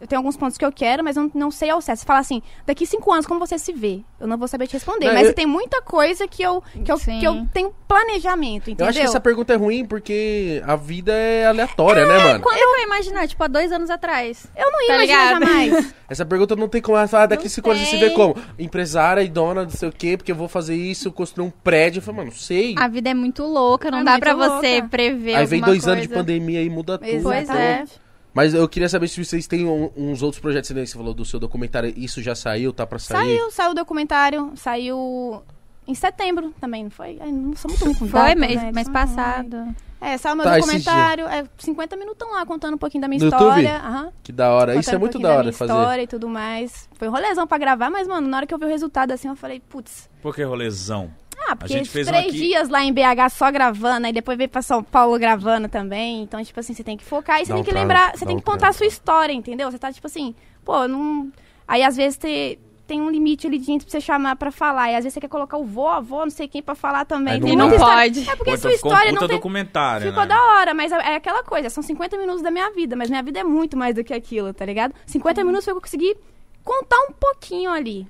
[SPEAKER 3] Eu tenho alguns pontos que eu quero, mas eu não, não sei ao certo. Você fala assim, daqui cinco anos, como você se vê? Eu não vou saber te responder.
[SPEAKER 2] Não,
[SPEAKER 3] mas
[SPEAKER 2] eu-
[SPEAKER 3] tem muita coisa que eu, que, eu,
[SPEAKER 4] Sim.
[SPEAKER 3] que eu tenho planejamento, entendeu?
[SPEAKER 2] Eu acho que essa pergunta é ruim porque a vida é aleatória, né, mano?
[SPEAKER 4] Quando eu vou imaginar, tipo, há dois anos atrás.
[SPEAKER 3] Eu não ia
[SPEAKER 4] Tá
[SPEAKER 3] imaginar
[SPEAKER 4] ligado?
[SPEAKER 3] jamais.
[SPEAKER 2] Essa pergunta não tem como. Ah, daqui
[SPEAKER 4] Não
[SPEAKER 2] cinco anos você se
[SPEAKER 4] tem.
[SPEAKER 2] vê como? Empresária e dona, não sei o quê, porque eu vou fazer isso, construir um prédio. Eu falei, mano, não sei.
[SPEAKER 4] A vida é muito louca, não
[SPEAKER 3] É
[SPEAKER 4] dá
[SPEAKER 3] muito
[SPEAKER 4] pra você
[SPEAKER 3] louca.
[SPEAKER 4] prever
[SPEAKER 2] Aí vem
[SPEAKER 4] alguma
[SPEAKER 2] dois anos de
[SPEAKER 4] coisa.
[SPEAKER 2] pandemia e muda tudo.
[SPEAKER 4] Pois é.
[SPEAKER 3] Exatamente.
[SPEAKER 2] Mas eu queria saber se vocês têm um- uns outros projetos, né? Você falou do seu documentário, isso já saiu, tá pra sair?
[SPEAKER 3] Saiu, saiu o documentário, saiu em setembro também, não foi? Ai, não sou muito ruim com
[SPEAKER 4] Foi
[SPEAKER 3] data,
[SPEAKER 4] mês,
[SPEAKER 3] né?
[SPEAKER 4] mês
[SPEAKER 3] Ai.
[SPEAKER 4] passado.
[SPEAKER 3] É, saiu meu
[SPEAKER 2] Tá, esse
[SPEAKER 3] documentário, é 50 minutos lá contando um pouquinho da minha
[SPEAKER 2] No YouTube?
[SPEAKER 3] história. Aham.
[SPEAKER 2] Que da hora.
[SPEAKER 3] Contando
[SPEAKER 2] isso é
[SPEAKER 3] um
[SPEAKER 2] muito
[SPEAKER 3] pouquinho
[SPEAKER 2] da hora
[SPEAKER 3] minha
[SPEAKER 2] fazer.
[SPEAKER 3] história e tudo mais. Foi um rolezão pra gravar, mas, mano, na hora que eu vi o resultado assim, eu falei, putz,
[SPEAKER 1] Por que rolezão?
[SPEAKER 3] ah, porque
[SPEAKER 1] gente fez um
[SPEAKER 3] três
[SPEAKER 1] aqui.
[SPEAKER 3] dias lá em BH só gravando, aí depois veio pra São Paulo gravando também. Então, tipo assim, você tem que focar e você
[SPEAKER 2] Dá
[SPEAKER 3] tem
[SPEAKER 2] um
[SPEAKER 3] que
[SPEAKER 2] trago,
[SPEAKER 3] lembrar, você
[SPEAKER 2] dá
[SPEAKER 3] tem
[SPEAKER 2] um
[SPEAKER 3] que contar
[SPEAKER 2] trago.
[SPEAKER 3] a sua história, entendeu? Você tá, tipo assim, pô, eu não. Aí às vezes te- tem um limite ali de gente pra você chamar pra falar. E às vezes você quer colocar o vô, avô, não sei quem pra falar também.
[SPEAKER 2] Aí não
[SPEAKER 3] Tem
[SPEAKER 2] dá.
[SPEAKER 3] muita
[SPEAKER 2] Não
[SPEAKER 3] história-
[SPEAKER 4] pode.
[SPEAKER 3] É porque
[SPEAKER 1] Puta,
[SPEAKER 3] sua
[SPEAKER 1] ficou um
[SPEAKER 3] histório
[SPEAKER 1] puta
[SPEAKER 3] não tem
[SPEAKER 1] documentário,
[SPEAKER 3] Ficou
[SPEAKER 1] né?
[SPEAKER 3] da hora, mas é aquela coisa, são 50 minutos da minha vida, mas minha vida é muito mais do que aquilo, tá ligado? 50
[SPEAKER 4] Uhum.
[SPEAKER 3] minutos foi o que eu consegui contar um pouquinho ali,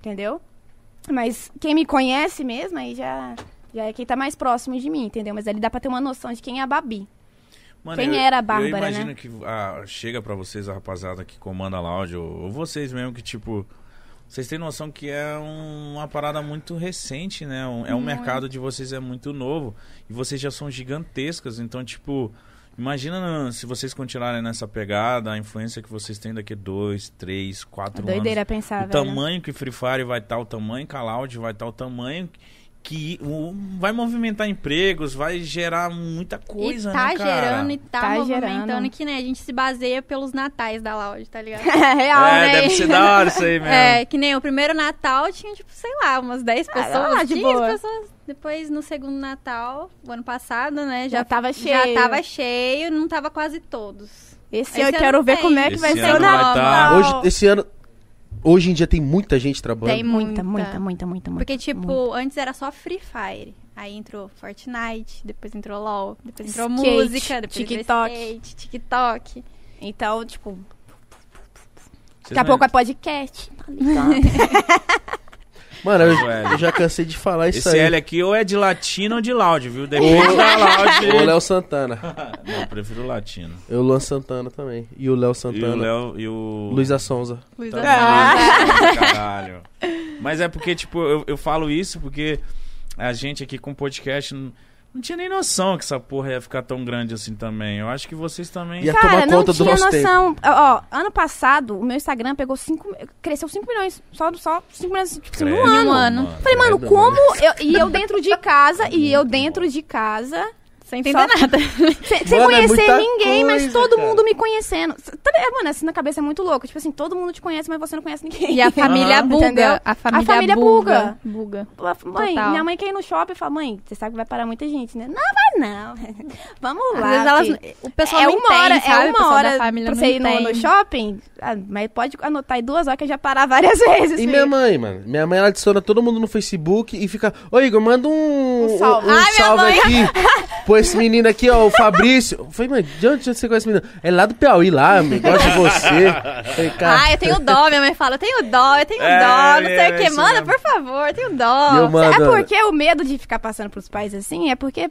[SPEAKER 3] entendeu? Mas quem me conhece mesmo, aí já, já é quem tá mais próximo de mim, entendeu? Mas ali dá pra ter uma noção de quem é a Babi.
[SPEAKER 1] Mano,
[SPEAKER 3] Quem
[SPEAKER 1] eu-
[SPEAKER 3] era a Bárbara,
[SPEAKER 1] Eu imagino
[SPEAKER 3] né?
[SPEAKER 1] que ah, chega pra vocês a rapaziada que comanda lá áudio, ou vocês mesmo que, tipo... Vocês têm noção que é um- uma parada muito recente, né? Um- é um mercado de vocês é muito novo. E vocês já são gigantescas. Então, tipo... Imagina né, se vocês continuarem nessa pegada, a influência que vocês têm daqui dois, três, quatro anos.
[SPEAKER 3] Doideira pensar,
[SPEAKER 1] o
[SPEAKER 3] velho.
[SPEAKER 1] tamanho que Free Fire vai estar, o tamanho que a Loud vai estar, o tamanho que o- vai movimentar empregos, vai gerar muita coisa,
[SPEAKER 2] é,
[SPEAKER 4] e tá
[SPEAKER 1] né, cara?
[SPEAKER 4] gerando e tá,
[SPEAKER 3] Tá
[SPEAKER 4] movimentando
[SPEAKER 3] gerando.
[SPEAKER 4] que, né, a gente se baseia pelos natais da Loud, tá ligado?
[SPEAKER 3] É real,
[SPEAKER 1] É,
[SPEAKER 3] né?
[SPEAKER 1] deve ser da hora isso aí mesmo.
[SPEAKER 4] É, que nem o primeiro Natal tinha, tipo, sei lá, umas 10 pessoas,
[SPEAKER 3] Ah, lá, de
[SPEAKER 4] 15
[SPEAKER 3] boa.
[SPEAKER 4] pessoas. Depois, no segundo Natal, o ano passado, né,
[SPEAKER 3] Já
[SPEAKER 4] já,
[SPEAKER 3] tava
[SPEAKER 4] já
[SPEAKER 3] cheio.
[SPEAKER 4] tava cheio, não tava quase todos.
[SPEAKER 3] Esse,
[SPEAKER 4] Esse
[SPEAKER 3] eu
[SPEAKER 4] ano
[SPEAKER 3] quero ver
[SPEAKER 4] tem.
[SPEAKER 3] como é que vai
[SPEAKER 1] Esse
[SPEAKER 3] ser o
[SPEAKER 1] ano vai
[SPEAKER 3] Natal.
[SPEAKER 1] tá-
[SPEAKER 2] Ah, Hoje, esse ano. Hoje em dia tem muita gente trabalhando.
[SPEAKER 4] Tem
[SPEAKER 3] Muita, muita, muita, muita, muita.
[SPEAKER 4] Porque, tipo,
[SPEAKER 3] muita.
[SPEAKER 4] antes era só Free Fire. Aí entrou Fortnite, depois entrou LOL, depois entrou
[SPEAKER 3] Skate,
[SPEAKER 4] música, depois
[SPEAKER 3] TikTok.
[SPEAKER 4] entrou skate, TikTok.
[SPEAKER 3] Então, tipo,
[SPEAKER 1] Vocês
[SPEAKER 3] daqui a
[SPEAKER 1] não-
[SPEAKER 3] pouco é podcast. tá ligado?
[SPEAKER 2] Mano, eu,
[SPEAKER 1] Velho.
[SPEAKER 2] eu já cansei de falar isso
[SPEAKER 1] Esse
[SPEAKER 2] aí.
[SPEAKER 1] L aqui ou é de latino ou de loud, viu? Depende da loud.
[SPEAKER 2] O Léo Santana.
[SPEAKER 1] Não, eu prefiro latino.
[SPEAKER 2] Eu, Luan Santana também. E o Léo
[SPEAKER 1] E o
[SPEAKER 2] Santana.
[SPEAKER 1] Léo e o...
[SPEAKER 2] Luísa Sonza.
[SPEAKER 4] Luiz
[SPEAKER 1] Tá
[SPEAKER 4] Amado.
[SPEAKER 1] bom, Caralho. Mas é porque, tipo, eu, eu falo isso porque a gente aqui com podcast não, não tinha nem noção que essa porra ia ficar tão grande assim também. Eu acho que vocês também...
[SPEAKER 2] E a-
[SPEAKER 3] Cara,
[SPEAKER 2] tomar
[SPEAKER 3] não
[SPEAKER 2] conta do
[SPEAKER 3] tinha
[SPEAKER 2] nosso
[SPEAKER 3] noção. Ó, ó, ano passado, o meu Instagram pegou 5... Cresceu 5 milhões. Só, só 5 milhões, tipo, assim, num
[SPEAKER 1] Credo,
[SPEAKER 3] ano.
[SPEAKER 4] ano.
[SPEAKER 1] mano.
[SPEAKER 3] Falei, mano,
[SPEAKER 2] Credo,
[SPEAKER 3] como... Eu, e eu dentro de casa, e eu dentro de casa...
[SPEAKER 4] Sem entender nada.
[SPEAKER 3] Sem, sem
[SPEAKER 2] Mano, é
[SPEAKER 3] conhecer
[SPEAKER 2] muita
[SPEAKER 3] ninguém, mas
[SPEAKER 2] coisa,
[SPEAKER 3] todo
[SPEAKER 2] cara.
[SPEAKER 3] mundo me conhecendo. S- tá- é, Mano, assim na cabeça é muito louco. Tipo assim, todo mundo te conhece, mas você não conhece ninguém.
[SPEAKER 4] E a família
[SPEAKER 1] Aham.
[SPEAKER 3] Entendeu?
[SPEAKER 4] buga. A família,
[SPEAKER 3] família buga.
[SPEAKER 4] buga. Buga.
[SPEAKER 3] Mãe,
[SPEAKER 4] Total.
[SPEAKER 3] minha mãe quer ir no shopping e fala, mãe, você sabe que vai parar muita gente, né? Não, vai não. Vamos
[SPEAKER 4] Às
[SPEAKER 3] lá.
[SPEAKER 4] vezes elas-
[SPEAKER 3] filho.
[SPEAKER 4] o pessoal
[SPEAKER 3] é
[SPEAKER 4] não
[SPEAKER 3] uma
[SPEAKER 4] entende,
[SPEAKER 3] hora, é
[SPEAKER 4] sabe? O pessoal
[SPEAKER 3] uma
[SPEAKER 4] da
[SPEAKER 3] hora pra
[SPEAKER 4] família não
[SPEAKER 3] você ir no, no
[SPEAKER 4] entende.
[SPEAKER 3] shopping, ah, mas pode anotar aí duas horas que eu já parar várias vezes.
[SPEAKER 2] E
[SPEAKER 3] filho.
[SPEAKER 2] minha mãe, mano. Minha mãe, ela adiciona todo mundo no Facebook e fica... Ô, Igor, manda um,
[SPEAKER 3] Um salve.
[SPEAKER 2] um- um
[SPEAKER 4] Ai, minha
[SPEAKER 2] salve
[SPEAKER 4] mãe.
[SPEAKER 2] aqui. Pô, esse menino aqui, ó, o Fabrício. Eu falei, mãe, de onde você conhece esse menino? É lá do Piauí, lá, amigo. Gosto de você. Eu Falei, cara...
[SPEAKER 4] Ah, eu tenho dó, minha mãe fala, eu tenho dó, eu tenho
[SPEAKER 1] É,
[SPEAKER 4] dó, não
[SPEAKER 1] é
[SPEAKER 4] sei o que,
[SPEAKER 1] isso
[SPEAKER 4] manda,
[SPEAKER 1] mesmo.
[SPEAKER 4] por favor, eu tenho dó.
[SPEAKER 2] E eu mando-
[SPEAKER 3] É
[SPEAKER 2] Madonna.
[SPEAKER 3] porque o medo de ficar passando pros pais assim é porque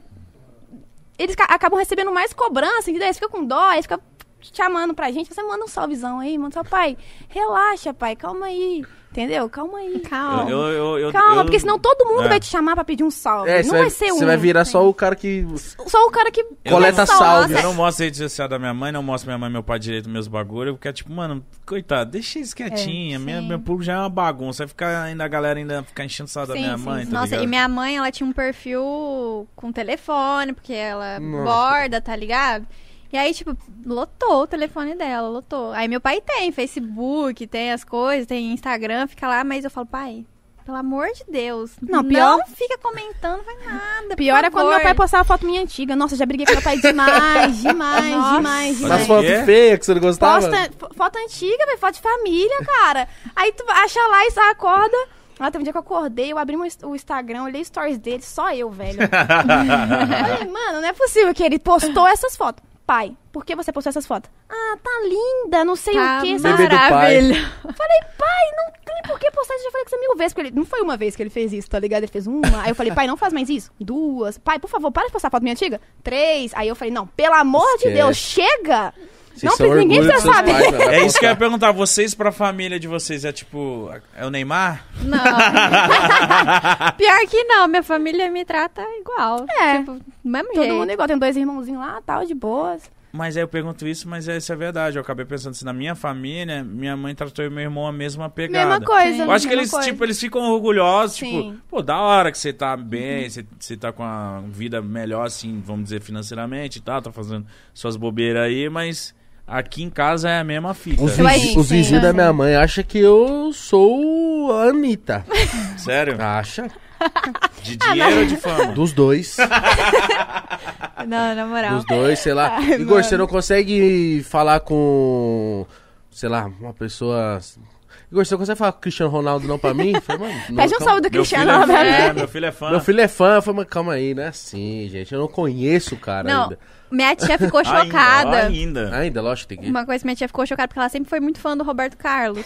[SPEAKER 3] eles ca- acabam recebendo mais cobrança, entendeu? Eles ficam com dó, eles ficam chamando pra gente. Você manda um salvezão aí, manda um salve, pai. Relaxa, pai, calma aí. Entendeu? Calma aí.
[SPEAKER 4] Calma.
[SPEAKER 1] Eu- eu- eu-
[SPEAKER 3] Calma,
[SPEAKER 1] eu-
[SPEAKER 3] porque senão todo mundo
[SPEAKER 1] É.
[SPEAKER 3] vai te chamar pra pedir um salve.
[SPEAKER 2] É,
[SPEAKER 3] não
[SPEAKER 2] você
[SPEAKER 3] vai,
[SPEAKER 2] vai,
[SPEAKER 3] ser um.
[SPEAKER 2] você vai virar só o cara que...
[SPEAKER 3] Só o cara que.
[SPEAKER 1] Eu
[SPEAKER 2] Coleta
[SPEAKER 1] não-
[SPEAKER 3] Nossa,
[SPEAKER 2] salve.
[SPEAKER 1] Eu
[SPEAKER 3] nossa,
[SPEAKER 1] não mostro a rede social da minha mãe, não mostro minha mãe e meu pai direito meus bagulho, porque é tipo, mano, coitado, deixa eles quietinha. minha,
[SPEAKER 4] sim.
[SPEAKER 1] meu público já é uma bagunça. Vai ficar ainda a galera ainda ficar enchendo o saco da
[SPEAKER 4] Sim,
[SPEAKER 1] minha
[SPEAKER 4] sim,
[SPEAKER 1] mãe,
[SPEAKER 4] sim.
[SPEAKER 1] tá
[SPEAKER 4] Nossa,
[SPEAKER 1] ligado?
[SPEAKER 4] e minha mãe, ela tinha um perfil com telefone, porque ela
[SPEAKER 2] Nossa.
[SPEAKER 4] borda, tá ligado? E aí, tipo, lotou o telefone dela, lotou. Aí meu pai tem Facebook, tem as coisas, tem Instagram, fica lá, mas eu falo, pai, pelo amor de Deus,
[SPEAKER 3] Não, pior-
[SPEAKER 4] não fica comentando, faz nada.
[SPEAKER 3] Pior é
[SPEAKER 4] por
[SPEAKER 3] quando meu pai
[SPEAKER 4] favor."
[SPEAKER 3] postava foto minha antiga. Nossa, já briguei com meu pai demais, demais, demais,
[SPEAKER 1] Mas
[SPEAKER 2] As
[SPEAKER 3] demais.
[SPEAKER 1] foi-
[SPEAKER 2] fotos
[SPEAKER 1] É.
[SPEAKER 2] feias que você não gostava.
[SPEAKER 3] Posta, fo- foto antiga, velho, foto de família, cara. Aí tu acha lá e sa- acorda. Ah, teve um dia que eu acordei, eu abri meu ins- o Instagram, olhei stories dele, só eu, velho. Falei, mano, não é possível que ele postou essas fotos. Pai, por que você postou essas fotos? Ah, tá linda, não sei
[SPEAKER 4] Tá
[SPEAKER 3] o que.
[SPEAKER 2] Bebê do pai.
[SPEAKER 4] maravilha.
[SPEAKER 3] Falei, pai, não tem por que postar isso. Eu já falei que você mil vezes. Porque ele, não foi uma vez que ele fez isso, tá ligado? Ele fez uma. Aí eu falei, pai, não faz mais isso. Duas. Pai, por favor, para de postar foto minha antiga. Três. Aí eu falei, não, pelo amor
[SPEAKER 2] Esquece.
[SPEAKER 3] de Deus, chega!
[SPEAKER 2] Vocês
[SPEAKER 3] Não,
[SPEAKER 2] são
[SPEAKER 3] porque ninguém
[SPEAKER 2] orgulho dos
[SPEAKER 3] precisa
[SPEAKER 2] seus
[SPEAKER 3] saber.
[SPEAKER 2] pais, né? velho, vai
[SPEAKER 1] É isso que eu ia
[SPEAKER 2] postar.
[SPEAKER 1] perguntar, vocês pra família de vocês é tipo, é o Neymar?
[SPEAKER 4] Não. Pior que não, minha família me trata igual.
[SPEAKER 3] É.
[SPEAKER 4] Tipo, do mesmo
[SPEAKER 3] Todo
[SPEAKER 4] jeito.
[SPEAKER 3] mundo é igual, tem dois irmãozinhos lá, tal, de boas.
[SPEAKER 1] Mas aí eu pergunto isso, mas essa é a verdade. Eu acabei pensando assim, na minha família, minha mãe tratou eu e meu irmão a mesma pegada.
[SPEAKER 3] Mesma coisa.
[SPEAKER 1] Eu acho que
[SPEAKER 3] mesma
[SPEAKER 1] eles,
[SPEAKER 3] coisa.
[SPEAKER 1] tipo, eles ficam orgulhosos,
[SPEAKER 3] Sim.
[SPEAKER 1] tipo, pô, da hora que você tá bem, você, você tá com a vida melhor, assim, vamos dizer, financeiramente e tal, tá fazendo suas bobeiras aí, mas aqui em casa é a mesma fita.
[SPEAKER 2] Os,
[SPEAKER 3] Eu acho
[SPEAKER 2] vizi-
[SPEAKER 3] que
[SPEAKER 2] os
[SPEAKER 3] sim,
[SPEAKER 2] vizinhos
[SPEAKER 3] né?
[SPEAKER 2] da minha mãe acham que eu sou a Anitta.
[SPEAKER 1] Sério?
[SPEAKER 2] Acha?
[SPEAKER 1] De dinheiro ou de fama?
[SPEAKER 2] Dos dois.
[SPEAKER 3] é
[SPEAKER 4] Não, na moral.
[SPEAKER 2] dos dois, sei lá. Igor, você não consegue falar com, sei lá, uma pessoa... Igor, você não consegue falar com o Cristiano Ronaldo não pra mim? Eu Falei, mano, não,
[SPEAKER 3] Pede um
[SPEAKER 2] calma.
[SPEAKER 3] salve do
[SPEAKER 1] Meu filho,
[SPEAKER 3] Cristiano lá pra
[SPEAKER 1] é, é,
[SPEAKER 3] mim.
[SPEAKER 1] meu filho é fã.
[SPEAKER 2] Meu filho é fã. Eu falei, mas calma aí, não é assim, gente. Eu não conheço o cara
[SPEAKER 4] Não,
[SPEAKER 2] ainda.
[SPEAKER 4] minha tia ficou
[SPEAKER 2] tá
[SPEAKER 1] Ainda,
[SPEAKER 4] chocada.
[SPEAKER 1] Ainda.
[SPEAKER 2] Ainda, lógico, tem que...
[SPEAKER 4] Uma coisa que minha tia ficou chocada, porque ela sempre foi muito fã do Roberto Carlos.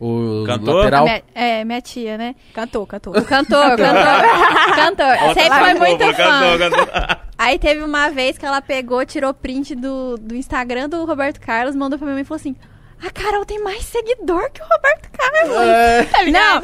[SPEAKER 2] O
[SPEAKER 1] Cantor?
[SPEAKER 4] A
[SPEAKER 2] lateral...
[SPEAKER 4] minha- é, minha tia, né?
[SPEAKER 3] Cantou, cantou.
[SPEAKER 4] O cantor, cantor, cantor. Sempre foi muito fã. Aí teve uma vez que ela pegou, tirou print do, do Instagram do Roberto Carlos, mandou pra minha mãe e falou assim... A Carol tem mais seguidor que o Roberto Carlos. Tá
[SPEAKER 2] É.
[SPEAKER 4] Não,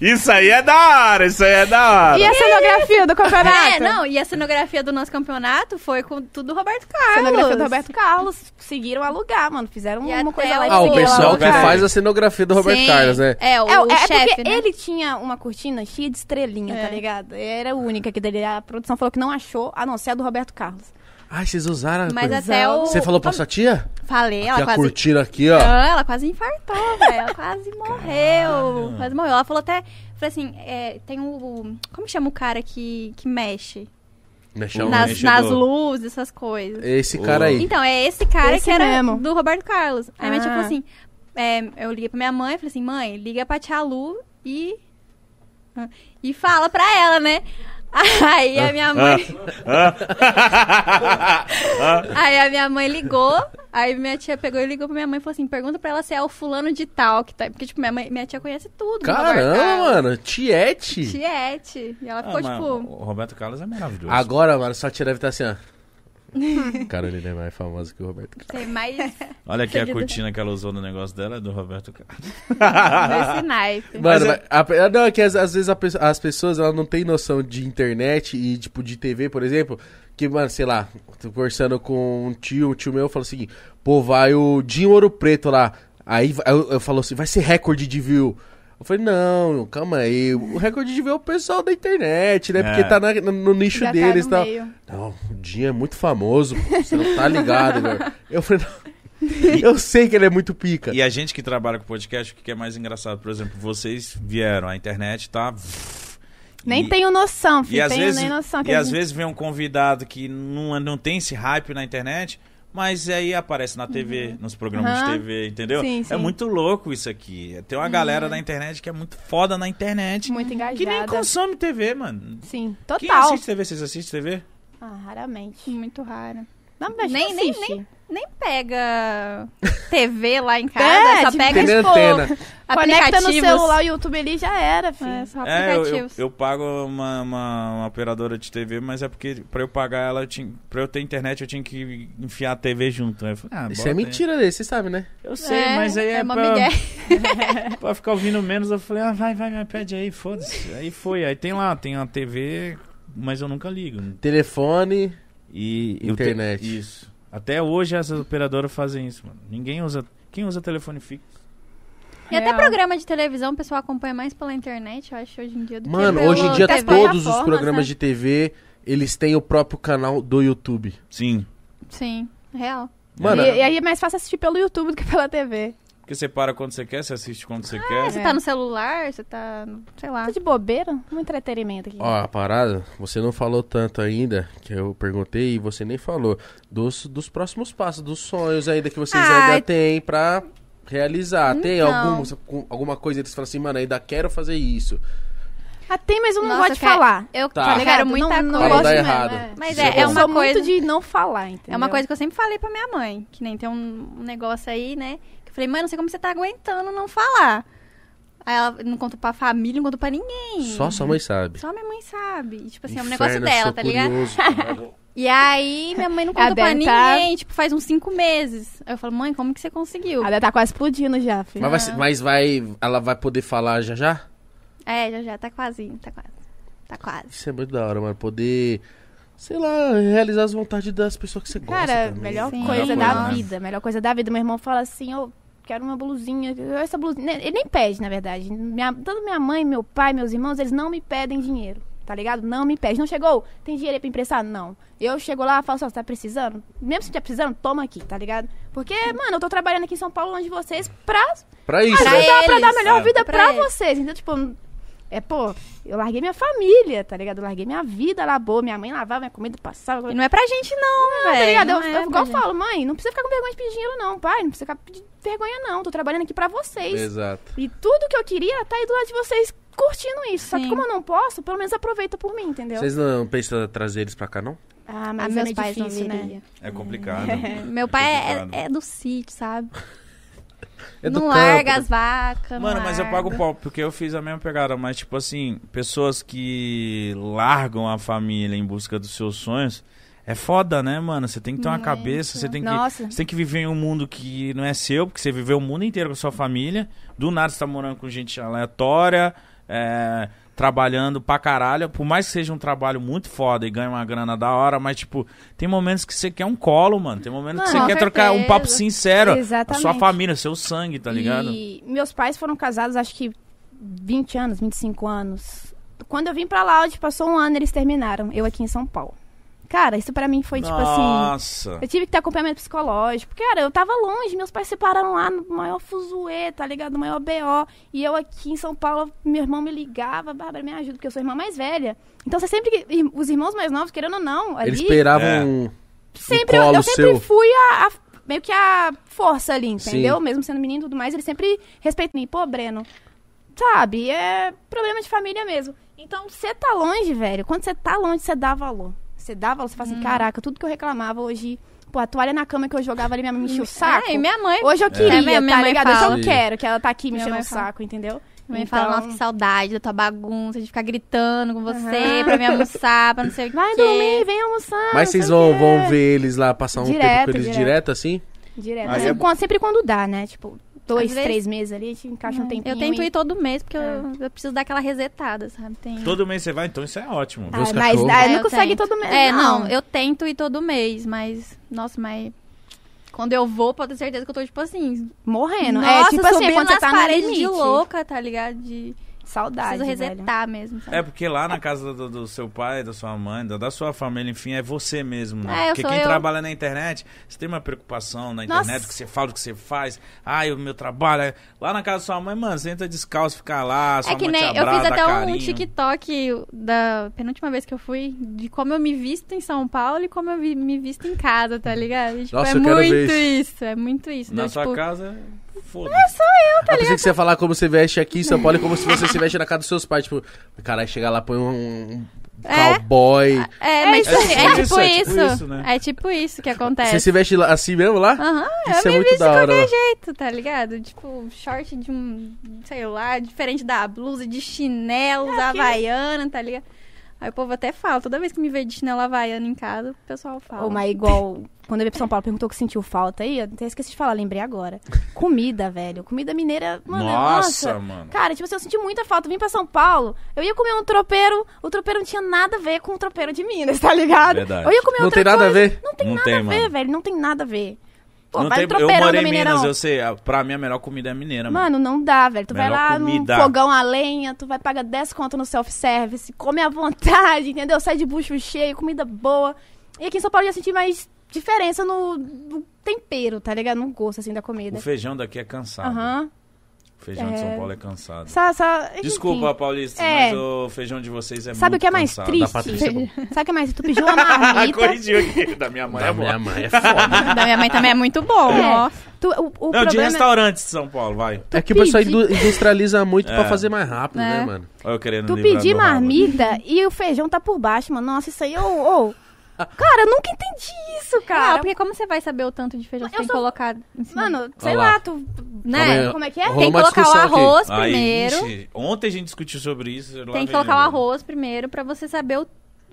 [SPEAKER 1] Isso aí é da hora, isso aí é da hora.
[SPEAKER 3] E a cenografia do campeonato?
[SPEAKER 4] é, não, e a cenografia do nosso campeonato foi com tudo Roberto Carlos.
[SPEAKER 3] Cenografia do Roberto Carlos. Seguiram alugar, mano. Fizeram
[SPEAKER 4] E
[SPEAKER 3] uma
[SPEAKER 4] até
[SPEAKER 3] coisa lá
[SPEAKER 4] o-
[SPEAKER 3] e
[SPEAKER 2] Ah, o
[SPEAKER 3] seguiram
[SPEAKER 2] pessoal que
[SPEAKER 1] Roberto
[SPEAKER 3] alugar.
[SPEAKER 2] faz a cenografia do Roberto
[SPEAKER 4] Sim,
[SPEAKER 2] Carlos, né?
[SPEAKER 4] É, o,
[SPEAKER 3] É,
[SPEAKER 4] o
[SPEAKER 3] é
[SPEAKER 4] chefe,
[SPEAKER 3] porque
[SPEAKER 4] né?
[SPEAKER 3] ele tinha uma cortina cheia de estrelinha,
[SPEAKER 4] É.
[SPEAKER 3] tá ligado? Era a única que dele. A produção falou que não achou, a não ser a do Roberto Carlos.
[SPEAKER 2] Ai, vocês usaram. a
[SPEAKER 4] Mas
[SPEAKER 2] coisa.
[SPEAKER 3] é.
[SPEAKER 4] até o...
[SPEAKER 2] Você falou pra sua tia?
[SPEAKER 4] Falei, ela
[SPEAKER 2] que a
[SPEAKER 4] quase...
[SPEAKER 2] cortina aqui, ó.
[SPEAKER 4] Ah, ela quase infartou, velho. Ela quase morreu. Quase morreu. Ela falou até... Falei assim, é, tem o... o- Como chama o cara que, que mexe?
[SPEAKER 2] Mexeu.
[SPEAKER 1] Na-
[SPEAKER 4] Nas,
[SPEAKER 1] mexedor.
[SPEAKER 4] nas luzes, essas coisas.
[SPEAKER 2] Esse cara aí.
[SPEAKER 4] Então, é esse cara
[SPEAKER 3] Esse
[SPEAKER 4] que era
[SPEAKER 3] mesmo.
[SPEAKER 4] do Roberto Carlos. Aí minha tia
[SPEAKER 3] Ah.
[SPEAKER 4] falou assim... é, eu liguei pra minha mãe, falei assim, mãe, liga pra tia Lu e... E fala pra ela, né? Aí a
[SPEAKER 2] Ah.
[SPEAKER 4] minha mãe...
[SPEAKER 2] Ah.
[SPEAKER 4] Aí a minha mãe ligou, aí minha tia pegou e ligou pra minha mãe e falou assim: pergunta pra ela se é o fulano de tal que tá. Porque, tipo, minha, mãe, minha tia conhece tudo. do Roberto
[SPEAKER 2] Caramba,
[SPEAKER 4] Carlos.
[SPEAKER 2] mano. Tiete.
[SPEAKER 4] Tiete. E ela
[SPEAKER 3] Ah,
[SPEAKER 4] ficou, tipo.
[SPEAKER 1] Ah, O Roberto Carlos é maravilhoso.
[SPEAKER 2] Agora, mano, sua tia deve estar assim, ó. cara, ele é mais famoso que o Roberto Carlos.
[SPEAKER 4] Tem mais
[SPEAKER 1] Olha aqui a
[SPEAKER 4] Seguida.
[SPEAKER 1] cortina que ela usou no negócio dela, é do Roberto Carlos.
[SPEAKER 4] desse naipe.
[SPEAKER 2] Mano,
[SPEAKER 1] Mas
[SPEAKER 2] mas a- não, é que às, às vezes a pe- as pessoas elas não têm noção de internet e, tipo, de TV, por exemplo. Que, mano, sei lá, tô conversando com um tio, um tio meu falou o seguinte: pô, vai o Dinho Ouro Preto lá. Aí va- eu, eu falou assim: vai ser recorde de view. Eu falei, não, calma aí. O recorde de ver é o pessoal da internet, né? Porque
[SPEAKER 1] É.
[SPEAKER 2] tá na- no, no nicho
[SPEAKER 3] Já tá
[SPEAKER 2] deles e
[SPEAKER 3] no
[SPEAKER 2] tal.
[SPEAKER 3] meio.
[SPEAKER 2] Não, o Dinho é muito famoso, pô, você não tá ligado, velho. Eu falei, não. Eu sei que ele é muito pica.
[SPEAKER 1] E a gente que trabalha com podcast, o que que é mais engraçado? Por exemplo, vocês vieram, a internet tá.
[SPEAKER 3] Nem
[SPEAKER 1] E-
[SPEAKER 3] tenho noção, filho.
[SPEAKER 1] E às
[SPEAKER 3] tenho
[SPEAKER 1] vezes,
[SPEAKER 3] nem noção. que
[SPEAKER 1] e
[SPEAKER 3] a
[SPEAKER 1] às
[SPEAKER 3] gente-
[SPEAKER 1] vezes vem um convidado que não, não tem esse hype na internet, mas aí aparece na TV, nos programas de
[SPEAKER 3] Uhum. Aham.
[SPEAKER 1] TV, entendeu?
[SPEAKER 3] Sim,
[SPEAKER 1] É
[SPEAKER 3] sim. Uhum.
[SPEAKER 1] muito louco isso aqui. Tem uma galera da internet que é muito foda na internet,
[SPEAKER 3] é Muito engajada.
[SPEAKER 1] que nem consome TV, mano.
[SPEAKER 3] Sim,
[SPEAKER 1] Quem
[SPEAKER 3] total.
[SPEAKER 1] assiste TV? Vocês assistem TV?
[SPEAKER 3] Ah, raramente.
[SPEAKER 4] Muito rara.
[SPEAKER 3] Não, mas
[SPEAKER 4] Hum, Nem-
[SPEAKER 3] não
[SPEAKER 4] nem-
[SPEAKER 3] assiste.
[SPEAKER 4] Nem pega TV lá em
[SPEAKER 3] É,
[SPEAKER 4] casa, só
[SPEAKER 3] de-
[SPEAKER 4] pega
[SPEAKER 2] Tem nem
[SPEAKER 4] tipo,
[SPEAKER 2] antena.
[SPEAKER 3] Conecta no
[SPEAKER 4] aplicativos.
[SPEAKER 3] celular o YouTube ali já era, filho.
[SPEAKER 4] É,
[SPEAKER 1] É,
[SPEAKER 4] só
[SPEAKER 1] eu, eu,
[SPEAKER 4] aplicativos.
[SPEAKER 1] eu pago uma, uma- uma operadora de TV, mas é porque pra eu pagar ela, eu tinha, pra eu ter internet, eu tinha que enfiar a TV junto. Aí eu falei, ah,
[SPEAKER 2] Isso
[SPEAKER 1] bota
[SPEAKER 2] é
[SPEAKER 1] aí.
[SPEAKER 2] mentira dele, você sabe, né?
[SPEAKER 1] Eu sei, mas aí é,
[SPEAKER 4] uma
[SPEAKER 1] pra,
[SPEAKER 4] migué.
[SPEAKER 1] pra ficar ouvindo menos. Eu falei, ah, vai, vai, vai, pede aí, foda-se. Aí foi, aí tem lá, tem uma TV, mas eu nunca ligo.
[SPEAKER 2] Telefone.
[SPEAKER 3] Tipo,
[SPEAKER 1] E eu te-
[SPEAKER 2] Internet.
[SPEAKER 1] Isso. Até hoje essas operadoras fazem isso, mano. Ninguém usa. Quem usa telefone fixo?
[SPEAKER 4] E até
[SPEAKER 3] Real.
[SPEAKER 4] programa de televisão o pessoal acompanha mais pela internet, eu acho, hoje em dia. Do
[SPEAKER 2] Mano,
[SPEAKER 4] que pelo
[SPEAKER 2] hoje em dia
[SPEAKER 3] das
[SPEAKER 4] TV.
[SPEAKER 2] todos os
[SPEAKER 3] é plataformas,
[SPEAKER 2] programas
[SPEAKER 3] né?
[SPEAKER 2] de TV, eles têm o próprio canal do YouTube.
[SPEAKER 1] Sim.
[SPEAKER 4] Sim, real.
[SPEAKER 2] Mano,
[SPEAKER 3] e, e aí é mais fácil assistir pelo YouTube do que pela TV.
[SPEAKER 1] Porque você para quando você quer, você assiste quando você
[SPEAKER 4] Ah,
[SPEAKER 1] quer.
[SPEAKER 4] você
[SPEAKER 3] É.
[SPEAKER 4] tá no celular, você tá, no- sei lá.
[SPEAKER 3] Tá de bobeira? Um entretenimento aqui.
[SPEAKER 2] Ó, a parada, você não falou tanto ainda, que eu perguntei e você nem falou, dos, dos próximos passos, dos sonhos ainda que vocês
[SPEAKER 4] Ah,
[SPEAKER 2] ainda
[SPEAKER 4] e-
[SPEAKER 2] têm pra realizar. Tem
[SPEAKER 4] Então.
[SPEAKER 2] algum, com- alguma coisa que eles falam assim, mano, ainda quero fazer isso.
[SPEAKER 3] Ah, tem, mas eu não
[SPEAKER 4] Nossa,
[SPEAKER 3] gosto de
[SPEAKER 4] eu quero-
[SPEAKER 3] falar.
[SPEAKER 4] Eu
[SPEAKER 2] Tá.
[SPEAKER 4] tá.
[SPEAKER 3] Tá ligado?
[SPEAKER 4] quero muita
[SPEAKER 3] não, não
[SPEAKER 4] coisa.
[SPEAKER 2] Pra não
[SPEAKER 3] gosto
[SPEAKER 2] dar
[SPEAKER 3] mesmo,
[SPEAKER 2] errado.
[SPEAKER 3] é.
[SPEAKER 4] Mas
[SPEAKER 2] Isso
[SPEAKER 4] é,
[SPEAKER 2] é
[SPEAKER 4] é
[SPEAKER 3] eu
[SPEAKER 2] bom.
[SPEAKER 4] uma
[SPEAKER 3] sou
[SPEAKER 4] coisa.
[SPEAKER 3] muito de não falar, entendeu?
[SPEAKER 4] É uma coisa que eu sempre falei pra minha mãe, que nem tem um um negócio aí, né? Que eu falei, mãe, não sei como você tá aguentando não falar. Aí ela não conta pra família, não conta pra ninguém.
[SPEAKER 2] Só sua mãe sabe.
[SPEAKER 4] Só minha mãe sabe. E, tipo assim, é um
[SPEAKER 2] Inferno,
[SPEAKER 4] negócio
[SPEAKER 2] eu
[SPEAKER 4] dela,
[SPEAKER 2] sou
[SPEAKER 4] tá ligado?
[SPEAKER 2] curioso.
[SPEAKER 1] Ah,
[SPEAKER 4] E aí minha mãe não
[SPEAKER 3] A
[SPEAKER 4] conta pra
[SPEAKER 3] Dani tá-
[SPEAKER 4] ninguém, tipo, faz uns cinco meses. Aí eu falo, mãe, como que você conseguiu?
[SPEAKER 3] Ela tá quase explodindo já, filho.
[SPEAKER 2] mas, vai, se- mas vai, ela vai poder falar já já?
[SPEAKER 4] É, já já, tá quase, tá quase. Tá quase.
[SPEAKER 2] Isso é muito da hora, mano, poder... Sei lá, realizar as vontades das pessoas que você gosta.
[SPEAKER 3] Cara,
[SPEAKER 2] também.
[SPEAKER 3] melhor
[SPEAKER 4] Sim.
[SPEAKER 3] coisa
[SPEAKER 4] Melhor
[SPEAKER 3] da
[SPEAKER 4] coisa, né?
[SPEAKER 3] vida. Melhor coisa da vida. Meu irmão fala assim, eu quero uma blusinha. eu- Essa blusinha. né, Ele nem pede, na verdade. Minha, tanto minha mãe, meu pai, meus irmãos, eles não me pedem dinheiro. Tá ligado? Não me pede. Não chegou? Tem dinheiro aí pra emprestar? Não. Eu chego lá e falo assim, ó, você tá precisando? Mesmo se tiver precisando, toma aqui, tá ligado? Porque, mano, eu tô trabalhando aqui em São Paulo, longe de vocês, pra
[SPEAKER 2] Pra isso,
[SPEAKER 4] Pra
[SPEAKER 2] né?
[SPEAKER 3] ajudar, pra dar a
[SPEAKER 4] eles.
[SPEAKER 3] melhor
[SPEAKER 1] É.
[SPEAKER 3] vida
[SPEAKER 4] Pra
[SPEAKER 3] pra,
[SPEAKER 4] eles.
[SPEAKER 3] vocês. Então, tipo, é, pô, eu larguei minha família, tá ligado? Eu larguei minha vida lá boa, minha mãe lavava minha comida, passava.
[SPEAKER 4] E não é pra gente não, velho.
[SPEAKER 3] Tá ligado? Eu,
[SPEAKER 4] Não
[SPEAKER 3] eu
[SPEAKER 4] é pra
[SPEAKER 3] igual
[SPEAKER 4] gente.
[SPEAKER 3] falo, mãe, não precisa ficar com vergonha de pedir dinheiro, não, pai. Não precisa ficar pedindo vergonha, não. Tô trabalhando aqui pra vocês.
[SPEAKER 2] Exato.
[SPEAKER 3] E tudo que eu queria era tá aí do lado de vocês curtindo isso. Só
[SPEAKER 4] Sim.
[SPEAKER 3] que como eu não posso, pelo menos aproveita por mim, entendeu?
[SPEAKER 2] Vocês não pensam em trazer eles pra cá, não?
[SPEAKER 3] Ah,
[SPEAKER 4] Ah, meus pais não
[SPEAKER 3] né?
[SPEAKER 4] viriam.
[SPEAKER 1] É complicado.
[SPEAKER 4] É, Meu pai é-
[SPEAKER 1] complicado.
[SPEAKER 4] é, do sítio, sabe?
[SPEAKER 2] É do
[SPEAKER 4] não
[SPEAKER 2] campo,
[SPEAKER 4] larga
[SPEAKER 2] né?
[SPEAKER 4] as vacas. não
[SPEAKER 1] Mano, mas eu
[SPEAKER 4] larga.
[SPEAKER 1] pago o pau, porque eu fiz a mesma pegada, mas tipo assim, pessoas que largam a família em busca dos seus sonhos, é foda, né, mano? Você tem que ter uma
[SPEAKER 4] Muito.
[SPEAKER 1] cabeça, você tem que
[SPEAKER 3] Nossa.
[SPEAKER 1] você tem que viver em um mundo que não é seu, porque você viveu o mundo inteiro com a sua família, do nada você tá morando com gente aleatória, é, trabalhando pra caralho, por mais que seja um trabalho muito foda e ganha uma grana da hora, mas tipo, tem momentos que você quer um colo, mano, tem momentos que
[SPEAKER 4] Não,
[SPEAKER 1] você quer
[SPEAKER 4] com
[SPEAKER 1] trocar um
[SPEAKER 4] certeza.
[SPEAKER 1] papo sincero, a
[SPEAKER 3] Exatamente.
[SPEAKER 1] sua família, seu sangue, tá ligado?
[SPEAKER 3] E meus pais foram casados, acho que 20 anos, 25 anos. Quando eu vim pra Laude, passou um ano, eles terminaram. Eu aqui em São Paulo. Cara, isso pra mim foi tipo assim.
[SPEAKER 1] Nossa.
[SPEAKER 3] Eu tive que ter acompanhamento psicológico. porque, Cara, eu tava longe, meus pais se separaram lá no maior fuzuê, tá ligado? No maior BO. E eu aqui em São Paulo, meu irmão me ligava, Bárbara, me ajuda, porque eu sou irmã mais velha. Então você sempre. que- ir- Os irmãos mais novos, querendo ou não, ali.
[SPEAKER 2] Eles esperavam
[SPEAKER 1] É.
[SPEAKER 2] um-
[SPEAKER 3] sempre,
[SPEAKER 2] um
[SPEAKER 3] eu-
[SPEAKER 2] colo
[SPEAKER 3] eu sempre
[SPEAKER 2] seu.
[SPEAKER 3] fui a, a- Meio que a força ali,
[SPEAKER 2] Sim.
[SPEAKER 3] entendeu? Mesmo sendo menino e tudo mais, eles sempre respeitam. E, Pô, Breno, sabe? É problema de família mesmo. Então, você tá longe, velho. Quando você tá longe, você dá valor. Você dá valor, você fala
[SPEAKER 4] Hum.
[SPEAKER 3] assim, caraca, tudo que eu reclamava hoje... Pô, a toalha na cama que eu jogava ali, minha mãe me enchia o saco.
[SPEAKER 4] É, e minha mãe.
[SPEAKER 3] Hoje eu
[SPEAKER 4] É,
[SPEAKER 3] queria,
[SPEAKER 4] minha- minha
[SPEAKER 3] tá
[SPEAKER 4] mãe
[SPEAKER 3] ligado? Hoje eu
[SPEAKER 4] fala.
[SPEAKER 3] não quero que ela tá aqui me
[SPEAKER 4] Minha
[SPEAKER 3] enchendo
[SPEAKER 4] mãe
[SPEAKER 3] o
[SPEAKER 4] fala.
[SPEAKER 3] saco, entendeu?
[SPEAKER 4] Minha mãe
[SPEAKER 3] então.
[SPEAKER 4] fala, nossa, que saudade da tua bagunça, de ficar gritando com você,
[SPEAKER 3] Aham.
[SPEAKER 4] pra me almoçar, pra não sei o
[SPEAKER 3] Vai
[SPEAKER 4] quê.
[SPEAKER 3] dormir, vem almoçar.
[SPEAKER 4] Ah,
[SPEAKER 2] Mas
[SPEAKER 3] não
[SPEAKER 2] vocês
[SPEAKER 3] sei o
[SPEAKER 2] vão,
[SPEAKER 3] quê.
[SPEAKER 2] vão ver eles lá passar um tempo
[SPEAKER 3] Direto,
[SPEAKER 2] com eles direto,
[SPEAKER 3] direto.
[SPEAKER 2] assim?
[SPEAKER 4] Tá
[SPEAKER 3] Direto.
[SPEAKER 1] Aí
[SPEAKER 3] Assim,
[SPEAKER 1] é-
[SPEAKER 3] quando- Sempre quando dá, né? Tipo, dois,
[SPEAKER 4] Às vezes- É.
[SPEAKER 3] três meses ali, a gente encaixa um tempinho. É.
[SPEAKER 4] Eu tento
[SPEAKER 3] e...
[SPEAKER 4] ir todo mês, porque eu, eu preciso dar aquela resetada, sabe? Tem...
[SPEAKER 1] Todo mês você vai, então isso é ótimo.
[SPEAKER 2] Ah, Ver os
[SPEAKER 3] tá, mas
[SPEAKER 2] cachorros.
[SPEAKER 3] ah,
[SPEAKER 4] É,
[SPEAKER 3] não
[SPEAKER 4] eu
[SPEAKER 3] consegue
[SPEAKER 4] tento.
[SPEAKER 3] todo mês.
[SPEAKER 4] É, não. eu tento ir todo mês, mas. Nossa, mas. Quando eu vou, pode ter certeza que eu tô, tipo assim.
[SPEAKER 3] Morrendo.
[SPEAKER 4] Nossa,
[SPEAKER 3] é tipo assim,
[SPEAKER 4] subindo
[SPEAKER 3] quando você
[SPEAKER 4] nas
[SPEAKER 3] tá na
[SPEAKER 4] paredes
[SPEAKER 3] limite.
[SPEAKER 4] de louca, tá ligado? De...
[SPEAKER 3] Saudade,
[SPEAKER 4] Preciso
[SPEAKER 3] velho.
[SPEAKER 4] resetar mesmo. sabe?
[SPEAKER 1] É porque lá na casa do, do seu pai, da sua mãe, da, da sua família, enfim, é você mesmo, né?
[SPEAKER 4] É, eu
[SPEAKER 1] porque
[SPEAKER 4] sou
[SPEAKER 1] quem
[SPEAKER 4] eu.
[SPEAKER 1] trabalha na internet, você tem uma preocupação na
[SPEAKER 4] Nossa.
[SPEAKER 1] internet, do que você fala, do que você faz. Ai, o meu trabalho. é- Lá na casa da sua mãe, mano, você entra descalço, fica lá, sua
[SPEAKER 4] É que
[SPEAKER 1] mãe te
[SPEAKER 4] nem eu
[SPEAKER 1] abraça,
[SPEAKER 4] fiz
[SPEAKER 1] dá
[SPEAKER 4] até um
[SPEAKER 1] carinho.
[SPEAKER 4] TikTok da penúltima vez que eu fui de como eu me visto em São Paulo e como eu vi- me visto em casa, tá ligado? E, Tipo,
[SPEAKER 2] Nossa,
[SPEAKER 4] é
[SPEAKER 2] eu quero ver
[SPEAKER 4] muito
[SPEAKER 2] isso.
[SPEAKER 4] isso. é muito isso.
[SPEAKER 1] Na
[SPEAKER 4] Deu,
[SPEAKER 1] sua
[SPEAKER 4] tipo,
[SPEAKER 1] casa, foda-se.
[SPEAKER 2] Eu pensei que
[SPEAKER 4] tá
[SPEAKER 2] você ia falar como você veste aqui em São Paulo e como se você se veste na casa dos seus pais. Tipo, caralho, chegar lá, põe um, um
[SPEAKER 4] É.
[SPEAKER 2] cowboy.
[SPEAKER 4] É, mas
[SPEAKER 1] isso aí.
[SPEAKER 4] tipo,
[SPEAKER 1] É
[SPEAKER 4] é, tipo
[SPEAKER 1] isso,
[SPEAKER 4] isso,
[SPEAKER 1] é tipo isso, né?
[SPEAKER 4] É tipo isso que
[SPEAKER 2] Você
[SPEAKER 4] acontece.
[SPEAKER 2] se veste lá- assim mesmo lá?
[SPEAKER 4] Aham,
[SPEAKER 2] Isso
[SPEAKER 4] eu
[SPEAKER 2] é
[SPEAKER 4] me
[SPEAKER 2] muito
[SPEAKER 4] visto
[SPEAKER 2] da
[SPEAKER 4] de
[SPEAKER 2] hora,
[SPEAKER 4] qualquer
[SPEAKER 2] mano.
[SPEAKER 4] jeito, tá ligado? Tipo, short de um, sei lá, diferente da blusa, de chinelo, da havaiana, tá ligado? Aí o povo até fala, toda vez que me vê de chinelo havaiana em casa, o pessoal fala.
[SPEAKER 3] Ô, mas igual, quando eu veio pra São Paulo, perguntou que sentiu falta aí, eu até esqueci de falar, lembrei agora. Comida, velho. Comida mineira, mano, é-
[SPEAKER 1] nossa,
[SPEAKER 3] nossa.
[SPEAKER 1] mano.
[SPEAKER 3] Cara, tipo assim, eu senti muita falta. Vim pra São Paulo, eu ia comer um tropeiro, o tropeiro não tinha nada a ver com o tropeiro de Minas, tá ligado?
[SPEAKER 1] Verdade.
[SPEAKER 3] Eu ia comer um
[SPEAKER 2] Não
[SPEAKER 3] outra
[SPEAKER 2] tem nada a
[SPEAKER 3] coisa.
[SPEAKER 2] ver?
[SPEAKER 3] Não tem
[SPEAKER 1] Não
[SPEAKER 3] nada
[SPEAKER 1] tem,
[SPEAKER 3] a ver,
[SPEAKER 1] mano.
[SPEAKER 3] "É, velho. Não tem nada a ver. Pô,
[SPEAKER 1] Não
[SPEAKER 3] vai
[SPEAKER 1] tem-
[SPEAKER 3] um
[SPEAKER 1] eu
[SPEAKER 3] tropeirão
[SPEAKER 1] morei
[SPEAKER 3] no
[SPEAKER 1] em
[SPEAKER 3] Mineirão.
[SPEAKER 1] Minas, eu sei. a- Pra mim, a melhor comida é mineira, mano.
[SPEAKER 3] Mano, não dá, velho. Tu vai
[SPEAKER 1] Melhor
[SPEAKER 3] lá
[SPEAKER 1] comida.
[SPEAKER 3] no fogão a lenha, tu vai pagar 10 conto no self-service, come à vontade, entendeu? Sai de bucho cheio, comida boa. E aqui em São Paulo eu já senti mais diferença no, no tempero, tá ligado? No gosto, assim, da comida.
[SPEAKER 1] O feijão daqui é cansado.
[SPEAKER 3] Aham.
[SPEAKER 1] O feijão de
[SPEAKER 3] É.
[SPEAKER 1] São Paulo é cansado.
[SPEAKER 3] Sa- sa- enfim.
[SPEAKER 1] Desculpa, Paulista,
[SPEAKER 3] É.
[SPEAKER 1] mas o feijão de vocês é
[SPEAKER 3] Sabe o
[SPEAKER 1] muito
[SPEAKER 3] que é mais
[SPEAKER 1] cansado. Ah,
[SPEAKER 2] Da
[SPEAKER 3] triste?
[SPEAKER 2] Patrícia é bom.
[SPEAKER 3] Sabe o que é mais triste? Tu pediu uma marmita.
[SPEAKER 1] Corrigiu aqui. Da minha mãe é
[SPEAKER 2] Da
[SPEAKER 1] boa.
[SPEAKER 2] minha mãe é foda.
[SPEAKER 4] Da minha mãe também é muito bom,
[SPEAKER 3] É.
[SPEAKER 4] ó.
[SPEAKER 3] tu, o, o
[SPEAKER 1] Não, de
[SPEAKER 3] problema é-
[SPEAKER 1] restaurante de São Paulo, vai.
[SPEAKER 2] é que o pessoal
[SPEAKER 3] pedi-
[SPEAKER 2] indu- industrializa muito pra
[SPEAKER 1] É.
[SPEAKER 2] fazer mais rápido, né,
[SPEAKER 4] É.
[SPEAKER 2] mano?
[SPEAKER 1] Olha eu querendo
[SPEAKER 3] Tu
[SPEAKER 1] livrar
[SPEAKER 3] pedir
[SPEAKER 1] do rabo.
[SPEAKER 3] marmita e o feijão tá por baixo, mano. Nossa, isso aí, ô, ô. Cara, eu nunca entendi isso, cara.
[SPEAKER 4] Ah, porque como você vai saber o tanto de feijão que
[SPEAKER 3] Eu
[SPEAKER 4] tem
[SPEAKER 3] sou-
[SPEAKER 4] que colocar em cima?
[SPEAKER 3] Mano, sei
[SPEAKER 2] Olha lá.
[SPEAKER 3] lá, tu.
[SPEAKER 4] né?
[SPEAKER 3] Como é que é?
[SPEAKER 2] Rolou
[SPEAKER 4] Tem que
[SPEAKER 2] uma
[SPEAKER 4] colocar o
[SPEAKER 2] discussão aqui.
[SPEAKER 4] arroz
[SPEAKER 1] Aí,
[SPEAKER 4] primeiro.
[SPEAKER 1] ixi, ontem a gente discutiu sobre isso. lá
[SPEAKER 4] tem que
[SPEAKER 1] vem
[SPEAKER 4] colocar o
[SPEAKER 1] eu.
[SPEAKER 4] arroz primeiro pra você saber o,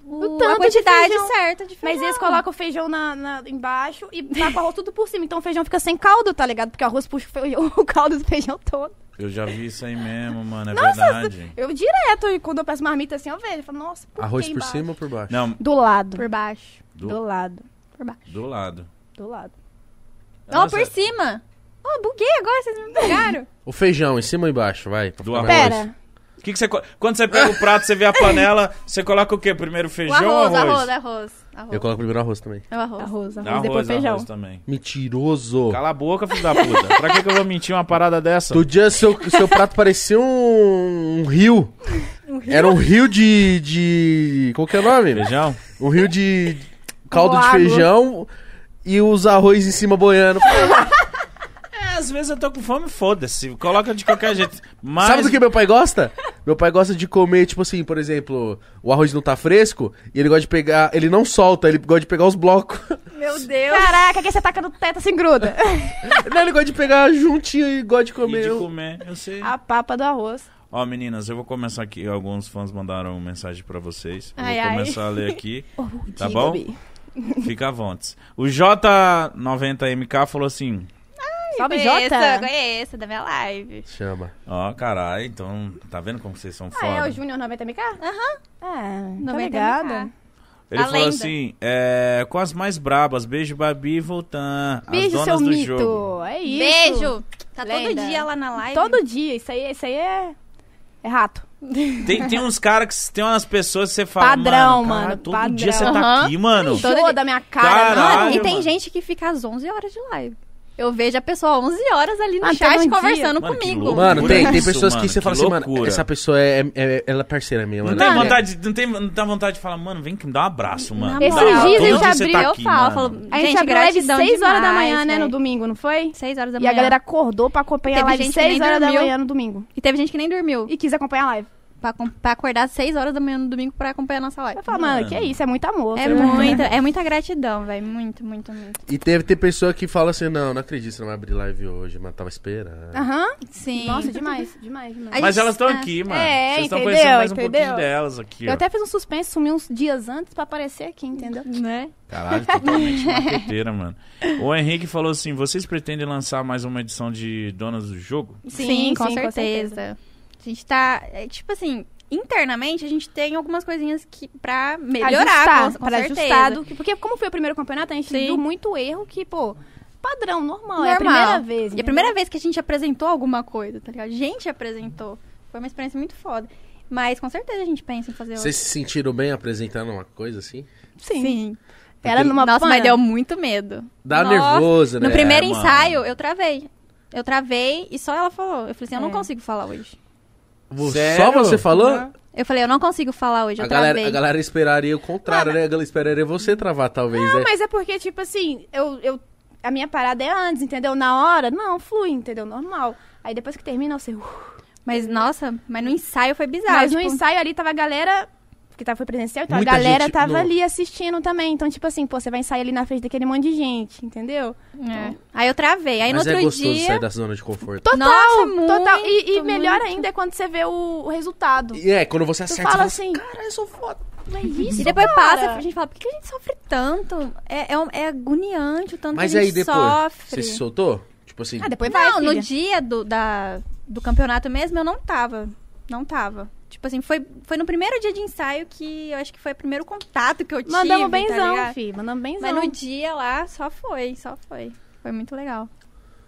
[SPEAKER 4] o-
[SPEAKER 3] O tanto
[SPEAKER 4] a
[SPEAKER 3] de
[SPEAKER 4] quantidade
[SPEAKER 3] feijão.
[SPEAKER 4] certa de feijão.
[SPEAKER 3] Mas eles colocam o feijão na, na- embaixo e tacam o arroz tudo por cima. Então o feijão fica sem caldo, tá ligado? Porque o arroz puxa o, feijão- o caldo do feijão todo.
[SPEAKER 1] Eu já vi isso aí mesmo, mano. É verdade.
[SPEAKER 3] Eu direto, e quando eu peço marmita assim, eu vejo. Eu falo, nossa, por
[SPEAKER 2] Arroz
[SPEAKER 3] que
[SPEAKER 2] por
[SPEAKER 3] embaixo?
[SPEAKER 2] cima ou por baixo?
[SPEAKER 1] Não,
[SPEAKER 3] Do lado.
[SPEAKER 4] por baixo.
[SPEAKER 1] do,
[SPEAKER 3] Do lado.
[SPEAKER 4] Por baixo.
[SPEAKER 1] do lado.
[SPEAKER 3] Do lado.
[SPEAKER 4] Ó,
[SPEAKER 1] Nossa,
[SPEAKER 4] por cima. Ó, buguei agora, vocês me pegaram.
[SPEAKER 2] O feijão, em cima ou embaixo, vai. pra
[SPEAKER 1] Do
[SPEAKER 2] ficar mais
[SPEAKER 1] arroz.
[SPEAKER 2] doce.
[SPEAKER 3] Pera.
[SPEAKER 1] o que que você co- Quando você pega o prato, você vê a panela, você coloca o quê? Primeiro
[SPEAKER 4] o
[SPEAKER 1] feijão
[SPEAKER 4] arroz,
[SPEAKER 1] ou arroz?
[SPEAKER 4] arroz, arroz. Arroz.
[SPEAKER 2] Eu coloco primeiro arroz também.
[SPEAKER 4] É o arroz.
[SPEAKER 3] Arroz, arroz,
[SPEAKER 1] Arroz,
[SPEAKER 3] depois feijão.
[SPEAKER 1] arroz também.
[SPEAKER 2] Mentiroso.
[SPEAKER 1] Cala a boca, filho da puta. pra que, que eu vou mentir uma parada dessa?
[SPEAKER 2] Todo dia seu, seu prato parecia um, um rio. Era um rio de, de. Qual que é o nome?
[SPEAKER 1] Feijão?
[SPEAKER 2] Um rio de caldo de
[SPEAKER 3] Lago.
[SPEAKER 2] feijão e os arroz em cima boiando.
[SPEAKER 1] É, às vezes eu tô com fome, foda-se. Coloca de qualquer jeito. Mas...
[SPEAKER 2] Sabe do que meu pai gosta? Meu pai gosta de comer, tipo assim, por exemplo, o arroz não tá fresco e ele gosta de pegar. Ele não solta, ele gosta de pegar os blocos.
[SPEAKER 4] Meu Deus.
[SPEAKER 3] Caraca, que você taca no teto assim gruda.
[SPEAKER 2] não, ele gosta de pegar juntinho e gosta de
[SPEAKER 1] E
[SPEAKER 2] comer. um
[SPEAKER 1] de comer, eu sei.
[SPEAKER 3] A papa do arroz.
[SPEAKER 1] Ó, meninas, eu vou começar aqui. Alguns fãs mandaram mensagem pra vocês. Eu
[SPEAKER 4] Ai,
[SPEAKER 1] vou
[SPEAKER 4] ai.
[SPEAKER 1] começar a ler aqui. Tá
[SPEAKER 3] Diga,
[SPEAKER 1] bom?
[SPEAKER 3] Bi.
[SPEAKER 1] Fica à vontade. O J90MK falou assim:
[SPEAKER 3] Salve,
[SPEAKER 4] Conheço,
[SPEAKER 3] Jota.
[SPEAKER 4] conheço, da minha live.
[SPEAKER 2] Chama.
[SPEAKER 1] Ó, caralho, então tá vendo como vocês são
[SPEAKER 3] Ah, é
[SPEAKER 1] foda?
[SPEAKER 3] o Júnior 90MK?
[SPEAKER 4] Aham.
[SPEAKER 3] É, tá
[SPEAKER 4] 90 um
[SPEAKER 3] ligada.
[SPEAKER 1] Ele
[SPEAKER 4] a
[SPEAKER 1] falou
[SPEAKER 4] lenda.
[SPEAKER 1] assim: é, com as mais brabas, beijo Babi e Voltan, as
[SPEAKER 3] Beijo,
[SPEAKER 1] donas
[SPEAKER 3] seu
[SPEAKER 1] do
[SPEAKER 3] mito.
[SPEAKER 1] jogo.
[SPEAKER 3] É isso.
[SPEAKER 4] Beijo. Tá
[SPEAKER 3] Lenda.
[SPEAKER 4] todo dia lá na live.
[SPEAKER 3] Todo dia, isso aí, isso aí é. É rato.
[SPEAKER 1] Tem, tem uns caras que tem umas pessoas que você fala.
[SPEAKER 3] Padrão,
[SPEAKER 1] mano. cara,
[SPEAKER 3] mano,
[SPEAKER 1] todo
[SPEAKER 3] padrão. Então
[SPEAKER 1] dia você tá
[SPEAKER 4] Aham.
[SPEAKER 1] aqui, mano.
[SPEAKER 4] Todo
[SPEAKER 3] Todo
[SPEAKER 4] dia.
[SPEAKER 3] é da minha cara,
[SPEAKER 1] Caralho.
[SPEAKER 3] mano.
[SPEAKER 4] Mano, e tem
[SPEAKER 1] mano.
[SPEAKER 4] gente que fica às 11 horas de live. então Eu vejo a pessoa 11 horas ali no
[SPEAKER 3] Ah, todo
[SPEAKER 4] chat
[SPEAKER 3] dia.
[SPEAKER 4] conversando
[SPEAKER 1] Mano, que
[SPEAKER 4] comigo.
[SPEAKER 1] louco.
[SPEAKER 2] Mano, tem, tem
[SPEAKER 1] Isso,
[SPEAKER 2] pessoas
[SPEAKER 1] mano,
[SPEAKER 2] que você
[SPEAKER 1] que
[SPEAKER 2] fala assim, mano,
[SPEAKER 1] loucura.
[SPEAKER 2] essa pessoa é, é- ela é parceira minha,
[SPEAKER 1] Não
[SPEAKER 2] mano.
[SPEAKER 1] tem
[SPEAKER 2] Ela-
[SPEAKER 1] vontade, não tem, não dá vontade de falar, mano, vem que me dá um abraço, mano.
[SPEAKER 4] Na
[SPEAKER 3] Esses
[SPEAKER 1] Dá um abraço.
[SPEAKER 3] dias
[SPEAKER 1] Todo
[SPEAKER 3] a
[SPEAKER 4] eu
[SPEAKER 3] gente
[SPEAKER 1] dia você
[SPEAKER 4] abri,
[SPEAKER 1] tá
[SPEAKER 4] eu
[SPEAKER 1] aqui,
[SPEAKER 4] falo,
[SPEAKER 1] mano.
[SPEAKER 4] falo,
[SPEAKER 3] A gente, abriu a live 6
[SPEAKER 4] gratidão
[SPEAKER 3] horas da
[SPEAKER 4] demais,
[SPEAKER 3] manhã, né? No
[SPEAKER 4] velho.
[SPEAKER 3] domingo, não foi?
[SPEAKER 4] 6 horas da
[SPEAKER 3] E
[SPEAKER 4] manhã.
[SPEAKER 3] a galera acordou pra acompanhar
[SPEAKER 4] Teve
[SPEAKER 3] a live
[SPEAKER 4] gente que
[SPEAKER 3] 6
[SPEAKER 4] nem
[SPEAKER 3] horas da
[SPEAKER 4] dormiu.
[SPEAKER 3] manhã no domingo.
[SPEAKER 4] E teve gente que nem dormiu.
[SPEAKER 3] E quis acompanhar a live.
[SPEAKER 4] Pra, com- pra acordar às 6 horas da manhã no domingo pra acompanhar nossa live.
[SPEAKER 3] Eu falo, mano, que isso, é muito amor.
[SPEAKER 4] É
[SPEAKER 3] sabe?
[SPEAKER 4] muita, é muita gratidão, velho. Muito, muito, muito.
[SPEAKER 1] tá-
[SPEAKER 2] E teve ter pessoa que fala assim, não, não acredito, você não vai abrir live hoje, mas tava esperando.
[SPEAKER 4] Ah,
[SPEAKER 3] Aham.
[SPEAKER 4] Sim.
[SPEAKER 3] Nossa, demais, demais, demais.
[SPEAKER 4] A
[SPEAKER 1] Mas
[SPEAKER 4] gente-
[SPEAKER 1] elas estão
[SPEAKER 4] é.
[SPEAKER 1] aqui, mano.
[SPEAKER 3] É,
[SPEAKER 1] Vocês estão
[SPEAKER 3] entendeu,
[SPEAKER 1] conhecendo mais um
[SPEAKER 3] entendeu?
[SPEAKER 1] pouquinho delas aqui.
[SPEAKER 3] Eu
[SPEAKER 1] ó.
[SPEAKER 3] até fiz um suspense, sumi uns dias antes pra aparecer aqui, entendeu?
[SPEAKER 4] Né?
[SPEAKER 1] Caralho, totalmente marqueteira, mano. O Henrique falou assim: vocês pretendem lançar mais uma edição de Donas do Jogo?
[SPEAKER 4] Sim,
[SPEAKER 3] Sim,
[SPEAKER 4] com,
[SPEAKER 3] sim, com
[SPEAKER 4] certeza. A gente tá. é, tipo assim, internamente a gente tem algumas coisinhas que, pra melhorar,
[SPEAKER 3] ajustar,
[SPEAKER 4] com, com
[SPEAKER 3] pra
[SPEAKER 4] certeza.
[SPEAKER 3] ajustar do que- porque como foi o primeiro campeonato, a gente
[SPEAKER 4] Sim.
[SPEAKER 3] viu muito erro que, pô, padrão, normal. É a primeira vez.
[SPEAKER 4] E a
[SPEAKER 3] entendeu?
[SPEAKER 4] primeira vez que a gente apresentou alguma coisa, tá ligado? A gente apresentou. Foi uma experiência muito foda. Mas com certeza a gente pensa em fazer outra.
[SPEAKER 2] Vocês se sentiram bem apresentando uma coisa assim?
[SPEAKER 3] Sim.
[SPEAKER 4] Era
[SPEAKER 2] Porque-
[SPEAKER 4] numa Nossa,
[SPEAKER 3] pana.
[SPEAKER 4] mas deu muito medo.
[SPEAKER 2] Dá
[SPEAKER 4] Nossa.
[SPEAKER 2] nervoso, né?
[SPEAKER 4] No primeiro
[SPEAKER 1] É, mano.
[SPEAKER 4] ensaio, eu travei. Eu travei e só ela falou. Eu falei assim, eu não
[SPEAKER 3] É.
[SPEAKER 4] consigo falar hoje.
[SPEAKER 2] Vo- Só
[SPEAKER 1] Sério?
[SPEAKER 2] você falou?
[SPEAKER 1] Uhum.
[SPEAKER 4] Eu falei, eu não consigo falar hoje, eu
[SPEAKER 2] A galera,
[SPEAKER 4] travei.
[SPEAKER 2] a galera esperaria o contrário, né? A galera esperaria você travar, talvez, né?
[SPEAKER 3] Mas é porque, tipo assim, eu, eu, a minha parada é antes, entendeu? Na hora, não, flui, entendeu? Normal. Aí depois que termina, você... Uh,
[SPEAKER 4] Mas, nossa, mas no ensaio foi bizarro.
[SPEAKER 3] mas no
[SPEAKER 4] tipo,
[SPEAKER 3] ensaio ali tava a galera... Porque tava, foi presencial, então
[SPEAKER 2] Muita
[SPEAKER 3] a galera
[SPEAKER 2] gente
[SPEAKER 3] tava
[SPEAKER 2] no-
[SPEAKER 3] ali assistindo também. Então, tipo assim, pô, você vai ensaiar ali na frente daquele monte de gente, entendeu?
[SPEAKER 4] é. Aí eu travei. Aí
[SPEAKER 2] Mas
[SPEAKER 4] no
[SPEAKER 2] é
[SPEAKER 4] outro
[SPEAKER 2] gostoso
[SPEAKER 4] dia...
[SPEAKER 2] sair da zona de conforto.
[SPEAKER 3] Total,
[SPEAKER 4] Nossa, é
[SPEAKER 3] total. E, e
[SPEAKER 4] muito,
[SPEAKER 3] melhor
[SPEAKER 4] muito.
[SPEAKER 3] ainda é quando você vê o, o resultado.
[SPEAKER 2] E é, quando você
[SPEAKER 3] Tu
[SPEAKER 2] acerta,
[SPEAKER 3] fala
[SPEAKER 2] você
[SPEAKER 3] assim,
[SPEAKER 2] fala, cara, eu sou foda.
[SPEAKER 3] não é isso,
[SPEAKER 4] E depois
[SPEAKER 3] cara?"
[SPEAKER 4] passa, a gente fala, por que a gente sofre tanto? É, é, um- é agoniante o tanto
[SPEAKER 2] Mas
[SPEAKER 4] que a
[SPEAKER 2] aí
[SPEAKER 4] gente
[SPEAKER 2] depois,
[SPEAKER 4] sofre.
[SPEAKER 2] você se soltou? Tipo assim,
[SPEAKER 3] Ah, depois vai,
[SPEAKER 4] Não, no
[SPEAKER 3] filha.
[SPEAKER 4] dia do, da, do campeonato mesmo, eu não tava. Não tava. Tipo assim, foi, foi no primeiro dia de ensaio que eu acho que foi o primeiro contato que eu tive.
[SPEAKER 3] Mandamos
[SPEAKER 4] tá
[SPEAKER 3] benzão,
[SPEAKER 4] ligado?
[SPEAKER 3] filho. Mandamos benzão. É
[SPEAKER 4] Mas no dia lá, só foi, só foi. Foi muito legal.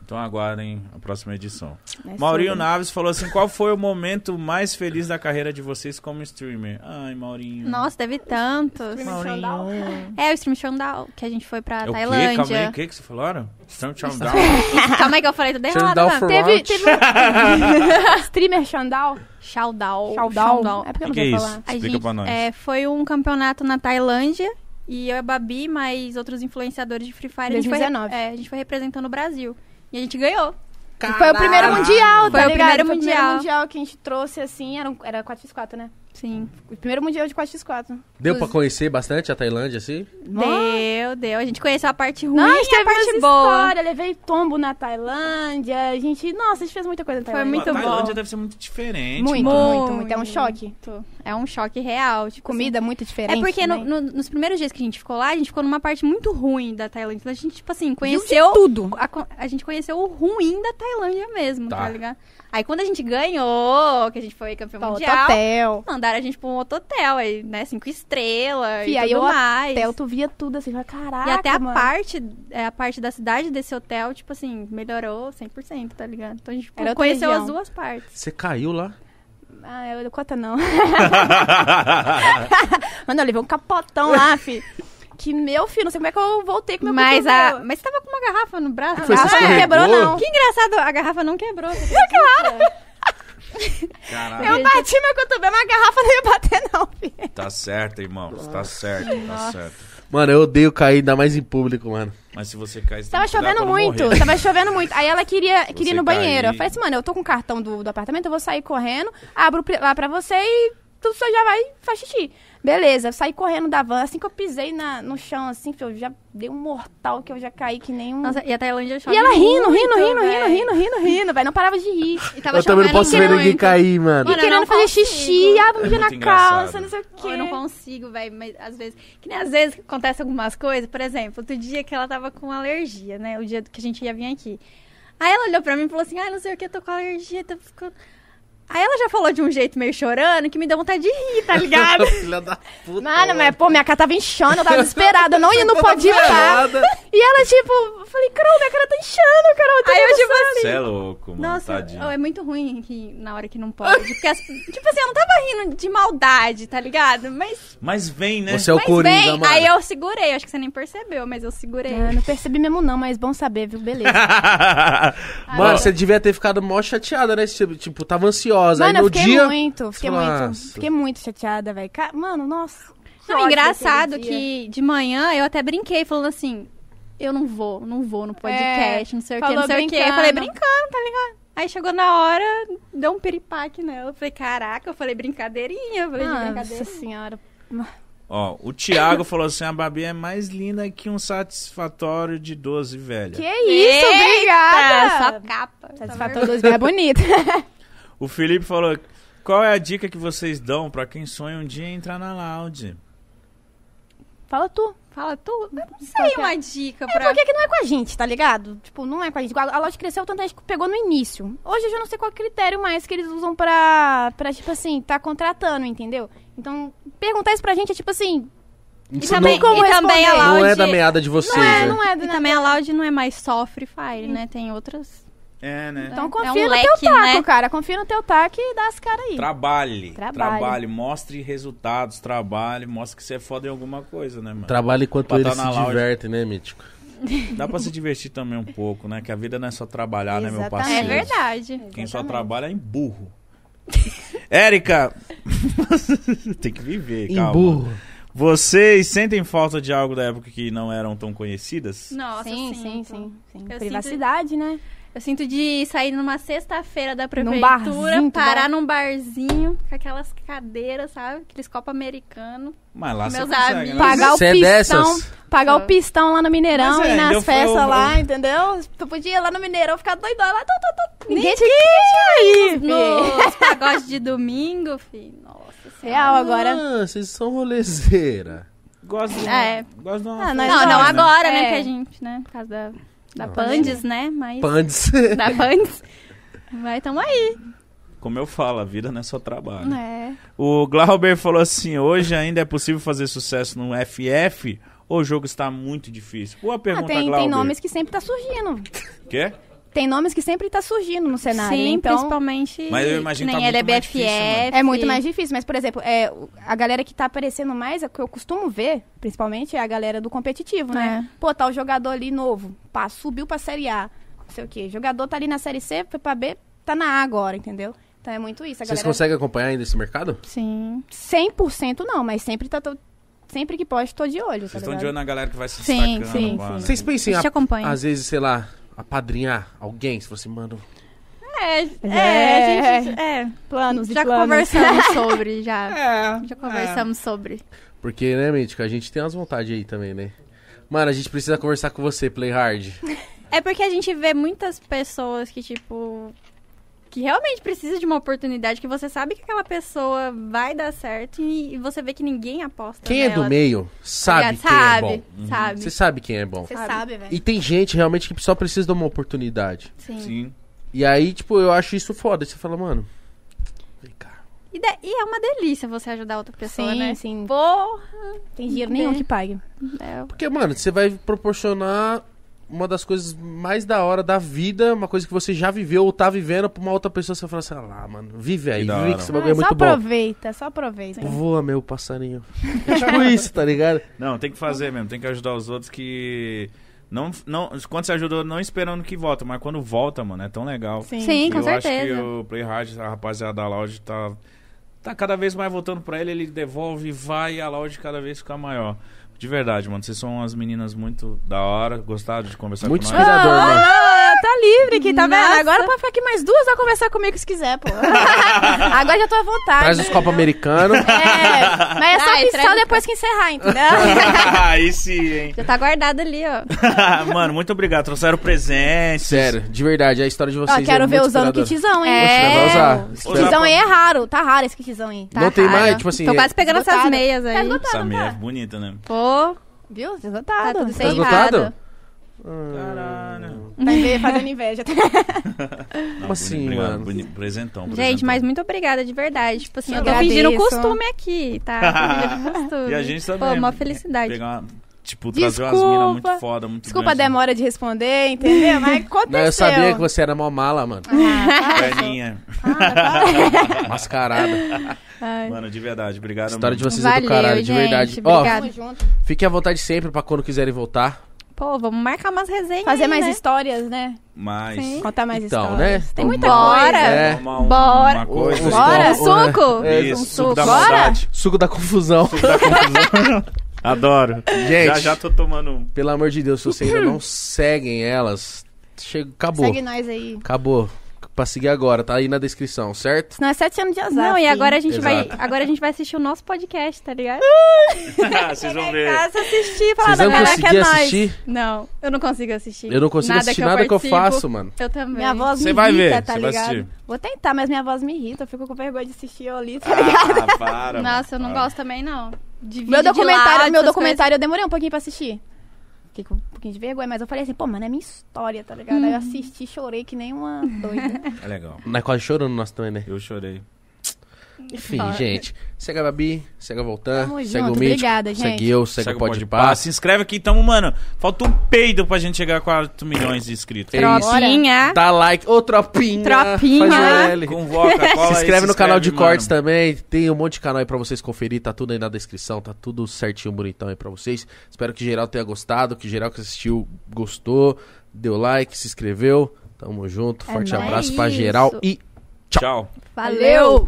[SPEAKER 1] Então aguardem a próxima edição.
[SPEAKER 3] É
[SPEAKER 1] Maurinho
[SPEAKER 3] sobre.
[SPEAKER 1] Naves falou assim: qual foi o momento mais feliz da carreira de vocês como streamer? Ai,
[SPEAKER 2] Hum.
[SPEAKER 1] Maurinho.
[SPEAKER 4] Nossa, teve tantos.
[SPEAKER 3] Stream Showdown.
[SPEAKER 1] Maurinho.
[SPEAKER 4] É, o Stream Showdown, que a gente foi pra
[SPEAKER 1] É o quê? Calma aí, o
[SPEAKER 4] Tailândia.
[SPEAKER 1] que que vocês falaram? Então, tchau, down.
[SPEAKER 4] Calma aí que eu falei, tô
[SPEAKER 2] Turn
[SPEAKER 4] derrubada.
[SPEAKER 2] down
[SPEAKER 4] mano.
[SPEAKER 2] for
[SPEAKER 3] Teve,
[SPEAKER 2] what?
[SPEAKER 3] teve um streamer Xandal.
[SPEAKER 4] Showdown.
[SPEAKER 3] Xandal. É porque eu não
[SPEAKER 1] O que que é
[SPEAKER 3] sei
[SPEAKER 1] isso?
[SPEAKER 3] falar.
[SPEAKER 4] A
[SPEAKER 1] Explica
[SPEAKER 4] gente-
[SPEAKER 1] pra nós.
[SPEAKER 4] é, foi um campeonato na Tailândia e eu e a Babi, mais outros influenciadores de Free Fire, a gente, foi,
[SPEAKER 3] 2019.
[SPEAKER 4] é, a gente foi representando o Brasil. E a gente ganhou.
[SPEAKER 3] Foi o primeiro mundial, tá
[SPEAKER 4] Foi
[SPEAKER 3] ligado? Foi o
[SPEAKER 4] o primeiro
[SPEAKER 3] primeiro
[SPEAKER 4] mundial.
[SPEAKER 3] mundial que a gente trouxe, assim, era, um- era 4x4, né?
[SPEAKER 4] Sim.
[SPEAKER 3] O primeiro mundial de 4x4.
[SPEAKER 2] Deu pra conhecer bastante a Tailândia, assim?
[SPEAKER 4] Deu, deu. A gente conheceu a parte ruim
[SPEAKER 3] Não, a gente
[SPEAKER 4] e
[SPEAKER 3] teve
[SPEAKER 4] a parte
[SPEAKER 3] umas
[SPEAKER 4] boa.
[SPEAKER 3] histórias, levei tombo na Tailândia, a gente... Nossa, a gente fez muita coisa na
[SPEAKER 4] Foi
[SPEAKER 3] Tailândia.
[SPEAKER 4] muito
[SPEAKER 1] a
[SPEAKER 4] bom.
[SPEAKER 1] Tailândia deve ser muito diferente.
[SPEAKER 3] Muito,
[SPEAKER 1] mano.
[SPEAKER 3] muito, muito. É um choque.
[SPEAKER 4] É um choque real. Tipo,
[SPEAKER 3] Comida muito
[SPEAKER 4] assim.
[SPEAKER 3] diferente né?
[SPEAKER 4] É porque no-
[SPEAKER 3] também.
[SPEAKER 4] no- nos primeiros dias que a gente ficou lá, a gente ficou numa parte muito ruim da Tailândia. Então, A gente, tipo assim,
[SPEAKER 3] Viu de é
[SPEAKER 4] conheceu.
[SPEAKER 3] tudo.
[SPEAKER 4] A, co- a gente conheceu o ruim da Tailândia mesmo, tá,
[SPEAKER 2] Tá.
[SPEAKER 4] ligado? Aí quando a gente ganhou, que a gente foi campeão
[SPEAKER 3] Pô,
[SPEAKER 4] mundial,
[SPEAKER 3] hotel.
[SPEAKER 4] mandaram a gente pra um outro hotel, aí, né? Cinco estrelas
[SPEAKER 3] Fih,
[SPEAKER 4] e
[SPEAKER 3] aí
[SPEAKER 4] tudo
[SPEAKER 3] o
[SPEAKER 4] mais.
[SPEAKER 3] Hotel, tu via tudo assim, fala, caraca,
[SPEAKER 4] e até a
[SPEAKER 3] mano.
[SPEAKER 4] parte, é, a parte da cidade desse hotel, tipo assim, melhorou 100%, tá ligado? Então a gente tipo,
[SPEAKER 3] Era outra
[SPEAKER 4] conheceu
[SPEAKER 3] região.
[SPEAKER 4] as duas partes.
[SPEAKER 2] Você caiu lá?
[SPEAKER 3] Ah, eu conta não. Mano, eu levei um capotão lá, fi. Que meu filho, não sei como é que eu voltei com meu
[SPEAKER 4] Mas, a,
[SPEAKER 3] cotovelo.
[SPEAKER 4] mas você tava com uma garrafa no braço?
[SPEAKER 2] Foi
[SPEAKER 4] a garrafa...
[SPEAKER 3] Ah, não quebrou,
[SPEAKER 2] escorregou?
[SPEAKER 3] não.
[SPEAKER 4] Que engraçado, a garrafa não quebrou.
[SPEAKER 1] Caralho,
[SPEAKER 3] Eu bati meu cotovelo, mas a garrafa não ia bater, não, fi.
[SPEAKER 1] tá certo, irmão. Tá certo, tá certo.
[SPEAKER 2] Mano, eu odeio cair, ainda mais em público, mano.
[SPEAKER 1] Mas se você cai, você tem
[SPEAKER 3] Tava
[SPEAKER 1] que cuidar
[SPEAKER 3] chovendo
[SPEAKER 1] pra não
[SPEAKER 3] muito,
[SPEAKER 1] morrer.
[SPEAKER 3] tava chovendo muito. Aí ela queria, queria ir no
[SPEAKER 1] cair.
[SPEAKER 3] banheiro. Eu falei assim, mano, eu tô com o cartão do, do apartamento, eu vou sair correndo, abro pri- lá pra você e tu só já vai e faz xixi. Beleza, eu saí correndo da van. Assim que eu pisei na, no chão, assim, fi, eu já dei um mortal que eu já caí que nem um...
[SPEAKER 4] Nossa, e a Tailândia chove
[SPEAKER 3] E ela rindo,
[SPEAKER 4] muito,
[SPEAKER 3] rindo, rindo, rindo,
[SPEAKER 4] véi.
[SPEAKER 3] rindo, rindo, rindo, velho. Não parava de rir.
[SPEAKER 4] E tava
[SPEAKER 2] eu também não
[SPEAKER 4] chovendo
[SPEAKER 2] posso ver
[SPEAKER 4] muito.
[SPEAKER 2] ninguém cair, mano.
[SPEAKER 3] E
[SPEAKER 4] Mano, eu
[SPEAKER 3] querendo
[SPEAKER 4] não
[SPEAKER 3] fazer
[SPEAKER 4] consigo.
[SPEAKER 3] xixi, ah, vou
[SPEAKER 1] É
[SPEAKER 3] mijar na
[SPEAKER 1] muito engraçado.
[SPEAKER 3] calça, não sei o quê.
[SPEAKER 4] Eu não consigo, velho, mas às vezes. Que nem às vezes que acontece algumas coisas. Por exemplo, outro dia que ela tava com alergia, né? O dia que a gente ia vir aqui. Aí ela olhou pra mim e falou assim: ai, não sei o que, eu tô com alergia, tô ficando. Aí ela já falou de um jeito meio chorando que me deu vontade de rir, tá ligado?
[SPEAKER 2] Filha da puta.
[SPEAKER 3] Mano, mas pô, minha cara tava inchando, eu tava desesperada, eu não ia no pode ir lá.
[SPEAKER 2] Nada.
[SPEAKER 3] E ela, tipo, eu falei, Carol, minha cara tá inchando, Carol.
[SPEAKER 4] Aí eu, tipo
[SPEAKER 3] Tá
[SPEAKER 4] assim.
[SPEAKER 1] Você é louco, mano.
[SPEAKER 4] Nossa,
[SPEAKER 1] tadinho.
[SPEAKER 4] oh, é muito ruim que, na hora que não pode. Porque, as- tipo assim, eu não tava rindo de maldade, tá ligado? Mas,
[SPEAKER 1] Mas vem, né?
[SPEAKER 2] Você é o
[SPEAKER 4] mas
[SPEAKER 2] Coringa,
[SPEAKER 4] bem,
[SPEAKER 2] mano.
[SPEAKER 4] aí eu segurei. Acho que você nem percebeu, mas eu segurei.
[SPEAKER 3] Ah, não percebi mesmo não, mas bom saber, viu? Beleza.
[SPEAKER 2] Mano, você devia ter ficado mó chateada, né? Tipo, tipo, tava ansiosa.
[SPEAKER 3] Mano,
[SPEAKER 2] aí
[SPEAKER 3] eu
[SPEAKER 2] no
[SPEAKER 3] fiquei
[SPEAKER 2] dia.
[SPEAKER 3] muito, fiquei
[SPEAKER 2] Você fala,
[SPEAKER 3] muito,
[SPEAKER 2] "Nossa."
[SPEAKER 3] fiquei muito chateada, velho. Ca- Mano, nossa.
[SPEAKER 4] Não,
[SPEAKER 3] Sorte
[SPEAKER 4] engraçado
[SPEAKER 3] daquele dia.
[SPEAKER 4] que de manhã eu até brinquei, falando assim: eu não vou, não vou no podcast, não sei o que,
[SPEAKER 3] É, falou
[SPEAKER 4] não sei o que. Eu
[SPEAKER 3] brincando.
[SPEAKER 4] falei, brincando, tá ligado? Aí chegou na hora, deu um piripaque nela. Eu falei, caraca, eu falei brincadeirinha, eu falei de
[SPEAKER 3] Ah,
[SPEAKER 4] brincadeira.
[SPEAKER 3] Nossa senhora.
[SPEAKER 1] Ó, o Thiago falou assim: a Babi é mais linda que um satisfatório de 12, velha.
[SPEAKER 3] Que isso,
[SPEAKER 4] Eita,
[SPEAKER 3] obrigada.
[SPEAKER 4] Só capa.
[SPEAKER 3] Satisfatório 2000 é bonito.
[SPEAKER 1] O Felipe falou: qual é a dica que vocês dão pra quem sonha um dia entrar na Loud?
[SPEAKER 3] Fala tu.
[SPEAKER 4] Fala, tu. Eu não
[SPEAKER 3] Qual
[SPEAKER 4] sei
[SPEAKER 3] que é?
[SPEAKER 4] uma dica
[SPEAKER 3] É
[SPEAKER 4] pra.
[SPEAKER 3] porque que não é com a gente, tá ligado? Tipo, não é com a gente. Igual A loja cresceu tanto a gente pegou no início. Hoje eu já não sei qual é critério mais que eles usam pra, pra tipo assim, tá contratando, entendeu? Então, perguntar isso pra gente é tipo assim,
[SPEAKER 4] E
[SPEAKER 2] Isso
[SPEAKER 4] também,
[SPEAKER 2] não,
[SPEAKER 3] como
[SPEAKER 4] e também a
[SPEAKER 3] responder.
[SPEAKER 4] Loud...
[SPEAKER 2] não é da meada de vocês,
[SPEAKER 3] Não é,
[SPEAKER 2] né?
[SPEAKER 3] não é,
[SPEAKER 4] E
[SPEAKER 3] né?
[SPEAKER 4] também a Loud não é mais só Free
[SPEAKER 3] É.
[SPEAKER 4] Fire, né? Tem outras...
[SPEAKER 1] É, né?
[SPEAKER 4] É
[SPEAKER 3] Então
[SPEAKER 4] um
[SPEAKER 3] confia no
[SPEAKER 4] leque,
[SPEAKER 3] teu taco,
[SPEAKER 4] né?
[SPEAKER 3] cara. Confia no teu taco e dá as caras aí.
[SPEAKER 1] Trabalhe, trabalhe.
[SPEAKER 3] Trabalhe.
[SPEAKER 1] Mostre resultados, trabalhe. Mostre que você é foda em alguma coisa, né, mano?
[SPEAKER 2] Trabalha enquanto
[SPEAKER 1] Pra tá
[SPEAKER 2] eles
[SPEAKER 1] na
[SPEAKER 2] se
[SPEAKER 1] lounge.
[SPEAKER 2] divertem, né, Mítico?
[SPEAKER 1] Dá pra se divertir também um pouco, né? Que a vida não é só trabalhar, né, meu
[SPEAKER 3] Exatamente.
[SPEAKER 1] parceiro?
[SPEAKER 4] É verdade.
[SPEAKER 1] Quem só trabalha é em burro. Érica! Tem que viver, calma.
[SPEAKER 2] Emburro.
[SPEAKER 1] Vocês sentem falta de algo da época que não eram tão conhecidas?
[SPEAKER 4] Nossa,
[SPEAKER 3] sim,
[SPEAKER 4] sinto.
[SPEAKER 3] sim, sim, sim.
[SPEAKER 4] Eu
[SPEAKER 3] Privacidade, né?
[SPEAKER 4] Eu sinto de sair numa sexta-feira da
[SPEAKER 3] Num
[SPEAKER 4] prefeitura,
[SPEAKER 3] barzinho, tu
[SPEAKER 4] parar
[SPEAKER 3] vai-
[SPEAKER 4] num barzinho, com aquelas cadeiras, sabe? Aqueles copos americanos.
[SPEAKER 1] Mas lá você
[SPEAKER 4] Meus
[SPEAKER 1] consegue, né?
[SPEAKER 4] amigos.
[SPEAKER 3] Pagar o
[SPEAKER 2] Você é
[SPEAKER 3] pistão.
[SPEAKER 2] dessas?
[SPEAKER 3] Pagar
[SPEAKER 4] Ah.
[SPEAKER 3] o pistão lá no Mineirão
[SPEAKER 1] Mas é,
[SPEAKER 3] e
[SPEAKER 1] ainda
[SPEAKER 3] nas
[SPEAKER 1] foi
[SPEAKER 3] festas
[SPEAKER 1] o-
[SPEAKER 3] lá, entendeu? Tu podia ir lá no Mineirão ficar doidona lá. tu, tu, tu, Ninguém te aí, filho.
[SPEAKER 4] Nos pagodes de domingo, filho.
[SPEAKER 3] É
[SPEAKER 4] Nossa senhora.
[SPEAKER 3] Real agora.
[SPEAKER 2] Ah, vocês são rolezeira.
[SPEAKER 1] Gosto de uma,
[SPEAKER 4] É.
[SPEAKER 1] gosto de uma
[SPEAKER 3] Ah,
[SPEAKER 1] festa,
[SPEAKER 3] nós
[SPEAKER 4] Não, não
[SPEAKER 1] né?
[SPEAKER 4] agora, né?
[SPEAKER 3] É.
[SPEAKER 4] Porque a gente, né? Por causa da, da
[SPEAKER 1] É.
[SPEAKER 4] Pandes, né? Mas.
[SPEAKER 2] Pandes.
[SPEAKER 4] Da Pandes. Mas tamo aí.
[SPEAKER 1] Como eu falo, a vida não é só trabalho.
[SPEAKER 3] Né?
[SPEAKER 4] É.
[SPEAKER 1] O Glauber falou assim: hoje ainda é possível fazer sucesso no FF ou o jogo está muito difícil? Boa
[SPEAKER 3] Ah,
[SPEAKER 1] pergunta,
[SPEAKER 3] tem,
[SPEAKER 1] Glauber.
[SPEAKER 3] tem nomes que sempre tá surgindo.
[SPEAKER 1] Quê?
[SPEAKER 3] Tem nomes que sempre tá surgindo no cenário.
[SPEAKER 4] Sim,
[SPEAKER 3] então,
[SPEAKER 4] principalmente.
[SPEAKER 1] Mas eu imagino
[SPEAKER 4] que
[SPEAKER 1] que
[SPEAKER 4] nem
[SPEAKER 1] tá muito mais
[SPEAKER 4] LBFF.
[SPEAKER 1] difícil, né?
[SPEAKER 3] É muito mais difícil, mas, por exemplo, é, o- a galera que tá aparecendo mais, a que eu costumo ver, principalmente, é a galera do competitivo, né?
[SPEAKER 4] É.
[SPEAKER 3] Pô, tá o jogador ali novo, pá, subiu pra Série A, não sei o quê. jogador tá ali na Série C, foi pra B, tá na A agora, entendeu? Então é muito isso. A
[SPEAKER 2] Vocês
[SPEAKER 3] galera
[SPEAKER 2] conseguem acompanhar ainda esse mercado?
[SPEAKER 4] Sim.
[SPEAKER 3] 100% não, mas sempre tá... to- Sempre que pode, tô de olho, tá
[SPEAKER 1] Vocês estão
[SPEAKER 3] ligado?
[SPEAKER 1] de olho na galera que vai se
[SPEAKER 4] Sim,
[SPEAKER 1] destacando.
[SPEAKER 4] sim,
[SPEAKER 1] mano.
[SPEAKER 2] Vocês pensam em,
[SPEAKER 4] Eu te acompanho.
[SPEAKER 2] a- às vezes, sei lá, apadrinhar alguém? Se você manda...
[SPEAKER 4] É,
[SPEAKER 3] É.
[SPEAKER 4] a gente. É.
[SPEAKER 3] Planos e
[SPEAKER 4] já
[SPEAKER 3] planos.
[SPEAKER 4] conversamos sobre, já.
[SPEAKER 1] É.
[SPEAKER 4] Já conversamos sobre.
[SPEAKER 2] Porque, né, Mítico, a gente tem umas vontades aí também, né? Mano, a gente precisa conversar com você, Play Hard.
[SPEAKER 4] É porque a gente vê muitas pessoas que, tipo. Que realmente precisa de uma oportunidade, que você sabe que aquela pessoa vai dar certo e, e você vê que ninguém aposta.
[SPEAKER 2] Quem é do
[SPEAKER 4] nela,
[SPEAKER 2] meio sabe
[SPEAKER 4] tá ligado?
[SPEAKER 2] quem é
[SPEAKER 4] sabe,
[SPEAKER 2] bom.
[SPEAKER 4] Sabe,
[SPEAKER 2] Você sabe quem é bom.
[SPEAKER 3] Você
[SPEAKER 4] Sabe.
[SPEAKER 3] sabe, velho.
[SPEAKER 2] E tem gente realmente que só precisa de uma oportunidade.
[SPEAKER 4] Sim.
[SPEAKER 1] Sim.
[SPEAKER 2] E aí, tipo, eu acho isso foda. Você fala, mano. Vem cá.
[SPEAKER 4] E, da- e é uma delícia você ajudar outra pessoa,
[SPEAKER 3] Sim,
[SPEAKER 4] né?
[SPEAKER 3] sim.
[SPEAKER 4] Porra!
[SPEAKER 3] Tem dinheiro nenhum que pague.
[SPEAKER 4] É,
[SPEAKER 2] Porque, mano, você vai proporcionar uma das coisas mais da hora da vida, uma coisa que você já viveu ou tá vivendo pra uma outra pessoa. Você fala assim, ah lá, mano, vive aí,
[SPEAKER 1] Que da
[SPEAKER 2] vive
[SPEAKER 1] hora.
[SPEAKER 2] que esse
[SPEAKER 3] Ah,
[SPEAKER 2] bagulho é
[SPEAKER 3] só né?
[SPEAKER 2] muito bom.
[SPEAKER 3] aproveita, só aproveita.
[SPEAKER 2] Voa, meu passarinho. É tipo isso, tá ligado?
[SPEAKER 1] Não, tem que fazer mesmo, tem que ajudar os outros que. Não, não, quando você ajudou, não esperando que volta, mas quando volta, mano, é tão legal.
[SPEAKER 3] Sim.
[SPEAKER 4] Sim,
[SPEAKER 1] E
[SPEAKER 4] com
[SPEAKER 1] eu acho
[SPEAKER 4] certeza.
[SPEAKER 1] que o Play Hard, a rapaziada da Loud, tá, tá cada vez mais voltando pra ele, ele devolve, vai e a Loud cada vez fica maior. De verdade, mano, vocês são umas meninas muito da hora, gostaram de conversar
[SPEAKER 2] Muito
[SPEAKER 1] com nós.
[SPEAKER 2] inspirador,
[SPEAKER 3] Ah,
[SPEAKER 2] mano.
[SPEAKER 3] ah, tá livre aqui, tá
[SPEAKER 4] Nossa.
[SPEAKER 3] vendo? Agora pode ficar aqui mais duas, vai conversar comigo se quiser, pô. Agora já tô à vontade.
[SPEAKER 2] Traz os copos americanos.
[SPEAKER 3] É, mas é só
[SPEAKER 4] Ai,
[SPEAKER 3] pistar
[SPEAKER 4] traz-
[SPEAKER 3] depois que encerrar, entendeu?
[SPEAKER 1] Aí sim, hein?
[SPEAKER 4] Já tá guardado ali, ó.
[SPEAKER 1] mano, muito obrigado, trouxeram presentes.
[SPEAKER 2] Sério, de verdade, a história de vocês
[SPEAKER 3] Ó, Ah, quero
[SPEAKER 2] é
[SPEAKER 3] ver
[SPEAKER 2] muito
[SPEAKER 3] usando
[SPEAKER 2] inspiradora.
[SPEAKER 3] kitizão, hein?
[SPEAKER 4] É.
[SPEAKER 2] Vai usar.
[SPEAKER 3] Esse
[SPEAKER 1] Usar
[SPEAKER 3] kitizão
[SPEAKER 1] pra-
[SPEAKER 3] aí é raro, tá raro esse kitizão aí. Tá
[SPEAKER 2] Não tem
[SPEAKER 3] raro.
[SPEAKER 2] mais, tipo assim,
[SPEAKER 4] Tô
[SPEAKER 2] é-
[SPEAKER 4] quase pegando essas
[SPEAKER 3] Esgotado.
[SPEAKER 4] meias
[SPEAKER 3] Tá
[SPEAKER 4] aí.
[SPEAKER 3] esgotado,
[SPEAKER 1] Essa
[SPEAKER 3] não
[SPEAKER 1] meia é
[SPEAKER 3] tá?
[SPEAKER 1] bonita, né?
[SPEAKER 4] Pô,
[SPEAKER 3] Viu? Tá
[SPEAKER 4] tá
[SPEAKER 3] esgotado.
[SPEAKER 4] tudo
[SPEAKER 2] Tá
[SPEAKER 4] sem
[SPEAKER 2] esgotado?
[SPEAKER 1] Caralho.
[SPEAKER 4] Tá
[SPEAKER 3] Vai ver, fazendo inveja.
[SPEAKER 1] Ah,
[SPEAKER 2] Como assim, mano?
[SPEAKER 1] Boni... Presentão,
[SPEAKER 4] Gente,
[SPEAKER 1] presentão.
[SPEAKER 4] mas muito obrigada, de verdade. Tipo assim, eu, tô
[SPEAKER 3] Agradeço.
[SPEAKER 4] fingindo costume aqui, tá? Tô fingindo costume.
[SPEAKER 1] E a gente também.
[SPEAKER 4] Pô, uma felicidade.
[SPEAKER 1] Pegar uma- tipo, trazer umas minas muito
[SPEAKER 3] Desculpa.
[SPEAKER 1] foda, muito
[SPEAKER 3] Desculpa a
[SPEAKER 1] grande,
[SPEAKER 3] demora de responder, entendeu? Mas aconteceu. Ah, tá.
[SPEAKER 2] Não, eu sabia que você era mó mala, mano.
[SPEAKER 1] né? Perninha.
[SPEAKER 2] Mascarada.
[SPEAKER 4] Ai.
[SPEAKER 1] Mano, de verdade, obrigado.
[SPEAKER 2] A história de
[SPEAKER 1] mano.
[SPEAKER 2] vocês é do
[SPEAKER 4] Valeu,
[SPEAKER 2] caralho, de
[SPEAKER 4] gente,
[SPEAKER 2] verdade. Ó,
[SPEAKER 4] obrigada.
[SPEAKER 3] Tamo junto.
[SPEAKER 2] fiquem à vontade sempre pra quando quiserem voltar.
[SPEAKER 4] Pô, vamos marcar umas resenhas.
[SPEAKER 3] Fazer
[SPEAKER 4] aí,
[SPEAKER 3] mais
[SPEAKER 4] né?
[SPEAKER 3] histórias, né?
[SPEAKER 1] Mas.
[SPEAKER 4] Sim.
[SPEAKER 3] Contar mais
[SPEAKER 2] Então,
[SPEAKER 3] histórias.
[SPEAKER 2] né?
[SPEAKER 3] Tem muita
[SPEAKER 4] Bora.
[SPEAKER 3] coisa.
[SPEAKER 2] É.
[SPEAKER 1] Tomar um-
[SPEAKER 4] Bora.
[SPEAKER 1] Uma coisa.
[SPEAKER 2] Os
[SPEAKER 3] Bora,
[SPEAKER 2] copos, né?
[SPEAKER 4] suco?
[SPEAKER 2] É,
[SPEAKER 1] Isso,
[SPEAKER 4] Um
[SPEAKER 1] suco
[SPEAKER 4] suco.
[SPEAKER 1] da
[SPEAKER 4] Bora.
[SPEAKER 1] maldade.
[SPEAKER 2] Suco da confusão.
[SPEAKER 1] Adoro.
[SPEAKER 2] Gente.
[SPEAKER 1] Já já tô tomando um.
[SPEAKER 2] Pelo amor de Deus, se vocês ainda não seguem elas, chega, acabou.
[SPEAKER 3] Segue nós aí.
[SPEAKER 2] Acabou. Pra seguir agora, tá aí na descrição, certo?
[SPEAKER 3] Senão é sete anos de azar.
[SPEAKER 4] Não, e
[SPEAKER 3] filho.
[SPEAKER 4] agora a gente vai,
[SPEAKER 2] Exato.
[SPEAKER 4] agora a gente vai assistir o nosso podcast, tá ligado?
[SPEAKER 1] Vocês vão ver.
[SPEAKER 4] assistir,
[SPEAKER 2] Vocês vão
[SPEAKER 4] galera que
[SPEAKER 2] conseguir
[SPEAKER 4] é nóis.
[SPEAKER 2] assistir?
[SPEAKER 4] Não, eu não consigo assistir.
[SPEAKER 2] Eu não consigo assistir nada que eu faço, mano.
[SPEAKER 4] Eu também.
[SPEAKER 3] Minha voz
[SPEAKER 1] Cê
[SPEAKER 3] me
[SPEAKER 1] vai
[SPEAKER 3] irrita,
[SPEAKER 1] ver,
[SPEAKER 3] tá
[SPEAKER 1] cê vai
[SPEAKER 3] ligado?
[SPEAKER 1] assistir.
[SPEAKER 3] Vou tentar, mas minha voz me irrita. Eu fico com vergonha de assistir eu ali, tá ligado?
[SPEAKER 1] Ah,
[SPEAKER 2] Tá
[SPEAKER 1] para. mano,
[SPEAKER 4] Nossa, eu não
[SPEAKER 1] para.
[SPEAKER 4] gosto também não. De vídeo
[SPEAKER 3] Meu
[SPEAKER 4] de
[SPEAKER 3] documentário,
[SPEAKER 4] lado,
[SPEAKER 3] meu
[SPEAKER 4] essas
[SPEAKER 3] documentário eu demorei um pouquinho pra assistir. Fiquei com um pouquinho de vergonha, mas eu falei assim, pô, mano, é minha história, tá ligado?
[SPEAKER 4] Uhum.
[SPEAKER 3] Aí eu assisti, chorei que nem uma doida.
[SPEAKER 1] É legal.
[SPEAKER 2] Nós quase chorando nós também, né?
[SPEAKER 1] Eu chorei.
[SPEAKER 2] Enfim, gente. Segue a Babi, segue a Voltan,
[SPEAKER 3] Tamo
[SPEAKER 2] segue
[SPEAKER 3] junto,
[SPEAKER 2] o Mítico,
[SPEAKER 3] obrigada,
[SPEAKER 2] segue
[SPEAKER 3] gente.
[SPEAKER 2] eu, segue, o Pode Pá.
[SPEAKER 1] Se inscreve aqui, então, mano. Falta um peido pra gente chegar a 4 milhões de inscritos.
[SPEAKER 2] É isso.
[SPEAKER 4] Tropinha.
[SPEAKER 2] Dá like. Ô, tropinha.
[SPEAKER 4] Tropinha.
[SPEAKER 2] Faz o L.
[SPEAKER 1] Convoca, cola aí,
[SPEAKER 2] Se inscreve no canal de
[SPEAKER 1] mano.
[SPEAKER 2] cortes também. Tem um monte de canal aí pra vocês conferir. Tá tudo aí na descrição. Tá tudo certinho, bonitão aí pra vocês. Espero que geral tenha gostado. Que geral que assistiu gostou. Deu like, se inscreveu. Tamo junto.
[SPEAKER 4] É
[SPEAKER 2] Forte
[SPEAKER 4] nóis.
[SPEAKER 2] abraço pra geral. E
[SPEAKER 1] Tchau.
[SPEAKER 4] Valeu.